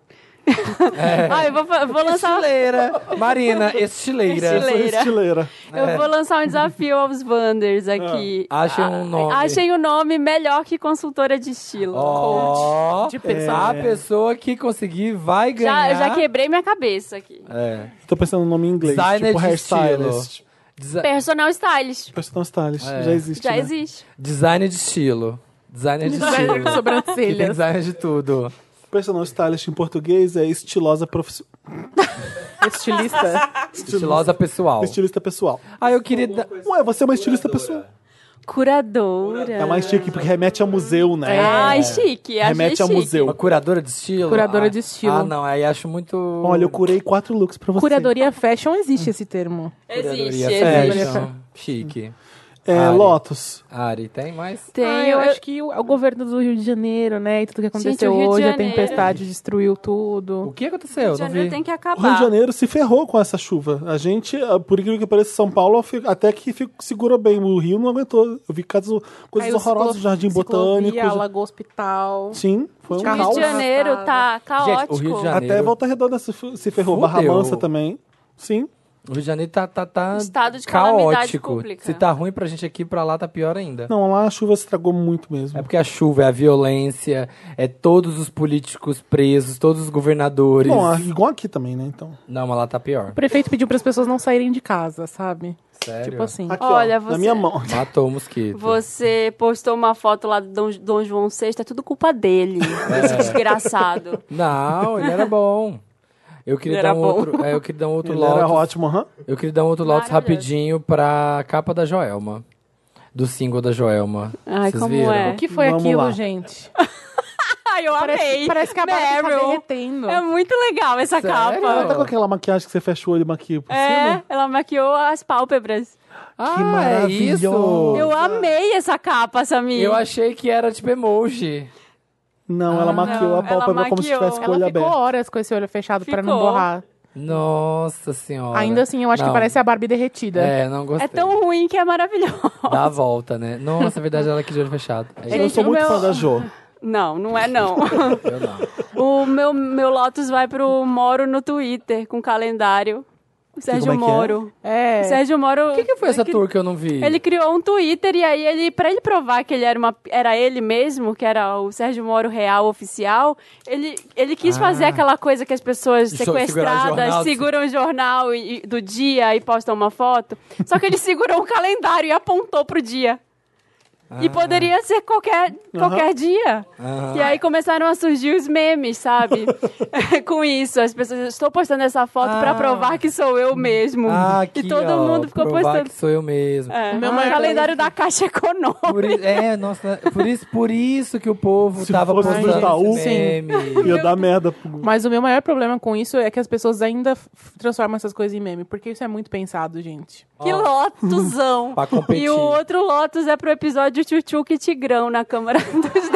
Speaker 3: Ah, eu vou, fa- vou lançar.
Speaker 2: Estileira.
Speaker 3: <laughs>
Speaker 2: Marina, estileira.
Speaker 1: Sou
Speaker 3: Estileira.
Speaker 1: estileira.
Speaker 3: Eu vou lançar um desafio aos Wanders aqui.
Speaker 2: Ah, achem um
Speaker 3: Ah,
Speaker 2: nome.
Speaker 3: Achem um nome melhor que consultora de estilo.
Speaker 2: Ó, é.
Speaker 4: De pessoa.
Speaker 2: a pessoa que conseguir vai
Speaker 3: Já,
Speaker 2: ganhar.
Speaker 3: eu já quebrei minha cabeça aqui.
Speaker 2: É.
Speaker 1: Tô pensando no nome em inglês,
Speaker 2: Designer
Speaker 1: tipo
Speaker 2: de
Speaker 1: hairstylist.
Speaker 2: estilo. Desi-
Speaker 3: Personal stylist.
Speaker 1: Personal stylist,
Speaker 2: É.
Speaker 1: já existe.
Speaker 3: Já
Speaker 1: né?
Speaker 3: existe.
Speaker 2: Design de estilo. Designer de
Speaker 4: Designer de
Speaker 2: estilo. Que um tem
Speaker 4: <laughs> sobrancelhas.
Speaker 2: designer de tudo.
Speaker 1: Personal stylist em português é estilosa
Speaker 3: <laughs>
Speaker 1: profissional.
Speaker 4: Estilista.
Speaker 2: Estilosa pessoal.
Speaker 1: Estilista pessoal.
Speaker 2: Ah, eu queria. da-
Speaker 1: Ué, você é uma estilista pessoal.
Speaker 3: Curadora. É.
Speaker 1: É mais chique, porque remete a museu, né?
Speaker 3: Ai, chique. achei
Speaker 1: Remete ao
Speaker 3: chique.
Speaker 1: museu.
Speaker 2: Uma curadora de estilo?
Speaker 4: Curadora
Speaker 2: Ah,
Speaker 4: de estilo.
Speaker 2: Ah, não, aí acho muito.
Speaker 1: Olha, eu curei quatro looks pra você.
Speaker 4: Curadoria fashion existe esse termo.
Speaker 2: Curadoria
Speaker 3: Existe,
Speaker 2: fashion.
Speaker 3: existe.
Speaker 2: Chique.
Speaker 1: É,
Speaker 2: Ai.
Speaker 1: Lotus.
Speaker 2: Ari, tem mais?
Speaker 3: Tem,
Speaker 4: Ah, eu acho que o, o governo do Rio de Janeiro, né, e tudo que aconteceu
Speaker 3: o Rio de
Speaker 4: hoje, a
Speaker 3: Janeiro.
Speaker 4: tempestade destruiu tudo.
Speaker 2: O que aconteceu?
Speaker 3: Rio de
Speaker 2: Não
Speaker 3: Janeiro
Speaker 2: vi.
Speaker 3: tem que
Speaker 1: O Rio
Speaker 3: acabar.
Speaker 1: de Janeiro se ferrou com essa chuva. A gente, ah, por incrível que pareça, São Paulo fi- até que fi- segurou bem. O Rio não aguentou. Eu vi casos, coisas
Speaker 4: Caiu
Speaker 1: horrorosas,
Speaker 4: ciclo-
Speaker 1: Jardim Botânico.
Speaker 4: ciclovia, alagou hospital.
Speaker 1: Sim, foi um
Speaker 4: Rio de
Speaker 3: O
Speaker 1: caos.
Speaker 3: Rio de Janeiro tá
Speaker 2: Gente,
Speaker 3: caótico.
Speaker 2: o Rio de Janeiro-
Speaker 1: Até Volta Redonda se, fu- se ferrou.
Speaker 2: Fudeu.
Speaker 1: Barra Mansa também. Sim.
Speaker 2: O Rio de Janeiro tá, tá, tá
Speaker 3: Um Estado de calamidade
Speaker 2: caótico.
Speaker 3: pública.
Speaker 2: Se tá ruim pra gente aqui, pra lá tá pior ainda.
Speaker 1: Não, lá a chuva se estragou muito mesmo.
Speaker 2: É porque a chuva, é a violência, é todos os políticos presos, todos os governadores.
Speaker 1: Bom, ah, igual aqui também, né? Então.
Speaker 2: Não, mas lá tá pior.
Speaker 4: O prefeito pediu para as pessoas não saírem de casa, sabe?
Speaker 2: Sério?
Speaker 4: Tipo assim.
Speaker 1: Aqui,
Speaker 3: Olha,
Speaker 1: ó,
Speaker 3: você-
Speaker 1: na minha
Speaker 4: <laughs>
Speaker 1: mão.
Speaker 2: Matou o mosquito.
Speaker 3: Você postou uma foto lá do Dom, Dom João VI, é tudo culpa dele.
Speaker 1: É.
Speaker 3: Esse desgraçado.
Speaker 2: Não, ele era bom. Eu queria,
Speaker 3: Ele
Speaker 2: dar
Speaker 3: era
Speaker 2: um
Speaker 3: bom.
Speaker 2: outro, é, eu queria dar um outro
Speaker 1: Ele era
Speaker 2: Lotus.
Speaker 1: ótimo, aham.
Speaker 2: Eu queria dar um outro Lotus
Speaker 3: Maravilhoso.
Speaker 2: rapidinho pra capa da Joelma. Do single da Joelma.
Speaker 3: Ai,
Speaker 2: Vocês
Speaker 3: como
Speaker 2: viram?
Speaker 3: é?
Speaker 4: O que foi
Speaker 1: Vamos
Speaker 4: aquilo,
Speaker 1: lá.
Speaker 4: gente?
Speaker 3: <laughs> Ai, eu
Speaker 4: Parece,
Speaker 3: amei.
Speaker 4: parece que a barra tá
Speaker 3: Meryl.
Speaker 4: derretendo.
Speaker 3: É muito legal essa
Speaker 2: Sério?
Speaker 1: Ela
Speaker 3: capa.
Speaker 1: tá com aquela maquiagem que você fecha o olho aqui por
Speaker 3: Ah. É,
Speaker 1: cima.
Speaker 3: ela maquiou as pálpebras.
Speaker 2: Ah, é
Speaker 1: maravilhoso.
Speaker 2: isso? Eu,
Speaker 3: Eu
Speaker 1: tá.
Speaker 3: amei essa capa, Samir.
Speaker 2: achei que era tipo emoji.
Speaker 1: Não, ela maquiou
Speaker 3: não.
Speaker 1: a pálpebra
Speaker 3: Ah. Ela
Speaker 1: como se
Speaker 3: maquiou.
Speaker 1: tivesse com o
Speaker 4: Ela
Speaker 1: olho
Speaker 4: ficou
Speaker 1: aberto.
Speaker 4: horas com esse olho fechado para não
Speaker 3: Ficou.
Speaker 4: borrar.
Speaker 2: Nossa senhora.
Speaker 4: Ainda assim, eu acho
Speaker 2: Não.
Speaker 4: que parece a Barbie derretida.
Speaker 2: É, não gostei.
Speaker 3: É tão ruim que é maravilhoso. <laughs>
Speaker 2: Dá a volta, né? Nossa, na verdade ela aqui de olho fechado. É
Speaker 1: Eu
Speaker 3: Gente,
Speaker 1: sou
Speaker 3: o
Speaker 1: muito
Speaker 3: meu-
Speaker 1: fã da Jo.
Speaker 3: Não, não é não.
Speaker 2: isso, eu não.
Speaker 3: o meu, meu Lotus vai pro Moro no Twitter, com calendário. O Sérgio
Speaker 1: como é que é?
Speaker 3: Moro.
Speaker 4: É.
Speaker 3: O Sérgio Moro...
Speaker 2: O que, que foi essa tour que eu não vi?
Speaker 3: É Ele criou um Twitter e aí ele, para ele provar que ele era uma, era ele mesmo, que era o Sérgio Moro real oficial, ele, ele quis
Speaker 2: Ah.
Speaker 3: fazer aquela coisa que as pessoas
Speaker 2: De so- segurar o jornal. né?
Speaker 3: sequestradas seguram o jornal e- e- do dia e postam uma foto. Só
Speaker 2: <laughs>
Speaker 3: que ele segurou o calendário e apontou pro dia. E poderia ser qualquer, qualquer dia.
Speaker 2: Ah. Aham.
Speaker 3: E aí começaram a surgir os memes,
Speaker 2: <laughs>
Speaker 3: sabe? <laughs> Com isso, as pessoas. Estou postando essa foto pra
Speaker 2: Ah.
Speaker 3: provar que sou eu mesmo.
Speaker 2: Ah, aqui,
Speaker 3: e todo
Speaker 2: ó,
Speaker 3: mundo ficou
Speaker 2: provar
Speaker 3: postando.
Speaker 2: que sou eu mesmo.
Speaker 3: É,
Speaker 4: O meu
Speaker 3: Ah,
Speaker 4: maior
Speaker 3: calendário da Caixa Econômica.
Speaker 2: Por isso, é, nossa, por isso, por isso que o povo
Speaker 1: Se
Speaker 2: tava
Speaker 1: fosse
Speaker 2: postando
Speaker 1: do Itaú,
Speaker 2: esse meme.
Speaker 1: Ia dar merda. pro-
Speaker 4: Mas o meu maior problema com isso é que as pessoas ainda f- transformam essas coisas em meme, porque isso é muito pensado, gente.
Speaker 3: <laughs> Que
Speaker 2: Ó.
Speaker 3: lotusão.
Speaker 2: Pra competir.
Speaker 3: E o outro Lotus é pro episódio Tchutchuca e Tigrão na Câmara <laughs> dos,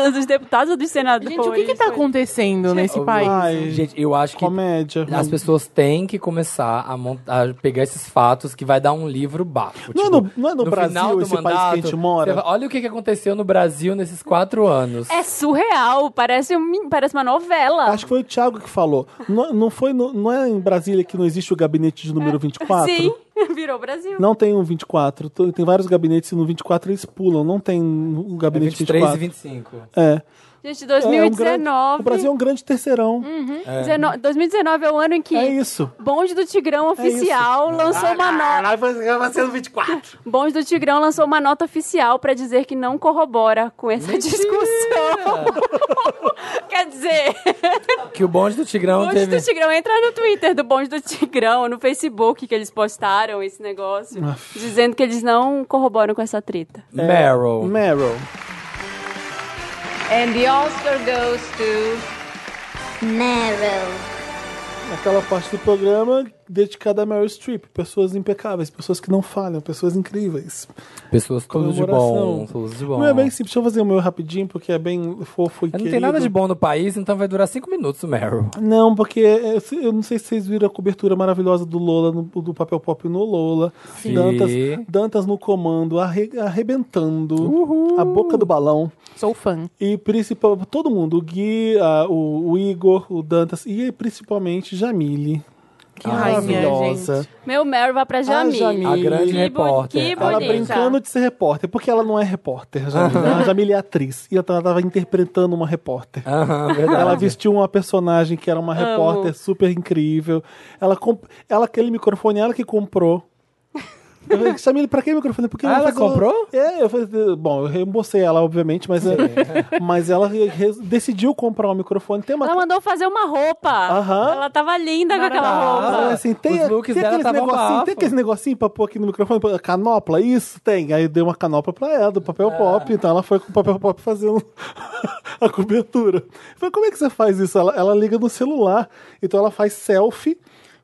Speaker 3: depu- dos Deputados ou dos Senadores.
Speaker 4: Gente, o que que tá acontecendo nesse
Speaker 2: Ô,
Speaker 4: país?
Speaker 1: Ai,
Speaker 2: Gente, eu acho que
Speaker 1: comédia.
Speaker 2: as pessoas têm que começar a, mont- a pegar esses fatos que vai dar um livro bafo.
Speaker 1: Não é
Speaker 2: Tipo,
Speaker 1: no- não é no Brasil
Speaker 2: final do
Speaker 1: esse país que a gente mora?
Speaker 2: você vai- Olha o que, que aconteceu no Brasil nesses quatro anos.
Speaker 3: É surreal, parece, um, parece uma novela.
Speaker 1: Acho que foi o Thiago que falou. Não, não foi no- não é em Brasília que não existe o gabinete de número 24?
Speaker 3: É. Sim, <laughs> virou Brasil.
Speaker 1: Não tem um 24. Tô- Tem vários gabinetes e no 24 eles pulam. Não tem um
Speaker 2: É
Speaker 1: gabinete
Speaker 2: 23 e
Speaker 1: 24.
Speaker 2: 25.
Speaker 1: É.
Speaker 3: Gente,
Speaker 1: É, é um grande-
Speaker 3: 2019.
Speaker 1: o Brasil é um grande terceirão.
Speaker 3: Hum. dezeno- 2019 é o ano em que.
Speaker 1: É isso. É
Speaker 3: Bonde do Tigrão oficial lançou uma nota.
Speaker 1: vai
Speaker 2: um
Speaker 1: ser no 24.
Speaker 3: Bonde do Tigrão lançou uma nota oficial pra dizer que não corrobora com
Speaker 2: <laughs>
Speaker 3: essa discussão. Quer dizer,
Speaker 2: Que o bonde do Tigrão
Speaker 3: Bonde
Speaker 2: teve.
Speaker 3: do Tigrão entra no Twitter do Bonde do Tigrão, no Facebook que eles postaram esse negócio, dizendo que eles não corroboram com essa treta.
Speaker 2: Meryl.
Speaker 1: Meryl.
Speaker 6: And the Oscar goes to Meryl.
Speaker 1: Aquela parte do programa dedicada a Meryl Streep. Pessoas impecáveis, pessoas que não falham, pessoas incríveis.
Speaker 2: Pessoas tudo de bom.
Speaker 1: Comemoração.
Speaker 2: Tudo de bom.
Speaker 1: Não é bem simples. Deixa eu fazer o meu rapidinho, porque é bem fofo e
Speaker 2: Não
Speaker 1: querido.
Speaker 2: tem nada de bom no país, então vai durar cinco minutos o Meryl.
Speaker 1: Não, porque eu, se- eu não sei se vocês viram a cobertura maravilhosa do Lola, no- do papel pop no Lola. Dantas, Dantas no comando, arre- arrebentando a boca do balão.
Speaker 4: Sou fã.
Speaker 1: E principal, todo mundo, o Gui, ah, o, o Igor, o Dantas e principalmente Jamile. Que
Speaker 4: rainha,
Speaker 1: maravilhosa.
Speaker 3: Meu Meryl vai pra Jamile.
Speaker 1: Jamile.
Speaker 2: A grande
Speaker 3: Que bo-
Speaker 2: repórter.
Speaker 3: que
Speaker 1: Ela
Speaker 3: bonita.
Speaker 1: brincando de ser repórter, porque ela não é repórter, a Jamile. a Jamile é atriz. E ela tava interpretando uma repórter. <laughs>
Speaker 2: Aham, verdade.
Speaker 1: Ela vestiu uma personagem que era uma repórter super incrível. Ela, comp... ela aquele microfone, ela que comprou. Eu falei, Jamile, pra que microfone? Porque
Speaker 2: Ah, ela comprou?
Speaker 1: É, eu falei, bom, eu reembolsei ela, obviamente, mas, é, mas ela re- re- decidiu comprar um microfone. Tem uma
Speaker 3: Ela mandou fazer uma roupa.
Speaker 1: Aham.
Speaker 3: Ela tava linda com aquela
Speaker 2: Maravilhosa.
Speaker 1: Eu
Speaker 3: roupa.
Speaker 1: falei assim, tem,
Speaker 2: Os looks
Speaker 1: tem
Speaker 2: dela um
Speaker 1: aqueles
Speaker 2: tavam
Speaker 1: negocinho,
Speaker 2: bafo.
Speaker 1: tem aqueles negocinho pra pôr aqui no microfone, pra- canopla, isso? Tem. Aí eu dei uma canopla pra ela, do
Speaker 2: Ah.
Speaker 1: papel pop, então ela foi com o papel pop fazendo <laughs> a cobertura. Eu falei, como é que você faz isso? Ela, ela liga no celular, então ela faz selfie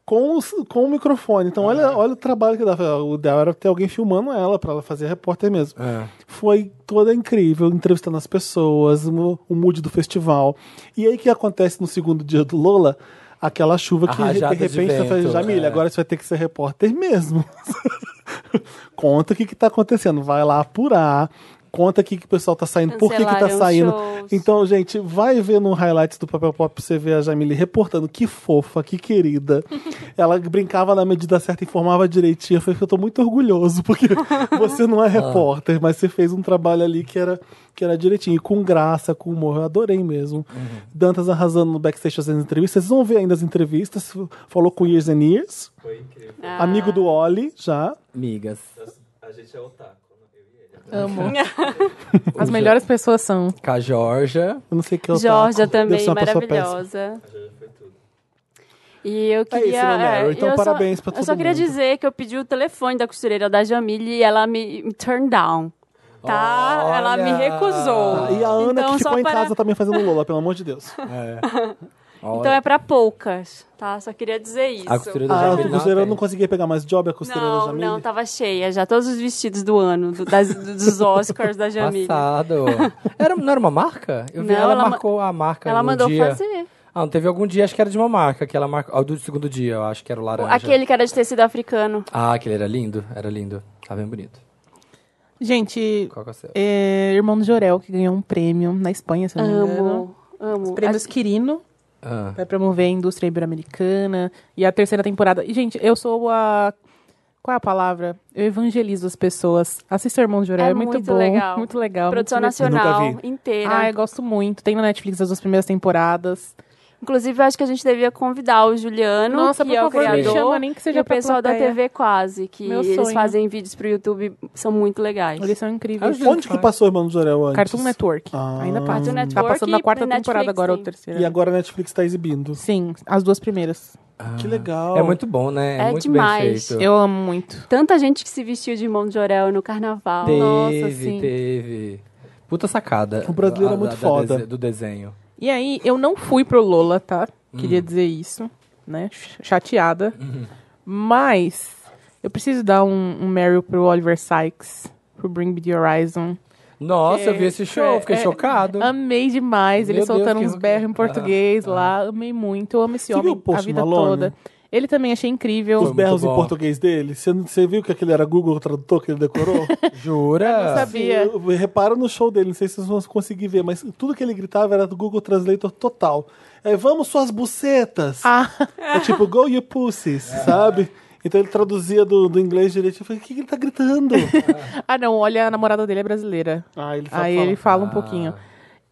Speaker 1: com o, s- com o microfone. Então
Speaker 2: Ah.
Speaker 1: olha, olha o trabalho que dá. O ideal era ter alguém filmando ela, pra ela fazer repórter mesmo.
Speaker 2: É.
Speaker 1: Foi toda incrível, entrevistando as pessoas, o, o mood do festival. E aí o que acontece no segundo dia do Lola? Aquela chuva
Speaker 2: A
Speaker 1: que de
Speaker 2: rajada de
Speaker 1: repente você fala,
Speaker 2: vento,
Speaker 1: Jamile,
Speaker 2: é.
Speaker 1: agora você vai ter que ser repórter mesmo. <laughs> conta o que, que tá acontecendo, vai lá apurar. Conta o que, que o pessoal tá saindo, por que, que tá
Speaker 3: Cancelaram
Speaker 1: saindo.
Speaker 3: shows.
Speaker 1: Então, gente, vai ver no highlights do Papel Pop pra você ver a Jamile reportando. Que fofa, que querida. Ela brincava na medida certa, informava direitinho. Eu falei, eu tô muito orgulhoso, porque você não é repórter, mas você fez um trabalho ali que era, que era direitinho. E com graça, com humor. Eu adorei mesmo. Dantas arrasando no backstage fazendo entrevistas. Vocês vão ver ainda as entrevistas. Falou com Years and Years.
Speaker 3: Ah.
Speaker 1: Amigo do Oli, já.
Speaker 2: Amigas.
Speaker 5: A gente é otaku.
Speaker 4: Amo.
Speaker 1: <laughs>
Speaker 4: As melhores pessoas são.
Speaker 2: Com a Georgia.
Speaker 1: Eu não sei que é o
Speaker 3: Georgia
Speaker 1: Taco. Deve
Speaker 3: também,
Speaker 1: ser uma pessoa péssima.
Speaker 3: maravilhosa. E eu queria.
Speaker 1: É
Speaker 3: é,
Speaker 1: isso, meu Meryl. Então,
Speaker 3: eu só-
Speaker 1: parabéns pra
Speaker 3: Eu
Speaker 1: todo
Speaker 3: só queria
Speaker 1: mundo.
Speaker 3: dizer que eu pedi o telefone da costureira da Jamile e ela me me turn down. Tá?
Speaker 2: Olha!
Speaker 3: Ela me recusou.
Speaker 1: E a Ana
Speaker 3: então,
Speaker 1: que ficou
Speaker 3: só
Speaker 1: em
Speaker 3: para-
Speaker 1: casa também fazendo Lola, pelo amor de Deus.
Speaker 3: Então é pra poucas, tá? Só queria dizer isso.
Speaker 2: A costureira da
Speaker 1: Ah,
Speaker 2: Jamile
Speaker 1: a
Speaker 2: não
Speaker 1: costureira
Speaker 2: atende.
Speaker 1: não conseguia pegar mais job, a costureira da
Speaker 3: Não, tá
Speaker 1: Jamile.
Speaker 3: não, tava cheia já. Todos os vestidos do ano, do- das- dos Oscars da Jamile. <laughs>
Speaker 2: Passado. Era, não era uma marca? Eu vi
Speaker 3: Não,
Speaker 2: ela,
Speaker 3: ela ma-
Speaker 2: marcou a marca.
Speaker 3: Ela
Speaker 2: no
Speaker 3: mandou
Speaker 2: dia.
Speaker 3: fazer.
Speaker 2: Ah, não teve algum dia, acho que era de uma marca, que ela marcou. Ah, do segundo dia, eu acho que era o laranja.
Speaker 3: Aquele que era de tecido africano.
Speaker 2: Ah, aquele era lindo, era lindo. Tá bem bonito.
Speaker 4: Gente,
Speaker 2: Qual que é o seu?
Speaker 4: é, irmão do Jorel, que ganhou um prêmio na Espanha,
Speaker 1: Tá
Speaker 4: se eu não me engano.
Speaker 3: Amo, amo.
Speaker 4: Prêmios
Speaker 3: Acho-
Speaker 4: Quirino.
Speaker 2: Ah,
Speaker 4: Vai promover a indústria ibero-americana. E a terceira temporada. E, gente, eu sou a. Qual é a palavra? Eu evangelizo as pessoas. Assista o Irmão do Jorel,
Speaker 3: É
Speaker 4: é muito,
Speaker 3: muito
Speaker 4: bom.
Speaker 3: legal.
Speaker 4: Muito legal.
Speaker 3: Produção
Speaker 4: muito divertido.
Speaker 1: Eu
Speaker 3: nacional
Speaker 1: nunca
Speaker 3: inteira.
Speaker 4: Ah, eu gosto muito. Tem na Netflix as duas primeiras temporadas.
Speaker 3: Inclusive, eu acho que a gente devia convidar o Juliano,
Speaker 4: Nossa,
Speaker 3: que
Speaker 4: por
Speaker 3: é o
Speaker 4: favor, me
Speaker 3: criador,
Speaker 4: chama, nem que seja
Speaker 3: e o
Speaker 4: pra
Speaker 3: pessoal da
Speaker 4: plateia.
Speaker 3: TV Quase, que
Speaker 4: Meu
Speaker 3: eles
Speaker 4: sonho.
Speaker 3: fazem vídeos pro YouTube, são muito legais.
Speaker 4: Eles são incríveis.
Speaker 2: Ajuda.
Speaker 1: Onde que passou o Irmão do Jorel antes?
Speaker 4: Cartoon Network.
Speaker 1: Ah.
Speaker 4: Ainda passa.
Speaker 3: Cartoon
Speaker 4: Tá
Speaker 3: Network
Speaker 4: passando na
Speaker 3: e
Speaker 4: quarta
Speaker 3: Netflix
Speaker 4: temporada agora, ou
Speaker 3: tem.
Speaker 2: né?
Speaker 4: terceira.
Speaker 1: E agora a Netflix tá exibindo.
Speaker 4: Sim, as duas primeiras.
Speaker 1: Que legal.
Speaker 2: É muito bom, né?
Speaker 3: É
Speaker 2: muito
Speaker 3: demais.
Speaker 2: bem feito.
Speaker 4: Eu amo muito.
Speaker 3: Tanta gente que se vestiu de mão de orel no carnaval.
Speaker 2: Teve,
Speaker 4: Nossa, sim.
Speaker 2: teve. Puta sacada.
Speaker 1: O brasileiro é
Speaker 2: Da-
Speaker 1: muito
Speaker 2: da- da
Speaker 1: foda.
Speaker 2: dese- Do desenho.
Speaker 4: E aí, eu não fui pro Lola, tá?
Speaker 1: Hum.
Speaker 4: Queria dizer isso, né? Ch- Chateada.
Speaker 1: Uhum.
Speaker 4: Mas eu preciso dar um, um Meryl pro Oliver Sykes, pro Bring Me The Horizon.
Speaker 2: Nossa, eu vi
Speaker 4: É,
Speaker 2: esse show, fiquei
Speaker 4: é,
Speaker 2: chocado.
Speaker 4: Amei demais. Ele
Speaker 2: Meu Deus,
Speaker 4: soltando
Speaker 2: que
Speaker 4: uns
Speaker 2: roqueiro.
Speaker 4: berros em português
Speaker 2: Ah,
Speaker 4: lá. Amei muito. Eu amo esse
Speaker 1: tá. Você viu
Speaker 4: homem
Speaker 1: o Post
Speaker 4: a vida
Speaker 1: Malone?
Speaker 4: toda. Ele também achei incrível.
Speaker 1: Os berros em
Speaker 2: bom.
Speaker 1: português dele. Você, não- você viu que aquele era Google Tradutor que ele
Speaker 3: <laughs>
Speaker 1: decorou?
Speaker 2: Jura?
Speaker 4: Não sabia.
Speaker 1: Eu- eu- Repara no show dele, não sei se vocês vão conseguir ver, mas tudo que ele gritava era do Google Translator total. É, vamos suas bucetas!
Speaker 4: Ah, <laughs>
Speaker 1: É tipo, go your pussies, sabe? Então ele traduzia do, do inglês direito. Eu falei, o que, que ele tá gritando?
Speaker 4: ah, não. Olha, a namorada dele é brasileira.
Speaker 1: ah, ele sabe
Speaker 4: Aí
Speaker 1: falar.
Speaker 4: ele fala um
Speaker 2: Ah.
Speaker 4: pouquinho.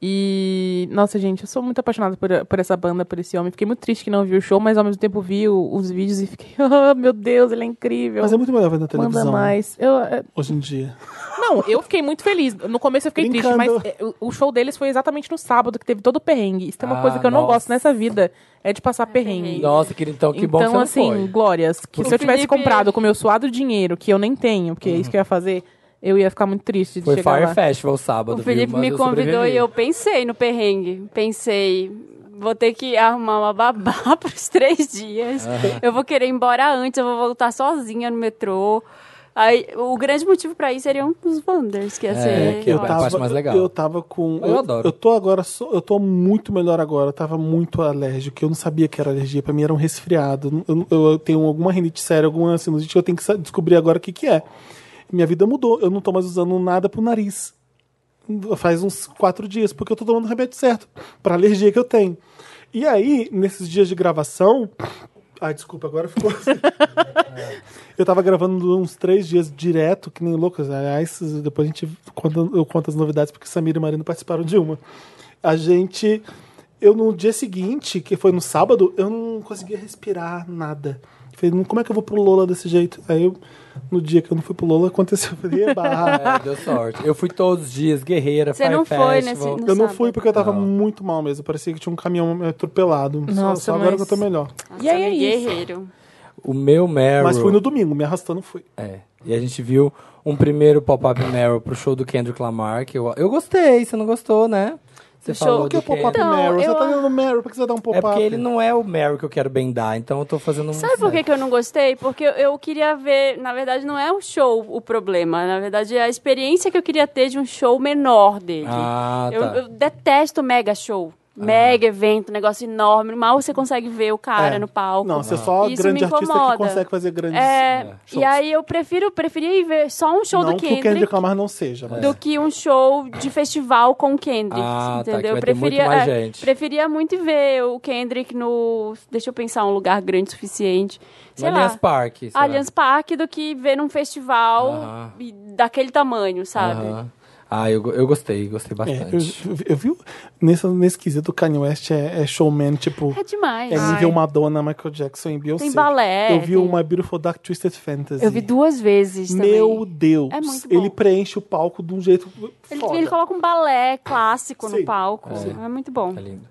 Speaker 4: E, nossa, gente, eu sou muito apaixonada por, por essa banda, por esse homem. Fiquei muito triste que não vi o show, mas ao mesmo tempo vi o- os vídeos e fiquei, <laughs> ah, meu Deus, ele é incrível.
Speaker 1: Mas é muito melhor ver na
Speaker 4: Manda
Speaker 1: televisão
Speaker 4: mais. Eu, é,
Speaker 1: hoje em dia.
Speaker 4: não, eu fiquei muito feliz. No começo eu fiquei
Speaker 1: Brincando.
Speaker 4: triste, mas é, o, o show deles foi exatamente no sábado, que teve todo o perrengue. Isso é uma
Speaker 2: Ah,
Speaker 4: coisa que eu não
Speaker 2: nossa.
Speaker 4: gosto nessa vida, é de passar perrengue.
Speaker 2: Nossa, querido, então que
Speaker 4: então,
Speaker 2: bom que você não
Speaker 4: assim,
Speaker 2: foi.
Speaker 4: glórias. Que
Speaker 3: O
Speaker 4: se eu tivesse
Speaker 3: Felipe-
Speaker 4: comprado com o meu suado dinheiro, que eu nem tenho, porque é isso que eu ia fazer, eu ia ficar muito triste de
Speaker 2: Uhum. Foi
Speaker 4: chegar
Speaker 2: Fire
Speaker 4: lá.
Speaker 2: Festival sábado.
Speaker 3: O Felipe
Speaker 2: viu? Mas
Speaker 3: me
Speaker 2: eu
Speaker 3: convidou
Speaker 2: sobrevivi.
Speaker 3: e eu pensei no perrengue. Pensei, vou ter que arrumar uma babá <laughs> pros três dias. Eu vou querer ir embora antes, eu vou voltar sozinha no metrô. Aí, o grande motivo pra ir seriam os Wanders, que ia
Speaker 2: É,
Speaker 3: ser.
Speaker 2: que eu
Speaker 3: ó,
Speaker 2: tava- parte mais legal.
Speaker 1: Eu tava com.
Speaker 2: Eu adoro.
Speaker 1: Eu tô agora. so- Eu tô muito melhor agora. Eu tava muito alérgico. Eu não sabia que era alergia. Pra mim era um resfriado. Eu, eu tenho alguma rinite séria, alguma sinusite que eu tenho que sa- descobrir agora o que, que é. Minha vida mudou. Eu não tô mais usando nada pro nariz. faz uns quatro dias, porque eu tô tomando o remédio certo pra alergia que eu tenho. E aí, nesses dias de gravação. Ai, desculpa, agora ficou. assim. eu tava gravando uns três dias direto, que nem loucas. Aliás, depois a gente conta, eu conto as novidades, porque Samira e Marina participaram de uma. A gente. Eu no dia seguinte, que foi no sábado, eu não conseguia respirar nada. Falei, "Não, como é que eu vou pro Lola desse jeito? Aí eu, no dia que eu não fui pro Lola, aconteceu. Eu falei, eba,
Speaker 2: É, deu sorte. Eu fui todos os dias, guerreira,
Speaker 3: Você
Speaker 2: Fire
Speaker 3: não foi né, assim, nesse-
Speaker 2: Festival.
Speaker 3: no
Speaker 1: Eu não
Speaker 3: sábado.
Speaker 1: fui porque eu tava muito mal mesmo. Parecia que tinha um caminhão me atropelado. Só-
Speaker 7: Nossa,
Speaker 1: só, agora
Speaker 7: mas-
Speaker 1: que eu tô melhor.
Speaker 3: Nossa,
Speaker 7: E aí é isso.
Speaker 3: um guerreiro.
Speaker 2: O meu Meryl...
Speaker 1: Mas fui no domingo, me arrastando fui.
Speaker 2: É. E a gente viu um primeiro pop-up Meryl pro show do Kendrick Lamar, que eu, eu gostei, você não gostou, né? Você
Speaker 3: Do show-
Speaker 2: falou
Speaker 1: Por que o
Speaker 2: do Kendrick.
Speaker 1: é pop-up
Speaker 3: Então,
Speaker 1: Meryl? Você
Speaker 3: eu-
Speaker 1: tá dando Meryl, por que você dá um
Speaker 2: É
Speaker 1: pop-up?
Speaker 2: porque ele não é o Meryl que eu quero bendar, então eu tô fazendo um...
Speaker 3: Sabe por que, que eu não gostei? Porque eu, eu queria ver. Na verdade, não é o show o problema. Na verdade, é a experiência que eu queria ter de um show menor dele.
Speaker 2: Ah,
Speaker 3: eu,
Speaker 2: tá. Ah.
Speaker 3: eu detesto mega show. Mega evento, um negócio enorme. Mal você consegue ver o cara
Speaker 1: É.
Speaker 3: no palco.
Speaker 1: Não, você é só
Speaker 3: Isso
Speaker 1: grande
Speaker 3: me
Speaker 1: artista que
Speaker 3: incomoda.
Speaker 1: consegue fazer grandes
Speaker 3: É,
Speaker 1: shows.
Speaker 3: e aí eu prefiro, preferia ir ver só um show
Speaker 1: não
Speaker 3: do
Speaker 1: que o Kendrick
Speaker 3: Kendrick
Speaker 1: Lamar não seja,
Speaker 2: É,
Speaker 1: mas...
Speaker 3: do que um show de festival com o Kendrick,
Speaker 2: Ah, tá, que
Speaker 3: entendeu?
Speaker 2: vai
Speaker 3: eu
Speaker 2: ter muito
Speaker 3: preferia,
Speaker 2: mais
Speaker 3: é,
Speaker 2: gente.
Speaker 3: preferia muito ver o Kendrick no, deixa eu pensar, um lugar grande o suficiente.
Speaker 2: No
Speaker 3: Sei lá.
Speaker 2: Allianz Parque. sei lá.
Speaker 3: Allianz Parque do que ver num festival
Speaker 2: Aham.
Speaker 3: e daquele tamanho, sabe?
Speaker 2: Aham. Ah, eu, go- eu gostei,
Speaker 1: É,
Speaker 2: gostei
Speaker 1: eu,
Speaker 2: bastante.
Speaker 1: eu- eu vi nesse, nesse quesito o Kanye West é, é showman, tipo...
Speaker 3: É demais.
Speaker 1: É nível
Speaker 4: Ai.
Speaker 1: Madonna, Michael Jackson e Beyoncé.
Speaker 3: Tem balé.
Speaker 1: Eu vi
Speaker 3: tem-
Speaker 1: uma Beautiful Dark Twisted Fantasy.
Speaker 3: Eu vi duas vezes
Speaker 1: Meu
Speaker 3: também.
Speaker 1: Deus.
Speaker 3: É muito bom.
Speaker 1: Ele preenche o palco de um jeito foda.
Speaker 3: Ele, ele coloca um balé clássico
Speaker 1: Sim.
Speaker 3: no palco. É muito bom.
Speaker 2: Tá lindo.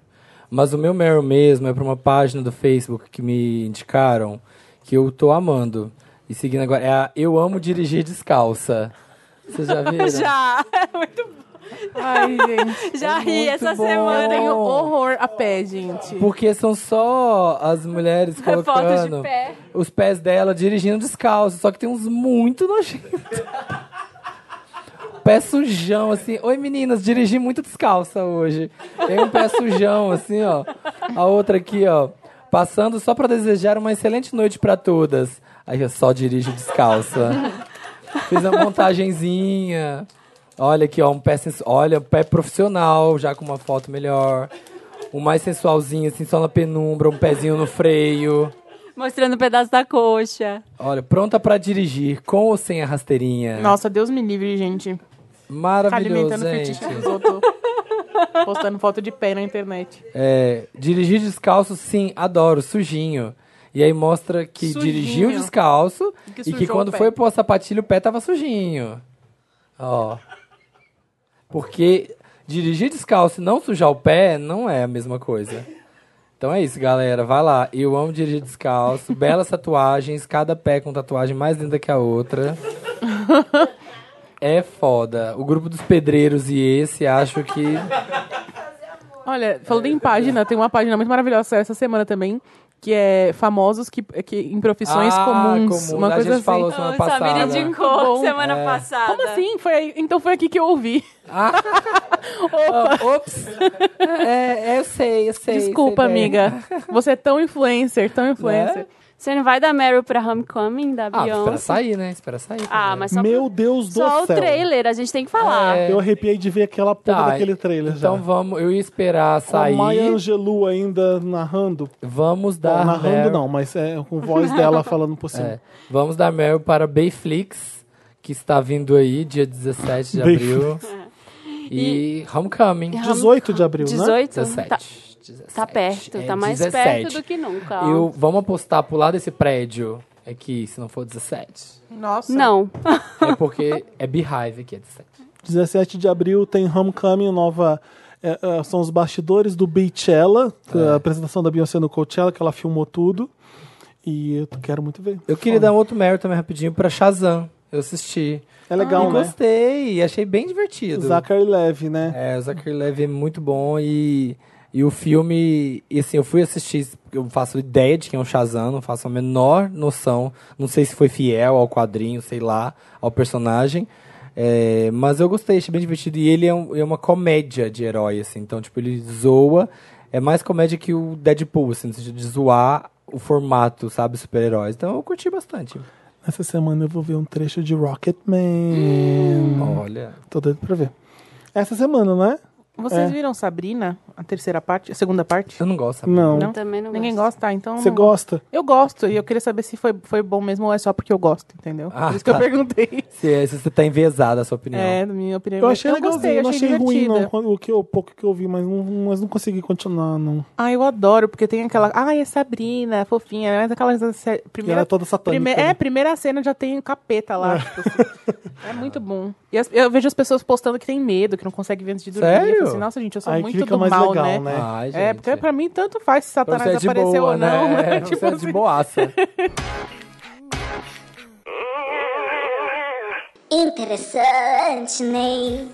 Speaker 2: Mas o meu Meryl mesmo é pra uma página do Facebook que me indicaram, que eu tô amando. E seguindo agora, é a Eu Amo Dirigir Descalça. Vocês
Speaker 3: <laughs>
Speaker 2: já viram?
Speaker 3: Já,
Speaker 4: Ai, gente.
Speaker 1: É
Speaker 3: já ri
Speaker 2: muito
Speaker 3: essa
Speaker 2: bom.
Speaker 4: Eu
Speaker 3: semana.
Speaker 4: tenho
Speaker 2: Bom.
Speaker 4: horror a pé, gente.
Speaker 2: Porque são só as mulheres
Speaker 3: Fotos
Speaker 2: colocando
Speaker 3: É de pé.
Speaker 2: os pés dela dirigindo descalço, só que tem uns muito nojentos. Pé sujão, assim. Oi, meninas, dirigi muito descalça hoje. Tem um pé sujão, assim, ó. A outra aqui, ó. Passando só pra desejar uma excelente noite pra todas. Aí eu só dirijo descalça. Fiz a montagenzinha. Olha aqui, ó, um pé sensu... Olha, um pé profissional, já com uma foto melhor. Um mais sensualzinho, assim, só na penumbra, um pezinho no freio.
Speaker 3: Mostrando um pedaço da coxa.
Speaker 2: Olha, pronta pra dirigir, com ou sem a rasteirinha.
Speaker 4: Nossa, Deus me livre, gente. Tá
Speaker 2: Maravilhoso,
Speaker 4: alimentando o
Speaker 2: gente.
Speaker 4: fetiche dos outros. Postando foto de pé na internet.
Speaker 2: É, dirigir descalço, sim, adoro, sujinho. E aí mostra que
Speaker 4: Sujinho.
Speaker 2: dirigiu descalço
Speaker 4: Que
Speaker 2: e que
Speaker 4: sujou
Speaker 2: quando
Speaker 4: o pé.
Speaker 2: foi pôr a sapatilha o pé tava sujinho. Ó. Porque dirigir descalço e não sujar o pé não é a mesma coisa. Então é isso, galera. Vai lá. Eu amo dirigir descalço. Belas tatuagens, cada pé com tatuagem mais linda que a
Speaker 4: <laughs>
Speaker 2: outra. É foda. O grupo dos pedreiros e esse, acho que.
Speaker 4: Olha, falando em página, tem uma página muito maravilhosa essa semana também, que é famosos que, que em profissões
Speaker 2: Ah,
Speaker 4: comuns.
Speaker 2: comuns.
Speaker 4: Uma
Speaker 2: A
Speaker 4: coisa
Speaker 2: gente
Speaker 4: assim.
Speaker 2: falou
Speaker 3: Então,
Speaker 2: semana
Speaker 3: Samira
Speaker 2: passada.
Speaker 3: indicou
Speaker 4: Bom.
Speaker 3: semana
Speaker 1: É.
Speaker 3: passada.
Speaker 4: Como assim? Foi aí- então foi aqui que eu ouvi.
Speaker 2: Ah, Ops! <laughs> É, eu sei, eu sei.
Speaker 4: Desculpa,
Speaker 2: sei bem.
Speaker 4: amiga. Você é tão influencer, tão influencer.
Speaker 3: Você não vai dar Meryl pra Homecoming da
Speaker 2: Ah, espera
Speaker 3: Beyoncé?
Speaker 2: sair, né? Espera sair.
Speaker 3: Ah,
Speaker 2: primeiro.
Speaker 3: mas tá só,
Speaker 1: É. Meu Deus do
Speaker 3: só o
Speaker 1: céu.
Speaker 3: trailer, a gente tem que falar.
Speaker 2: É.
Speaker 1: Eu arrepiei de ver aquela porra
Speaker 2: Tá,
Speaker 1: daquele trailer
Speaker 2: Então
Speaker 1: já.
Speaker 2: vamos, eu ia esperar sair.
Speaker 1: Com a Maya Angelou ainda narrando.
Speaker 2: Vamos
Speaker 1: Bom,
Speaker 2: dar.
Speaker 1: narrando
Speaker 2: Meryl-
Speaker 1: não, mas é com voz dela falando por
Speaker 2: É,
Speaker 1: cima.
Speaker 2: Vamos dar Meryl para Bayflix, que está vindo aí, dia 17 de abril.
Speaker 3: <laughs> É.
Speaker 2: E Homecoming.
Speaker 4: É,
Speaker 1: 18 de abril, né?
Speaker 3: 18?
Speaker 2: 17.
Speaker 3: Tá,
Speaker 2: 17.
Speaker 3: tá perto,
Speaker 2: É,
Speaker 3: tá mais
Speaker 2: 17.
Speaker 3: perto do que nunca. ó.
Speaker 2: Eu, vamos apostar pular desse prédio aqui, se não for 17.
Speaker 4: Nossa.
Speaker 3: Não.
Speaker 2: <laughs> É porque é Beehive aqui, é 17.
Speaker 1: 17 de abril tem Homecoming, nova. é, é, são os bastidores do Beachella, que é a apresentação da Beyoncé no Coachella, que ela filmou tudo. E eu quero muito ver.
Speaker 2: Eu queria dar um outro mérito também rapidinho pra Shazam. Eu assisti.
Speaker 1: É
Speaker 4: Ah,
Speaker 1: legal,
Speaker 2: e
Speaker 1: né?
Speaker 2: gostei, achei bem divertido.
Speaker 1: Zachary Levy, né?
Speaker 2: É, o Zachary Levy é muito bom e, e o filme, e assim, eu fui assistir, eu faço ideia de quem é o Shazam, não faço a menor noção, não sei se foi fiel ao quadrinho, sei lá, ao personagem, é, mas eu gostei, achei bem divertido e ele é, um- é uma comédia de herói, assim, então, tipo, ele zoa, é mais comédia que o Deadpool, assim, no sentido de zoar o formato, sabe, super-heróis, então eu curti bastante.
Speaker 1: Essa
Speaker 4: Hum.
Speaker 1: semana eu vou ver um trecho de Rocketman.
Speaker 2: Olha,
Speaker 1: Tô doido pra ver. Essa semana, não é?
Speaker 4: Vocês
Speaker 1: É.
Speaker 4: viram Sabrina, a terceira parte, a segunda parte?
Speaker 2: Eu não gosto, sabe?
Speaker 1: Não.
Speaker 4: Não?
Speaker 3: Também não
Speaker 4: Ninguém
Speaker 3: gosto.
Speaker 4: gosta, tá, então.
Speaker 1: Você
Speaker 4: não-
Speaker 1: gosta?
Speaker 4: Eu gosto, e eu queria saber se foi, foi bom mesmo ou é só porque eu gosto, entendeu?
Speaker 2: Ah,
Speaker 4: Por isso que eu
Speaker 2: tá.
Speaker 4: perguntei.
Speaker 2: Se, se você tá enviesada a sua opinião.
Speaker 4: <laughs> É, na minha opinião.
Speaker 1: Eu achei
Speaker 4: eu
Speaker 1: legalzinho,
Speaker 4: gostei, eu
Speaker 1: não
Speaker 4: achei,
Speaker 1: achei ruim,
Speaker 4: divertida.
Speaker 1: não. Quando- O que eu, pouco que eu vi, mas não, mas não consegui continuar, não. é
Speaker 4: Ah, eu adoro, porque tem aquela. Ai, é Sabrina, fofinha, né? mas aquelas. sé-
Speaker 1: Que
Speaker 4: Primeira,
Speaker 1: era toda satânica.
Speaker 4: prime-
Speaker 1: né?
Speaker 4: É, primeira cena já tem o capeta lá. tipo assim. É muito bom. E as- eu vejo as pessoas postando que tem medo, que não consegue ver antes de dormir. Eu
Speaker 2: Sério?
Speaker 4: falo assim, Nossa, gente, eu sou
Speaker 1: Aí
Speaker 4: muito
Speaker 1: fica
Speaker 4: do
Speaker 1: mais
Speaker 4: mal,
Speaker 1: legal,
Speaker 4: né?
Speaker 1: né?
Speaker 2: Ai, gente.
Speaker 4: É, porque pra mim tanto faz se
Speaker 2: Pra você
Speaker 4: Satanás
Speaker 2: é de
Speaker 4: apareceu
Speaker 2: boa,
Speaker 4: ou não.
Speaker 2: né?
Speaker 4: <laughs> né?
Speaker 2: <laughs> É, você é de <laughs> boaça.
Speaker 7: Interessante, Ney.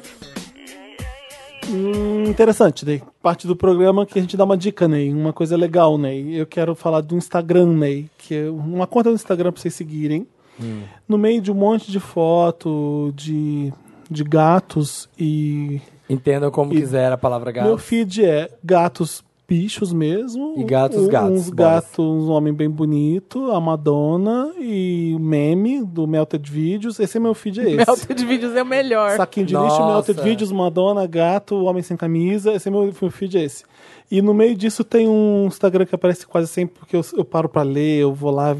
Speaker 1: Hum, interessante, Ney. Parte do programa que a gente dá uma dica, Ney. Uma coisa legal, Ney. Eu quero falar do Instagram, Ney. Que é uma conta do Instagram pra vocês seguirem.
Speaker 2: Hum.
Speaker 1: No meio de um monte de foto de, de gatos e...
Speaker 2: Entendam como quiser a palavra gato.
Speaker 1: Meu feed é gatos bichos mesmo. um,
Speaker 2: E gatos, gatos,
Speaker 1: Uns
Speaker 2: bolas.
Speaker 1: gatos, um homem bem bonito, a Madonna e o meme do Melted Videos. Esse é meu
Speaker 2: <laughs>
Speaker 1: feed, é esse.
Speaker 4: Melta de vídeos é o melhor.
Speaker 1: Saquinho de
Speaker 2: Nossa.
Speaker 1: lixo, Melted Videos, Madonna, Gato, Homem Sem Camisa. Esse é meu, meu feed é esse. E no meio disso tem um Instagram que aparece quase sempre, porque eu, eu paro pra ler, eu vou lá.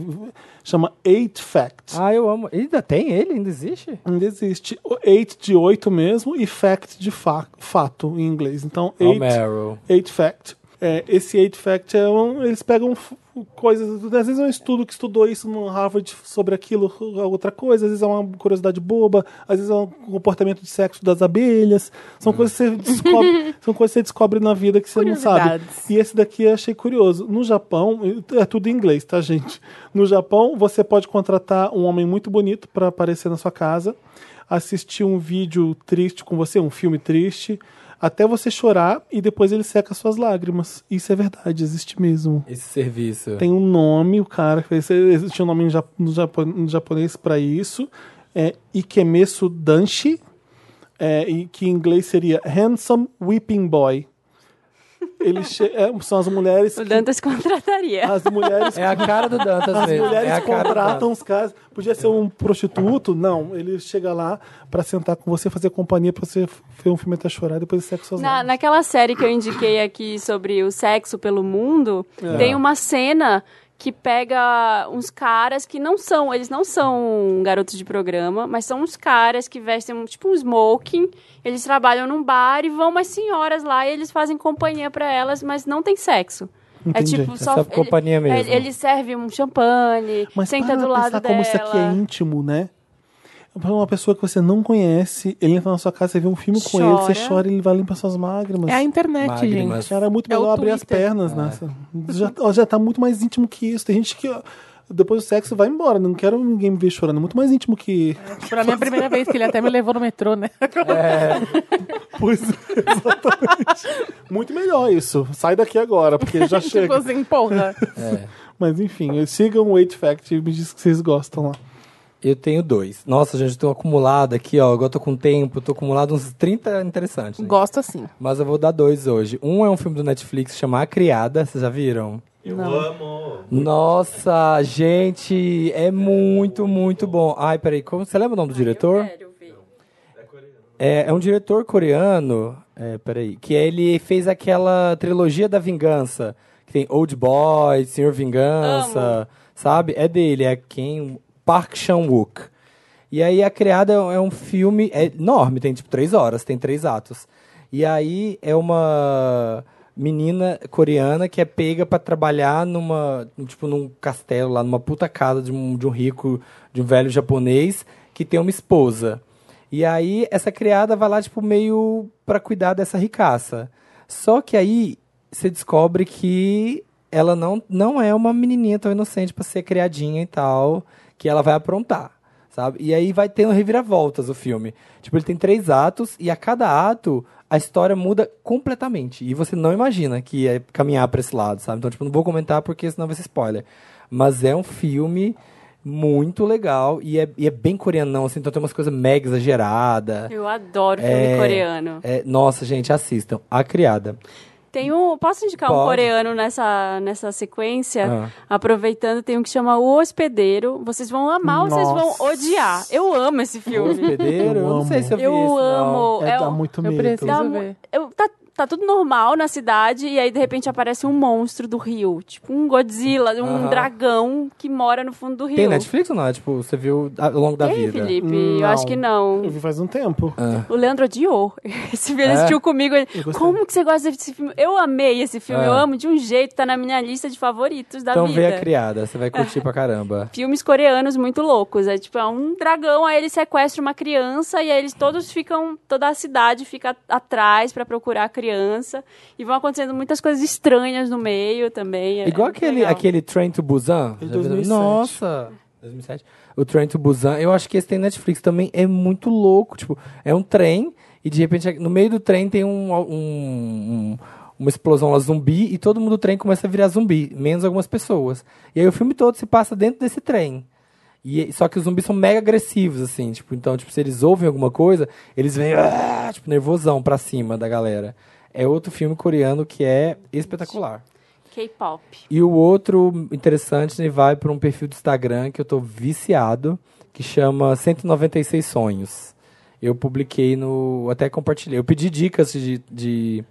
Speaker 1: Chama 8 Facts.
Speaker 2: Ah, eu amo. Ih, Ainda tem ele? Ainda existe?
Speaker 1: Ainda existe. 8 de 8 mesmo e fact de fa- fato em inglês. Então,
Speaker 2: É o
Speaker 1: 8
Speaker 2: Meryl.
Speaker 1: 8 Fact. É, esse 8 Fact é um. Eles pegam f- coisas. Às vezes é um estudo que estudou isso no Harvard sobre aquilo, outra coisa. Às vezes é uma curiosidade boba. Às vezes é um comportamento de sexo das abelhas. São coisas que você descobre, são coisas que você descobre na vida que você não sabe.
Speaker 4: Curiosidades.
Speaker 1: E esse daqui eu achei curioso. No Japão, é tudo em inglês, tá, gente? No Japão, você pode contratar um homem muito bonito para aparecer na sua casa, assistir um vídeo triste com você, um filme triste, até você chorar e depois ele seca suas lágrimas. Isso é verdade, existe mesmo.
Speaker 2: Esse serviço.
Speaker 1: Tem um nome, o cara que fez. Existe um nome em ja- no, japo- no japonês para isso. É Ikemesu Danshi, é, e que em inglês seria Handsome Weeping Boy. Ele che- é, são as
Speaker 2: <laughs>
Speaker 1: mulheres.
Speaker 3: O
Speaker 1: que-
Speaker 3: Dantas <laughs> contrataria.
Speaker 1: as mulheres
Speaker 2: É a cara do Dantas
Speaker 1: as
Speaker 2: mesmo.
Speaker 1: mulheres
Speaker 2: é a cara do
Speaker 1: contratam os caras. Podia ser um prostituto? Não. Ele chega lá pra sentar com você, fazer companhia, pra você ver um filme até chorar, depois ele seca suas
Speaker 3: Na,
Speaker 1: lágrimas.
Speaker 3: naquela série que eu indiquei aqui sobre o sexo pelo mundo,
Speaker 1: É.
Speaker 3: tem uma cena que pega uns caras que não são, eles não são garotos de programa, mas são uns caras que vestem um- tipo um smoking, eles trabalham num bar e vão umas senhoras lá e eles fazem companhia pra elas, mas não tem sexo.
Speaker 1: Entendi.
Speaker 3: É tipo só
Speaker 2: Só companhia
Speaker 3: ele,
Speaker 2: mesmo.
Speaker 3: Ele serve um champanhe,
Speaker 1: Mas
Speaker 3: senta
Speaker 1: para
Speaker 3: do
Speaker 1: pra
Speaker 3: lado
Speaker 1: pensar como
Speaker 3: dela.
Speaker 1: isso aqui é íntimo, né? Pra uma pessoa que você não conhece, ele entra na sua casa, você vê um filme com ele, você
Speaker 3: Chora.
Speaker 1: chora, ele vai limpar suas lágrimas.
Speaker 4: É a internet,
Speaker 2: Magrimas.
Speaker 4: gente.
Speaker 1: Cara, é muito
Speaker 4: É o
Speaker 1: melhor abrir as
Speaker 4: Twitter.
Speaker 1: pernas nessa. Já, ó, já tá muito mais íntimo que isso. Tem gente que ó, depois do sexo vai embora. Não quero ninguém me ver chorando. É muito mais íntimo que.
Speaker 4: Pra mim é a primeira vez que ele até me levou no metrô, né?
Speaker 1: <laughs>
Speaker 4: <laughs>
Speaker 1: Pois é, exatamente. Muito melhor isso. Sai daqui agora, porque
Speaker 4: <laughs>
Speaker 1: já
Speaker 4: tipo
Speaker 1: chega.
Speaker 4: assim, porra.
Speaker 1: Mas enfim, sigam o 8 Fact e me diz que vocês gostam lá.
Speaker 2: Eu tenho dois. Nossa, gente, eu tô acumulado aqui, ó. Agora tô com tempo, tô acumulado uns 30 interessantes. né?
Speaker 4: Gosto assim.
Speaker 2: Mas eu vou dar dois hoje. Um é um filme do Netflix chamado A Criada, vocês já viram?
Speaker 5: Eu amo.
Speaker 2: Nossa, gente, é muito, muito bom. Ai, peraí, como, você lembra o nome do diretor? É, é um diretor coreano, é, peraí, que ele fez aquela trilogia da vingança, que tem Old Boy, Senhor Vingança, sabe? É dele, é quem? Park Chan-wook. E aí a criada é um- é um filme é enorme, tem tipo três horas, tem três atos. E aí é uma menina coreana que é pega pra trabalhar numa tipo num castelo lá, numa puta casa de um, de um rico, de um velho japonês que tem uma esposa. E aí essa criada vai lá tipo meio pra cuidar dessa ricaça. Só que aí você descobre que ela não, não é uma menininha tão inocente pra ser criadinha e tal, que ela vai aprontar, sabe? E aí vai tendo reviravoltas o filme. Tipo, ele tem três atos e a cada ato a história muda completamente. E você não imagina que é caminhar pra esse lado, sabe? Então, tipo, não vou comentar porque senão vai ser spoiler. Mas é um filme muito legal e é, e é bem coreanão, assim, então tem umas coisas mega exageradas.
Speaker 3: Eu adoro filme
Speaker 2: É.
Speaker 3: coreano.
Speaker 2: É, nossa, gente, assistam. A Criada.
Speaker 3: Tem um. Posso indicar um
Speaker 2: Pode.
Speaker 3: coreano nessa, nessa sequência?
Speaker 2: Ah.
Speaker 3: Aproveitando, tem um que chama O Hospedeiro. Vocês vão amar ou vocês
Speaker 1: Nossa.
Speaker 3: vão odiar. Eu amo esse filme.
Speaker 2: Hospedeiro?
Speaker 1: Eu
Speaker 2: Eu não sei
Speaker 1: amo.
Speaker 2: se eu vi
Speaker 3: Eu
Speaker 2: isso, não.
Speaker 3: amo.
Speaker 1: É,
Speaker 3: É
Speaker 1: dá
Speaker 3: o-
Speaker 1: muito
Speaker 4: eu
Speaker 1: medo.
Speaker 4: preciso.
Speaker 3: dá
Speaker 4: ver.
Speaker 3: mu- eu- tá, tá tudo normal na cidade e aí de repente aparece um monstro do rio. Tipo um Godzilla, um
Speaker 2: Aham.
Speaker 3: dragão que mora no fundo do rio.
Speaker 2: Tem Netflix ou não? É, Tipo, você viu ao longo da
Speaker 3: Tem,
Speaker 2: vida.
Speaker 3: Felipe? Eu
Speaker 1: Não.
Speaker 3: acho que não.
Speaker 1: Eu vi faz um tempo.
Speaker 2: Ah.
Speaker 3: O Leandro odiou. <laughs> Esse filme ele
Speaker 2: É?
Speaker 3: assistiu comigo. ele,
Speaker 1: Eu gostei.
Speaker 3: Como que você gosta desse filme? Eu amei esse filme,
Speaker 2: É.
Speaker 3: eu amo de um jeito, tá na minha lista de favoritos da
Speaker 2: Então
Speaker 3: vida.
Speaker 2: vê a criada, você vai curtir pra caramba.
Speaker 3: Filmes coreanos muito loucos. É tipo, é um dragão, aí ele sequestra uma criança e aí eles todos ficam, toda a cidade fica atrás pra procurar a criança. E vão acontecendo muitas coisas estranhas no meio também. é
Speaker 2: Igual
Speaker 3: muito
Speaker 2: aquele,
Speaker 3: legal.
Speaker 2: aquele Train to Busan.
Speaker 1: Em
Speaker 2: Já viu?
Speaker 1: 2007.
Speaker 2: Nossa! 2007. O Train to Busan, eu acho que esse tem Netflix também, é muito louco. Tipo, é um trem e de repente no meio do trem tem um, um- um- uma explosão lá zumbi e todo mundo do trem começa a virar zumbi, menos algumas pessoas. E aí o filme todo se passa dentro desse trem. E, só que os zumbis são mega agressivos, assim, tipo, então, tipo, se eles ouvem alguma coisa, eles vêm, ah, tipo, nervosão pra cima da galera. É outro filme coreano que é espetacular.
Speaker 3: K-pop.
Speaker 2: E o outro interessante ele vai para um perfil do Instagram que eu tô viciado, que chama 196 Sonhos. Eu publiquei no. Até compartilhei. Eu pedi dicas de, de,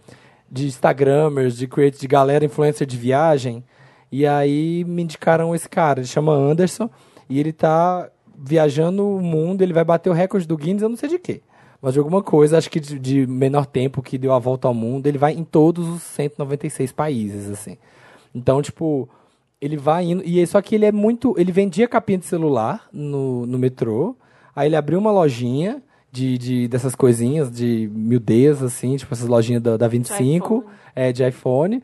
Speaker 2: de Instagramers, de create, de galera influencer de viagem. E aí me indicaram esse cara. Ele chama Anderson. E ele tá viajando o mundo. Ele vai bater o recorde do Guinness, eu não sei de quê. Mas de alguma coisa, acho que de, de menor tempo que deu a volta ao mundo. Ele vai em todos os 196 países, assim. Então, tipo, ele vai indo. E aí- só que ele é muito. Ele vendia capinha de celular no, no metrô. Aí ele abriu uma lojinha de, de- dessas coisinhas de miudez, assim, tipo essas lojinhas da, da 25,
Speaker 3: iPhone.
Speaker 2: é, de iPhone.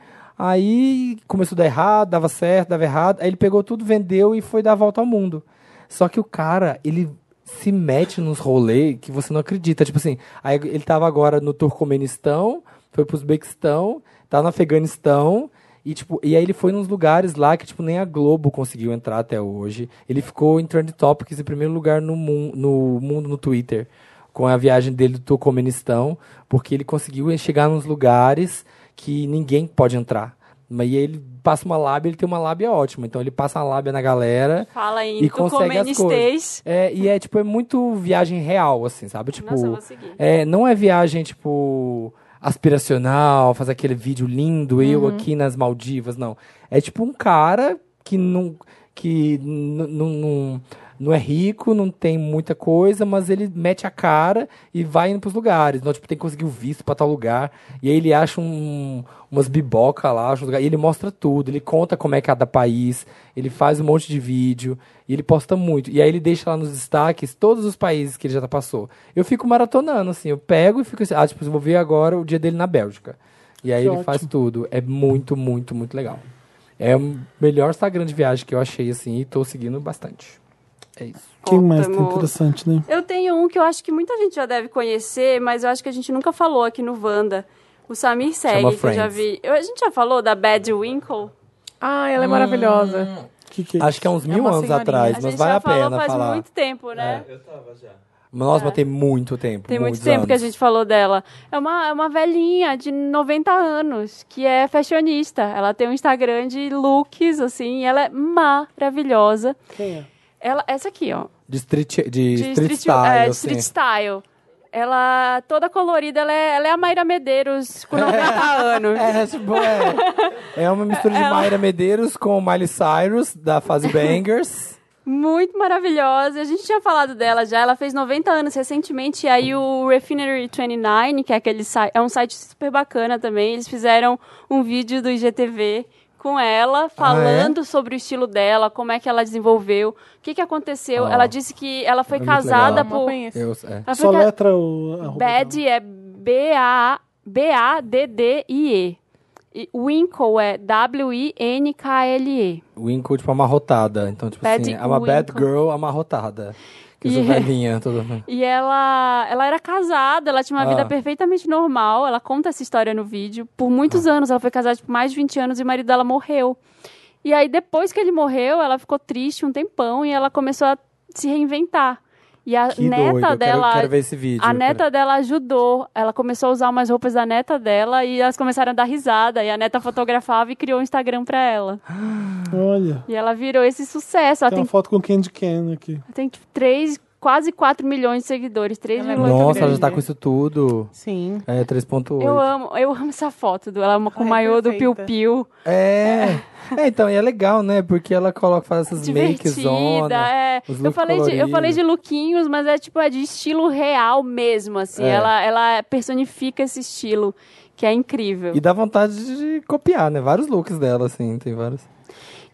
Speaker 2: Aí começou a dar errado, dava certo, dava errado. Aí ele pegou tudo, vendeu e foi dar a volta ao mundo. Só que o cara, ele se mete nos rolês que você não acredita. Tipo assim, aí ele tava agora no Turcomenistão, foi pro Uzbequistão, tá no Afeganistão. E, tipo, e aí ele foi nos lugares lá que, tipo, nem a Globo conseguiu entrar até hoje. Ele ficou em Trend Topics em primeiro lugar no, mun- no mundo, no Twitter, com a viagem dele do Turcomenistão, porque ele conseguiu chegar nos lugares que ninguém pode entrar. Mas e aí ele passa uma lábia, ele tem uma lábia ótima. Então ele passa uma lábia na galera.
Speaker 3: Fala em
Speaker 2: E consegue as
Speaker 3: Turcomenistês.
Speaker 2: É, e é, tipo, é muito viagem real, assim, sabe? Tipo,
Speaker 3: Nossa, eu vou seguir.
Speaker 2: é, não é viagem, tipo, aspiracional, fazer aquele vídeo lindo, eu aqui nas Maldivas, não. É tipo um cara que não. que n- n- não- não é rico, não tem muita coisa, mas ele mete a cara e vai indo pros lugares. Então, tipo, tem que conseguir o visto pra tal lugar. E aí ele acha um, umas biboca lá, acha um lugar, e ele mostra tudo, ele conta como é cada país, ele faz um monte de vídeo, e ele posta muito. E aí ele deixa lá nos destaques todos os países que ele já tá passou. Eu fico maratonando, assim, eu pego e fico assim, ah, tipo, eu vou ver agora o dia dele na Bélgica. E aí
Speaker 1: Que
Speaker 2: ele
Speaker 1: ótimo.
Speaker 2: faz tudo. É muito, muito, muito legal. É o melhor Instagram de viagem que eu achei, assim, e tô seguindo bastante. É isso.
Speaker 1: Quem mais tem
Speaker 3: Ótimo.
Speaker 1: interessante, né?
Speaker 3: Eu tenho um que eu acho que muita gente já deve conhecer, mas eu acho que a gente nunca falou aqui no Wanda. O Samir
Speaker 2: Chama
Speaker 3: segue, que eu já
Speaker 2: Friends.
Speaker 3: vi. Eu- a gente já falou da Bad Winkle?
Speaker 4: Ah, ela é maravilhosa.
Speaker 1: Que que é
Speaker 2: Acho que há uns
Speaker 4: É
Speaker 2: mil
Speaker 4: uma
Speaker 2: anos
Speaker 4: senhorinha.
Speaker 2: atrás,
Speaker 3: a
Speaker 2: mas
Speaker 3: gente
Speaker 2: vale
Speaker 3: já
Speaker 2: a pena
Speaker 3: falou faz
Speaker 2: falar.
Speaker 3: muito tempo, né?
Speaker 2: Nossa, mas tem muito tempo.
Speaker 3: Tem muito
Speaker 2: muitos
Speaker 3: tempo que a
Speaker 2: anos.
Speaker 3: gente falou dela. É uma, é uma velhinha de 90 anos, que é fashionista. Ela tem um Instagram de looks, assim, e ela é maravilhosa.
Speaker 1: Quem é?
Speaker 3: Ela, essa aqui, ó.
Speaker 2: De street, de
Speaker 3: de
Speaker 2: street style,
Speaker 3: é, de
Speaker 2: assim.
Speaker 3: street style. Ela, toda colorida, ela é, ela é a Mayra Medeiros com
Speaker 2: <laughs>
Speaker 3: 90 <laughs> anos.
Speaker 2: É, tipo, é. É uma mistura de
Speaker 3: Ela-
Speaker 2: Mayra Medeiros com Miley Cyrus, da
Speaker 3: <laughs>
Speaker 2: fase Bangers.
Speaker 3: Muito maravilhosa. A gente tinha falado dela já. Ela fez 90 anos recentemente. E aí o Refinery29, que é aquele site, é um site super bacana também. Eles fizeram um vídeo do IGTV com
Speaker 2: Ah, é?
Speaker 3: ela, falando sobre o estilo dela, como é que ela desenvolveu, o que, que aconteceu.
Speaker 2: Ó.
Speaker 3: Ela disse que ela foi
Speaker 2: Ah. É muito
Speaker 3: casada
Speaker 2: legal.
Speaker 4: Não
Speaker 3: por.
Speaker 4: conheço.
Speaker 2: Eu, é.
Speaker 3: Ela foi
Speaker 1: Só
Speaker 3: ca-
Speaker 1: letra o. arroba dela.
Speaker 3: Bad é B-A- B-A-D-D-I-E. E Winkle é W-I-N-K-L-E.
Speaker 2: Winkle, tipo, amarrotada. Então, tipo
Speaker 3: Bad
Speaker 2: assim, é uma bad
Speaker 3: Winkle.
Speaker 2: girl amarrotada. Que usa
Speaker 3: E-
Speaker 2: velhinha, toda...
Speaker 3: E ela, ela era casada, ela tinha uma
Speaker 2: Ah.
Speaker 3: vida perfeitamente normal. Ela conta essa história no vídeo. Por muitos
Speaker 2: Ah.
Speaker 3: anos, ela foi casada por mais de 20 anos e o marido dela morreu. E aí, depois que ele morreu, ela ficou triste um tempão e ela começou a se reinventar. E a
Speaker 2: Que
Speaker 3: neta
Speaker 2: doido, eu quero,
Speaker 3: dela.
Speaker 2: eu quero ver esse vídeo. eu
Speaker 3: A
Speaker 2: quero-
Speaker 3: neta dela ajudou. Ela começou a usar umas roupas da neta dela e elas começaram a dar risada. E a neta fotografava e criou um Instagram pra ela.
Speaker 1: Olha.
Speaker 3: E ela virou esse sucesso. Ela
Speaker 2: Então
Speaker 1: Tem uma
Speaker 3: tem,
Speaker 1: foto com Candy Can aqui.
Speaker 3: tem tipo, três, quase 4 milhões de seguidores. 3,8
Speaker 4: Ela é muito
Speaker 3: milhões.
Speaker 2: Nossa, ela já tá
Speaker 4: grande.
Speaker 2: com isso tudo.
Speaker 4: Sim.
Speaker 2: É, 3.8.
Speaker 3: Eu amo, eu amo essa foto dela uma com o
Speaker 4: Ai,
Speaker 3: maiô do Piu
Speaker 4: perfeita.
Speaker 3: Piu.
Speaker 2: É. É, então, e é legal, né? Porque ela coloca, faz essas makes
Speaker 3: Divertida.
Speaker 2: zona.
Speaker 3: é.
Speaker 2: os
Speaker 3: Eu
Speaker 2: looks
Speaker 3: falei, de, eu
Speaker 2: coloridos.
Speaker 3: falei de lookinhos, mas é tipo, é de estilo real mesmo, assim.
Speaker 2: É.
Speaker 3: Ela, ela personifica esse estilo, que é incrível.
Speaker 2: E dá vontade de copiar, né? Vários looks dela, assim, tem vários.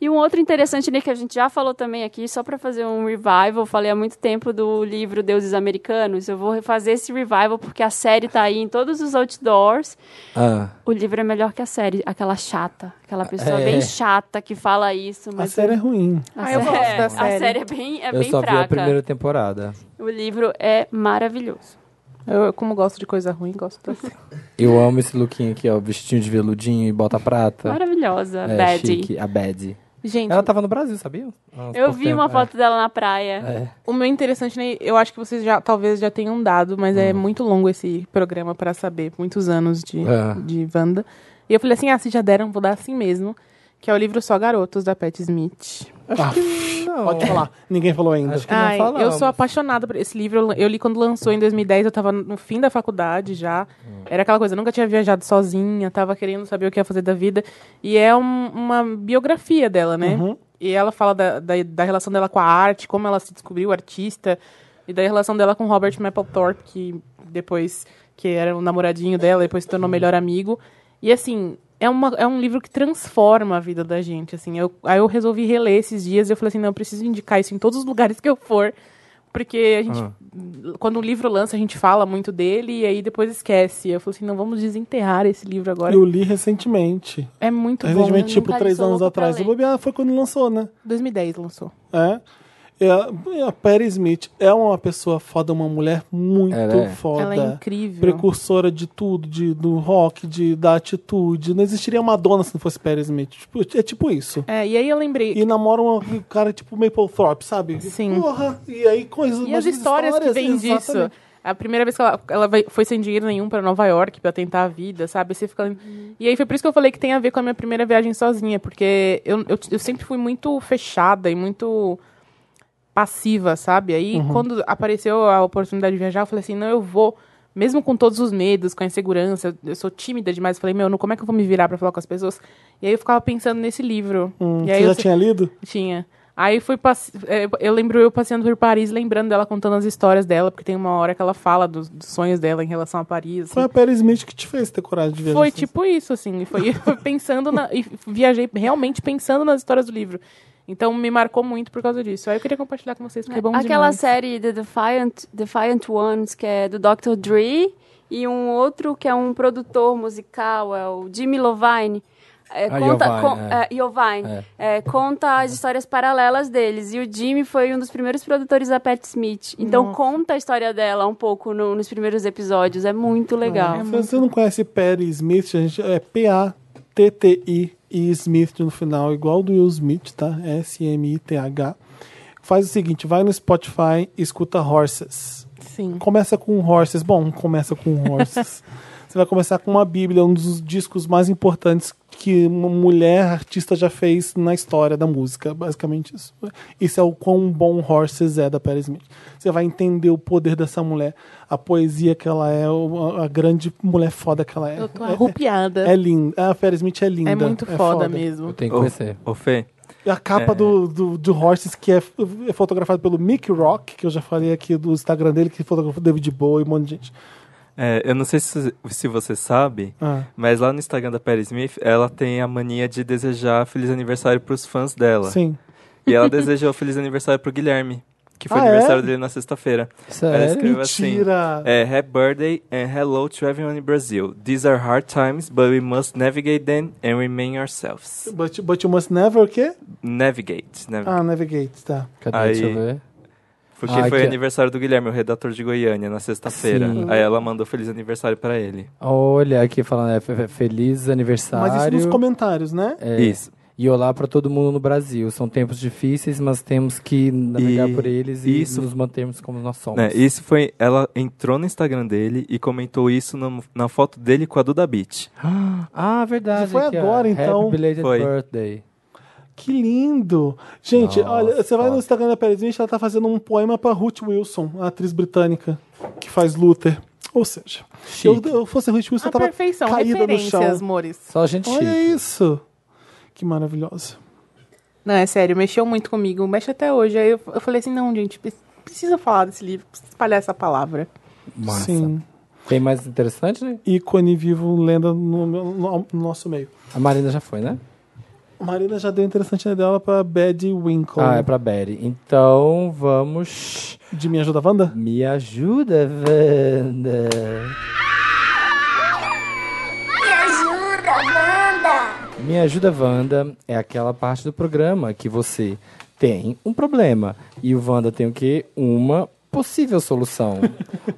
Speaker 3: E um outro interessante, né, que a gente já falou também aqui, só para fazer um revival, falei há muito tempo do livro Deuses Americanos. Eu vou fazer esse revival porque a série tá aí em todos os outdoors.
Speaker 2: Ah,
Speaker 3: O livro é melhor que a série, aquela chata, aquela pessoa
Speaker 2: É.
Speaker 3: bem chata que fala isso,
Speaker 1: A
Speaker 3: mas
Speaker 1: série é ruim.
Speaker 3: a
Speaker 4: Ah, eu
Speaker 3: série-
Speaker 4: gosto da
Speaker 3: a
Speaker 4: série.
Speaker 3: série é bem, é
Speaker 2: Tá eu
Speaker 3: bem
Speaker 2: só vi a
Speaker 3: fraca.
Speaker 2: primeira temporada.
Speaker 3: O livro é maravilhoso.
Speaker 4: Eu, como gosto de coisa ruim, gosto da
Speaker 3: <laughs>
Speaker 2: Eu amo esse lookinho aqui, ó. Vestidinho de veludinho e bota prata.
Speaker 3: Maravilhosa,
Speaker 2: É,
Speaker 3: Betty.
Speaker 2: chique, a Bad.
Speaker 4: Gente,
Speaker 2: Ela tava no Brasil, sabia? Há uns
Speaker 3: Eu
Speaker 2: pouco
Speaker 3: vi
Speaker 2: tempo.
Speaker 3: uma
Speaker 2: É.
Speaker 3: foto dela na praia.
Speaker 2: É.
Speaker 4: o meu interessante, né, eu acho que vocês já talvez já tenham dado, mas é muito longo esse programa pra saber, muitos anos de,
Speaker 2: Ah.
Speaker 4: de Wanda. E eu falei assim, ah, se já deram, vou dar assim mesmo. Que é o livro Só Garotos, da Pat Smith.
Speaker 2: Não.
Speaker 1: Pode falar. Ninguém falou ainda.
Speaker 2: Acho que
Speaker 4: Ai,
Speaker 2: não falamos.
Speaker 4: eu sou apaixonada por esse livro. Eu- Eu li quando lançou em 2010, eu tava no fim da faculdade já.
Speaker 2: Hum.
Speaker 4: Era aquela coisa, eu nunca tinha viajado sozinha, tava querendo saber o que ia fazer da vida. E é um- uma biografia dela, né?
Speaker 2: Uhum.
Speaker 4: E ela fala da, da, da relação dela com a arte, como ela se descobriu artista, e da relação dela com Robert Mapplethorpe, que depois, que era o namoradinho dela, depois se tornou melhor amigo. E assim, é, uma, é um livro que transforma a vida da gente, assim. Eu, aí eu resolvi reler esses dias e eu falei assim, não, eu preciso indicar isso em todos os lugares que eu for. Porque a gente,
Speaker 1: Ah.
Speaker 4: quando o livro lança, a gente fala muito dele e aí depois esquece. Eu falei assim, não, vamos desenterrar esse livro agora.
Speaker 1: Eu li recentemente.
Speaker 4: É muito bom.
Speaker 1: recentemente,
Speaker 3: eu
Speaker 1: tipo,
Speaker 3: nunca li,
Speaker 1: três
Speaker 3: sou
Speaker 1: anos
Speaker 3: louca pra
Speaker 1: atrás.
Speaker 3: ler.
Speaker 1: O Bobear foi quando lançou, né?
Speaker 4: 2010 lançou.
Speaker 1: É. É, a- a Perry Smith é uma pessoa foda, uma mulher muito
Speaker 2: Ela é.
Speaker 1: foda.
Speaker 4: Ela é incrível.
Speaker 1: Precursora de tudo, de, do rock, de, da atitude. Não existiria Madonna se não fosse Perry Smith. Tipo, é tipo isso.
Speaker 4: É, e aí eu lembrei.
Speaker 1: E namora
Speaker 4: <laughs>
Speaker 1: uma- um cara tipo Mapplethorpe, sabe?
Speaker 4: Sim.
Speaker 1: Porra, e aí coisas...
Speaker 4: E
Speaker 1: mas
Speaker 4: as histórias, que vem disso.
Speaker 1: exatamente.
Speaker 4: A primeira vez que ela, ela vai- foi sem dinheiro nenhum pra Nova York pra tentar a vida, sabe? Você fica... E aí foi por isso que eu falei que tem a ver com a minha primeira viagem sozinha, porque eu, eu, eu sempre fui muito fechada e muito passiva, sabe? Aí
Speaker 1: Uhum.
Speaker 4: quando apareceu a oportunidade de viajar, eu falei assim, não, eu vou, mesmo com todos os medos, com a insegurança, eu, eu sou tímida demais, eu falei, meu, não, como é que eu vou me virar pra falar com as pessoas? E aí eu ficava pensando nesse livro.
Speaker 1: Hum,
Speaker 4: e aí
Speaker 1: você já
Speaker 4: eu-
Speaker 1: tinha lido?
Speaker 4: tinha. Aí fui passe... eh, eu lembro eu passeando por Paris, lembrando dela contando as histórias dela, porque tem uma hora que ela fala dos, dos sonhos dela em relação a Paris.
Speaker 1: Foi
Speaker 4: assim.
Speaker 1: a Perry Smith que te fez ter coragem de viajar.
Speaker 4: Foi
Speaker 1: assim.
Speaker 4: tipo isso, assim. e Foi, <laughs> e foi pensando na. E viajei realmente pensando nas histórias do livro. Então me marcou muito por causa disso. Aí eu queria compartilhar com vocês, porque é bom
Speaker 3: Aquela
Speaker 4: demais.
Speaker 3: série The Defiant, Defiant Ones, que é do Dr. Dre, e um outro que é um produtor musical, é o Jimmy Lovine. É,
Speaker 2: Ah,
Speaker 3: conta,
Speaker 2: Iovine,
Speaker 3: con-
Speaker 2: é.
Speaker 3: é, Iovine. É, conta as histórias paralelas deles. E o Jimmy foi um dos primeiros produtores da Pat Smith. Então conta a história dela um pouco no- nos primeiros episódios. É muito legal.
Speaker 1: Se você não conhece Perry Smith, gente, é P-A-T-T-I e Smith no final, igual do Will Smith, tá? S-M-I-T-H. Faz o seguinte, vai no Spotify e escuta Horses.
Speaker 4: Sim.
Speaker 1: Começa com Horses. Bom, um começa com Horses. você vai começar com uma Bíblia, um dos discos mais importantes que uma mulher artista já fez na história da música. Basicamente isso. Isso é o quão bom Horses é da Perry Smith. Você vai entender o poder dessa mulher, a poesia que ela é, o- a a grande mulher foda que ela é.
Speaker 4: Eu tô
Speaker 1: É-
Speaker 4: arrupiada.
Speaker 1: É, linda. A Perry Smith é linda.
Speaker 4: É muito foda,
Speaker 2: É. Eu
Speaker 4: mesmo.
Speaker 2: tenho que
Speaker 5: Ô,
Speaker 2: conhecer.
Speaker 5: ô, Fê,
Speaker 1: A capa do, do, de Horses, que é, f- é fotografada pelo Mick Rock, que eu já falei aqui do Instagram dele, que fotografou David Bowie, um monte de gente.
Speaker 5: é, eu não sei se, se você sabe,
Speaker 1: Ah.
Speaker 5: mas lá no Instagram da Perry Smith, ela tem a mania de desejar feliz aniversário pros fãs dela.
Speaker 1: Sim.
Speaker 5: E ela desejou feliz aniversário pro Guilherme, que foi
Speaker 1: Ah,
Speaker 5: aniversário
Speaker 1: é?
Speaker 5: dele na sexta-feira. Ela
Speaker 2: Sério?
Speaker 5: escreveu
Speaker 1: Mentira.
Speaker 5: assim: é, Happy birthday and hello to everyone in Brazil. These are hard times, but we must navigate them and remain
Speaker 2: É.
Speaker 5: ourselves.
Speaker 1: But, but you must never o quê?
Speaker 5: Navigate, navigate.
Speaker 1: Ah, navigate, tá.
Speaker 2: Cadê?
Speaker 5: Aí.
Speaker 2: Deixa eu ver.
Speaker 5: Porque
Speaker 2: Ah,
Speaker 5: foi
Speaker 2: aqui, ó.
Speaker 5: aniversário do Guilherme, o redator de Goiânia, na sexta-feira.
Speaker 2: Sim.
Speaker 5: Aí ela mandou feliz aniversário pra ele.
Speaker 2: Olha, aqui falando, é, fe- fe- feliz aniversário.
Speaker 1: Mas isso nos comentários, né?
Speaker 2: É.
Speaker 5: Isso.
Speaker 2: E olá para todo mundo no Brasil. São tempos difíceis, mas temos que navegar por eles e
Speaker 5: isso-
Speaker 2: nos mantermos como nós somos.
Speaker 5: Né, isso foi. Ela entrou no Instagram dele e comentou isso na, na foto dele com a Duda Beat.
Speaker 2: Ah, verdade.
Speaker 1: Isso foi
Speaker 2: aqui, ó.
Speaker 1: agora, então.
Speaker 2: Happy belated
Speaker 5: Foi.
Speaker 2: birthday.
Speaker 1: Que lindo! Gente,
Speaker 2: Nossa.
Speaker 1: olha, você vai no Instagram da Perezinha, ela tá fazendo um poema pra Ruth Wilson, a atriz britânica que faz Luther. Ou seja, eu, eu fosse Ruth Wilson,
Speaker 4: A
Speaker 1: eu tava
Speaker 4: perfeição,
Speaker 1: caída no chão.
Speaker 4: referências, amores.
Speaker 2: Só gente
Speaker 1: Olha
Speaker 2: chique.
Speaker 1: isso! Que maravilhosa.
Speaker 4: Não, é sério, mexeu muito comigo, mexe até hoje. Aí eu, eu falei assim, não, gente, pre- precisa falar desse livro, precisa espalhar essa palavra.
Speaker 2: Massa.
Speaker 1: Sim.
Speaker 2: Tem mais interessante, né?
Speaker 1: Ícone vivo, lenda no, meu- no- no nosso meio.
Speaker 2: A Marina já foi, né?
Speaker 1: Marina já deu interessante né, dela pra Bad Winkle.
Speaker 2: Ah, é pra Betty. Então, vamos...
Speaker 1: De Me Ajuda Wanda?
Speaker 2: Me ajuda, Wanda. Me ajuda, Wanda é aquela parte do programa que você tem um problema e o Wanda tem o quê? Uma
Speaker 1: <laughs>
Speaker 2: possível solução.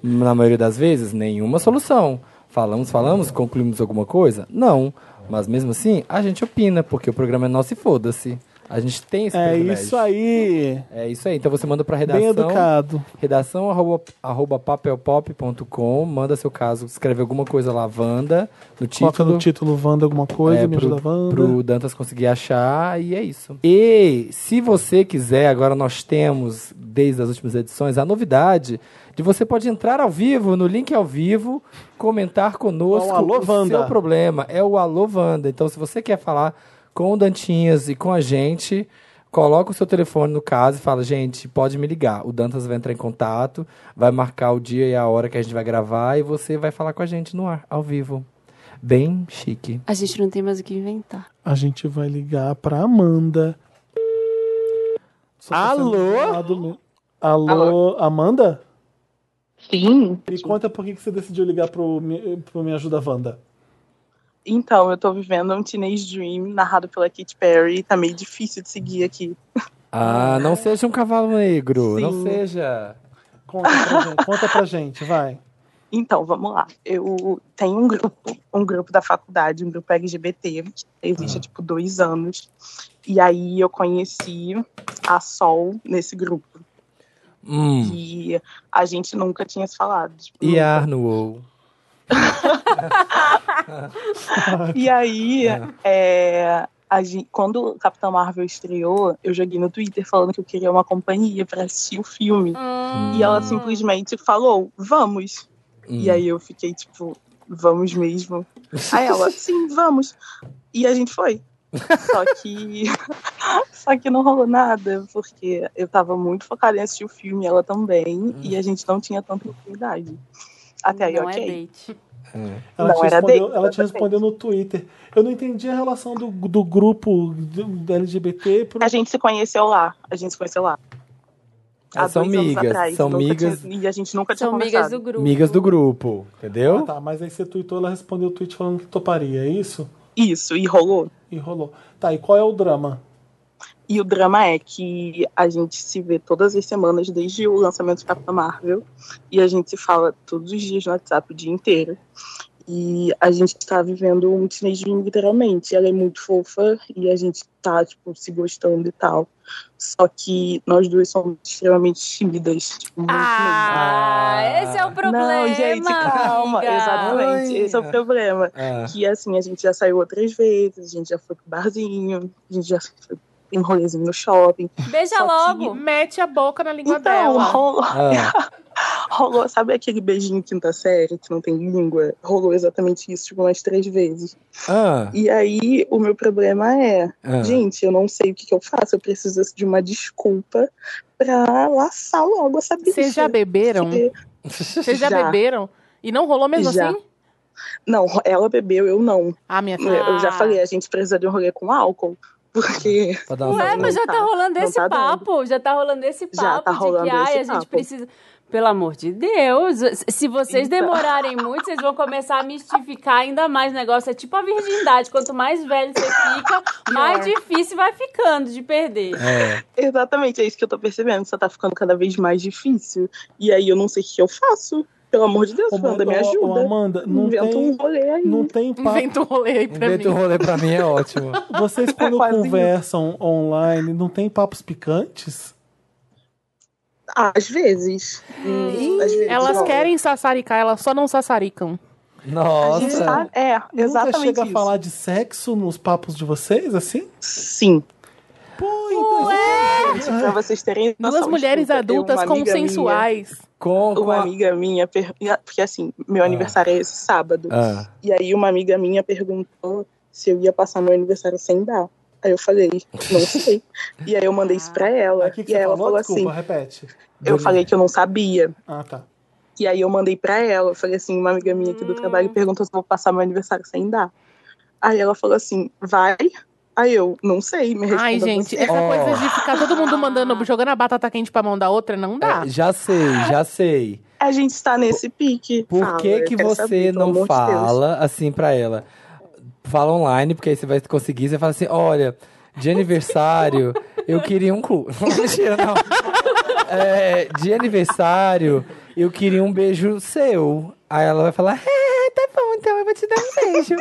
Speaker 2: Na maioria das vezes, nenhuma solução. Falamos, falamos, concluímos alguma coisa? Não. Mas mesmo assim, a gente opina, porque o programa é nosso e foda-se. A gente tem esse
Speaker 1: É
Speaker 2: privilégio.
Speaker 1: isso aí!
Speaker 2: É isso aí. Então você manda pra
Speaker 1: Bem
Speaker 2: redação
Speaker 1: educado.
Speaker 2: redação arroba, arroba papelpop.com, manda seu caso, escreve alguma coisa lá, Wanda, no
Speaker 1: Coloca
Speaker 2: título.
Speaker 1: no título Wanda alguma coisa,
Speaker 2: é,
Speaker 1: Me
Speaker 2: pro,
Speaker 1: Ajuda Wanda.
Speaker 2: pro Dantas conseguir achar, e é isso. E se você quiser, agora nós temos, desde as últimas edições, a novidade de você pode entrar ao vivo, no link ao vivo, comentar conosco
Speaker 1: É o Alô Wanda.
Speaker 2: seu problema. É o Alô Wanda. Então, se você quer falar com o Dantinhas e com a gente, coloca o seu telefone no caso e fala, gente, pode me ligar. O Dantas vai entrar em contato, vai marcar o dia e a hora que a gente vai gravar e você vai falar com a gente no ar, ao vivo. Bem chique.
Speaker 3: A gente não tem mais o que inventar.
Speaker 1: A gente vai ligar pra Amanda. Só que
Speaker 2: Alô?
Speaker 1: você não tá lá do meu- Alô? Amanda?
Speaker 7: Sim.
Speaker 1: Me conta por que que você decidiu ligar pro, Me- pro Me Ajuda Wanda.
Speaker 7: Então, eu tô vivendo um Teenage Dream narrado pela Katy Perry e tá meio difícil de seguir aqui.
Speaker 2: Ah, não seja um cavalo negro.
Speaker 7: Sim.
Speaker 2: Não seja.
Speaker 1: Conta
Speaker 7: <laughs>
Speaker 1: pra gente, conta pra gente, vai.
Speaker 7: Então, vamos lá. Eu tenho um grupo, um grupo da faculdade, um grupo LGBT, que existe há
Speaker 2: Uhum.
Speaker 7: tipo dois anos. E aí eu conheci a Sol nesse grupo.
Speaker 2: Hum.
Speaker 7: E a gente nunca tinha se falado. tipo,
Speaker 2: E é. Arnold.
Speaker 7: E aí, é, a gen- quando o Capitão Marvel estreou, eu joguei no Twitter falando que eu queria uma companhia pra assistir o filme. E ela simplesmente falou, vamos.
Speaker 2: Hum.
Speaker 7: E aí eu fiquei tipo, vamos mesmo.
Speaker 2: <laughs>
Speaker 7: Aí ela, sim, vamos. E a gente foi. Só que. <laughs> Só que não rolou nada, porque eu tava muito focada em assistir o filme, ela também,
Speaker 2: Hum.
Speaker 7: e a gente não tinha tanta intimidade. Até aí,
Speaker 3: não
Speaker 7: ok.
Speaker 3: é date.
Speaker 1: Ela,
Speaker 7: Não,
Speaker 1: te,
Speaker 7: era
Speaker 1: respondeu,
Speaker 7: dele,
Speaker 1: ela te
Speaker 7: exatamente.
Speaker 1: respondeu no Twitter. Eu não entendi a relação do, do grupo do- do LGBT pro.
Speaker 7: A gente se conheceu lá. A gente se conheceu lá. Há
Speaker 2: Elas É, são
Speaker 7: dois anos
Speaker 2: migas,
Speaker 7: atrás,
Speaker 2: são
Speaker 7: nunca
Speaker 2: migas-
Speaker 7: tinha- e a gente nunca tinha
Speaker 3: São amigas
Speaker 7: tipo conversado.
Speaker 3: do grupo.
Speaker 2: Migas do grupo, entendeu?
Speaker 1: Ah, tá, mas aí você tweetou, ela respondeu o tweet falando que toparia, é isso?
Speaker 7: Isso, e rolou.
Speaker 1: E rolou. Tá, e qual é o drama?
Speaker 7: E o drama é que a gente se vê todas as semanas desde o lançamento do Capitão Marvel. E a gente se fala todos os dias no WhatsApp o dia inteiro. E a gente tá vivendo um teenage dream, literalmente. Ela é muito fofa e a gente tá, tipo, se gostando e tal. Só que nós duas somos extremamente tímidas. Tipo, muito mesmo.
Speaker 3: Ah,
Speaker 2: Ah.
Speaker 3: esse é o problema.
Speaker 7: Não, gente, calma.
Speaker 3: amiga.
Speaker 7: Exatamente,
Speaker 2: Ai.
Speaker 7: esse é o problema.
Speaker 2: Ah.
Speaker 7: Que assim, a gente já saiu outras vezes, a gente já foi pro barzinho, a gente já foi em rolezinho no shopping.
Speaker 3: Beija
Speaker 7: Só que-
Speaker 3: logo.
Speaker 4: Tipo, Mete a boca na língua
Speaker 7: Então,
Speaker 4: dela.
Speaker 7: rolou,
Speaker 2: Ah.
Speaker 7: <laughs> rolou, sabe aquele beijinho quinta série que não tem língua? Rolou exatamente isso, tipo, umas três vezes.
Speaker 2: Ah.
Speaker 7: E aí, o meu problema é,
Speaker 2: Ah.
Speaker 7: gente, eu não sei o que, que eu faço, eu preciso de uma desculpa pra laçar logo essa bicha.
Speaker 4: Vocês já beberam?
Speaker 7: Porque-
Speaker 4: Vocês já,
Speaker 7: Já.
Speaker 4: beberam? E não rolou mesmo
Speaker 7: Já.
Speaker 4: assim?
Speaker 7: Não, ela bebeu, eu não.
Speaker 4: Ah, minha filha.
Speaker 7: Eu já
Speaker 3: Ah.
Speaker 7: falei, a gente precisa de um rolê com álcool, porque...
Speaker 2: <laughs>
Speaker 7: <laughs>
Speaker 2: Pra dar uma
Speaker 3: Ué, mas já
Speaker 7: Não
Speaker 3: tá
Speaker 7: tá,
Speaker 3: rolando
Speaker 7: não
Speaker 3: esse
Speaker 7: tá dando.
Speaker 3: papo. Já tá rolando esse papo
Speaker 7: Já tá rolando
Speaker 3: de que, ai,
Speaker 7: esse
Speaker 3: a gente
Speaker 7: papo.
Speaker 3: precisa. Pelo amor de Deus, se vocês
Speaker 7: Então.
Speaker 3: demorarem muito, vocês vão começar a mistificar ainda mais o negócio. É tipo a virgindade. Quanto mais velho você fica,
Speaker 7: é.
Speaker 3: mais difícil vai ficando de perder.
Speaker 2: É.
Speaker 7: Exatamente, é isso que eu tô percebendo. Só tá ficando cada vez mais difícil. E aí eu não sei o que eu faço. Pelo amor de Deus,
Speaker 1: Ô,
Speaker 7: Amanda, me
Speaker 1: ô, ô,
Speaker 7: ajuda.
Speaker 1: Amanda, não
Speaker 7: Inventa um
Speaker 1: tem,
Speaker 7: rolê aí.
Speaker 1: não
Speaker 7: <laughs>
Speaker 1: tem papo.
Speaker 4: Inventa um rolê aí pra
Speaker 2: Inventa o
Speaker 4: mim.
Speaker 2: rolê pra mim é ótimo.
Speaker 1: Vocês quando
Speaker 7: Quase isso.
Speaker 1: conversam online, não tem papos picantes?
Speaker 7: Às vezes. Às vezes
Speaker 4: Hum. Elas
Speaker 7: rola.
Speaker 4: querem sassaricar, elas só não sassaricam.
Speaker 7: A gente
Speaker 2: Nossa.
Speaker 7: tá- É, exatamente.
Speaker 1: Nunca chega
Speaker 7: isso.
Speaker 1: a falar de sexo nos papos de vocês, assim?
Speaker 7: Sim.
Speaker 1: Pô, então...
Speaker 7: Gente, pra vocês terem noção,
Speaker 4: Duas mulheres
Speaker 7: escuta, eu, uma
Speaker 4: adultas
Speaker 7: amiga minha-
Speaker 4: consensuais.
Speaker 2: Com, com
Speaker 7: Uma
Speaker 2: a...
Speaker 7: amiga minha, per- porque assim, meu
Speaker 2: Ah.
Speaker 7: aniversário é esse sábado.
Speaker 2: Ah.
Speaker 7: E aí uma amiga minha perguntou se eu ia passar meu aniversário sem dar. Aí eu falei, não sei. E aí eu mandei isso
Speaker 4: Ah.
Speaker 7: pra ela.
Speaker 1: O que, que
Speaker 7: e
Speaker 1: você
Speaker 7: aí ela
Speaker 1: falou?
Speaker 7: falou
Speaker 1: Desculpa,
Speaker 7: assim,
Speaker 1: repete.
Speaker 7: eu falei que eu não sabia.
Speaker 1: Ah, tá.
Speaker 7: E aí eu mandei pra ela, eu falei assim, uma amiga minha aqui do trabalho perguntou se eu vou passar meu aniversário sem dar. Aí ela falou assim, vai? Aí eu, não sei, me responda
Speaker 4: Ai, gente,
Speaker 7: você. Ah.
Speaker 4: essa
Speaker 2: Ó.
Speaker 4: coisa de ficar todo mundo mandando, jogando a batata quente pra mão da outra, não dá.
Speaker 2: É, já sei, já sei.
Speaker 7: A gente está nesse pique.
Speaker 2: Por
Speaker 7: Fala,
Speaker 2: que,
Speaker 7: eu
Speaker 2: que
Speaker 7: quero
Speaker 2: você
Speaker 7: saber, pelo amor
Speaker 2: não
Speaker 7: de Deus.
Speaker 2: fala assim pra ela? Fala online, porque aí você vai conseguir. Você fala assim: olha, de aniversário, eu queria um cu. <laughs> Mentira, não. É, de aniversário, eu queria um beijo seu. Aí ela vai falar: é, tá bom, então eu vou te dar um beijo.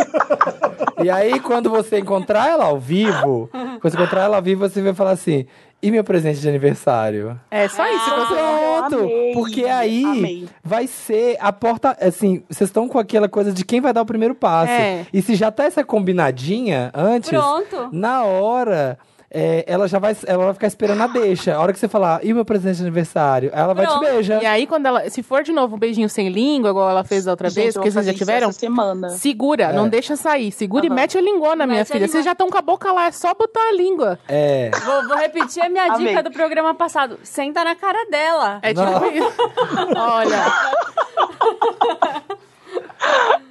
Speaker 2: e aí, quando você encontrar ela ao vivo, quando você encontrar ela ao vivo, você vai falar assim: e meu presente de aniversário?
Speaker 4: É só isso. que você-
Speaker 2: Pronto!
Speaker 7: Ah, amei,
Speaker 2: Porque aí
Speaker 7: amei.
Speaker 2: vai ser a porta. Assim, vocês estão com aquela coisa de quem vai dar o primeiro passo.
Speaker 4: É.
Speaker 2: E se já tá essa combinadinha antes,
Speaker 3: Pronto.
Speaker 2: na hora. é, ela já vai, ela vai ficar esperando a deixa. A hora que você falar, e meu presente de aniversário? Aí Ela vai te
Speaker 3: Pronto.
Speaker 2: beijar.
Speaker 4: E aí, quando ela. Se for de novo um beijinho sem língua, igual ela fez da outra
Speaker 7: Gente,
Speaker 4: vez,
Speaker 7: eu
Speaker 4: porque
Speaker 7: vou
Speaker 4: vocês já
Speaker 7: fazer isso
Speaker 4: tiveram.
Speaker 7: Essa semana.
Speaker 4: Segura,
Speaker 2: É.
Speaker 4: não deixa sair. Segura e
Speaker 7: Aham.
Speaker 4: mete a lingona, minha
Speaker 3: Mete a
Speaker 4: filha. Vocês
Speaker 3: língua.
Speaker 4: já estão com a boca lá, é só botar a língua.
Speaker 2: É.
Speaker 3: Vou, vou repetir a minha
Speaker 7: Amei.
Speaker 3: dica do programa passado. Senta na cara dela.
Speaker 4: É tipo
Speaker 2: Não.
Speaker 4: isso. Olha,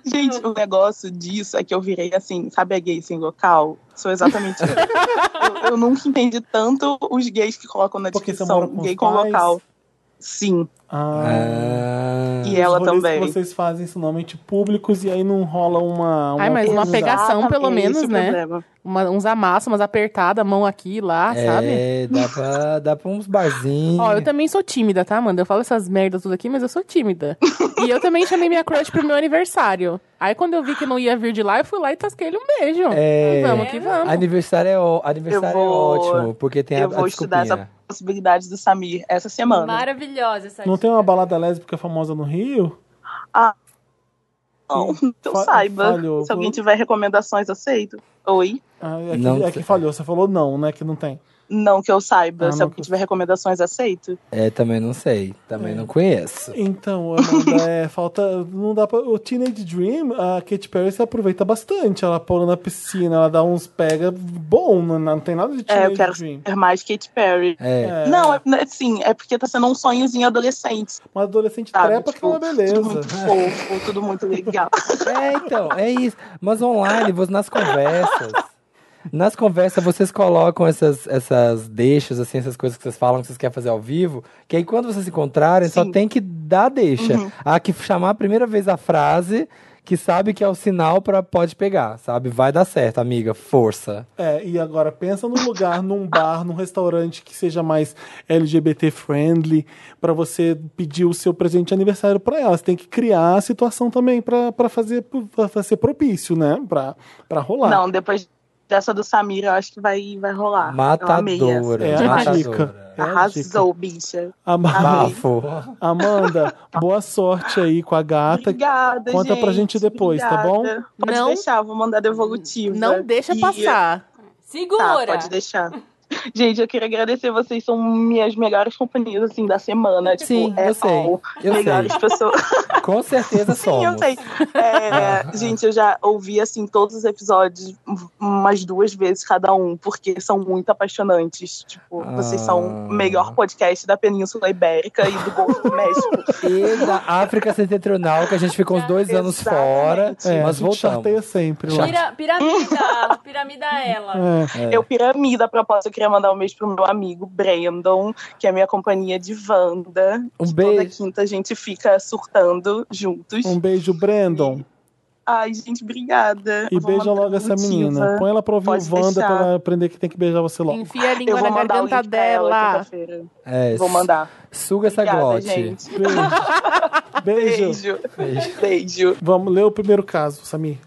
Speaker 7: Gente, o negócio disso é que eu virei assim, sabe a gay sem local? Sou exatamente isso. eu, eu nunca entendi tanto os gays que colocam na
Speaker 1: Porque você
Speaker 7: descrição
Speaker 1: mora com os
Speaker 7: gay com
Speaker 1: pais?
Speaker 7: local. Sim,
Speaker 1: Ah...
Speaker 2: Ah.
Speaker 7: e ela
Speaker 1: Os rolês
Speaker 7: também.
Speaker 1: Que vocês fazem são normalmente públicos e aí não rola uma. uma
Speaker 4: Ai, mas uma
Speaker 1: coisa-
Speaker 4: pegada- pegação, pelo
Speaker 7: Exatamente,
Speaker 4: menos,
Speaker 7: esse é o
Speaker 4: né?
Speaker 7: problema.
Speaker 4: uma- uns amassos, umas apertadas, mão aqui e lá, sabe?
Speaker 2: É, dá pra, dá pra uns barzinhos.
Speaker 4: Ó, eu também sou tímida, tá, Amanda? Eu falo essas merdas tudo aqui, mas eu sou tímida. e eu também chamei minha crush pro meu aniversário. Aí quando eu vi que não ia vir de lá, eu fui lá e tasquei ele um beijo.
Speaker 2: É.
Speaker 4: Vamos que vamos.
Speaker 2: Aniversário é, ó- aniversário
Speaker 7: Eu vou-
Speaker 2: é ótimo, porque tem a,
Speaker 7: eu
Speaker 2: a
Speaker 7: vou estudar
Speaker 2: desculpinha.
Speaker 7: essa possibilidade do Samir essa semana.
Speaker 3: Maravilhosa essa
Speaker 1: Não
Speaker 3: dica.
Speaker 1: tem uma balada lésbica famosa no Rio?
Speaker 7: Não, que eu
Speaker 1: Fa-
Speaker 7: saiba.
Speaker 1: falhou.
Speaker 7: Se alguém tiver recomendações, aceito. Oi?
Speaker 1: Ah, é, que,
Speaker 2: Não
Speaker 1: é
Speaker 2: sei.
Speaker 1: que falhou, você falou não, né? Que não tem.
Speaker 7: Não que eu saiba.
Speaker 1: Ah,
Speaker 7: Se
Speaker 1: não
Speaker 7: alguém
Speaker 1: que-
Speaker 7: tiver recomendações, aceito.
Speaker 2: É, também não sei. Também não conheço.
Speaker 1: Então, Amanda,
Speaker 7: <laughs>
Speaker 1: é, falta. Não dá pra. O Teenage Dream, a Katy Perry se aproveita bastante. Ela pula na piscina, ela dá uns pega bom, não, não tem nada de
Speaker 7: É,
Speaker 1: Teenage
Speaker 7: eu quero
Speaker 1: Dream.
Speaker 7: ser mais Katy Perry.
Speaker 2: É.
Speaker 1: É,
Speaker 7: Não, é, é- sim, é porque tá sendo um sonhozinho adolescente,
Speaker 1: uma adolescente
Speaker 7: sabe?
Speaker 1: trepa
Speaker 7: Tipo,
Speaker 1: que é uma
Speaker 7: Tudo
Speaker 1: beleza.
Speaker 7: muito fofo, tudo muito legal.
Speaker 1: <laughs>
Speaker 2: É, então, é isso. Mas online, vo- nas conversas. Nas conversas, vocês colocam essas, essas deixas, assim, essas coisas que vocês falam que vocês querem fazer ao vivo. Que aí, quando vocês se encontrarem, só
Speaker 7: Sim. Uhum.
Speaker 2: tem que dar deixa. A que chamar a primeira vez a frase, que sabe que é o sinal pra pode pegar, sabe? Vai dar certo, amiga. Força.
Speaker 1: É, e agora pensa num lugar, num bar, num restaurante que seja mais LGBT friendly pra você pedir o seu presente de aniversário pra ela. Você tem que criar a situação também pra pra fazer para ser propício, né? Pra pra rolar.
Speaker 7: Não, depois dessa do Samir, eu acho que vai, vai rolar. Eu amei essa.
Speaker 2: Matadora.
Speaker 1: É a
Speaker 2: matadora.
Speaker 1: dica. É a dica.
Speaker 7: Arrasou, bicha.
Speaker 1: Ama-
Speaker 2: Bafo.
Speaker 1: Amanda, boa sorte aí com a gata.
Speaker 7: Obrigada,
Speaker 1: Conta
Speaker 7: gente.
Speaker 1: pra gente depois, tá
Speaker 7: Obrigada. Pode
Speaker 4: Não-
Speaker 7: deixar, vou mandar devolutiva.
Speaker 4: Não deixa
Speaker 7: E-
Speaker 4: passar.
Speaker 3: Segura.
Speaker 7: Tá, pode deixar. Gente, eu queria agradecer vocês, são minhas melhores companhias, assim, da semana. Tipo,
Speaker 2: Sim,
Speaker 7: é
Speaker 2: eu sei.
Speaker 7: all.
Speaker 2: Eu
Speaker 7: melhores
Speaker 2: sei.
Speaker 7: pessoas.
Speaker 1: <laughs>
Speaker 2: Com certeza somos.
Speaker 7: Sim, eu sei. É, <laughs> gente, eu já ouvi assim todos os episódios umas duas vezes cada um, porque são muito apaixonantes. Tipo,
Speaker 2: Ah.
Speaker 7: vocês são o melhor podcast da Península Ibérica e do Golfo do México.
Speaker 2: E da África Setentrional, que a gente ficou uns dois anos
Speaker 7: Exatamente.
Speaker 2: fora,
Speaker 1: É, a
Speaker 2: mas
Speaker 1: gente
Speaker 2: voltamos.
Speaker 1: chateia sempre lá.
Speaker 3: Pira- piramida. piramida ela.
Speaker 1: É.
Speaker 2: É.
Speaker 7: Eu piramida a propósito, eu queria mandar um beijo pro meu amigo Brandon, que é minha companhia de Wanda.
Speaker 2: Um
Speaker 7: Toda
Speaker 2: beijo.
Speaker 7: quinta a gente fica surtando juntos.
Speaker 1: Um beijo, Brandon.
Speaker 7: Ai, gente, obrigada.
Speaker 1: E
Speaker 7: Eu vou
Speaker 1: beija
Speaker 7: mandar
Speaker 1: logo essa
Speaker 7: motiva.
Speaker 1: menina. Põe ela pra ouvir
Speaker 7: Pode
Speaker 1: o Wanda
Speaker 7: deixar.
Speaker 1: pra ela aprender que tem que beijar você logo.
Speaker 4: Enfia a
Speaker 7: Eu
Speaker 4: língua na
Speaker 7: vou mandar o
Speaker 4: garganta
Speaker 7: link pra ela
Speaker 4: dela.
Speaker 7: quinta-feira.
Speaker 2: É,
Speaker 7: Vou mandar.
Speaker 2: Suga essa
Speaker 7: Obrigada,
Speaker 2: glote.
Speaker 7: gente.
Speaker 1: Beijo. Beijo.
Speaker 7: Beijo.
Speaker 2: Beijo.
Speaker 7: Beijo.
Speaker 1: Vamos ler o primeiro caso, Samir.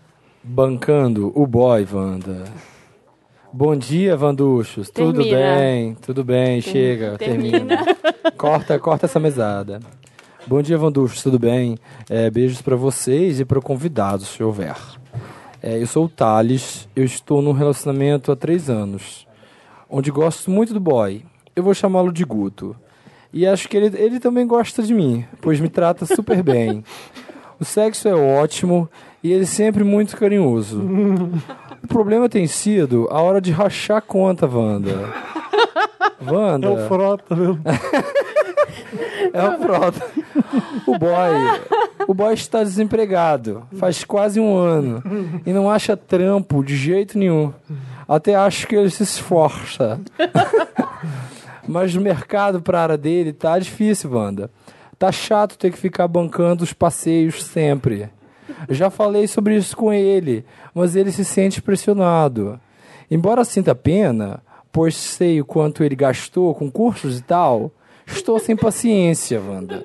Speaker 2: Bancando o boy, Wanda. Bom dia, Vanduchos. Tudo
Speaker 3: Termina.
Speaker 2: bem, tudo bem, chega, termina. corta, corta essa mesada. Bom dia, Vanduchos, tudo bem? É, beijos pra vocês e para convidados, se houver. É, eu sou o Thales, eu estou num relacionamento há três anos, onde gosto muito do boy. Eu vou chamá-lo de Guto. E acho que ele, ele também gosta de mim, pois me trata
Speaker 1: <laughs>
Speaker 2: super bem. O sexo é ótimo e ele é sempre muito carinhoso. O problema tem sido a hora de rachar a conta, Wanda.
Speaker 1: <laughs>
Speaker 2: Wanda.
Speaker 1: É o Frota, meu.
Speaker 2: É o Frota. <laughs> O boy. O boy está desempregado. Faz quase um ano. E não acha trampo de jeito nenhum. Até acho que ele se esforça. Mas o mercado pra área dele tá difícil, Wanda. Tá chato ter que ficar bancando os passeios sempre. Já falei sobre isso com ele, mas ele se sente pressionado. Embora sinta pena, pois sei o quanto ele gastou com cursos e tal, estou sem paciência, Wanda.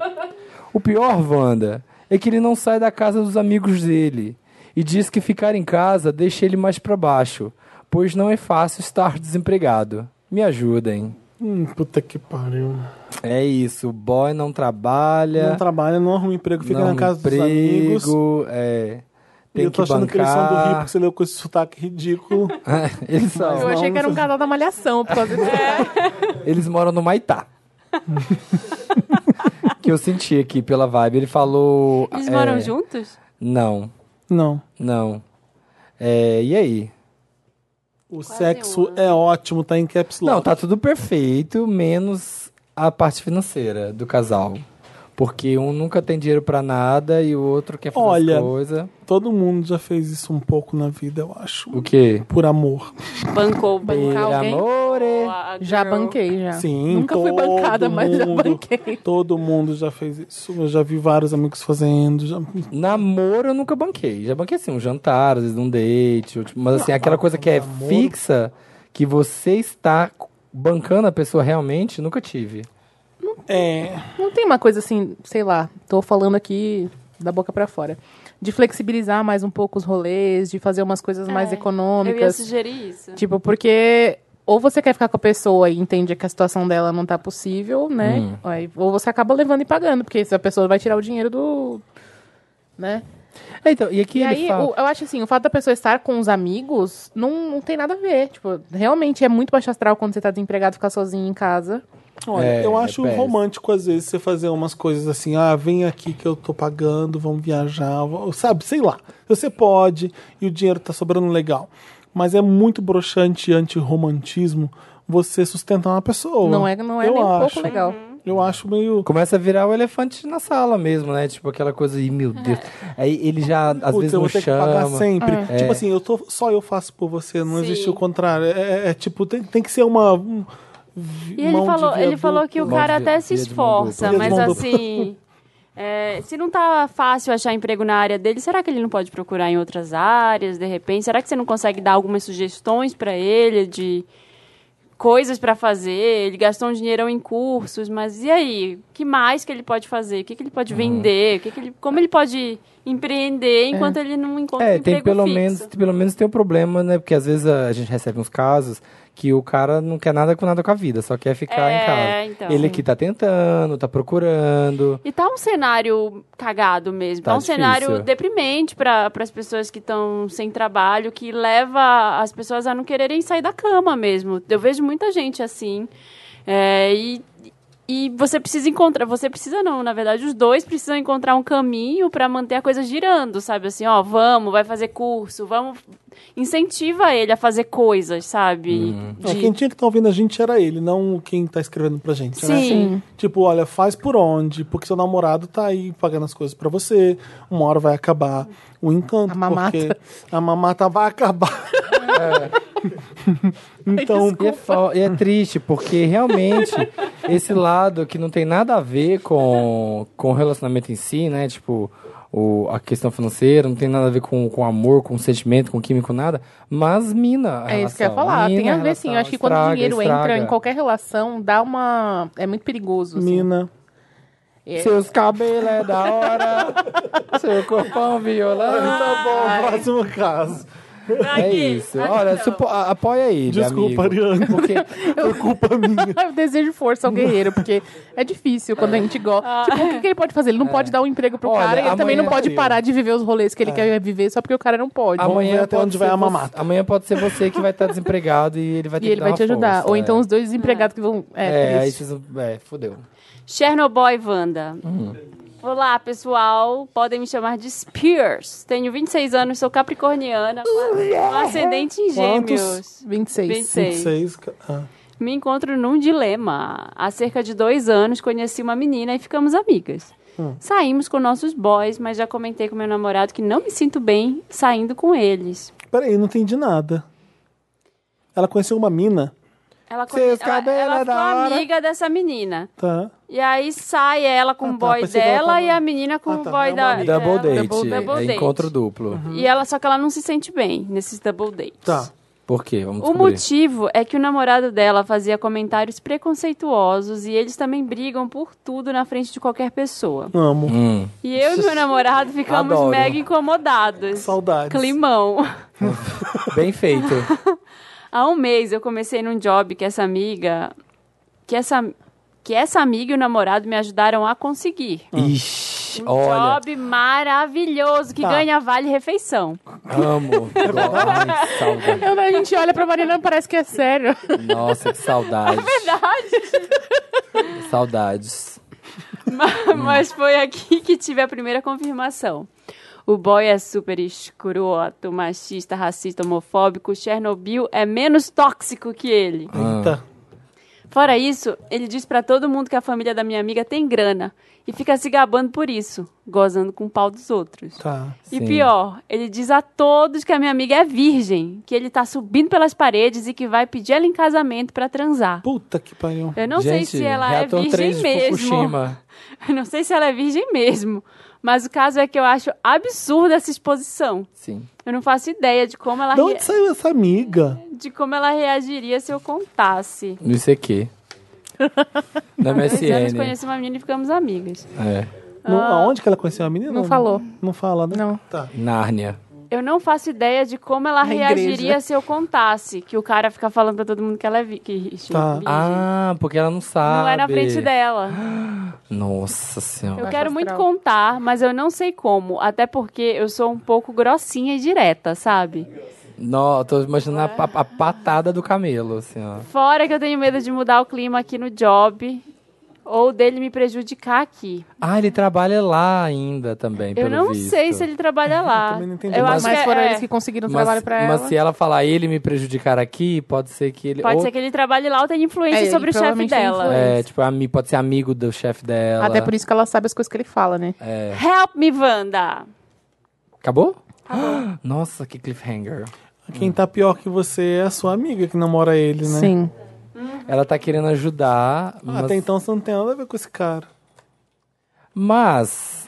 Speaker 2: O pior, Wanda, é que ele não sai da casa dos amigos dele e diz que ficar em casa deixa ele mais pra baixo, pois não é fácil estar desempregado. Me ajudem.
Speaker 1: Hum, puta que pariu.
Speaker 2: É isso, o boy não trabalha,
Speaker 1: Não trabalha, não arruma emprego, fica
Speaker 2: É. não
Speaker 1: na casa
Speaker 2: emprego,
Speaker 1: dos amigos.
Speaker 2: é,
Speaker 1: E
Speaker 2: tem
Speaker 1: eu tô
Speaker 2: que
Speaker 1: achando que eles são do Rio,
Speaker 2: bancar.
Speaker 1: porque você leu com esse sotaque ridículo.
Speaker 2: Eles são.
Speaker 4: Eu achei que era um casal da malhação por causa disso.
Speaker 2: É. Eles moram no Maitá.
Speaker 3: <laughs>
Speaker 2: que eu senti aqui pela vibe. Ele falou.
Speaker 3: Eles
Speaker 2: é,
Speaker 3: moram juntos?
Speaker 2: Não,
Speaker 1: Não.
Speaker 2: <laughs> não. É, e aí?
Speaker 1: O
Speaker 3: Quase
Speaker 1: sexo
Speaker 3: um
Speaker 7: né?
Speaker 3: ano.
Speaker 1: é ótimo, tá em caps lock.
Speaker 2: Não, tá tudo perfeito, menos a parte financeira do casal. Porque um nunca tem dinheiro pra nada e o outro quer fazer
Speaker 1: Olha.
Speaker 2: as coisa.
Speaker 1: Todo mundo já fez isso um pouco na vida, eu acho.
Speaker 2: O quê? é.
Speaker 1: Por amor.
Speaker 3: Bancou, bancou
Speaker 2: Per
Speaker 3: alguém?
Speaker 2: amore.
Speaker 3: Boa, girl.
Speaker 4: Já banquei, já.
Speaker 1: Sim,
Speaker 4: Nunca fui
Speaker 1: todo
Speaker 4: bancada, mas já
Speaker 1: mundo.
Speaker 4: banquei.
Speaker 1: Todo mundo já fez isso. Eu já vi vários amigos fazendo. Já...
Speaker 2: Namoro eu nunca banquei. Já banquei assim, um jantar, às vezes um date. ou, tipo, mas assim,
Speaker 1: Ah,
Speaker 2: aquela
Speaker 1: um
Speaker 2: coisa que é fixa, que você está bancando a pessoa realmente, nunca tive.
Speaker 1: É.
Speaker 4: Não tem uma coisa assim, sei lá, tô falando aqui da boca pra fora. De flexibilizar mais um pouco os rolês, de fazer umas coisas mais
Speaker 3: É, Eu ia
Speaker 4: econômicas.
Speaker 3: sugerir isso.
Speaker 4: Tipo, porque ou você quer ficar com a pessoa e entende que a situação dela não tá possível, né? Aí- Ou você acaba levando e pagando, porque se a pessoa vai tirar o dinheiro do. Né?
Speaker 2: É, então, e aqui
Speaker 4: E
Speaker 2: ele
Speaker 4: aí,
Speaker 2: fala.
Speaker 4: o- eu acho assim, o fato da pessoa estar com os amigos não, não tem nada a ver. Tipo, realmente é muito baixo astral quando você tá desempregado ficar sozinho em casa.
Speaker 1: Olha,
Speaker 2: É,
Speaker 1: eu acho
Speaker 2: péssimo.
Speaker 1: romântico às vezes você fazer umas coisas assim, ah, vem aqui que eu tô pagando, vamos viajar, vamos- sabe, sei lá. Você pode e o dinheiro tá sobrando legal. Mas é muito broxante e antirromantismo você sustentar uma pessoa.
Speaker 4: Não é, não é
Speaker 1: eu
Speaker 4: nem um
Speaker 1: acho.
Speaker 4: pouco
Speaker 3: Uhum.
Speaker 4: legal.
Speaker 1: Eu acho meio.
Speaker 2: Começa a virar o elefante na sala mesmo, né? Tipo aquela coisa, e meu Deus. Aí ele já, às
Speaker 1: É. Putz,
Speaker 2: vezes,
Speaker 1: eu
Speaker 2: não
Speaker 1: vou ter que pagar
Speaker 2: chama.
Speaker 1: sempre. Tipo
Speaker 2: É.
Speaker 1: assim, eu tô, só eu faço por você, não
Speaker 3: Sim.
Speaker 1: existe o contrário. É, é, é tipo, tem, tem que ser uma. um-
Speaker 3: E ele
Speaker 1: mão de
Speaker 3: falou, ele
Speaker 1: viaduto.
Speaker 3: falou que o
Speaker 2: Mão de
Speaker 3: cara
Speaker 2: vi-
Speaker 3: até se
Speaker 2: via de mão
Speaker 3: esforça,
Speaker 1: dupla. Via de
Speaker 3: mas
Speaker 1: mão
Speaker 3: assim. é, se não tá fácil achar emprego na área dele, será que ele não pode procurar em outras áreas, de repente? Será que você não consegue dar algumas sugestões pra ele de coisas pra fazer? Ele gastou um dinheirão em cursos, mas e aí? que mais que ele pode fazer? O que, que ele
Speaker 2: Ah.
Speaker 3: pode vender? O que que ele, como ele pode empreender enquanto ele não encontra um
Speaker 2: É,
Speaker 3: emprego
Speaker 2: tem pelo
Speaker 3: fixo?
Speaker 2: menos, pelo menos tem um problema, né? Porque às vezes a, a gente recebe uns casos que o cara não quer nada com nada com a vida, só quer ficar
Speaker 3: É,
Speaker 2: em casa.
Speaker 3: então.
Speaker 2: Ele aqui tá tentando, tá procurando.
Speaker 3: E tá um cenário cagado mesmo. Tá,
Speaker 2: Tá
Speaker 3: um
Speaker 2: difícil.
Speaker 3: cenário deprimente para as pessoas que estão sem trabalho, que leva as pessoas a não quererem sair da cama mesmo. Eu vejo muita gente assim. É, e, e você precisa encontrar. Você precisa, não, na verdade, os dois precisam encontrar um caminho para manter a coisa girando, sabe? Assim, ó, vamos, vai fazer curso, vamos. Incentiva ele a fazer coisas, sabe?
Speaker 2: Uhum. É
Speaker 1: Ah,
Speaker 3: De-
Speaker 1: Quem tinha que estar ouvindo a gente era ele, não quem tá escrevendo pra gente, né?
Speaker 3: Sim.
Speaker 1: Tipo, olha, faz por onde, porque seu namorado tá aí pagando as coisas pra você, uma hora vai acabar o encanto,
Speaker 4: A mamata.
Speaker 1: porque a mamata vai acabar.
Speaker 2: É.
Speaker 1: <laughs> então,
Speaker 2: E é, fo- e é triste, porque
Speaker 4: <laughs>
Speaker 2: realmente esse lado que não tem nada a ver com, com o relacionamento em si, né? Tipo, o- a questão financeira, não tem nada a ver com, com amor, com sentimento, com químico, nada, mas mina. a
Speaker 4: É isso que eu ia
Speaker 2: relação,
Speaker 4: falar.
Speaker 2: mina
Speaker 4: Tem a ver,
Speaker 2: relação,
Speaker 4: sim. Eu acho que quando
Speaker 2: estraga,
Speaker 4: o dinheiro
Speaker 2: estraga.
Speaker 4: entra em qualquer relação, dá uma. É muito perigoso. Assim.
Speaker 1: Mina.
Speaker 4: É. <laughs>
Speaker 2: Seus cabelos é da hora, seu corpão violão.
Speaker 1: Tá bom, próximo caso.
Speaker 2: É isso. Olha, supo- a- apoia aí.
Speaker 1: Desculpa,
Speaker 2: amigo.
Speaker 1: Ariane.
Speaker 2: Porque
Speaker 1: Foi culpa minha.
Speaker 4: Eu desejo força ao guerreiro, porque é difícil quando a gente gosta. Tipo, o que, que ele pode fazer? Ele não pode dar um emprego pro
Speaker 2: Olha,
Speaker 4: cara e ele também não
Speaker 2: amanhã-
Speaker 4: pode parar de viver os rolês que ele quer viver só porque o cara não pode.
Speaker 1: Vamos ver até
Speaker 2: pode
Speaker 1: onde vai
Speaker 2: ser
Speaker 1: a
Speaker 2: você-
Speaker 1: mamata.
Speaker 2: Amanhã pode ser você que vai estar desempregado e ele vai ter
Speaker 4: E ele
Speaker 2: que dar
Speaker 4: vai te
Speaker 2: uma
Speaker 4: ajudar.
Speaker 2: força,
Speaker 4: Ou então
Speaker 2: é.
Speaker 4: os dois desempregados que vão.
Speaker 2: É,
Speaker 4: É,
Speaker 2: aí
Speaker 4: triste.
Speaker 2: vocês. É, fodeu.
Speaker 3: Chernobyl e Wanda.
Speaker 1: Uhum.
Speaker 3: Olá, pessoal. Podem me chamar de Spears. Tenho 26 anos, sou capricorniana, com um ascendente em
Speaker 1: Uhum. Quantos?
Speaker 3: gêmeos.
Speaker 4: 26.
Speaker 3: 26.
Speaker 1: Seis. ca- ah.
Speaker 3: Me encontro num dilema. Há cerca de dois anos conheci uma menina e ficamos amigas.
Speaker 1: Hum.
Speaker 3: Saímos com nossos boys, mas já comentei com meu namorado que não me sinto bem saindo com eles.
Speaker 1: Peraí, não entendi nada. Ela conheceu uma mina,
Speaker 3: Ela, conhe-
Speaker 2: Seus
Speaker 3: ela,
Speaker 2: cabelos
Speaker 3: ela ficou
Speaker 2: da hora.
Speaker 3: amiga dessa menina.
Speaker 1: tá?
Speaker 3: E aí sai ela com
Speaker 1: Ah,
Speaker 3: o
Speaker 1: tá.
Speaker 3: boy
Speaker 1: Pensei que ela
Speaker 3: dela
Speaker 1: tava-
Speaker 3: e a menina com
Speaker 1: Ah,
Speaker 3: o
Speaker 1: tá.
Speaker 3: boy
Speaker 1: É
Speaker 3: da
Speaker 1: uma amiga.
Speaker 2: Double
Speaker 3: dela.
Speaker 2: date.
Speaker 3: Double
Speaker 2: é
Speaker 3: date. Uhum.
Speaker 2: encontro duplo.
Speaker 3: E ela só que ela não se sente bem nesses double dates.
Speaker 1: Tá.
Speaker 2: Por quê? Vamos
Speaker 3: O
Speaker 2: descobrir.
Speaker 3: motivo é que o namorado dela fazia comentários preconceituosos e eles também brigam por tudo na frente de qualquer pessoa.
Speaker 1: Amo.
Speaker 2: Hum.
Speaker 3: E eu e meu namorado ficamos
Speaker 2: Adoro.
Speaker 3: mega incomodados.
Speaker 1: Saudades.
Speaker 3: Climão.
Speaker 2: Bem feito.
Speaker 3: Há um mês eu comecei num job que essa amiga. Que essa, que essa amiga e o namorado me ajudaram a conseguir.
Speaker 2: Ixi,
Speaker 3: Um
Speaker 2: olha.
Speaker 3: job maravilhoso que
Speaker 1: Tá.
Speaker 3: ganha vale refeição.
Speaker 2: Amo. Ai, que saudade.
Speaker 4: Eu- a gente olha pra Mariana parece que é sério.
Speaker 2: Nossa, que saudade.
Speaker 3: Verdade.
Speaker 2: Saudades.
Speaker 3: <laughs> Mas foi aqui que tive a primeira confirmação. O boy é super escroto, machista, racista, homofóbico. Chernobyl é menos tóxico que ele.
Speaker 1: Eita.
Speaker 3: Fora isso, ele diz pra todo mundo que a família da minha amiga tem grana e fica se gabando por isso, gozando com o pau dos outros.
Speaker 1: Tá.
Speaker 3: E
Speaker 2: Sim.
Speaker 3: pior, ele diz a todos que a minha amiga é virgem, que ele tá subindo pelas paredes e que vai pedir ela em casamento pra transar.
Speaker 1: Puta que pariu.
Speaker 3: Eu não sei
Speaker 2: Gente,
Speaker 3: se ela é
Speaker 2: reator
Speaker 3: virgem
Speaker 2: 3 de
Speaker 3: mesmo.
Speaker 2: Fukushima.
Speaker 3: Eu <laughs> não sei se ela é virgem mesmo. Mas o caso é que eu acho absurda essa exposição.
Speaker 2: Sim.
Speaker 3: Eu não faço ideia de como
Speaker 4: É,
Speaker 3: ela,
Speaker 1: De
Speaker 3: rea-
Speaker 1: onde saiu essa amiga?
Speaker 3: de como ela reagiria se eu contasse.
Speaker 2: No
Speaker 3: <laughs>
Speaker 2: ICQ. Na
Speaker 3: Dois anos
Speaker 2: MSN.
Speaker 3: conheci uma menina e ficamos amigas.
Speaker 2: É.
Speaker 1: No- aonde que ela conheceu a menina?
Speaker 4: Ah, Não falou.
Speaker 1: Não fala, né?
Speaker 4: Não.
Speaker 1: Tá.
Speaker 2: Nárnia.
Speaker 3: Eu não faço ideia de como ela
Speaker 4: Na
Speaker 3: reagiria
Speaker 4: igreja.
Speaker 3: se eu contasse. Que o cara fica falando pra todo mundo que ela é vi- que virgem.
Speaker 1: Tá.
Speaker 3: virgem.
Speaker 2: Ah, porque ela não sabe. Ah.
Speaker 3: Não é na frente dela.
Speaker 2: Nossa senhora.
Speaker 3: Eu
Speaker 4: Baixo
Speaker 3: quero muito
Speaker 4: astral.
Speaker 3: contar, mas eu não sei como. Até porque eu sou um pouco grossinha e direta, sabe?
Speaker 2: Não, eu tô imaginando a, pa- a patada do camelo, assim, ó.
Speaker 3: Fora que eu tenho medo de mudar o clima aqui no job ou dele me prejudicar aqui.
Speaker 2: Ah, ele trabalha lá ainda também,
Speaker 3: eu
Speaker 2: pelo
Speaker 3: não
Speaker 2: visto.
Speaker 3: sei se ele trabalha lá.
Speaker 1: também não entendi.
Speaker 3: Eu
Speaker 2: Mas-
Speaker 3: acho que
Speaker 4: Mas
Speaker 3: é-
Speaker 4: foram
Speaker 3: é,
Speaker 4: eles que conseguiram
Speaker 2: mas,
Speaker 4: trabalho pra
Speaker 2: mas
Speaker 4: ela.
Speaker 2: se ela falar ele me prejudicar aqui, pode ser que ele...
Speaker 3: pode
Speaker 2: ou-
Speaker 3: ser que ele trabalhe lá ou tenha influência
Speaker 4: É, ele
Speaker 3: sobre o chefe
Speaker 4: provavelmente tem
Speaker 3: dela.
Speaker 4: influência.
Speaker 2: É, tipo, ami- pode ser amigo do chefe dela.
Speaker 4: Até por isso que ela sabe as coisas que ele fala, né?
Speaker 2: É.
Speaker 3: Help me, Wanda!
Speaker 2: Acabou? <gasps> Nossa, que cliffhanger.
Speaker 1: Quem tá pior que você é a sua amiga que namora ele, né?
Speaker 4: Sim.
Speaker 2: Ela tá querendo ajudar,
Speaker 1: Ah,
Speaker 2: mas...
Speaker 1: Até então você não tem nada a ver com esse cara.
Speaker 2: mas-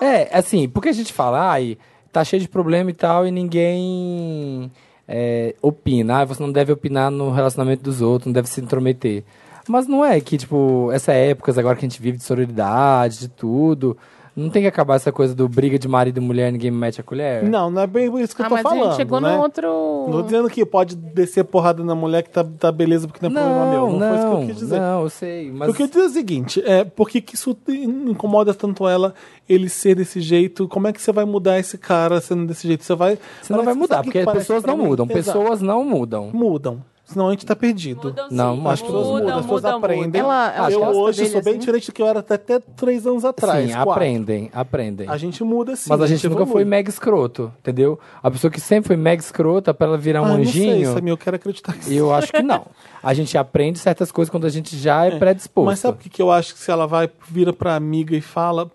Speaker 2: É, assim, porque a gente fala, ai, tá cheio de problema e tal, e ninguém é, opina. Ah, você não deve opinar no relacionamento dos outros, não deve se intrometer. Mas não é que, tipo, essa época agora que a gente vive de sororidade, de tudo... Não tem que acabar essa coisa do briga de marido e mulher, ninguém mete a colher?
Speaker 1: Não, não é bem isso que
Speaker 4: ah,
Speaker 1: eu tô
Speaker 4: mas
Speaker 1: falando.
Speaker 4: a gente chegou
Speaker 1: né?
Speaker 4: num outro.
Speaker 1: Não tô dizendo que pode descer porrada na mulher que tá, tá beleza porque não é problema meu. Não, foi isso que eu quis dizer.
Speaker 2: Não, eu sei, mas...
Speaker 1: O que eu digo é o seguinte, é, por que, que isso te- incomoda tanto ela, ele ser desse jeito? Como é que você vai mudar esse cara sendo desse jeito? Você vai.
Speaker 2: Você não vai
Speaker 1: parece-
Speaker 2: mudar,
Speaker 1: sabe o que
Speaker 2: porque
Speaker 1: parece
Speaker 2: pessoas
Speaker 1: pra
Speaker 2: não
Speaker 1: mim?
Speaker 2: mudam.
Speaker 1: Exato.
Speaker 2: Pessoas não mudam.
Speaker 1: Mudam. Senão a gente tá perdido.
Speaker 3: Mudam sim.
Speaker 2: Não,
Speaker 1: As
Speaker 2: acho que
Speaker 1: pessoas
Speaker 2: mudam,
Speaker 1: mudam, as pessoas
Speaker 3: mudam,
Speaker 1: aprendem.
Speaker 3: mudam.
Speaker 4: Ela- ela
Speaker 1: eu
Speaker 4: gosta
Speaker 1: hoje
Speaker 4: dele,
Speaker 1: sou bem
Speaker 4: assim?
Speaker 1: diferente do que eu era até, até três anos atrás.
Speaker 2: Sim,
Speaker 1: quatro.
Speaker 2: aprendem, aprendem.
Speaker 1: A gente muda sim.
Speaker 2: Mas a gente nunca foi
Speaker 1: evolui.
Speaker 2: mega escroto, entendeu? A pessoa que sempre foi mega escrota, pra ela virar
Speaker 1: Ah,
Speaker 2: um
Speaker 1: Não sei,
Speaker 2: anjinho,
Speaker 1: Samir, eu quero acreditar que sim.
Speaker 2: eu acho que não. A gente aprende certas coisas quando a gente já é, predisposto.
Speaker 1: Mas sabe o que que eu acho que se ela vai, vira pra amiga e fala,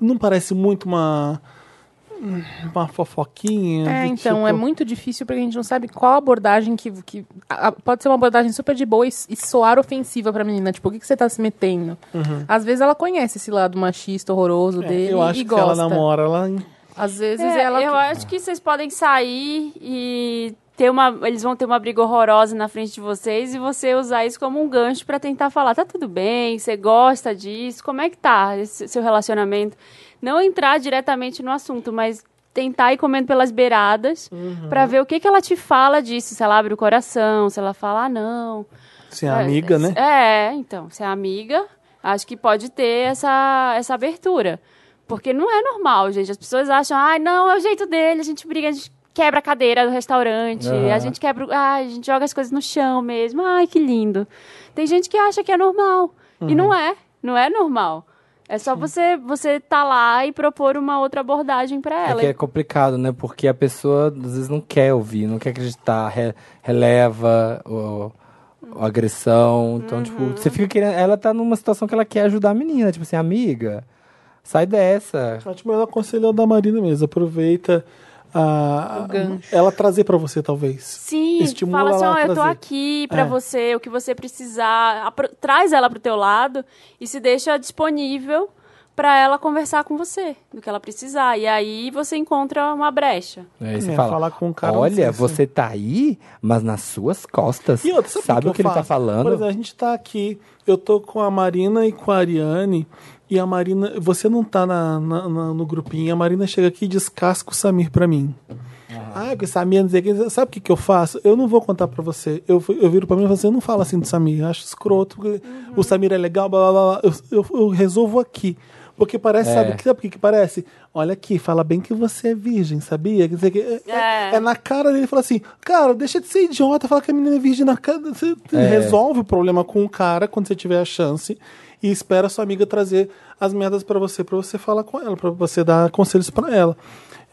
Speaker 1: não parece muito uma. Uma fofoquinha.
Speaker 4: É,
Speaker 1: do
Speaker 4: então,
Speaker 1: tipo,
Speaker 4: é muito difícil porque a gente não sabe qual abordagem que. que a- a- pode ser uma abordagem super de boa e, e soar ofensiva pra menina. Tipo, o que, que você tá se metendo? Às vezes ela conhece esse lado machista horroroso
Speaker 1: Uhum. é,
Speaker 4: dele
Speaker 1: Eu acho
Speaker 4: e
Speaker 1: que
Speaker 4: gosta.
Speaker 1: se ela namora, ela.
Speaker 4: Às vezes
Speaker 3: É,
Speaker 4: ela.
Speaker 3: eu acho que vocês podem sair e ter uma. Eles vão ter uma briga horrorosa na frente de vocês e você usar isso como um gancho pra tentar falar: tá tudo bem, você gosta disso, como é que tá esse seu relacionamento? Não entrar diretamente no assunto, mas tentar ir comendo pelas beiradas pra
Speaker 4: Uhum.
Speaker 3: ver o que, que ela te fala disso. Se ela abre o coração, se ela fala, ah, não.
Speaker 1: Sim, a amiga, né?
Speaker 3: É, então, se é amiga, acho que pode ter essa, essa abertura. Porque não é normal, gente. As pessoas acham, ai, não, é o jeito dele, a gente briga, a gente quebra a cadeira do restaurante,
Speaker 2: Aham.
Speaker 3: a gente quebra. o- Ai, a gente joga as coisas no chão mesmo. Ai, que lindo. Tem gente que acha que é normal. E
Speaker 2: Uhum.
Speaker 3: não é. Não é normal. É só você você tá lá e propor uma outra abordagem pra
Speaker 2: É
Speaker 3: ela.
Speaker 2: que é complicado, né? Porque a pessoa às vezes não quer ouvir, não quer acreditar, re- releva o, o agressão. Então, tipo, você fica querendo. Ela tá numa situação que ela quer ajudar a menina, tipo assim, amiga, sai dessa.
Speaker 1: Acho que o melhor conselho é o da Marina mesmo. Aproveita a, ela trazer pra você, talvez.
Speaker 3: Sim,
Speaker 1: Estimula
Speaker 3: fala assim,
Speaker 1: ela a
Speaker 3: ó, eu tô
Speaker 1: trazer.
Speaker 3: aqui pra
Speaker 1: É.
Speaker 3: você, o que você precisar, apro- traz ela pro teu lado e se deixa disponível pra ela conversar com você, do que ela precisar. E aí você encontra uma brecha.
Speaker 2: Aí você
Speaker 1: É,
Speaker 2: fala.
Speaker 1: falar com o cara,
Speaker 2: Olha,
Speaker 1: não sei se-
Speaker 2: você tá aí, mas nas suas costas.
Speaker 1: E outra, sabe,
Speaker 2: o que,
Speaker 1: eu
Speaker 2: ele tá
Speaker 1: faço? Por
Speaker 2: falando?
Speaker 1: exemplo, a gente tá aqui, eu tô com a Marina e com a Ariane, e a Marina, você não tá na, na- na- no grupinho, a Marina chega aqui e descasca o Samir pra mim. Ah, porque Samir não sei o que. Sabe o que, que eu faço? Eu não vou contar pra você. Eu, fui- eu viro pra mim e falo assim: eu não falo assim do Samir, eu acho escroto. porque
Speaker 2: Uhum.
Speaker 1: O Samir é legal, blá blá blá. blá. Eu, eu- eu resolvo aqui. Porque parece,
Speaker 2: É.
Speaker 1: sabe, o que- sabe o que, que parece? Olha aqui, fala bem que você é virgem, sabia? Quer dizer que é,
Speaker 3: É.
Speaker 1: é na cara dele fala assim: Cara, deixa de ser idiota, fala que a menina é virgem na cara. Você resolve o problema com o cara quando você tiver a chance e espera a sua amiga trazer as merdas pra você, pra você falar com ela, pra você dar conselhos pra ela.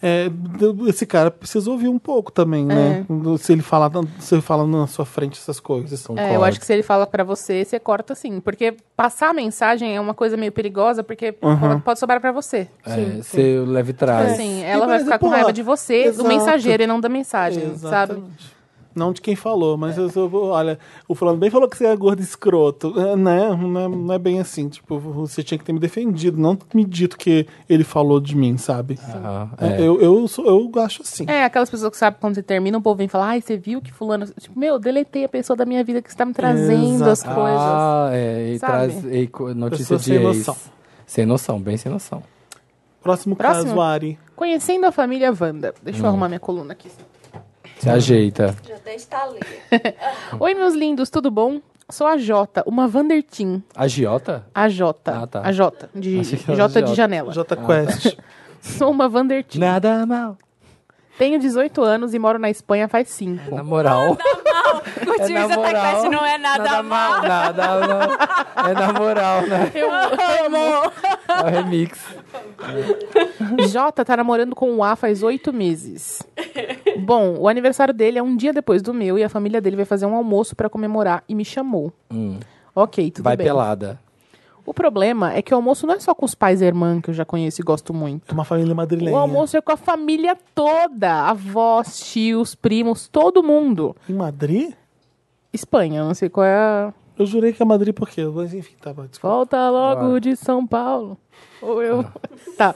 Speaker 1: É, d- esse cara precisa ouvir um pouco também, né? Se ele falar, se ele falar na sua frente essas coisas.
Speaker 4: É, eu acho que se ele fala pra você, você corta sim. Porque passar a mensagem é uma coisa meio perigosa, porque
Speaker 1: Uhum.
Speaker 4: pode- pode sobrar pra você.
Speaker 2: É, você leva e traz.
Speaker 4: Assim,
Speaker 1: E,
Speaker 4: ela
Speaker 1: por
Speaker 4: vai ficar
Speaker 1: exemplo,
Speaker 4: com raiva
Speaker 1: porra,
Speaker 4: de você,
Speaker 1: exato.
Speaker 4: do mensageiro, e não da mensagem, sabe?
Speaker 1: Exatamente. Não de quem falou, mas eu sou- olha, o fulano bem falou que você é gordo e escroto. É, né? Não é, não é bem assim. Tipo, você tinha que ter me defendido, não me dito que ele falou de mim, sabe?
Speaker 2: Aham,
Speaker 1: É,
Speaker 2: é.
Speaker 1: Eu, eu, sou- eu acho assim.
Speaker 4: É, aquelas pessoas que sabem quando você termina, o povo vem falar, ai, você viu que fulano... Tipo, meu, deletei a pessoa da minha vida que está me trazendo as
Speaker 1: Exato.
Speaker 4: coisas.
Speaker 2: Ah, é, e
Speaker 4: Sabe?
Speaker 2: traz e co- notícia
Speaker 1: Pessoa
Speaker 2: de
Speaker 1: sem
Speaker 2: ex.
Speaker 1: noção.
Speaker 2: Sem noção, bem sem noção.
Speaker 1: Próximo,
Speaker 4: Próximo?
Speaker 1: caso, Ari.
Speaker 4: Conhecendo a família Wanda. Deixa
Speaker 2: Hum.
Speaker 4: eu arrumar minha coluna aqui.
Speaker 2: Se ajeita.
Speaker 3: Já até estalei.
Speaker 4: Oi, meus lindos, tudo bom? Sou a Jota, uma Vandertin.
Speaker 2: Agiota?
Speaker 4: A Jota.
Speaker 2: Ah, tá.
Speaker 4: A Jota. De,
Speaker 2: Achei que era Jota.
Speaker 4: Jota de
Speaker 2: Ah, tá. Né?
Speaker 4: janela.
Speaker 1: J Quest.
Speaker 4: <laughs> Sou uma Vandertin.
Speaker 2: Nada mal.
Speaker 4: Tenho 18 anos e moro na Espanha faz 5.
Speaker 2: Na
Speaker 4: <laughs>
Speaker 2: moral.
Speaker 3: <laughs> Curtiu isso até que parece não é nada, mal.
Speaker 2: Nada mal. É na moral, né?
Speaker 4: Eu amo!
Speaker 2: É o remix.
Speaker 4: Jota tá namorando com o A faz 8 meses. Bom, o aniversário dele é um dia depois do meu e a família dele vai fazer um almoço pra comemorar e me chamou.
Speaker 2: Hum,
Speaker 4: Ok, tudo
Speaker 2: vai
Speaker 4: bem.
Speaker 2: pelada.
Speaker 4: O problema é que o almoço não é só com os pais e a irmã que eu já conheço e gosto muito.
Speaker 1: É uma família madrilenha.
Speaker 4: O almoço é com a família toda. Avós, tios, primos, todo mundo.
Speaker 1: Em Madrid?
Speaker 4: Espanha, não sei qual é a...
Speaker 1: Eu jurei que é Madrid por quê? Mas enfim, tá bom. desculpa.
Speaker 4: Volta logo
Speaker 2: Bora.
Speaker 4: de São Paulo. Ou eu...
Speaker 2: Ah.
Speaker 4: Tá,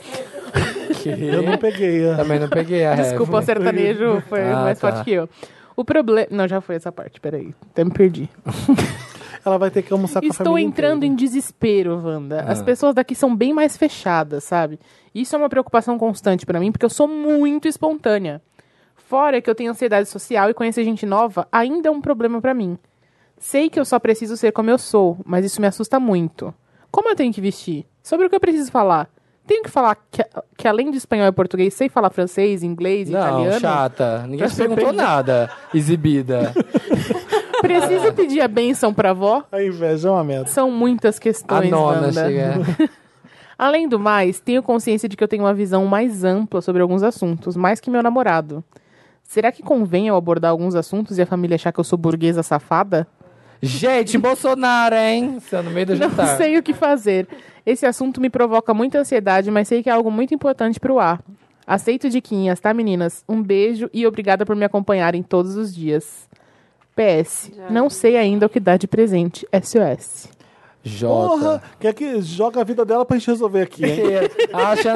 Speaker 1: Eu não peguei. a-
Speaker 2: Também não peguei a
Speaker 4: desculpa, o
Speaker 2: ref.
Speaker 4: sertanejo foi
Speaker 2: É, Ah,
Speaker 4: mais
Speaker 2: tá.
Speaker 4: forte que eu. O problema... Não, já foi essa parte, peraí. Até me perdi.
Speaker 1: Ela vai ter que almoçar Tá com a
Speaker 4: Estou
Speaker 1: família
Speaker 4: entrando
Speaker 1: inteira.
Speaker 4: em desespero, Wanda. As pessoas daqui são bem mais fechadas, sabe? Isso é uma preocupação constante pra mim, porque eu sou muito espontânea. Fora que eu tenho ansiedade social e conhecer gente nova ainda é um problema pra mim. Sei que eu só preciso ser como eu sou, mas isso me assusta muito. Como eu tenho que vestir? Sobre o que eu preciso falar? Tenho que falar que, que além de espanhol e português, sei falar francês, inglês,
Speaker 2: Não,
Speaker 4: é italiano?
Speaker 2: chata. Ninguém
Speaker 4: Pra
Speaker 2: te perguntou
Speaker 4: surpreender.
Speaker 2: nada. Exibida.
Speaker 4: Preciso pedir a bênção pra avó?
Speaker 1: A inveja é uma merda.
Speaker 4: São muitas
Speaker 2: A
Speaker 4: questões,
Speaker 2: nona
Speaker 4: Wanda.
Speaker 2: chega. é.
Speaker 4: Além do mais, tenho consciência de que eu tenho uma visão mais ampla sobre alguns assuntos, mais que meu namorado. Será que convém eu abordar alguns assuntos e a família achar que eu sou burguesa safada?
Speaker 2: Gente, Bolsonaro, hein? Você é no meio do
Speaker 4: Não
Speaker 2: jantar.
Speaker 4: sei o que fazer. Esse assunto me provoca muita ansiedade, mas sei que é algo muito importante pro ar. Aceito diquinhas, tá, meninas? Um beijo e obrigada por me acompanharem todos os dias. PS,
Speaker 3: Já.
Speaker 4: não sei ainda o que dá de presente. SOS.
Speaker 1: Porra,
Speaker 2: Jota.
Speaker 1: quer que joga a vida dela pra gente resolver aqui, hein?
Speaker 2: <laughs> É. Acha.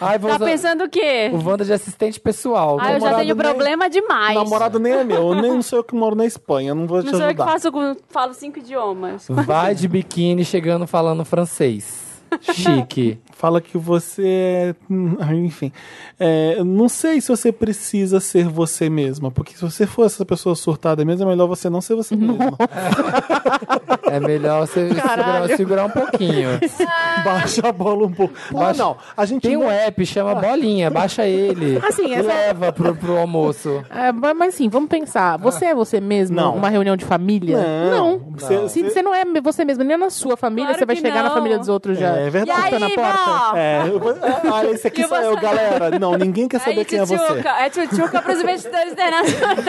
Speaker 2: Ai, vou
Speaker 3: Tá
Speaker 2: usar-
Speaker 3: pensando o quê?
Speaker 2: O Wanda de assistente pessoal.
Speaker 3: Ah, eu já
Speaker 1: namorado
Speaker 3: tenho
Speaker 1: nem-
Speaker 3: problema demais.
Speaker 1: Namorado nem é meu, nem não sou eu que moro na Espanha, não vou te
Speaker 3: Não sou eu que
Speaker 1: ajudar.
Speaker 3: faço, com- falo cinco idiomas.
Speaker 2: Vai de biquíni chegando falando francês. Chique.
Speaker 1: Fala que você é. <laughs> hum, ah, Enfim. É, eu não sei se você precisa ser você mesma, porque se você for essa pessoa surtada mesmo, é melhor você não ser você mesma.
Speaker 2: É melhor você segurar, segurar um pouquinho.
Speaker 1: <laughs> Baixa a bola um pouco. Ah,
Speaker 2: Baixa-
Speaker 1: não, a gente.
Speaker 2: Tem
Speaker 1: não-
Speaker 2: um app, chama Bolinha, baixa ele.
Speaker 4: Assim,
Speaker 2: e
Speaker 4: essa-
Speaker 2: leva pro, pro almoço.
Speaker 4: É, ma- mas sim, vamos pensar. Você é você mesmo?
Speaker 1: Não.
Speaker 4: Uma reunião de família?
Speaker 1: Não. Você-
Speaker 4: Se você não é você mesmo, nem na sua família,
Speaker 3: Claro
Speaker 4: você vai
Speaker 3: que
Speaker 4: chegar na
Speaker 3: não.
Speaker 4: família dos outros já.
Speaker 1: É
Speaker 3: E
Speaker 1: verdade.
Speaker 4: Tá na
Speaker 3: aí,
Speaker 4: porta?
Speaker 3: vó?
Speaker 1: É, eu vou- olha, esse aqui
Speaker 3: Eu
Speaker 1: sou
Speaker 3: vou
Speaker 1: eu,
Speaker 3: sair.
Speaker 1: galera. Não, ninguém
Speaker 3: <laughs>
Speaker 1: quer saber
Speaker 3: Aí,
Speaker 1: quem é você.
Speaker 3: tchutchuca. É tchutchuca pros investidores internacionais.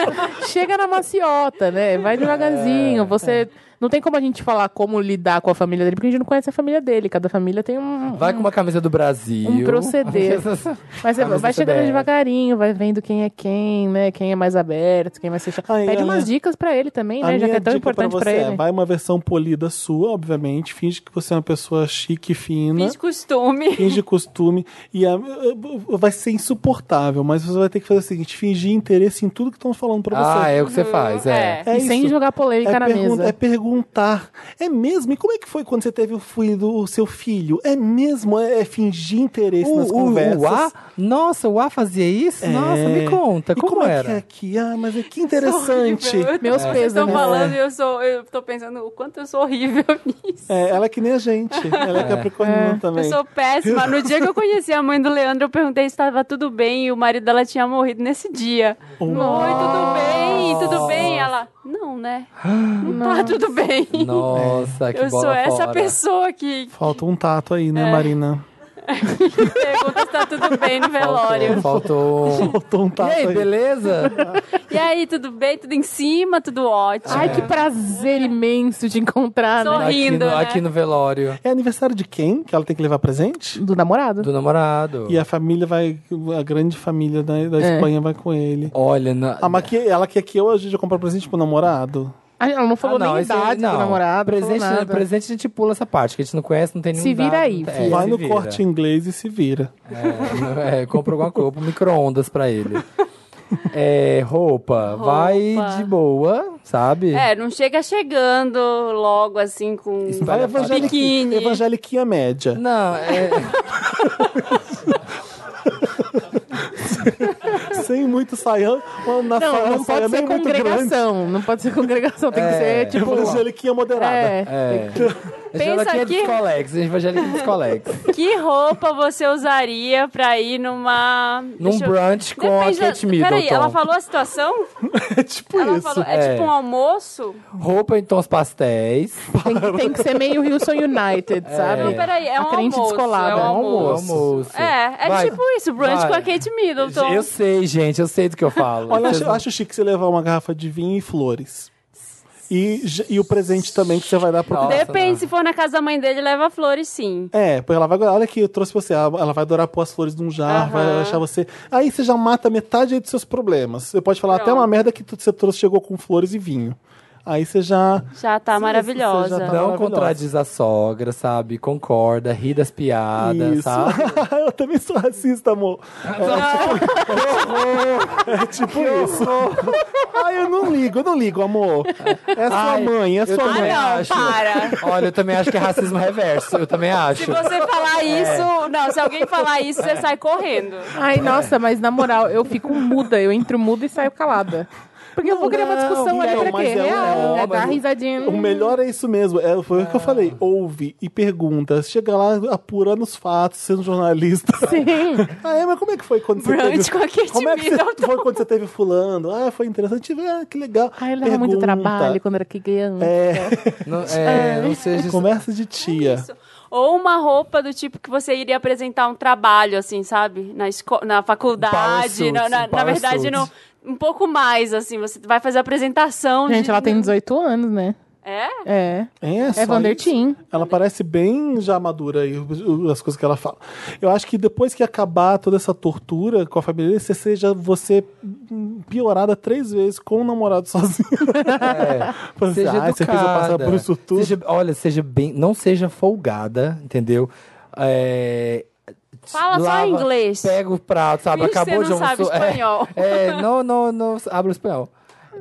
Speaker 4: Chega na maciota, né? Vai
Speaker 1: É.
Speaker 4: devagarzinho. Você. Não tem como a gente falar como lidar com a família dele, porque a gente não conhece a família dele. Cada família tem um.
Speaker 2: Vai com uma camisa do Brasil.
Speaker 4: Um proceder. Mas você
Speaker 2: Ah, mas
Speaker 4: vai
Speaker 2: isso é
Speaker 4: chegando
Speaker 2: BR.
Speaker 4: devagarinho, vai vendo quem é quem, né? Quem é mais aberto, quem é mais fechado.
Speaker 1: Ai,
Speaker 4: Pede
Speaker 1: Ana,
Speaker 4: umas dicas pra ele também, né? Já que é tão importante pra,
Speaker 1: você
Speaker 4: ele.
Speaker 1: é, vai uma versão polida sua, obviamente. Finge que você é uma pessoa chique e fina.
Speaker 3: Fiz costume.
Speaker 1: finge costume e a- vai ser insuportável, mas você vai ter que fazer o seguinte, fingir interesse em tudo que estão falando pra você.
Speaker 2: <laughs> Ah, é o que você faz, é.
Speaker 1: É
Speaker 4: e sem
Speaker 1: isso.
Speaker 4: jogar polêmica
Speaker 1: É,
Speaker 4: na
Speaker 1: pergun-
Speaker 4: mesa.
Speaker 1: é perguntar. É mesmo? E como é que foi quando você teve o filho, o seu filho? É mesmo? É, é fingir interesse nas conversas.
Speaker 2: o A? Nossa, o A fazia isso?
Speaker 1: É.
Speaker 2: Nossa, me conta,
Speaker 1: E
Speaker 2: como,
Speaker 1: é que é
Speaker 2: era?
Speaker 1: aqui? Ah, mas é que interessante.
Speaker 3: é Horrível. Eu tô-
Speaker 4: Meus
Speaker 3: vocês
Speaker 4: pesos,
Speaker 3: tão
Speaker 4: né?
Speaker 3: falando e eu, sou, eu tô pensando o quanto eu sou horrível <laughs> nisso.
Speaker 1: É, ela é que nem a gente.
Speaker 2: <laughs>
Speaker 1: Ela é, capricorniana
Speaker 3: Eu
Speaker 1: também.
Speaker 3: sou péssima. No dia que eu conheci a mãe do Leandro, eu perguntei se estava tudo bem e o marido dela tinha morrido nesse dia.
Speaker 1: Oh.
Speaker 3: Oi, tudo bem? Tudo bem? Ela, não, né? Não tá tudo
Speaker 1: é?
Speaker 3: bem. <laughs>
Speaker 2: Nossa, que
Speaker 3: eu
Speaker 2: bola
Speaker 3: sou essa
Speaker 2: fora.
Speaker 3: pessoa que
Speaker 1: Falta um tato aí,
Speaker 4: É.
Speaker 1: né,
Speaker 2: <laughs>
Speaker 1: Marina?
Speaker 3: pergunta se tá tudo bem no
Speaker 2: Faltou.
Speaker 3: velório.
Speaker 2: faltou um-
Speaker 1: Faltou um tato
Speaker 2: E aí, Tá
Speaker 1: aí.
Speaker 2: <laughs> beleza?
Speaker 3: E aí, tudo bem? Tudo em cima? Tudo ótimo.
Speaker 4: Ai,
Speaker 1: É.
Speaker 4: que prazer imenso te encontrar, né?
Speaker 3: Sorri.
Speaker 2: aqui,
Speaker 3: rindo,
Speaker 2: no,
Speaker 3: né?
Speaker 2: aqui no velório
Speaker 1: É aniversário de quem que ela tem que levar presente?
Speaker 4: Do namorado.
Speaker 2: do namorado.
Speaker 1: E a família vai, a grande família da, da
Speaker 4: É.
Speaker 1: Espanha vai com ele.
Speaker 2: Olha, na...
Speaker 1: Ah, mas que, ela quer que eu ajude a comprar presente pro namorado?
Speaker 4: Ah, Ela não falou
Speaker 2: Ah, não,
Speaker 4: nem
Speaker 2: esse-
Speaker 4: idade
Speaker 2: não.
Speaker 4: do namorado. não falou
Speaker 2: Presente, né?
Speaker 4: nada.
Speaker 2: presente a gente pula essa parte, que a gente não conhece, não tem
Speaker 4: Se
Speaker 2: nenhum
Speaker 4: vira
Speaker 2: dado,
Speaker 4: aí,
Speaker 2: não tem-
Speaker 4: filho.
Speaker 2: é,
Speaker 1: Vai
Speaker 2: se
Speaker 1: no
Speaker 2: vira.
Speaker 1: corte inglês e se vira.
Speaker 2: É, é, compra alguma coisa, compra um micro-ondas pra ele. É, roupa, vai
Speaker 3: Roupa.
Speaker 2: de boa, sabe?
Speaker 3: É, não chega chegando logo assim com.
Speaker 1: Vai
Speaker 2: Olha,
Speaker 1: evangeliqui-
Speaker 3: biquíni.
Speaker 1: evangeliquinha
Speaker 4: <laughs>
Speaker 1: média.
Speaker 2: Não, é,
Speaker 1: Sem muito saião, ou na
Speaker 4: Não,
Speaker 1: saia-
Speaker 4: não
Speaker 1: saia
Speaker 4: pode ser
Speaker 1: nem é muito grande.
Speaker 4: congregação. Não pode ser congregação. Tem que
Speaker 2: É.
Speaker 4: ser, tipo.
Speaker 1: Evangeliquinha moderada.
Speaker 4: É.
Speaker 2: é.
Speaker 3: <laughs> Pensa
Speaker 2: Evangeliquinha
Speaker 3: aqui-
Speaker 2: descolex, evangeliquinha
Speaker 3: <laughs>
Speaker 2: descolex.
Speaker 3: Que roupa você usaria pra ir numa.
Speaker 2: Num
Speaker 3: Deixa eu-
Speaker 2: brunch com
Speaker 3: Depende
Speaker 2: a
Speaker 3: da-
Speaker 2: Kate Middleton.
Speaker 3: Peraí, ela falou a situação?
Speaker 1: <laughs> É tipo
Speaker 3: ela
Speaker 1: isso.
Speaker 3: falou. É,
Speaker 2: é.
Speaker 3: tipo um almoço?
Speaker 2: Roupa em tons pastéis.
Speaker 4: Tem, tem que ser meio Houston United, sabe?
Speaker 3: Não, peraí, é
Speaker 4: A
Speaker 3: um
Speaker 4: crente
Speaker 3: almoço.
Speaker 4: descolada. né?
Speaker 3: É um almoço.
Speaker 2: Almoço.
Speaker 3: É, é
Speaker 2: Vai.
Speaker 3: tipo isso, brunch
Speaker 2: Vai.
Speaker 3: com a Kate Middleton.
Speaker 2: Eu sei, gente, eu sei do que eu falo.
Speaker 1: <laughs> Olha,
Speaker 2: Vocês
Speaker 1: acho,
Speaker 2: não-
Speaker 1: acho chique você levar uma garrafa de vinho e flores. E, j- e o presente também que você vai dar pro
Speaker 2: Nossa,
Speaker 3: Depende,
Speaker 2: não.
Speaker 3: se for na casa da mãe dele, leva flores sim.
Speaker 1: É, porque ela vai adorar. Olha aqui, eu trouxe pra você. Ela ela vai adorar pôr as flores num jarro, vai achar você. Aí você já mata metade aí dos seus problemas. Você pode falar até
Speaker 3: Pronto.
Speaker 1: uma merda que tu- você trouxe chegou com flores e vinho. Aí você já.
Speaker 3: Já tá
Speaker 1: Sim, você
Speaker 3: maravilhosa.
Speaker 1: já tá-
Speaker 2: Não
Speaker 1: Maravilhosa.
Speaker 2: contradiz a sogra, sabe? Concorda, ri das piadas,
Speaker 1: Isso. <laughs>
Speaker 2: sabe?
Speaker 1: eu também sou racista, amor. É tipo isso. Ai, eu não ligo, eu não ligo, amor. É sua
Speaker 2: Ai,
Speaker 1: mãe, é
Speaker 2: eu
Speaker 1: sua
Speaker 2: também
Speaker 1: mãe.
Speaker 3: não,
Speaker 2: acho.
Speaker 3: para.
Speaker 2: Olha, eu também acho que é racismo reverso. Eu também acho.
Speaker 3: Se você falar isso. Não, se alguém falar isso, você sai correndo.
Speaker 4: Ai, nossa, mas na moral, eu fico muda, eu entro muda e saio calada. Porque eu vou criar uma discussão ali
Speaker 1: não,
Speaker 4: pra
Speaker 1: mas
Speaker 4: quê?
Speaker 1: é um-
Speaker 4: Real,
Speaker 1: é
Speaker 4: é
Speaker 1: um-
Speaker 4: dar risadinha.
Speaker 1: O melhor é isso mesmo. É, foi o que eu falei. Ouve e pergunta. Chega lá apurando os fatos, sendo jornalista. <laughs>
Speaker 4: Sim.
Speaker 1: Ah, é, mas como é que foi quando você
Speaker 3: Brunch
Speaker 1: teve...
Speaker 3: com a Kate
Speaker 1: Como é que você
Speaker 3: Middleton.
Speaker 1: foi quando você teve fulano? Ah, foi interessante. Ah, que legal.
Speaker 4: Ai, eu leva muito
Speaker 1: Pergunta.
Speaker 4: trabalho quando era criança.
Speaker 1: É,
Speaker 2: Não, é, não seja.
Speaker 1: conversa de tia.
Speaker 3: Ou uma roupa do tipo que você iria apresentar um trabalho, assim, sabe? Na, esco-
Speaker 2: power
Speaker 3: na faculdade.
Speaker 2: suit,
Speaker 3: na, na-
Speaker 2: um
Speaker 3: na
Speaker 2: power
Speaker 3: verdade,
Speaker 2: suit.
Speaker 3: no, um pouco mais, assim. Você vai fazer apresentação.
Speaker 4: Gente,
Speaker 3: de-
Speaker 4: ela tem 18 anos, né?
Speaker 3: É?
Speaker 4: É.
Speaker 1: É,
Speaker 4: É
Speaker 1: só
Speaker 4: Vander
Speaker 1: isso.
Speaker 4: Teen.
Speaker 1: Ela parece bem já madura aí, o- o- as coisas que ela fala. Eu acho que depois que acabar toda essa tortura com a família, dele, você seja você hum, piorada três vezes com o namorado sozinho. Fala assim,
Speaker 2: É. Seja
Speaker 1: "Ai, <laughs> você fez eu passar
Speaker 2: educada.
Speaker 1: por isso tudo.
Speaker 2: Seja- olha, seja bem, não seja folgada, entendeu? É,
Speaker 3: Fala só
Speaker 2: lava,
Speaker 3: inglês.
Speaker 2: Pega o prato, sabe?
Speaker 3: Finge que
Speaker 2: Acabou
Speaker 3: você
Speaker 2: de
Speaker 3: não sabe
Speaker 2: almoçar. É,
Speaker 3: espanhol.
Speaker 2: É, não, não, não, abre o espanhol.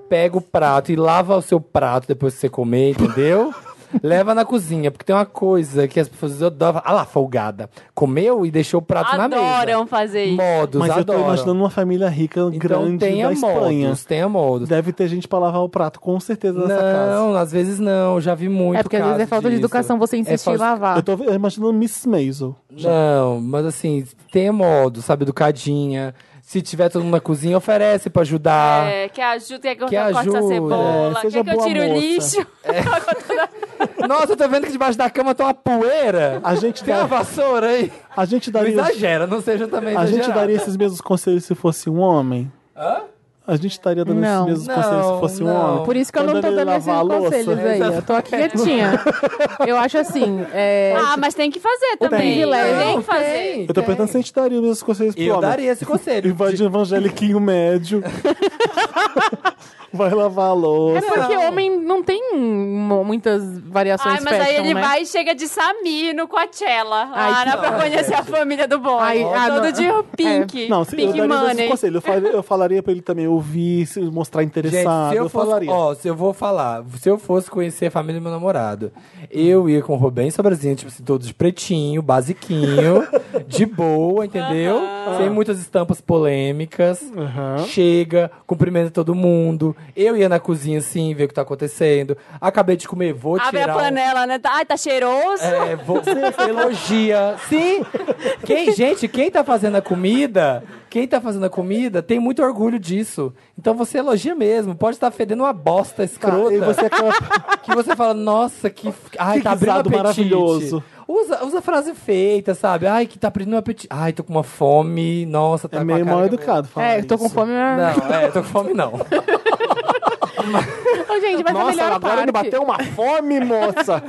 Speaker 2: Pega o prato e lava o seu prato depois que você comer, entendeu? Leva na cozinha, porque tem uma coisa que as pessoas adoram. Ah lá, folgada. Comeu e deixou o prato tá na mesa.
Speaker 4: um
Speaker 3: Adoram fazer isso.
Speaker 2: Modos,
Speaker 1: Mas eu tô
Speaker 2: adoram.
Speaker 1: imaginando uma família rica,
Speaker 2: então
Speaker 1: grande
Speaker 2: tenha
Speaker 1: da Espanha.
Speaker 2: modos, tenha modos.
Speaker 1: Deve ter gente pra lavar o prato, com certeza, nessa casa.
Speaker 2: Não, às vezes não, já vi muito.
Speaker 4: É porque às vezes é
Speaker 2: caso
Speaker 4: falta de
Speaker 2: disso.
Speaker 4: educação você insistir
Speaker 2: falta-
Speaker 4: em lavar.
Speaker 1: Eu tô ve- imaginando Miss Maisel.
Speaker 2: Não, mas assim, tenha modo, sabe, educadinha. Se tiver todo mundo na cozinha, oferece pra ajudar.
Speaker 3: É, que ajuda, quer que eu
Speaker 2: Que
Speaker 3: corte
Speaker 2: ajuda,
Speaker 3: a cebola,
Speaker 1: é,
Speaker 3: quer
Speaker 1: seja
Speaker 3: que eu
Speaker 1: boa
Speaker 3: tire o
Speaker 1: moça.
Speaker 3: lixo.
Speaker 2: Nossa, eu tô vendo que debaixo da cama tem uma poeira.
Speaker 1: A gente,
Speaker 2: Tem uma
Speaker 1: dá,
Speaker 2: vassoura aí.
Speaker 1: a gente
Speaker 2: Não
Speaker 1: daria
Speaker 2: exagera, não seja também
Speaker 1: Tá A gente
Speaker 2: exagerado.
Speaker 1: daria esses mesmos conselhos se fosse um homem? Hã? A gente estaria dando
Speaker 4: Não.
Speaker 1: esses mesmos conselhos
Speaker 2: Não,
Speaker 1: se fosse um
Speaker 2: não.
Speaker 1: homem?
Speaker 4: Por isso que eu
Speaker 1: Quando
Speaker 4: não tô
Speaker 1: ele
Speaker 4: dando esses
Speaker 1: lavar a louça,
Speaker 4: conselhos aí. Eu tô aqui
Speaker 1: <laughs>
Speaker 4: quietinha. Eu acho assim. É...
Speaker 3: Ah, mas tem que fazer também.
Speaker 4: privilégio.
Speaker 3: Tem
Speaker 2: Não,
Speaker 3: que fazer.
Speaker 2: tem,
Speaker 1: Eu tô
Speaker 2: tem.
Speaker 1: perguntando se a gente daria os mesmos conselhos pro
Speaker 2: é. Eu
Speaker 1: homem.
Speaker 2: daria esse conselho.
Speaker 1: Invade um evangeliquinho
Speaker 2: <laughs>
Speaker 1: médio. Vai lavar a
Speaker 4: É
Speaker 1: louça.
Speaker 4: porque homem não tem mu- muitas variações
Speaker 3: Ai, mas aí
Speaker 4: fashion,
Speaker 3: ele
Speaker 4: né?
Speaker 3: vai e chega de Sami no Coachella.
Speaker 4: Ai,
Speaker 3: Lá
Speaker 4: que
Speaker 3: na, pra conhecer a família do boy.
Speaker 4: Ai, ah,
Speaker 3: Todo
Speaker 4: não.
Speaker 3: dia pink.
Speaker 1: Não, se, eu
Speaker 3: pink
Speaker 1: daria os mesmos
Speaker 3: money.
Speaker 1: conselhos. Eu, fal- eu falaria pra ele também ouvir, se mostrar
Speaker 2: Gente,
Speaker 1: interessado.
Speaker 2: se eu,
Speaker 1: eu
Speaker 2: fosse,
Speaker 1: falaria.
Speaker 2: ó, se eu vou falar, se eu fosse conhecer a família do meu namorado, eu ia com o Rubem Sobrazinho, tipo assim, todos de pretinho, basiquinho,
Speaker 1: <laughs>
Speaker 2: de boa, entendeu? Sem muitas estampas polêmicas. Chega, cumprimenta todo mundo. Eu ia na cozinha, assim, ver o que tá acontecendo. Acabei de comer, vou
Speaker 3: Abre
Speaker 2: tirar
Speaker 3: a
Speaker 2: um-
Speaker 3: panela, né? Tá- Ai, tá cheiroso.
Speaker 2: É, você elogia. Sim! Quem, gente, quem tá fazendo a comida, quem tá fazendo a comida tem muito orgulho disso. Então você elogia mesmo. Pode estar fedendo uma bosta
Speaker 1: Tá,
Speaker 2: escrota.
Speaker 1: e você acaba...
Speaker 2: Que você fala, nossa, que. Ai,
Speaker 1: Que
Speaker 2: tá abrindo
Speaker 1: guisado
Speaker 2: apetite.
Speaker 1: maravilhoso.
Speaker 2: Usa, usa frase feita, sabe? Ai, que tá abrindo um apetite. Ai, tô com uma fome. Nossa,
Speaker 1: É
Speaker 2: tá com a
Speaker 1: meio
Speaker 2: cara
Speaker 1: mal
Speaker 2: que-
Speaker 1: educado falar
Speaker 4: É, eu tô
Speaker 1: isso.
Speaker 4: com fome. Mas...
Speaker 2: Não, é, tô com fome
Speaker 1: <laughs>
Speaker 2: não.
Speaker 4: Ô, gente, mas a
Speaker 1: Nossa,
Speaker 4: melhor
Speaker 1: agora
Speaker 4: parte...
Speaker 1: ele bateu uma fome,
Speaker 4: <laughs>
Speaker 1: moça!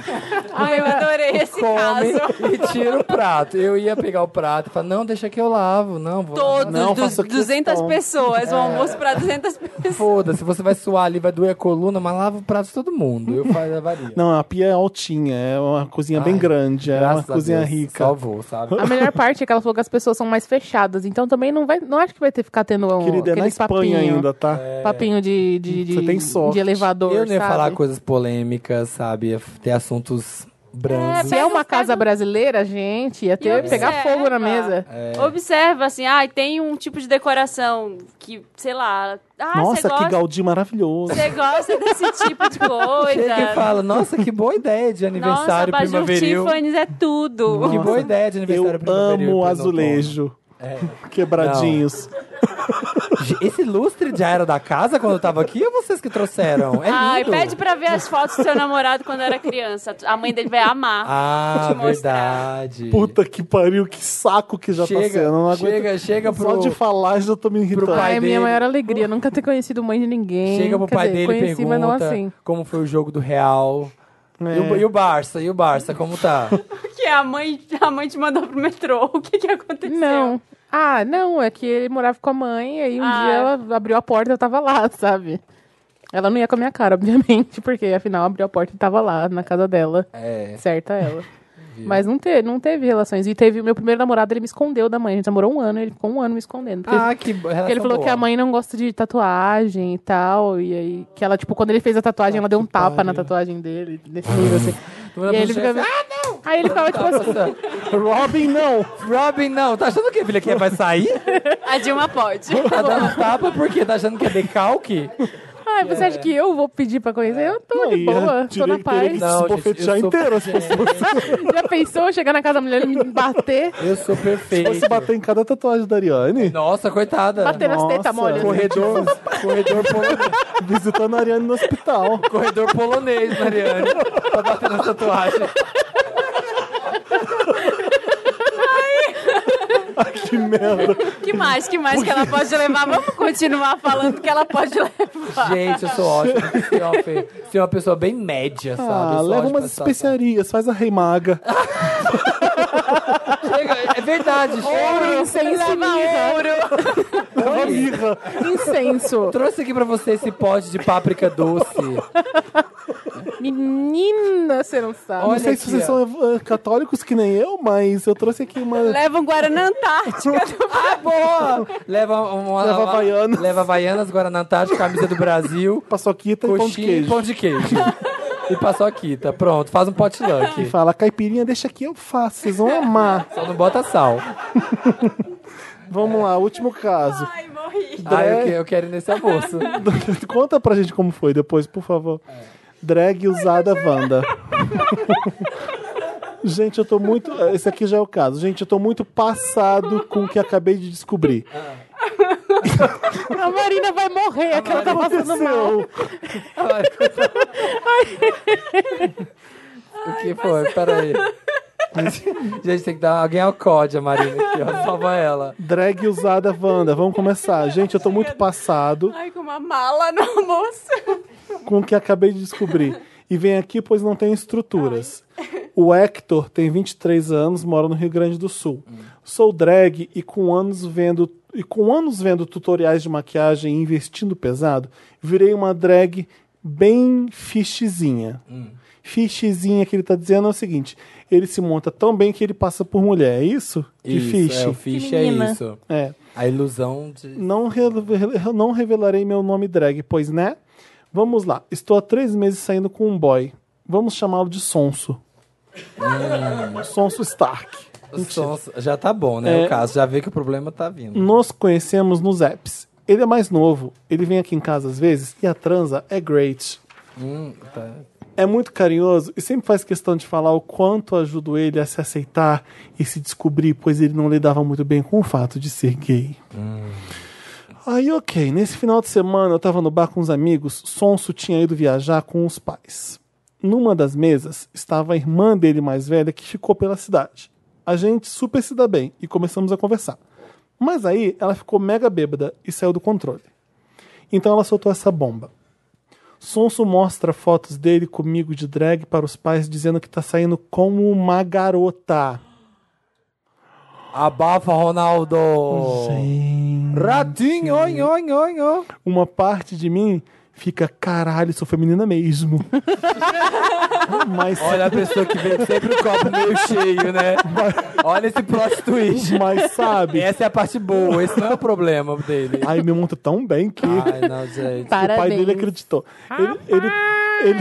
Speaker 3: Ai, eu adorei esse
Speaker 2: Come
Speaker 3: caso.
Speaker 2: e tira o prato. Eu ia pegar o prato e falar, não, deixa que eu lavo. Não, vou.
Speaker 3: Todos,
Speaker 1: Não,
Speaker 3: dos,
Speaker 1: faço
Speaker 3: 200
Speaker 1: questão.
Speaker 3: pessoas. Um almoço pra 200 pessoas.
Speaker 2: Foda-se, você vai suar ali, vai doer a coluna, mas lava o prato de todo mundo. Eu faço a varia.
Speaker 1: Não, a pia é altinha, é uma cozinha bem
Speaker 2: Ai,
Speaker 1: grande, é uma
Speaker 2: Graças a
Speaker 1: cozinha
Speaker 2: Deus,
Speaker 1: rica.
Speaker 2: Salvou, sabe?
Speaker 4: A melhor parte é que ela falou que as pessoas são mais fechadas. Então também não vai... Não acho que vai ter que ficar tendo um,
Speaker 1: Querida, é na
Speaker 4: aqueles
Speaker 1: Espanha
Speaker 4: papinho.
Speaker 1: ainda, tá?
Speaker 2: É.
Speaker 3: É.
Speaker 4: Papinho de, de, de,
Speaker 1: Você tem sorte.
Speaker 4: de elevador,
Speaker 2: Eu não ia
Speaker 4: sabe?
Speaker 2: falar coisas polêmicas, sabe? Ia ter assuntos brandos.
Speaker 4: Se é uma
Speaker 3: Pega- pega
Speaker 4: casa
Speaker 3: um-
Speaker 4: brasileira, gente, ia ter,
Speaker 3: E
Speaker 4: pegar
Speaker 3: observa.
Speaker 4: fogo na mesa.
Speaker 3: Observa, assim, ai, tem um tipo de decoração que, sei lá... Ah, você
Speaker 1: Nossa, que
Speaker 3: gosta,
Speaker 1: Gaudí maravilhoso.
Speaker 3: você gosta desse tipo de coisa.
Speaker 2: Chega e fala, nossa, que boa ideia de
Speaker 3: Nossa,
Speaker 2: aniversário
Speaker 3: Bajur
Speaker 2: primaveril.
Speaker 3: Tiffany's é tudo.
Speaker 2: Que boa ideia de
Speaker 1: Eu
Speaker 2: aniversário primaveril.
Speaker 1: amo o
Speaker 2: pra
Speaker 1: azulejo.
Speaker 2: É.
Speaker 1: Quebradinhos.
Speaker 2: outono. Ge- Esse lustre já era da casa quando eu tava aqui ou vocês que trouxeram? É
Speaker 3: Ai,
Speaker 2: lindo.
Speaker 3: pede pra ver as fotos do seu namorado quando era criança. A mãe dele vai amar.
Speaker 2: Ah,
Speaker 3: te mostrar.
Speaker 2: verdade.
Speaker 1: Puta que pariu, que saco que já tá
Speaker 2: chega,
Speaker 1: sendo. eu Não aguento.
Speaker 2: chega, chega pro...
Speaker 1: Só de falar já tô me irritando.
Speaker 2: pai
Speaker 4: Ai, minha
Speaker 2: dele.
Speaker 4: maior alegria, nunca ter conhecido mãe de ninguém.
Speaker 2: Chega pro
Speaker 4: Quer
Speaker 2: pai
Speaker 4: dizer,
Speaker 2: dele e
Speaker 4: conheci,
Speaker 2: pergunta
Speaker 4: mas não assim.
Speaker 2: como foi o jogo do Real. E, o,
Speaker 1: É.
Speaker 2: e o Barça? E o Barça, como
Speaker 4: <laughs>
Speaker 2: tá?
Speaker 3: Porque a mãe, a mãe te mandou pro metrô. O que que aconteceu?
Speaker 4: Não. Ah, não, é que ele morava com a mãe, e aí um
Speaker 3: Ah.
Speaker 4: dia ela abriu a porta e eu tava lá, <laughs> sabe? Ela não ia com a minha cara, obviamente, porque afinal abriu a porta e tava lá, na casa dela.
Speaker 2: É. <laughs>
Speaker 4: Certa ela. Mas não teve, não teve relações. E teve o meu primeiro namorado, ele me escondeu da mãe. A gente namorou um ano, ele ficou um ano me escondendo. Porque
Speaker 2: Ah, que bo- relação
Speaker 4: Porque ele falou
Speaker 2: boa.
Speaker 4: que a mãe não gosta de tatuagem e tal. E aí, que ela, tipo, quando ele fez a tatuagem, ela deu um tapa na tatuagem dele. Desse nível,
Speaker 2: <laughs>
Speaker 4: assim.
Speaker 2: Tu
Speaker 4: e
Speaker 2: olha
Speaker 4: aí
Speaker 2: pro
Speaker 4: ele ficava.
Speaker 2: chefe,
Speaker 4: Ah, não! Aí ele ficava, tipo assim.
Speaker 2: Robin não! Robin não! Tá achando que a filha aqui vai
Speaker 4: <laughs>
Speaker 2: sair?
Speaker 3: A Dilma pode.
Speaker 2: Tá dando tapa porque tá achando que é decalque?
Speaker 4: Ai, você acha que eu vou pedir pra conhecer? Eu tô
Speaker 1: Não,
Speaker 4: de
Speaker 1: e
Speaker 4: boa,
Speaker 1: eu
Speaker 4: tô na
Speaker 1: diria que teria
Speaker 4: paz.
Speaker 1: que
Speaker 2: é, Não,
Speaker 1: se
Speaker 2: <laughs> gente,
Speaker 1: bofetear
Speaker 2: eu sou-
Speaker 1: inteiro as pessoas.
Speaker 4: Já pensou eu chegar na casa da mulher e me bater?
Speaker 2: Eu sou perfeito.
Speaker 1: Você bater em cada tatuagem da Ariane,
Speaker 2: Nossa, coitada.
Speaker 4: Bater nas
Speaker 1: Nossa.
Speaker 4: tetas
Speaker 3: né?
Speaker 4: assim? molhas.
Speaker 2: Corredor,
Speaker 1: <laughs>
Speaker 2: corredor, polonês,
Speaker 1: visitando a Ariane no
Speaker 2: <laughs>
Speaker 1: hospital.
Speaker 2: corredor polonês, Mariane. Tá Pra bater na tatuagem.
Speaker 1: Que merda.
Speaker 3: Que mais, que mais que ela pode levar? Vamos continuar falando que ela pode levar.
Speaker 2: Gente, eu sou ótimo. Você é uma fe- você é uma pessoa bem média, sabe? Eu
Speaker 1: Ah,
Speaker 2: sou
Speaker 1: leva
Speaker 2: ótima
Speaker 1: umas
Speaker 2: nessa situação.
Speaker 1: especiarias, faz a rei maga.
Speaker 2: Chega, É verdade, chega.
Speaker 4: Incenso, mirra.
Speaker 1: Leva a mirra.
Speaker 4: Incenso.
Speaker 2: Trouxe aqui pra você esse pote de páprica doce.
Speaker 4: Menina, você não sabe.
Speaker 1: Não
Speaker 2: Olha
Speaker 1: sei
Speaker 2: aqui,
Speaker 1: se vocês
Speaker 2: ó.
Speaker 1: são eh, católicos que nem eu, mas eu trouxe aqui uma.
Speaker 3: Leva um Guaraná Antártica.
Speaker 2: Boa! Leva um, uma.
Speaker 1: Leva
Speaker 2: uma-
Speaker 1: Havaianas.
Speaker 2: Leva Havaianas, Guaraná Antártica, camisa do Brasil,
Speaker 1: Paçoquita e pão de
Speaker 2: coxinha e
Speaker 1: queijo.
Speaker 2: pão de queijo. E paçoquita. Pronto, faz um
Speaker 1: E
Speaker 2: potluck.
Speaker 1: fala, caipirinha, deixa aqui, eu faço, vocês vão
Speaker 2: <laughs>
Speaker 1: amar.
Speaker 2: Só não bota sal.
Speaker 1: Vamos lá, último caso. <laughs>
Speaker 3: Ai, morri.
Speaker 2: Ah, eu, que- eu quero ir nesse almoço.
Speaker 1: Conta pra gente como foi depois, por favor. Drag usada Wanda. <laughs> gente, eu tô muito. Esse aqui já é o caso. Gente, eu tô muito passado com o que acabei de descobrir.
Speaker 4: <laughs> A Marina vai morrer, aquela tá passando mal.
Speaker 1: Aconteceu.
Speaker 2: <laughs> o que foi? Peraí. Gente, tem que dar alguém ao código, a Marina, aqui, ó. Salva ela.
Speaker 1: Drag usada Wanda. Vamos começar. Gente, eu tô muito passado
Speaker 3: Ai, com uma mala no almoço.
Speaker 1: com o que acabei de descobrir. E vem aqui, pois não tem estruturas. O Hector tem 23 anos, mora no Rio Grande do Sul. Sou drag e com anos vendo e com anos vendo tutoriais de maquiagem e investindo pesado, virei uma drag bem fichezinha.
Speaker 2: Hum.
Speaker 1: Fichezinha que ele tá dizendo é o seguinte: ele se monta tão bem que ele passa por mulher, é isso? Que
Speaker 2: Isso,
Speaker 1: fiche.
Speaker 2: É, o fish é
Speaker 4: Menina.
Speaker 2: isso.
Speaker 1: é.
Speaker 2: A ilusão de.
Speaker 1: Não, re- re- não revelarei meu nome drag, pois né? Vamos lá. Estou há três meses saindo com um boy. Vamos chamá-lo de Sonso. Sonso Stark.
Speaker 2: o som- já tá bom, né?
Speaker 1: É.
Speaker 2: O caso. Já vê que o problema tá vindo.
Speaker 1: Nos conhecemos nos apps. Ele é mais novo, ele vem aqui em casa às vezes e a transa é great.
Speaker 2: Hum, tá.
Speaker 1: É muito carinhoso e sempre faz questão de falar o quanto ajudo ele a se aceitar e se descobrir, pois ele não lidava muito bem com o fato de ser gay.
Speaker 2: Hum.
Speaker 1: Aí, ok, nesse final de semana eu tava no bar com uns amigos, Sonso tinha ido viajar com os pais. Numa das mesas estava a irmã dele mais velha que ficou pela cidade. A gente super se dá bem e começamos a conversar. Mas aí ela ficou mega bêbada e saiu do controle. Então ela soltou essa bomba. Sonso mostra fotos dele comigo de drag para os pais, dizendo que tá saindo como uma garota.
Speaker 2: Abafa, Ronaldo! Ratinho, oi, oi, oi, oi.
Speaker 1: Uma parte de mim fica, caralho, sou feminina mesmo. mas,
Speaker 2: Olha a pessoa que vê sempre o copo meio cheio, né? Olha esse plot twist.
Speaker 1: mas sabe?
Speaker 2: Essa é a parte boa, esse não é o problema dele.
Speaker 1: Ai, me monta tão bem que
Speaker 2: Ai, não, gente.
Speaker 1: o pai
Speaker 4: Parabéns.
Speaker 1: dele acreditou. Ele, ele, ele,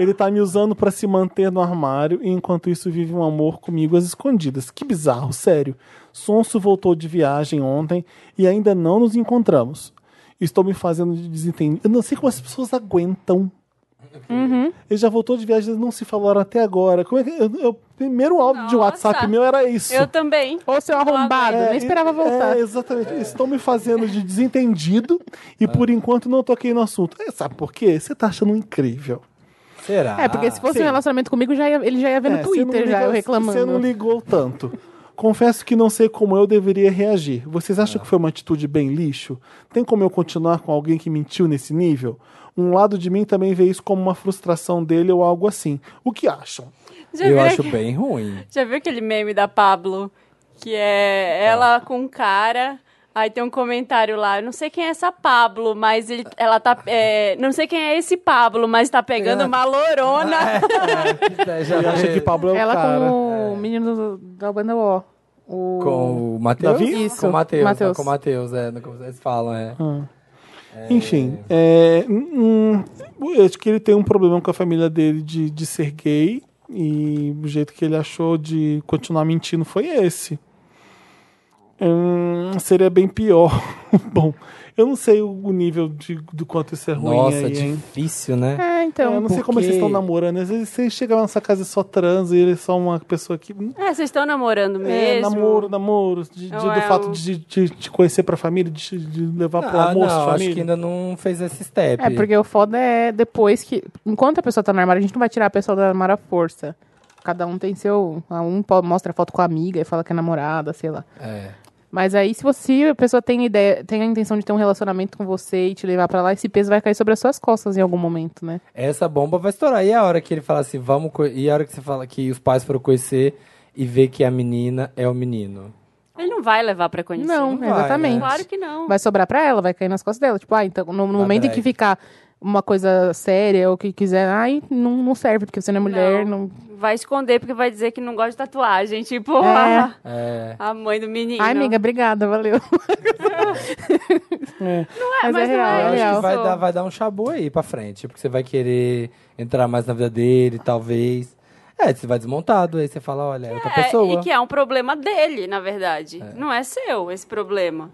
Speaker 1: <laughs> ele tá me usando pra se manter no armário e enquanto isso vive um amor comigo às escondidas. Que bizarro, sério. Sonso voltou de viagem ontem e ainda não nos encontramos. Estou me fazendo de desentendido. Eu não sei como as pessoas aguentam.
Speaker 3: Uhum.
Speaker 1: Ele já voltou de viagem, eles não se falaram até agora. Como é que. eu- eu- primeiro áudio de
Speaker 3: Nossa.
Speaker 1: WhatsApp meu era isso.
Speaker 3: Eu também.
Speaker 4: Ou seu arrombado,
Speaker 1: É,
Speaker 4: nem esperava voltar.
Speaker 1: é, exatamente. Estão me fazendo de desentendido e por enquanto não toquei no assunto. É, sabe por quê? Você tá achando incrível.
Speaker 2: Será?
Speaker 4: É, porque se fosse
Speaker 1: sim.
Speaker 4: um relacionamento comigo, já ia- ele já ia ver
Speaker 1: É,
Speaker 4: no
Speaker 1: você não
Speaker 4: Tá Twitter, já
Speaker 1: ligou-
Speaker 4: eu reclamando.
Speaker 1: Você não ligou tanto. Confesso que não sei como eu deveria reagir. Vocês acham que foi uma atitude bem lixo? Tem como eu continuar com alguém que mentiu nesse nível? Um lado de mim também vê isso como uma frustração dele ou algo assim. O que acham?
Speaker 3: Já
Speaker 2: Eu
Speaker 3: viu
Speaker 2: acho
Speaker 3: aquele-
Speaker 2: bem ruim.
Speaker 3: Já viu aquele meme da Pablo? Que é
Speaker 2: Ah.
Speaker 3: ela com um cara. Aí tem um comentário lá, eu não sei quem é essa Pablo, mas ele, ela tá. é, não sei quem é esse Pablo, mas tá pegando uma lorona.
Speaker 2: É, já
Speaker 1: Ele acha
Speaker 2: vê
Speaker 1: que Pablo é o
Speaker 4: Ela
Speaker 1: cara.
Speaker 4: com o menino do- da banda O. O...
Speaker 2: Com o Matheus?
Speaker 1: Davi?
Speaker 4: Isso,
Speaker 2: Com o Matheus.
Speaker 4: Matheus.
Speaker 2: tá, Com o Matheus, é. no- Como vocês falam, é.
Speaker 1: Enfim, é, hum, hum, eu acho que ele tem um problema com a família dele de, de ser gay e o jeito que ele achou de continuar mentindo foi esse. Hum, seria bem pior. <laughs> Bom, eu não sei o o nível de, do quanto isso é ruim
Speaker 2: Nossa,
Speaker 1: aí, hein?
Speaker 2: difícil, né?
Speaker 4: É,
Speaker 1: Eu não
Speaker 4: então.
Speaker 1: sei como
Speaker 2: porque-
Speaker 1: vocês estão namorando. Às vezes você chega lá nessa casa e só transa e ele é só uma pessoa que. hum,
Speaker 3: É, vocês estão namorando
Speaker 1: É,
Speaker 3: mesmo?
Speaker 1: namoro, namoro. de- de-
Speaker 3: Não
Speaker 1: do
Speaker 3: é
Speaker 1: fato
Speaker 3: o-
Speaker 1: de de te conhecer pra família, de, te- de levar pro
Speaker 2: Ah,
Speaker 1: almoço,
Speaker 2: não, acho
Speaker 1: família.
Speaker 2: que ainda não fez esse step.
Speaker 4: É, porque o foda é depois que. Enquanto a pessoa tá no armário, a gente não vai tirar a pessoa do armário à força. Cada um tem seu. Um po- mostra a foto com a amiga e fala que é namorada, sei lá.
Speaker 2: É.
Speaker 4: Mas aí, se você, se a pessoa tem ideia, tem a intenção de ter um relacionamento com você e te levar pra lá, esse peso vai cair sobre as suas costas em algum momento, né?
Speaker 2: Essa bomba vai estourar. E a hora que ele fala assim, vamos. co- E a hora que você fala que os pais foram conhecer e ver que a menina é o menino.
Speaker 3: Ele não vai levar pra conhecer.
Speaker 4: Não,
Speaker 2: vai,
Speaker 4: exatamente.
Speaker 2: né?
Speaker 3: Claro que não.
Speaker 4: Vai sobrar pra ela, vai cair nas costas dela. Tipo, ah, então, no, no
Speaker 2: Uma
Speaker 4: momento em
Speaker 2: drag.
Speaker 4: que ficar uma coisa séria ou que quiser, ai, não, não serve, porque você não é mulher, não.
Speaker 3: Vai esconder porque vai dizer que não gosta de tatuagem. Tipo,
Speaker 4: É.
Speaker 3: <laughs> a-
Speaker 2: É.
Speaker 3: a, mãe do menino.
Speaker 4: Ai, amiga, obrigada, valeu.
Speaker 3: é,
Speaker 4: mas é
Speaker 3: mas não
Speaker 4: real,
Speaker 2: Eu
Speaker 4: é
Speaker 2: acho
Speaker 4: real.
Speaker 2: que vai
Speaker 3: isso.
Speaker 2: dar, vai dar um chabu aí pra frente, porque você vai querer entrar mais na vida dele, talvez. É, você vai desmontado, aí você fala, olha, é outra
Speaker 3: É,
Speaker 2: pessoa.
Speaker 3: e que é um problema dele, na verdade. Não é seu esse problema.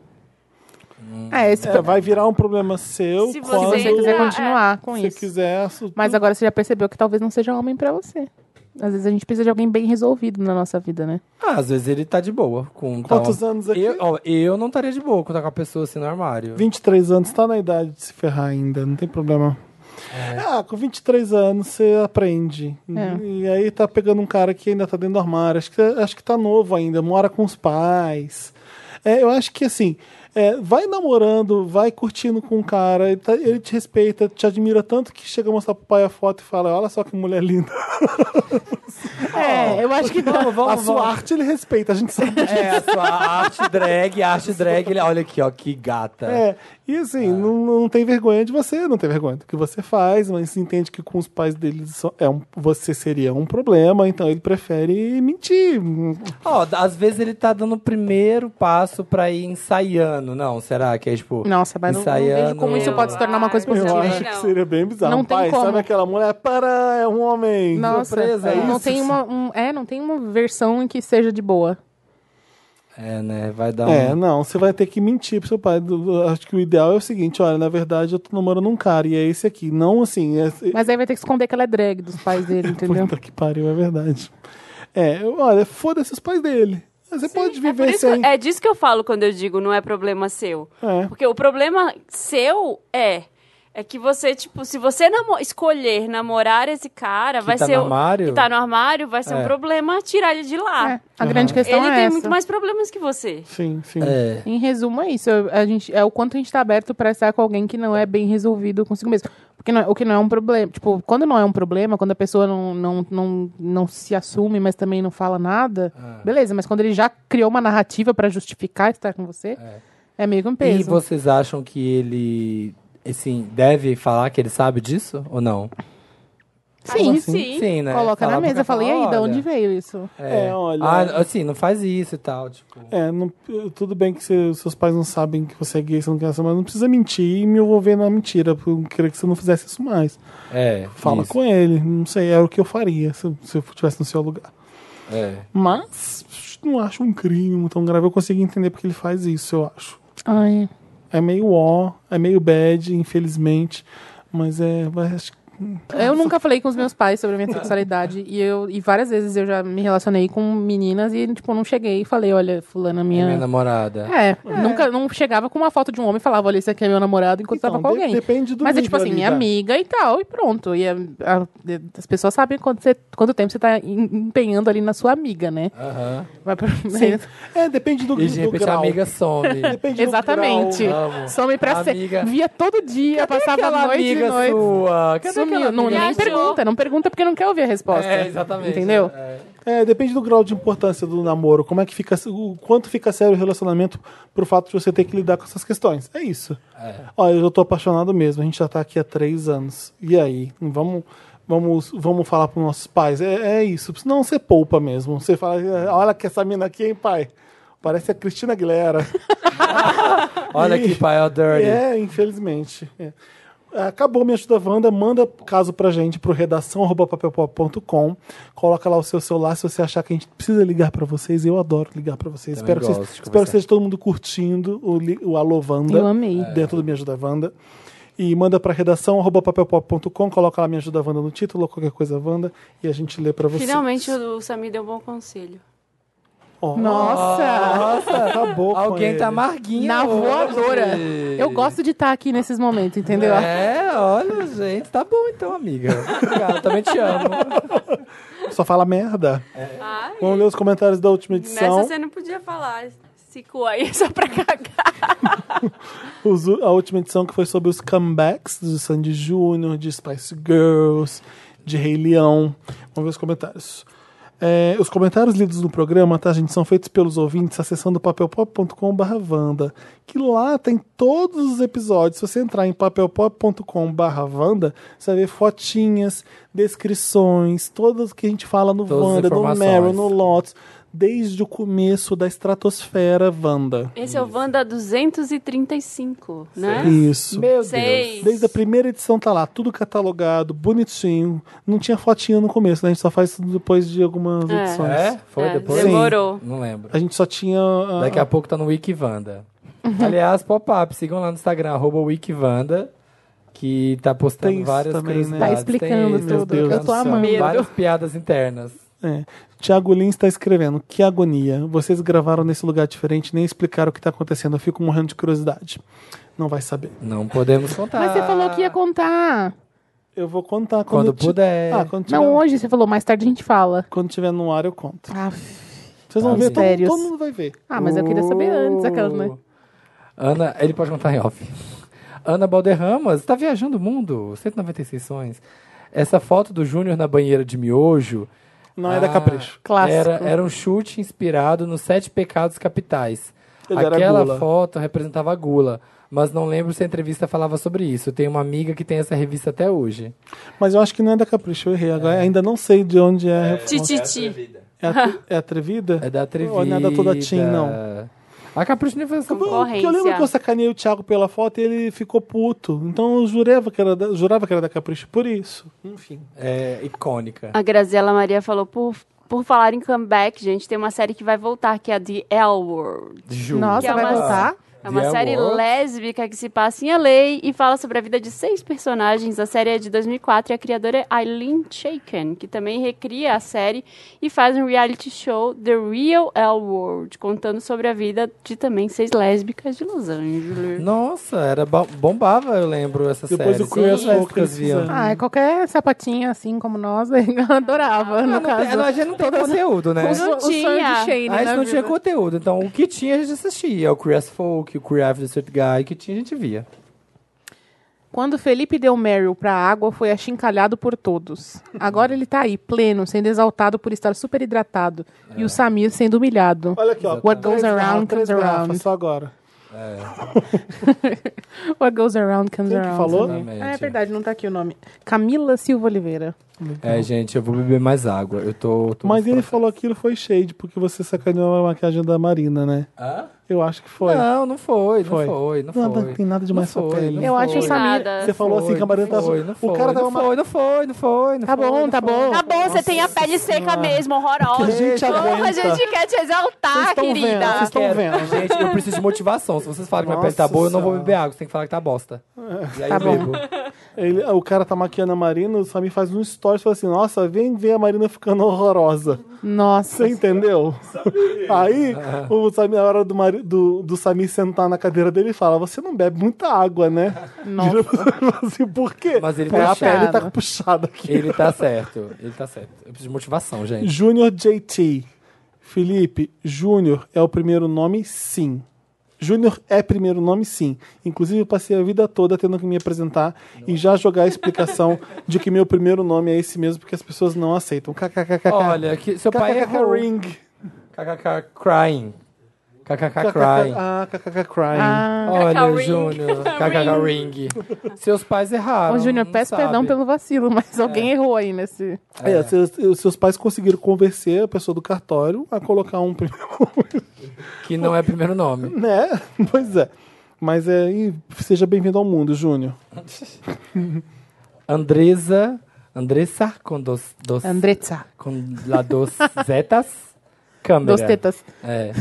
Speaker 4: É, esse
Speaker 1: É, vai virar um problema seu
Speaker 3: Se você
Speaker 1: quando
Speaker 4: se você quiser continuar com
Speaker 1: você
Speaker 4: isso.
Speaker 1: quiser. su-
Speaker 4: Mas agora você já percebeu que talvez não seja homem pra você. Às vezes a gente precisa de alguém bem resolvido na nossa vida, né?
Speaker 2: Ah, às vezes ele tá de boa com tal-
Speaker 1: Quantos anos aqui?
Speaker 2: Eu, ó, eu não estaria de boa quando tá com uma pessoa assim no armário.
Speaker 1: 23 anos, tá na idade de se ferrar ainda, não tem problema. Ah, com 23 anos você aprende.
Speaker 4: É.
Speaker 1: E aí tá pegando um cara que ainda tá dentro do armário, acho que, acho que tá novo ainda, mora com os pais. É, eu acho que assim, é, vai namorando, vai curtindo com o cara, ele, tá- ele te respeita, te admira tanto que chega a mostrar pro pai a foto e fala: Olha só que mulher linda.
Speaker 4: É, eu acho que não.
Speaker 2: Vamos, vamos,
Speaker 1: a sua
Speaker 2: vamos.
Speaker 1: arte ele respeita, a gente
Speaker 4: <laughs>
Speaker 1: sabe.
Speaker 2: É, a sua arte drag, a arte drag, ele- olha aqui, ó, que gata.
Speaker 1: É, e assim, não, não tem vergonha de você, não tem vergonha do que você faz, mas se entende que com os pais dele só- é um, você seria um problema, então ele prefere mentir.
Speaker 2: Ó, às vezes ele tá dando o primeiro passo pra ir ensaiando. Não, será que é tipo.
Speaker 4: Nossa, mas não, não vejo
Speaker 2: Ensaiando.
Speaker 4: como isso é pode se tornar uma coisa
Speaker 3: Eu
Speaker 1: Eu
Speaker 4: positiva.
Speaker 1: acho
Speaker 3: não.
Speaker 1: que seria bem bizarro.
Speaker 4: um Não tem
Speaker 1: Pai,
Speaker 4: como.
Speaker 1: sabe aquela mulher? Para, é um homem.
Speaker 4: Nossa,
Speaker 2: surpresa,
Speaker 4: é,
Speaker 2: é
Speaker 4: não
Speaker 2: isso?
Speaker 4: tem uma, um- é, não tem uma versão em que seja de boa.
Speaker 2: É, né? Vai dar
Speaker 1: É,
Speaker 2: um.
Speaker 1: não, você vai ter que mentir pro seu pai. Do- do- Acho que o ideal é o seguinte: olha, na verdade eu tô namorando um cara e é esse aqui. Não assim. é-
Speaker 4: Mas aí vai ter que esconder que ela é drag dos
Speaker 2: <laughs>
Speaker 4: pais dele, entendeu?
Speaker 1: Puta que pariu, é verdade. É, olha, foda-se os pais dele. Você pode
Speaker 3: É, por
Speaker 1: viver
Speaker 3: isso
Speaker 1: sem.
Speaker 3: que- é disso que eu falo quando eu digo não é problema seu.
Speaker 1: É.
Speaker 3: Porque o problema seu é. É que você, tipo, se você namo- escolher namorar esse cara, vai
Speaker 2: tá
Speaker 3: ser.
Speaker 2: no
Speaker 3: o-
Speaker 2: armário?
Speaker 3: Que tá no armário, vai ser um
Speaker 2: É.
Speaker 3: problema tirar ele de lá.
Speaker 4: É, a grande questão
Speaker 3: Ah, Ele
Speaker 4: é
Speaker 3: tem
Speaker 4: essa.
Speaker 3: muito mais problemas que você.
Speaker 1: Sim, sim.
Speaker 2: É.
Speaker 4: Em resumo, é isso. Eu- A gente, é o quanto a gente tá aberto pra estar com alguém que não é bem resolvido consigo mesmo. Porque não é- o que não é um problema. Tipo, quando não é um problema, quando a pessoa não, não, não, não se assume, mas também não fala nada,
Speaker 2: Ah.
Speaker 4: beleza. Mas quando ele já criou uma narrativa pra justificar estar com você, é, meio que um peso.
Speaker 2: E vocês acham que ele, assim, deve falar que ele sabe disso ou não?
Speaker 4: Sim,
Speaker 3: sim.
Speaker 2: Sim, né?
Speaker 4: Coloca
Speaker 2: Falar
Speaker 4: na
Speaker 2: pro
Speaker 4: mesa.
Speaker 2: cara,
Speaker 4: Falei, e aí, de
Speaker 2: olha,
Speaker 4: onde veio isso?
Speaker 2: É,
Speaker 1: É, olha.
Speaker 2: Ah, assim, não faz isso e tal, tipo.
Speaker 1: É, não- tudo bem que se- os seus pais não sabem que você é gay, você não quer essa, mas não precisa mentir e me envolver na mentira, porque eu queria que você não fizesse isso mais.
Speaker 2: É.
Speaker 1: Fala
Speaker 2: isso,
Speaker 1: com ele, não sei, era o que eu faria se, se eu estivesse no seu lugar.
Speaker 2: É.
Speaker 1: Mas não acho um crime tão grave, eu consigo entender porque ele faz isso, eu acho.
Speaker 4: Ai,
Speaker 1: É meio ó, é meio bad, infelizmente, mas é. mas acho que-
Speaker 4: Eu nunca falei com os meus pais sobre a minha sexualidade e eu e várias vezes eu já me relacionei com meninas e tipo não cheguei e falei, olha, fulana
Speaker 2: Minha,
Speaker 4: minha
Speaker 2: namorada.
Speaker 4: é, nunca não chegava com uma foto de um homem e falava, olha, esse aqui é meu namorado enquanto
Speaker 1: Então,
Speaker 4: tava com
Speaker 1: de-
Speaker 4: alguém.
Speaker 1: depende do
Speaker 4: Mas é tipo
Speaker 1: nível
Speaker 4: assim,
Speaker 1: ali,
Speaker 4: minha
Speaker 1: tá?
Speaker 4: amiga e tal, e pronto. E a- a- as pessoas sabem quanto, você, quanto tempo você tá em- empenhando ali na sua amiga, né?
Speaker 2: Aham.
Speaker 4: Vai pra-
Speaker 1: É, depende do,
Speaker 2: E de
Speaker 1: do
Speaker 2: repente a
Speaker 1: grau.
Speaker 2: amiga
Speaker 4: <laughs>
Speaker 2: some.
Speaker 1: Depende
Speaker 4: Exatamente.
Speaker 1: Do grau.
Speaker 2: Amo.
Speaker 4: Some pra sempre.
Speaker 2: um Amiga.
Speaker 4: Via todo dia, passava
Speaker 2: Aquela
Speaker 4: a noite e
Speaker 2: amiga
Speaker 4: noite.
Speaker 2: sua. Cadê aquela
Speaker 4: Sumiu. Não,
Speaker 2: amiga
Speaker 4: nem
Speaker 3: viajou?
Speaker 4: pergunta, não pergunta porque não quer ouvir a resposta.
Speaker 2: É, exatamente.
Speaker 4: Entendeu?
Speaker 2: É.
Speaker 1: É, depende do grau de importância do namoro, como é que fica, o quanto fica sério o relacionamento pro fato de você ter que lidar com essas questões. É isso. Olha, eu tô apaixonado mesmo, a gente já tá aqui há três anos. E aí? Vamos, vamos, vamos falar pros nossos pais. É, é isso. Senão você poupa mesmo. Você fala, "É, olha que essa mina aqui, hein, pai? Parece a Cristina Aguilera.
Speaker 2: Olha que pai, ó, Dirty.
Speaker 1: É, infelizmente. É. Acabou Me Ajuda Wanda, manda caso pra gente pro redação.papelpop.com. Coloca lá o seu celular se você achar que a gente precisa ligar pra vocês. Eu adoro ligar pra vocês.
Speaker 2: Também
Speaker 1: Espero que, vocês,
Speaker 2: gosto de
Speaker 1: espero que
Speaker 2: conversar.
Speaker 1: seja todo mundo curtindo o, li- o Alô Wanda. É.
Speaker 4: Eu amei.
Speaker 1: Dentro do Me Ajuda Wanda. E manda pra redação arroba papelpop.com, coloca lá Me Ajuda Wanda no título, ou qualquer coisa Wanda, e a gente lê pra vocês.
Speaker 3: Finalmente o Samir deu um bom conselho.
Speaker 1: Ó,
Speaker 4: Nossa!
Speaker 1: nossa, acabou com
Speaker 2: Alguém tá
Speaker 1: ele.
Speaker 2: amarguinho.
Speaker 4: Na
Speaker 2: hoje.
Speaker 4: voadora. Eu gosto de estar aqui nesses momentos, entendeu?
Speaker 2: É, olha, gente. Tá bom então, amiga. Obrigado, também te amo.
Speaker 1: Só fala merda.
Speaker 3: Ai,
Speaker 1: Vamos ler os comentários da última edição.
Speaker 3: nessa você não podia falar. classificou aí é só pra cagar.
Speaker 1: Os- a última edição que foi sobre os comebacks de Sandy Júnior, de Spice Girls, de Rei Leão. Vamos ver os comentários. É, os comentários lidos no programa, tá, gente, são feitos pelos ouvintes acessando papelpop.com/vanda, que lá tem todos os episódios. Se você entrar em papelpop.com/vanda, você vai ver fotinhas, descrições, todas que a gente fala no
Speaker 2: Todas as
Speaker 1: Vanda, no
Speaker 2: informações.
Speaker 1: Meryl, no Lotus, desde o começo da estratosfera Vanda.
Speaker 3: Esse é o Wanda 235, né?
Speaker 1: Isso.
Speaker 2: <laughs> Meu
Speaker 3: Seis.
Speaker 1: Desde a primeira edição tá lá, tudo catalogado, bonitinho. Não tinha fotinha no começo, né? A gente só faz tudo depois de algumas
Speaker 3: É.
Speaker 1: edições.
Speaker 2: É? Foi
Speaker 3: É,
Speaker 2: depois?
Speaker 3: demorou.
Speaker 2: Não lembro.
Speaker 1: A gente só tinha. ah,
Speaker 2: Daqui a pouco tá no Wikivanda.
Speaker 4: Uhum.
Speaker 2: Aliás, pop-up, sigam lá no Instagram, arroba Wikivanda, que tá postando
Speaker 1: Tem isso
Speaker 2: várias
Speaker 1: também, né?
Speaker 2: curiosidades.
Speaker 4: Tá explicando
Speaker 2: isso,
Speaker 1: tudo, eu tô
Speaker 2: explicando
Speaker 1: amando.
Speaker 2: Várias piadas internas.
Speaker 1: é. Tiago Lins tá escrevendo: Que agonia. Vocês gravaram nesse lugar diferente, nem explicaram o que tá acontecendo. Eu fico morrendo de curiosidade. Não vai saber.
Speaker 2: Não podemos contar.
Speaker 4: Mas você falou que ia contar.
Speaker 1: Eu vou contar quando,
Speaker 2: Quando
Speaker 1: eu ti-
Speaker 2: puder.
Speaker 1: Ah, quando tiver,
Speaker 4: Não, hoje você falou, mais tarde a gente fala.
Speaker 1: quando tiver no ar eu conto.
Speaker 4: Ah,
Speaker 1: Vocês vão ver,
Speaker 2: Tá bem.
Speaker 1: todo,
Speaker 4: Mistérios.
Speaker 1: todo mundo vai ver.
Speaker 4: Ah, mas eu queria saber antes, aquela, né?
Speaker 2: Uh, Ana, ele pode contar em off. Ana Balderramas, está viajando o mundo, 196 sonhos. Essa foto do Júnior na banheira de miojo
Speaker 1: Não é da
Speaker 2: Ah,
Speaker 1: Capricho.
Speaker 4: Clássico.
Speaker 2: Era, era um chute inspirado nos Sete Pecados Capitais.
Speaker 1: Ele era
Speaker 2: Aquela
Speaker 1: gula.
Speaker 2: foto representava a gula, mas não lembro se a entrevista falava sobre isso. Tem uma amiga que tem essa revista até hoje.
Speaker 1: Mas eu acho que não é da Capricho, eu errei. Agora ainda não sei de onde é. a reforma.
Speaker 3: Tititi.
Speaker 1: É, atre- é atrevida?
Speaker 2: É da Atrevida.
Speaker 1: Ou não é da Toda Tim, não.
Speaker 2: A Capricho nem foi essa
Speaker 1: Bom,
Speaker 3: Concorrência.
Speaker 1: Porque eu lembro que eu sacaneei o Thiago pela foto e ele ficou puto. Então eu jurava que era da, jurava que era da Capricho por isso. Enfim.
Speaker 2: é, icônica.
Speaker 3: A Graziela Maria falou, por, por falar em comeback, gente, tem uma série que vai voltar, que é a The L World.
Speaker 2: Ju.
Speaker 4: Nossa,
Speaker 3: Que é
Speaker 4: vai
Speaker 3: uma-
Speaker 4: voltar?
Speaker 3: É uma
Speaker 2: The
Speaker 3: série
Speaker 2: World?
Speaker 3: lésbica que se passa em LA e fala sobre a vida de seis personagens. A série é de 2004 e a criadora é Eileen Shaken, que também recria a série e faz um reality show The Real L World, contando sobre a vida de também seis lésbicas de Los Angeles.
Speaker 2: Nossa, era ba- bombava, eu lembro, essa
Speaker 1: Depois
Speaker 2: série.
Speaker 1: do Queer as
Speaker 2: Sim,
Speaker 1: Folk
Speaker 2: as pessoas
Speaker 1: eles
Speaker 2: viam.
Speaker 1: fizeram.
Speaker 4: Ah, é qualquer sapatinho assim como nós, <laughs> eu adorava,
Speaker 2: Ah,
Speaker 4: no
Speaker 2: não
Speaker 4: caso.
Speaker 2: tem- a gente não tem conteúdo, né?
Speaker 4: O so- o né, sonho
Speaker 3: tinha.
Speaker 4: de Shane,
Speaker 2: Ah,
Speaker 4: na
Speaker 2: isso não tinha
Speaker 4: vida.
Speaker 2: conteúdo. Então, o que tinha, a gente assistia. É O Queer as Folk, o Queer After Cert Guy, o que tinha, a gente via.
Speaker 4: Quando Felipe deu Meryl pra água, foi achincalhado por todos. Agora ele tá aí, pleno, sendo exaltado por estar super hidratado. E
Speaker 2: É.
Speaker 4: o Samir sendo humilhado.
Speaker 1: Olha aqui, ó.
Speaker 4: What goes
Speaker 1: Três
Speaker 4: around
Speaker 1: garrafas, três
Speaker 4: comes around.
Speaker 1: garrafas, Só agora.
Speaker 4: What goes around comes
Speaker 1: Quem que
Speaker 4: around.
Speaker 1: falou?
Speaker 4: Samir. Ah, é
Speaker 2: Exatamente.
Speaker 4: verdade, não tá aqui o nome. Camila Silva Oliveira.
Speaker 2: É, gente, eu vou beber mais água. Eu tô... tô
Speaker 1: Mas ele falou aquilo foi shade, porque você sacaneou a maquiagem da Marina, né?
Speaker 2: Hã?
Speaker 1: Eu acho que foi.
Speaker 2: Não, não foi, não
Speaker 1: Foi.
Speaker 2: foi, não foi.
Speaker 1: Não, não tem nada de
Speaker 2: Não
Speaker 1: mais sua
Speaker 2: foi,
Speaker 1: pele.
Speaker 2: não
Speaker 4: Eu
Speaker 2: foi.
Speaker 4: acho o
Speaker 3: Tem
Speaker 4: Samir-
Speaker 3: nada.
Speaker 1: Você falou assim que a Marina
Speaker 2: não
Speaker 1: tava.
Speaker 2: foi, não
Speaker 1: o
Speaker 2: foi,
Speaker 1: cara tava.
Speaker 2: não foi, não foi, não foi, não
Speaker 4: Tá
Speaker 2: foi,
Speaker 4: bom,
Speaker 2: não
Speaker 4: tá
Speaker 2: foi.
Speaker 4: bom.
Speaker 3: Tá bom, você tem a pele seca mesmo, horrorosa.
Speaker 1: Que a gente
Speaker 3: Como
Speaker 1: aguenta.
Speaker 3: a gente quer te
Speaker 1: Vocês
Speaker 3: exaltar,
Speaker 1: tão vendo,
Speaker 3: Ah, querida.
Speaker 1: vocês tão
Speaker 2: Quero.
Speaker 1: vendo, né?
Speaker 2: Gente, eu preciso de motivação. Se vocês falam que minha pele tá
Speaker 1: Nossa É.
Speaker 2: boa, eu não vou
Speaker 1: Senhora.
Speaker 2: beber água. Você tem que falar que tá bosta. E aí
Speaker 4: Tá
Speaker 2: eu
Speaker 4: bom.
Speaker 2: bebo.
Speaker 1: Ele- o cara tá maquiando a Marina, o Samir faz um story e fala assim: Nossa, vem ver a Marina ficando horrorosa.
Speaker 4: Nossa.
Speaker 1: Você entendeu? Aí, o Samir, a hora do, mari- do, do Samir sentar na cadeira dele, ele fala: Você não bebe muita água, né? <laughs>
Speaker 4: Nossa.
Speaker 1: Vira pro Samir e fala assim, por quê?
Speaker 2: Mas ele
Speaker 1: Porque
Speaker 2: tá
Speaker 1: a pele
Speaker 4: chateado.
Speaker 1: tá puxada aqui.
Speaker 2: Ele tá certo, ele tá certo. Eu preciso de motivação, gente.
Speaker 1: Júnior JT. Felipe, Júnior é o primeiro nome, sim. Júnior é primeiro nome, sim. Inclusive, eu passei a vida toda tendo que me apresentar e já jogar a explicação <laughs> de que meu primeiro nome é esse mesmo, porque as pessoas não aceitam. KKKK.
Speaker 2: Olha, que seu pai
Speaker 1: KKK
Speaker 2: errou.
Speaker 1: Ring.
Speaker 2: KKK crying. KKK
Speaker 1: KKK.
Speaker 2: crying.
Speaker 1: Ah, KKK Crying.
Speaker 4: Ah,
Speaker 2: Olha,
Speaker 3: KKK ring.
Speaker 4: <laughs>
Speaker 2: Júnior. KKK ring. Seus pais erraram.
Speaker 4: Ô, Júnior,
Speaker 2: não
Speaker 4: peço
Speaker 2: sabe. É.
Speaker 4: perdão pelo vacilo, mas alguém errou aí nesse.
Speaker 1: É, seus, os seus pais conseguiram convencer a pessoa do cartório a colocar um primeiro <laughs> nome.
Speaker 2: Que não é primeiro nome.
Speaker 1: né? Pois é. Mas é, e seja bem-vindo ao mundo, Júnior.
Speaker 2: Andresa. Andressa com dos. dos
Speaker 4: Andretza.
Speaker 2: Com la dos zetas. Câmera.
Speaker 4: Dos tetas.
Speaker 2: É.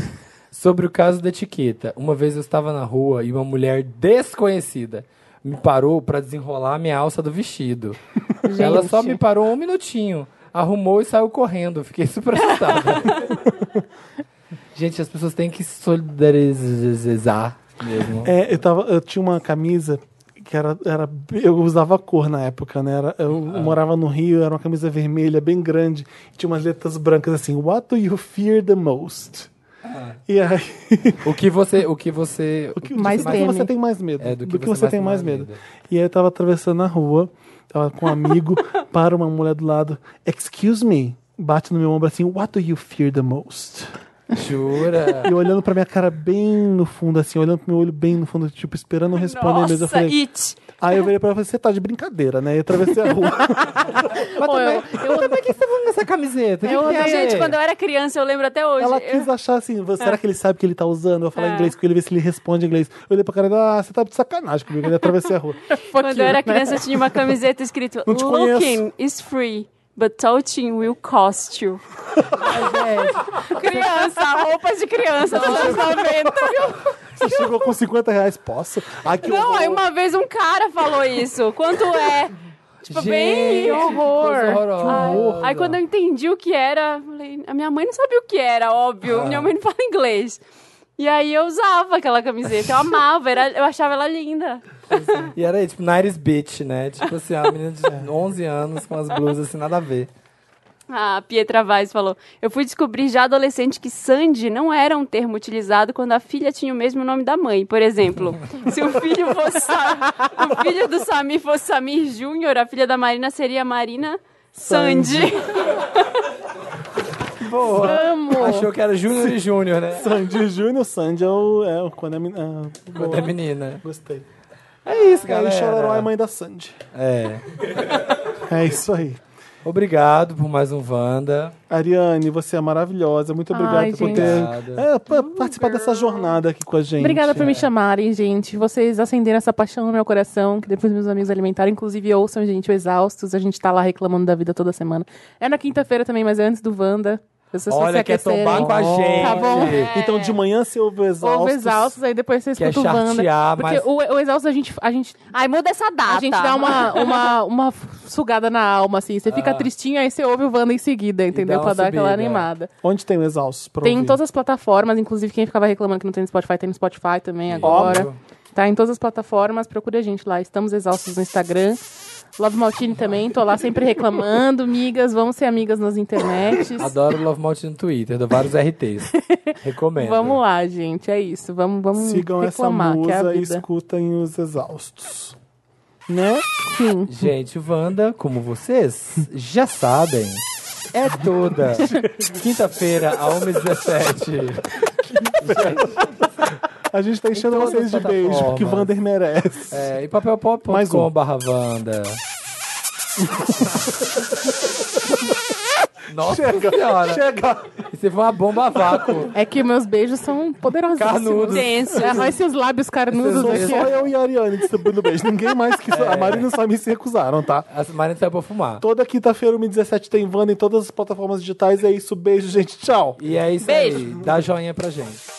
Speaker 2: Sobre o caso da etiqueta. Uma vez eu estava na rua e uma mulher desconhecida me parou para desenrolar minha alça do
Speaker 3: <laughs>
Speaker 2: vestido. Ela só me parou um minutinho, arrumou e saiu correndo. Fiquei super
Speaker 3: <laughs>
Speaker 2: assustada. Gente, as pessoas têm que se solidarizar mesmo.
Speaker 1: É, eu, tava, eu tinha uma camisa que era, era. Eu usava cor na época, né? Era- eu morava no Rio, era uma camisa vermelha bem grande, e tinha umas letras brancas assim: What do you fear the most? E aí, <laughs>
Speaker 2: O que você. O que você.
Speaker 1: o que,
Speaker 4: Mais
Speaker 1: do que você
Speaker 3: né?
Speaker 4: teme.
Speaker 1: tem mais medo?
Speaker 2: É,
Speaker 1: do que, você, tem mais medo. E aí eu tava atravessando a rua, tava com um amigo, <laughs> para uma mulher do lado, excuse me, bate no meu ombro assim, what do you fear the most?
Speaker 2: né? Jura?
Speaker 1: E olhando pra minha cara bem no fundo, assim, olhando pro meu olho bem no fundo, tipo, esperando eu responder mesmo. Eu
Speaker 3: Nossa,
Speaker 1: falei,
Speaker 3: it.
Speaker 1: Aí eu virei pra ela e falei, você tá de brincadeira, né? E eu atravessei a
Speaker 3: <laughs>
Speaker 1: rua.
Speaker 2: <laughs> Mas também, eu, também que você tá falando essa camiseta?
Speaker 4: Eu
Speaker 2: que que
Speaker 4: odeio-
Speaker 2: é?
Speaker 3: Gente, quando eu era criança, eu lembro até hoje.
Speaker 1: Ela
Speaker 3: eu-
Speaker 1: quis achar assim, "Vã- será que ele sabe que ele tá usando? Eu vou falar
Speaker 3: É.
Speaker 1: inglês com ele, ver se ele responde em inglês. Eu olhei pra cara dela, ah, você tá de sacanagem comigo, ele atravessei a rua.
Speaker 3: Quando eu era criança, eu tinha uma camiseta escrito
Speaker 1: né? Não te
Speaker 3: Looking is free, but touching will cost you.
Speaker 2: é.
Speaker 3: criança, roupas de criança, dos anos 90.
Speaker 1: Você chegou com 50 reais, posso? Aqui eu
Speaker 3: Não,
Speaker 1: vou-
Speaker 3: aí uma vez um cara falou isso. Quanto é? Tipo, bem-
Speaker 2: Gente,
Speaker 3: que
Speaker 2: horror. Que horrorosa.
Speaker 3: Aí, aí quando eu entendi o que era, eu falei, a minha mãe não sabia o que era, óbvio.
Speaker 2: Ah.
Speaker 3: Minha mãe não fala inglês. E aí eu usava aquela camiseta, eu amava, era, eu achava ela linda.
Speaker 2: E era tipo, Nairis Bitch, né? Tipo assim, uma menina
Speaker 4: <laughs>
Speaker 2: de 11 anos com as blusas assim, nada a ver.
Speaker 3: A Pietra Vaz falou: Eu fui descobrir já adolescente que Sandy não era um termo utilizado quando a filha tinha o mesmo nome da mãe. Por <laughs> exemplo, se o filho fosse Sa- o filho do Samir fosse Samir Júnior, a filha da Marina seria Marina Sandy.
Speaker 2: Boa.
Speaker 4: Amo.
Speaker 2: Achou que era Júnior e Júnior, né?
Speaker 1: Sandy Júnior, Sandy é o. É, o- quando é menina. ah,
Speaker 2: Quando
Speaker 1: boa.
Speaker 2: é menina.
Speaker 1: Gostei. É isso, cara.
Speaker 2: galera.
Speaker 1: Chororó é mãe da Sandy.
Speaker 2: É.
Speaker 1: É isso aí.
Speaker 2: Obrigado por mais um Wanda.
Speaker 1: Ariane, você é maravilhosa. Muito obrigado
Speaker 4: Ai,
Speaker 1: por
Speaker 4: gente.
Speaker 1: ter
Speaker 2: Obrigado.
Speaker 1: é, pa- participado dessa jornada aqui com a gente.
Speaker 4: Obrigada por me chamarem, gente. Vocês acenderam essa paixão no meu coração, que depois meus amigos alimentaram. Inclusive, ouçam, gente, o Exaustos. A gente tá lá reclamando da vida toda semana. É na quinta-feira também, mas é antes do Wanda. Vocês
Speaker 2: Olha,
Speaker 4: que
Speaker 2: quer tombar com a
Speaker 1: Ó.
Speaker 2: gente.
Speaker 4: Tá bom.
Speaker 1: Então de manhã você ouve o exaustos.
Speaker 4: Ouve Exaustos, aí depois vocês
Speaker 2: Quer
Speaker 4: escutam o Wanda.
Speaker 2: é chatear,
Speaker 4: Porque
Speaker 2: mas-
Speaker 4: o, o Exaustos, a gente, a gente
Speaker 3: Aí muda essa data.
Speaker 4: A gente dá uma, uma, uma sugada na alma, assim. Você
Speaker 1: Ah.
Speaker 4: fica tristinho, aí você ouve o Wanda em seguida, entendeu?
Speaker 2: dá
Speaker 4: Pra
Speaker 2: uma
Speaker 4: dar aquela
Speaker 2: subida.
Speaker 4: animada.
Speaker 1: Onde tem o exaustos? é. pra
Speaker 4: Tem em
Speaker 1: ouvir?
Speaker 4: todas as plataformas, inclusive quem ficava reclamando que não tem no Spotify, tem no Spotify também agora.
Speaker 2: Óbvio.
Speaker 4: Tá em todas as plataformas, procura a gente lá. Estamos exaustos no Instagram. Love Maltini também, tô lá sempre reclamando. Migas, vamos ser amigas nas internets.
Speaker 2: <laughs> Adoro o Love Maltine no Twitter, dou vários
Speaker 4: <laughs>
Speaker 2: RTs. Recomendo.
Speaker 4: Vamos lá, gente, é isso. Vamos, vamos
Speaker 1: Sigam essa
Speaker 4: reclamar, que é a
Speaker 1: musa e
Speaker 4: vida.
Speaker 1: escutem os exaustos. Né?
Speaker 4: Sim.
Speaker 2: Gente, o Wanda, como vocês já sabem, é toda
Speaker 4: <laughs>
Speaker 2: quinta-feira, a 1h17.
Speaker 1: A gente tá enchendo
Speaker 2: todas
Speaker 1: vocês de
Speaker 2: as
Speaker 1: beijo, porque o
Speaker 2: plataformas.
Speaker 1: Vander merece.
Speaker 2: É, e papelpop.com barra Wanda. <laughs> Nossa senhora,
Speaker 1: Chega!
Speaker 2: isso foi uma bomba a vácuo.
Speaker 4: É que meus beijos são poderosíssimos.
Speaker 2: Carnudos.
Speaker 3: Denso.
Speaker 4: É, olha esses lábios carnudos
Speaker 1: Sou
Speaker 4: aqui.
Speaker 1: só eu e a Ariane distribuindo beijo. Ninguém mais quis. A Marina e o Samir se recusaram, tá?
Speaker 2: A Marina saiu pra fumar.
Speaker 1: Toda quinta-feira, 1h17, tem Wanda em todas as plataformas digitais. É isso. Beijo, gente. Tchau.
Speaker 2: E é isso
Speaker 3: Beijo.
Speaker 2: aí, dá joinha pra gente.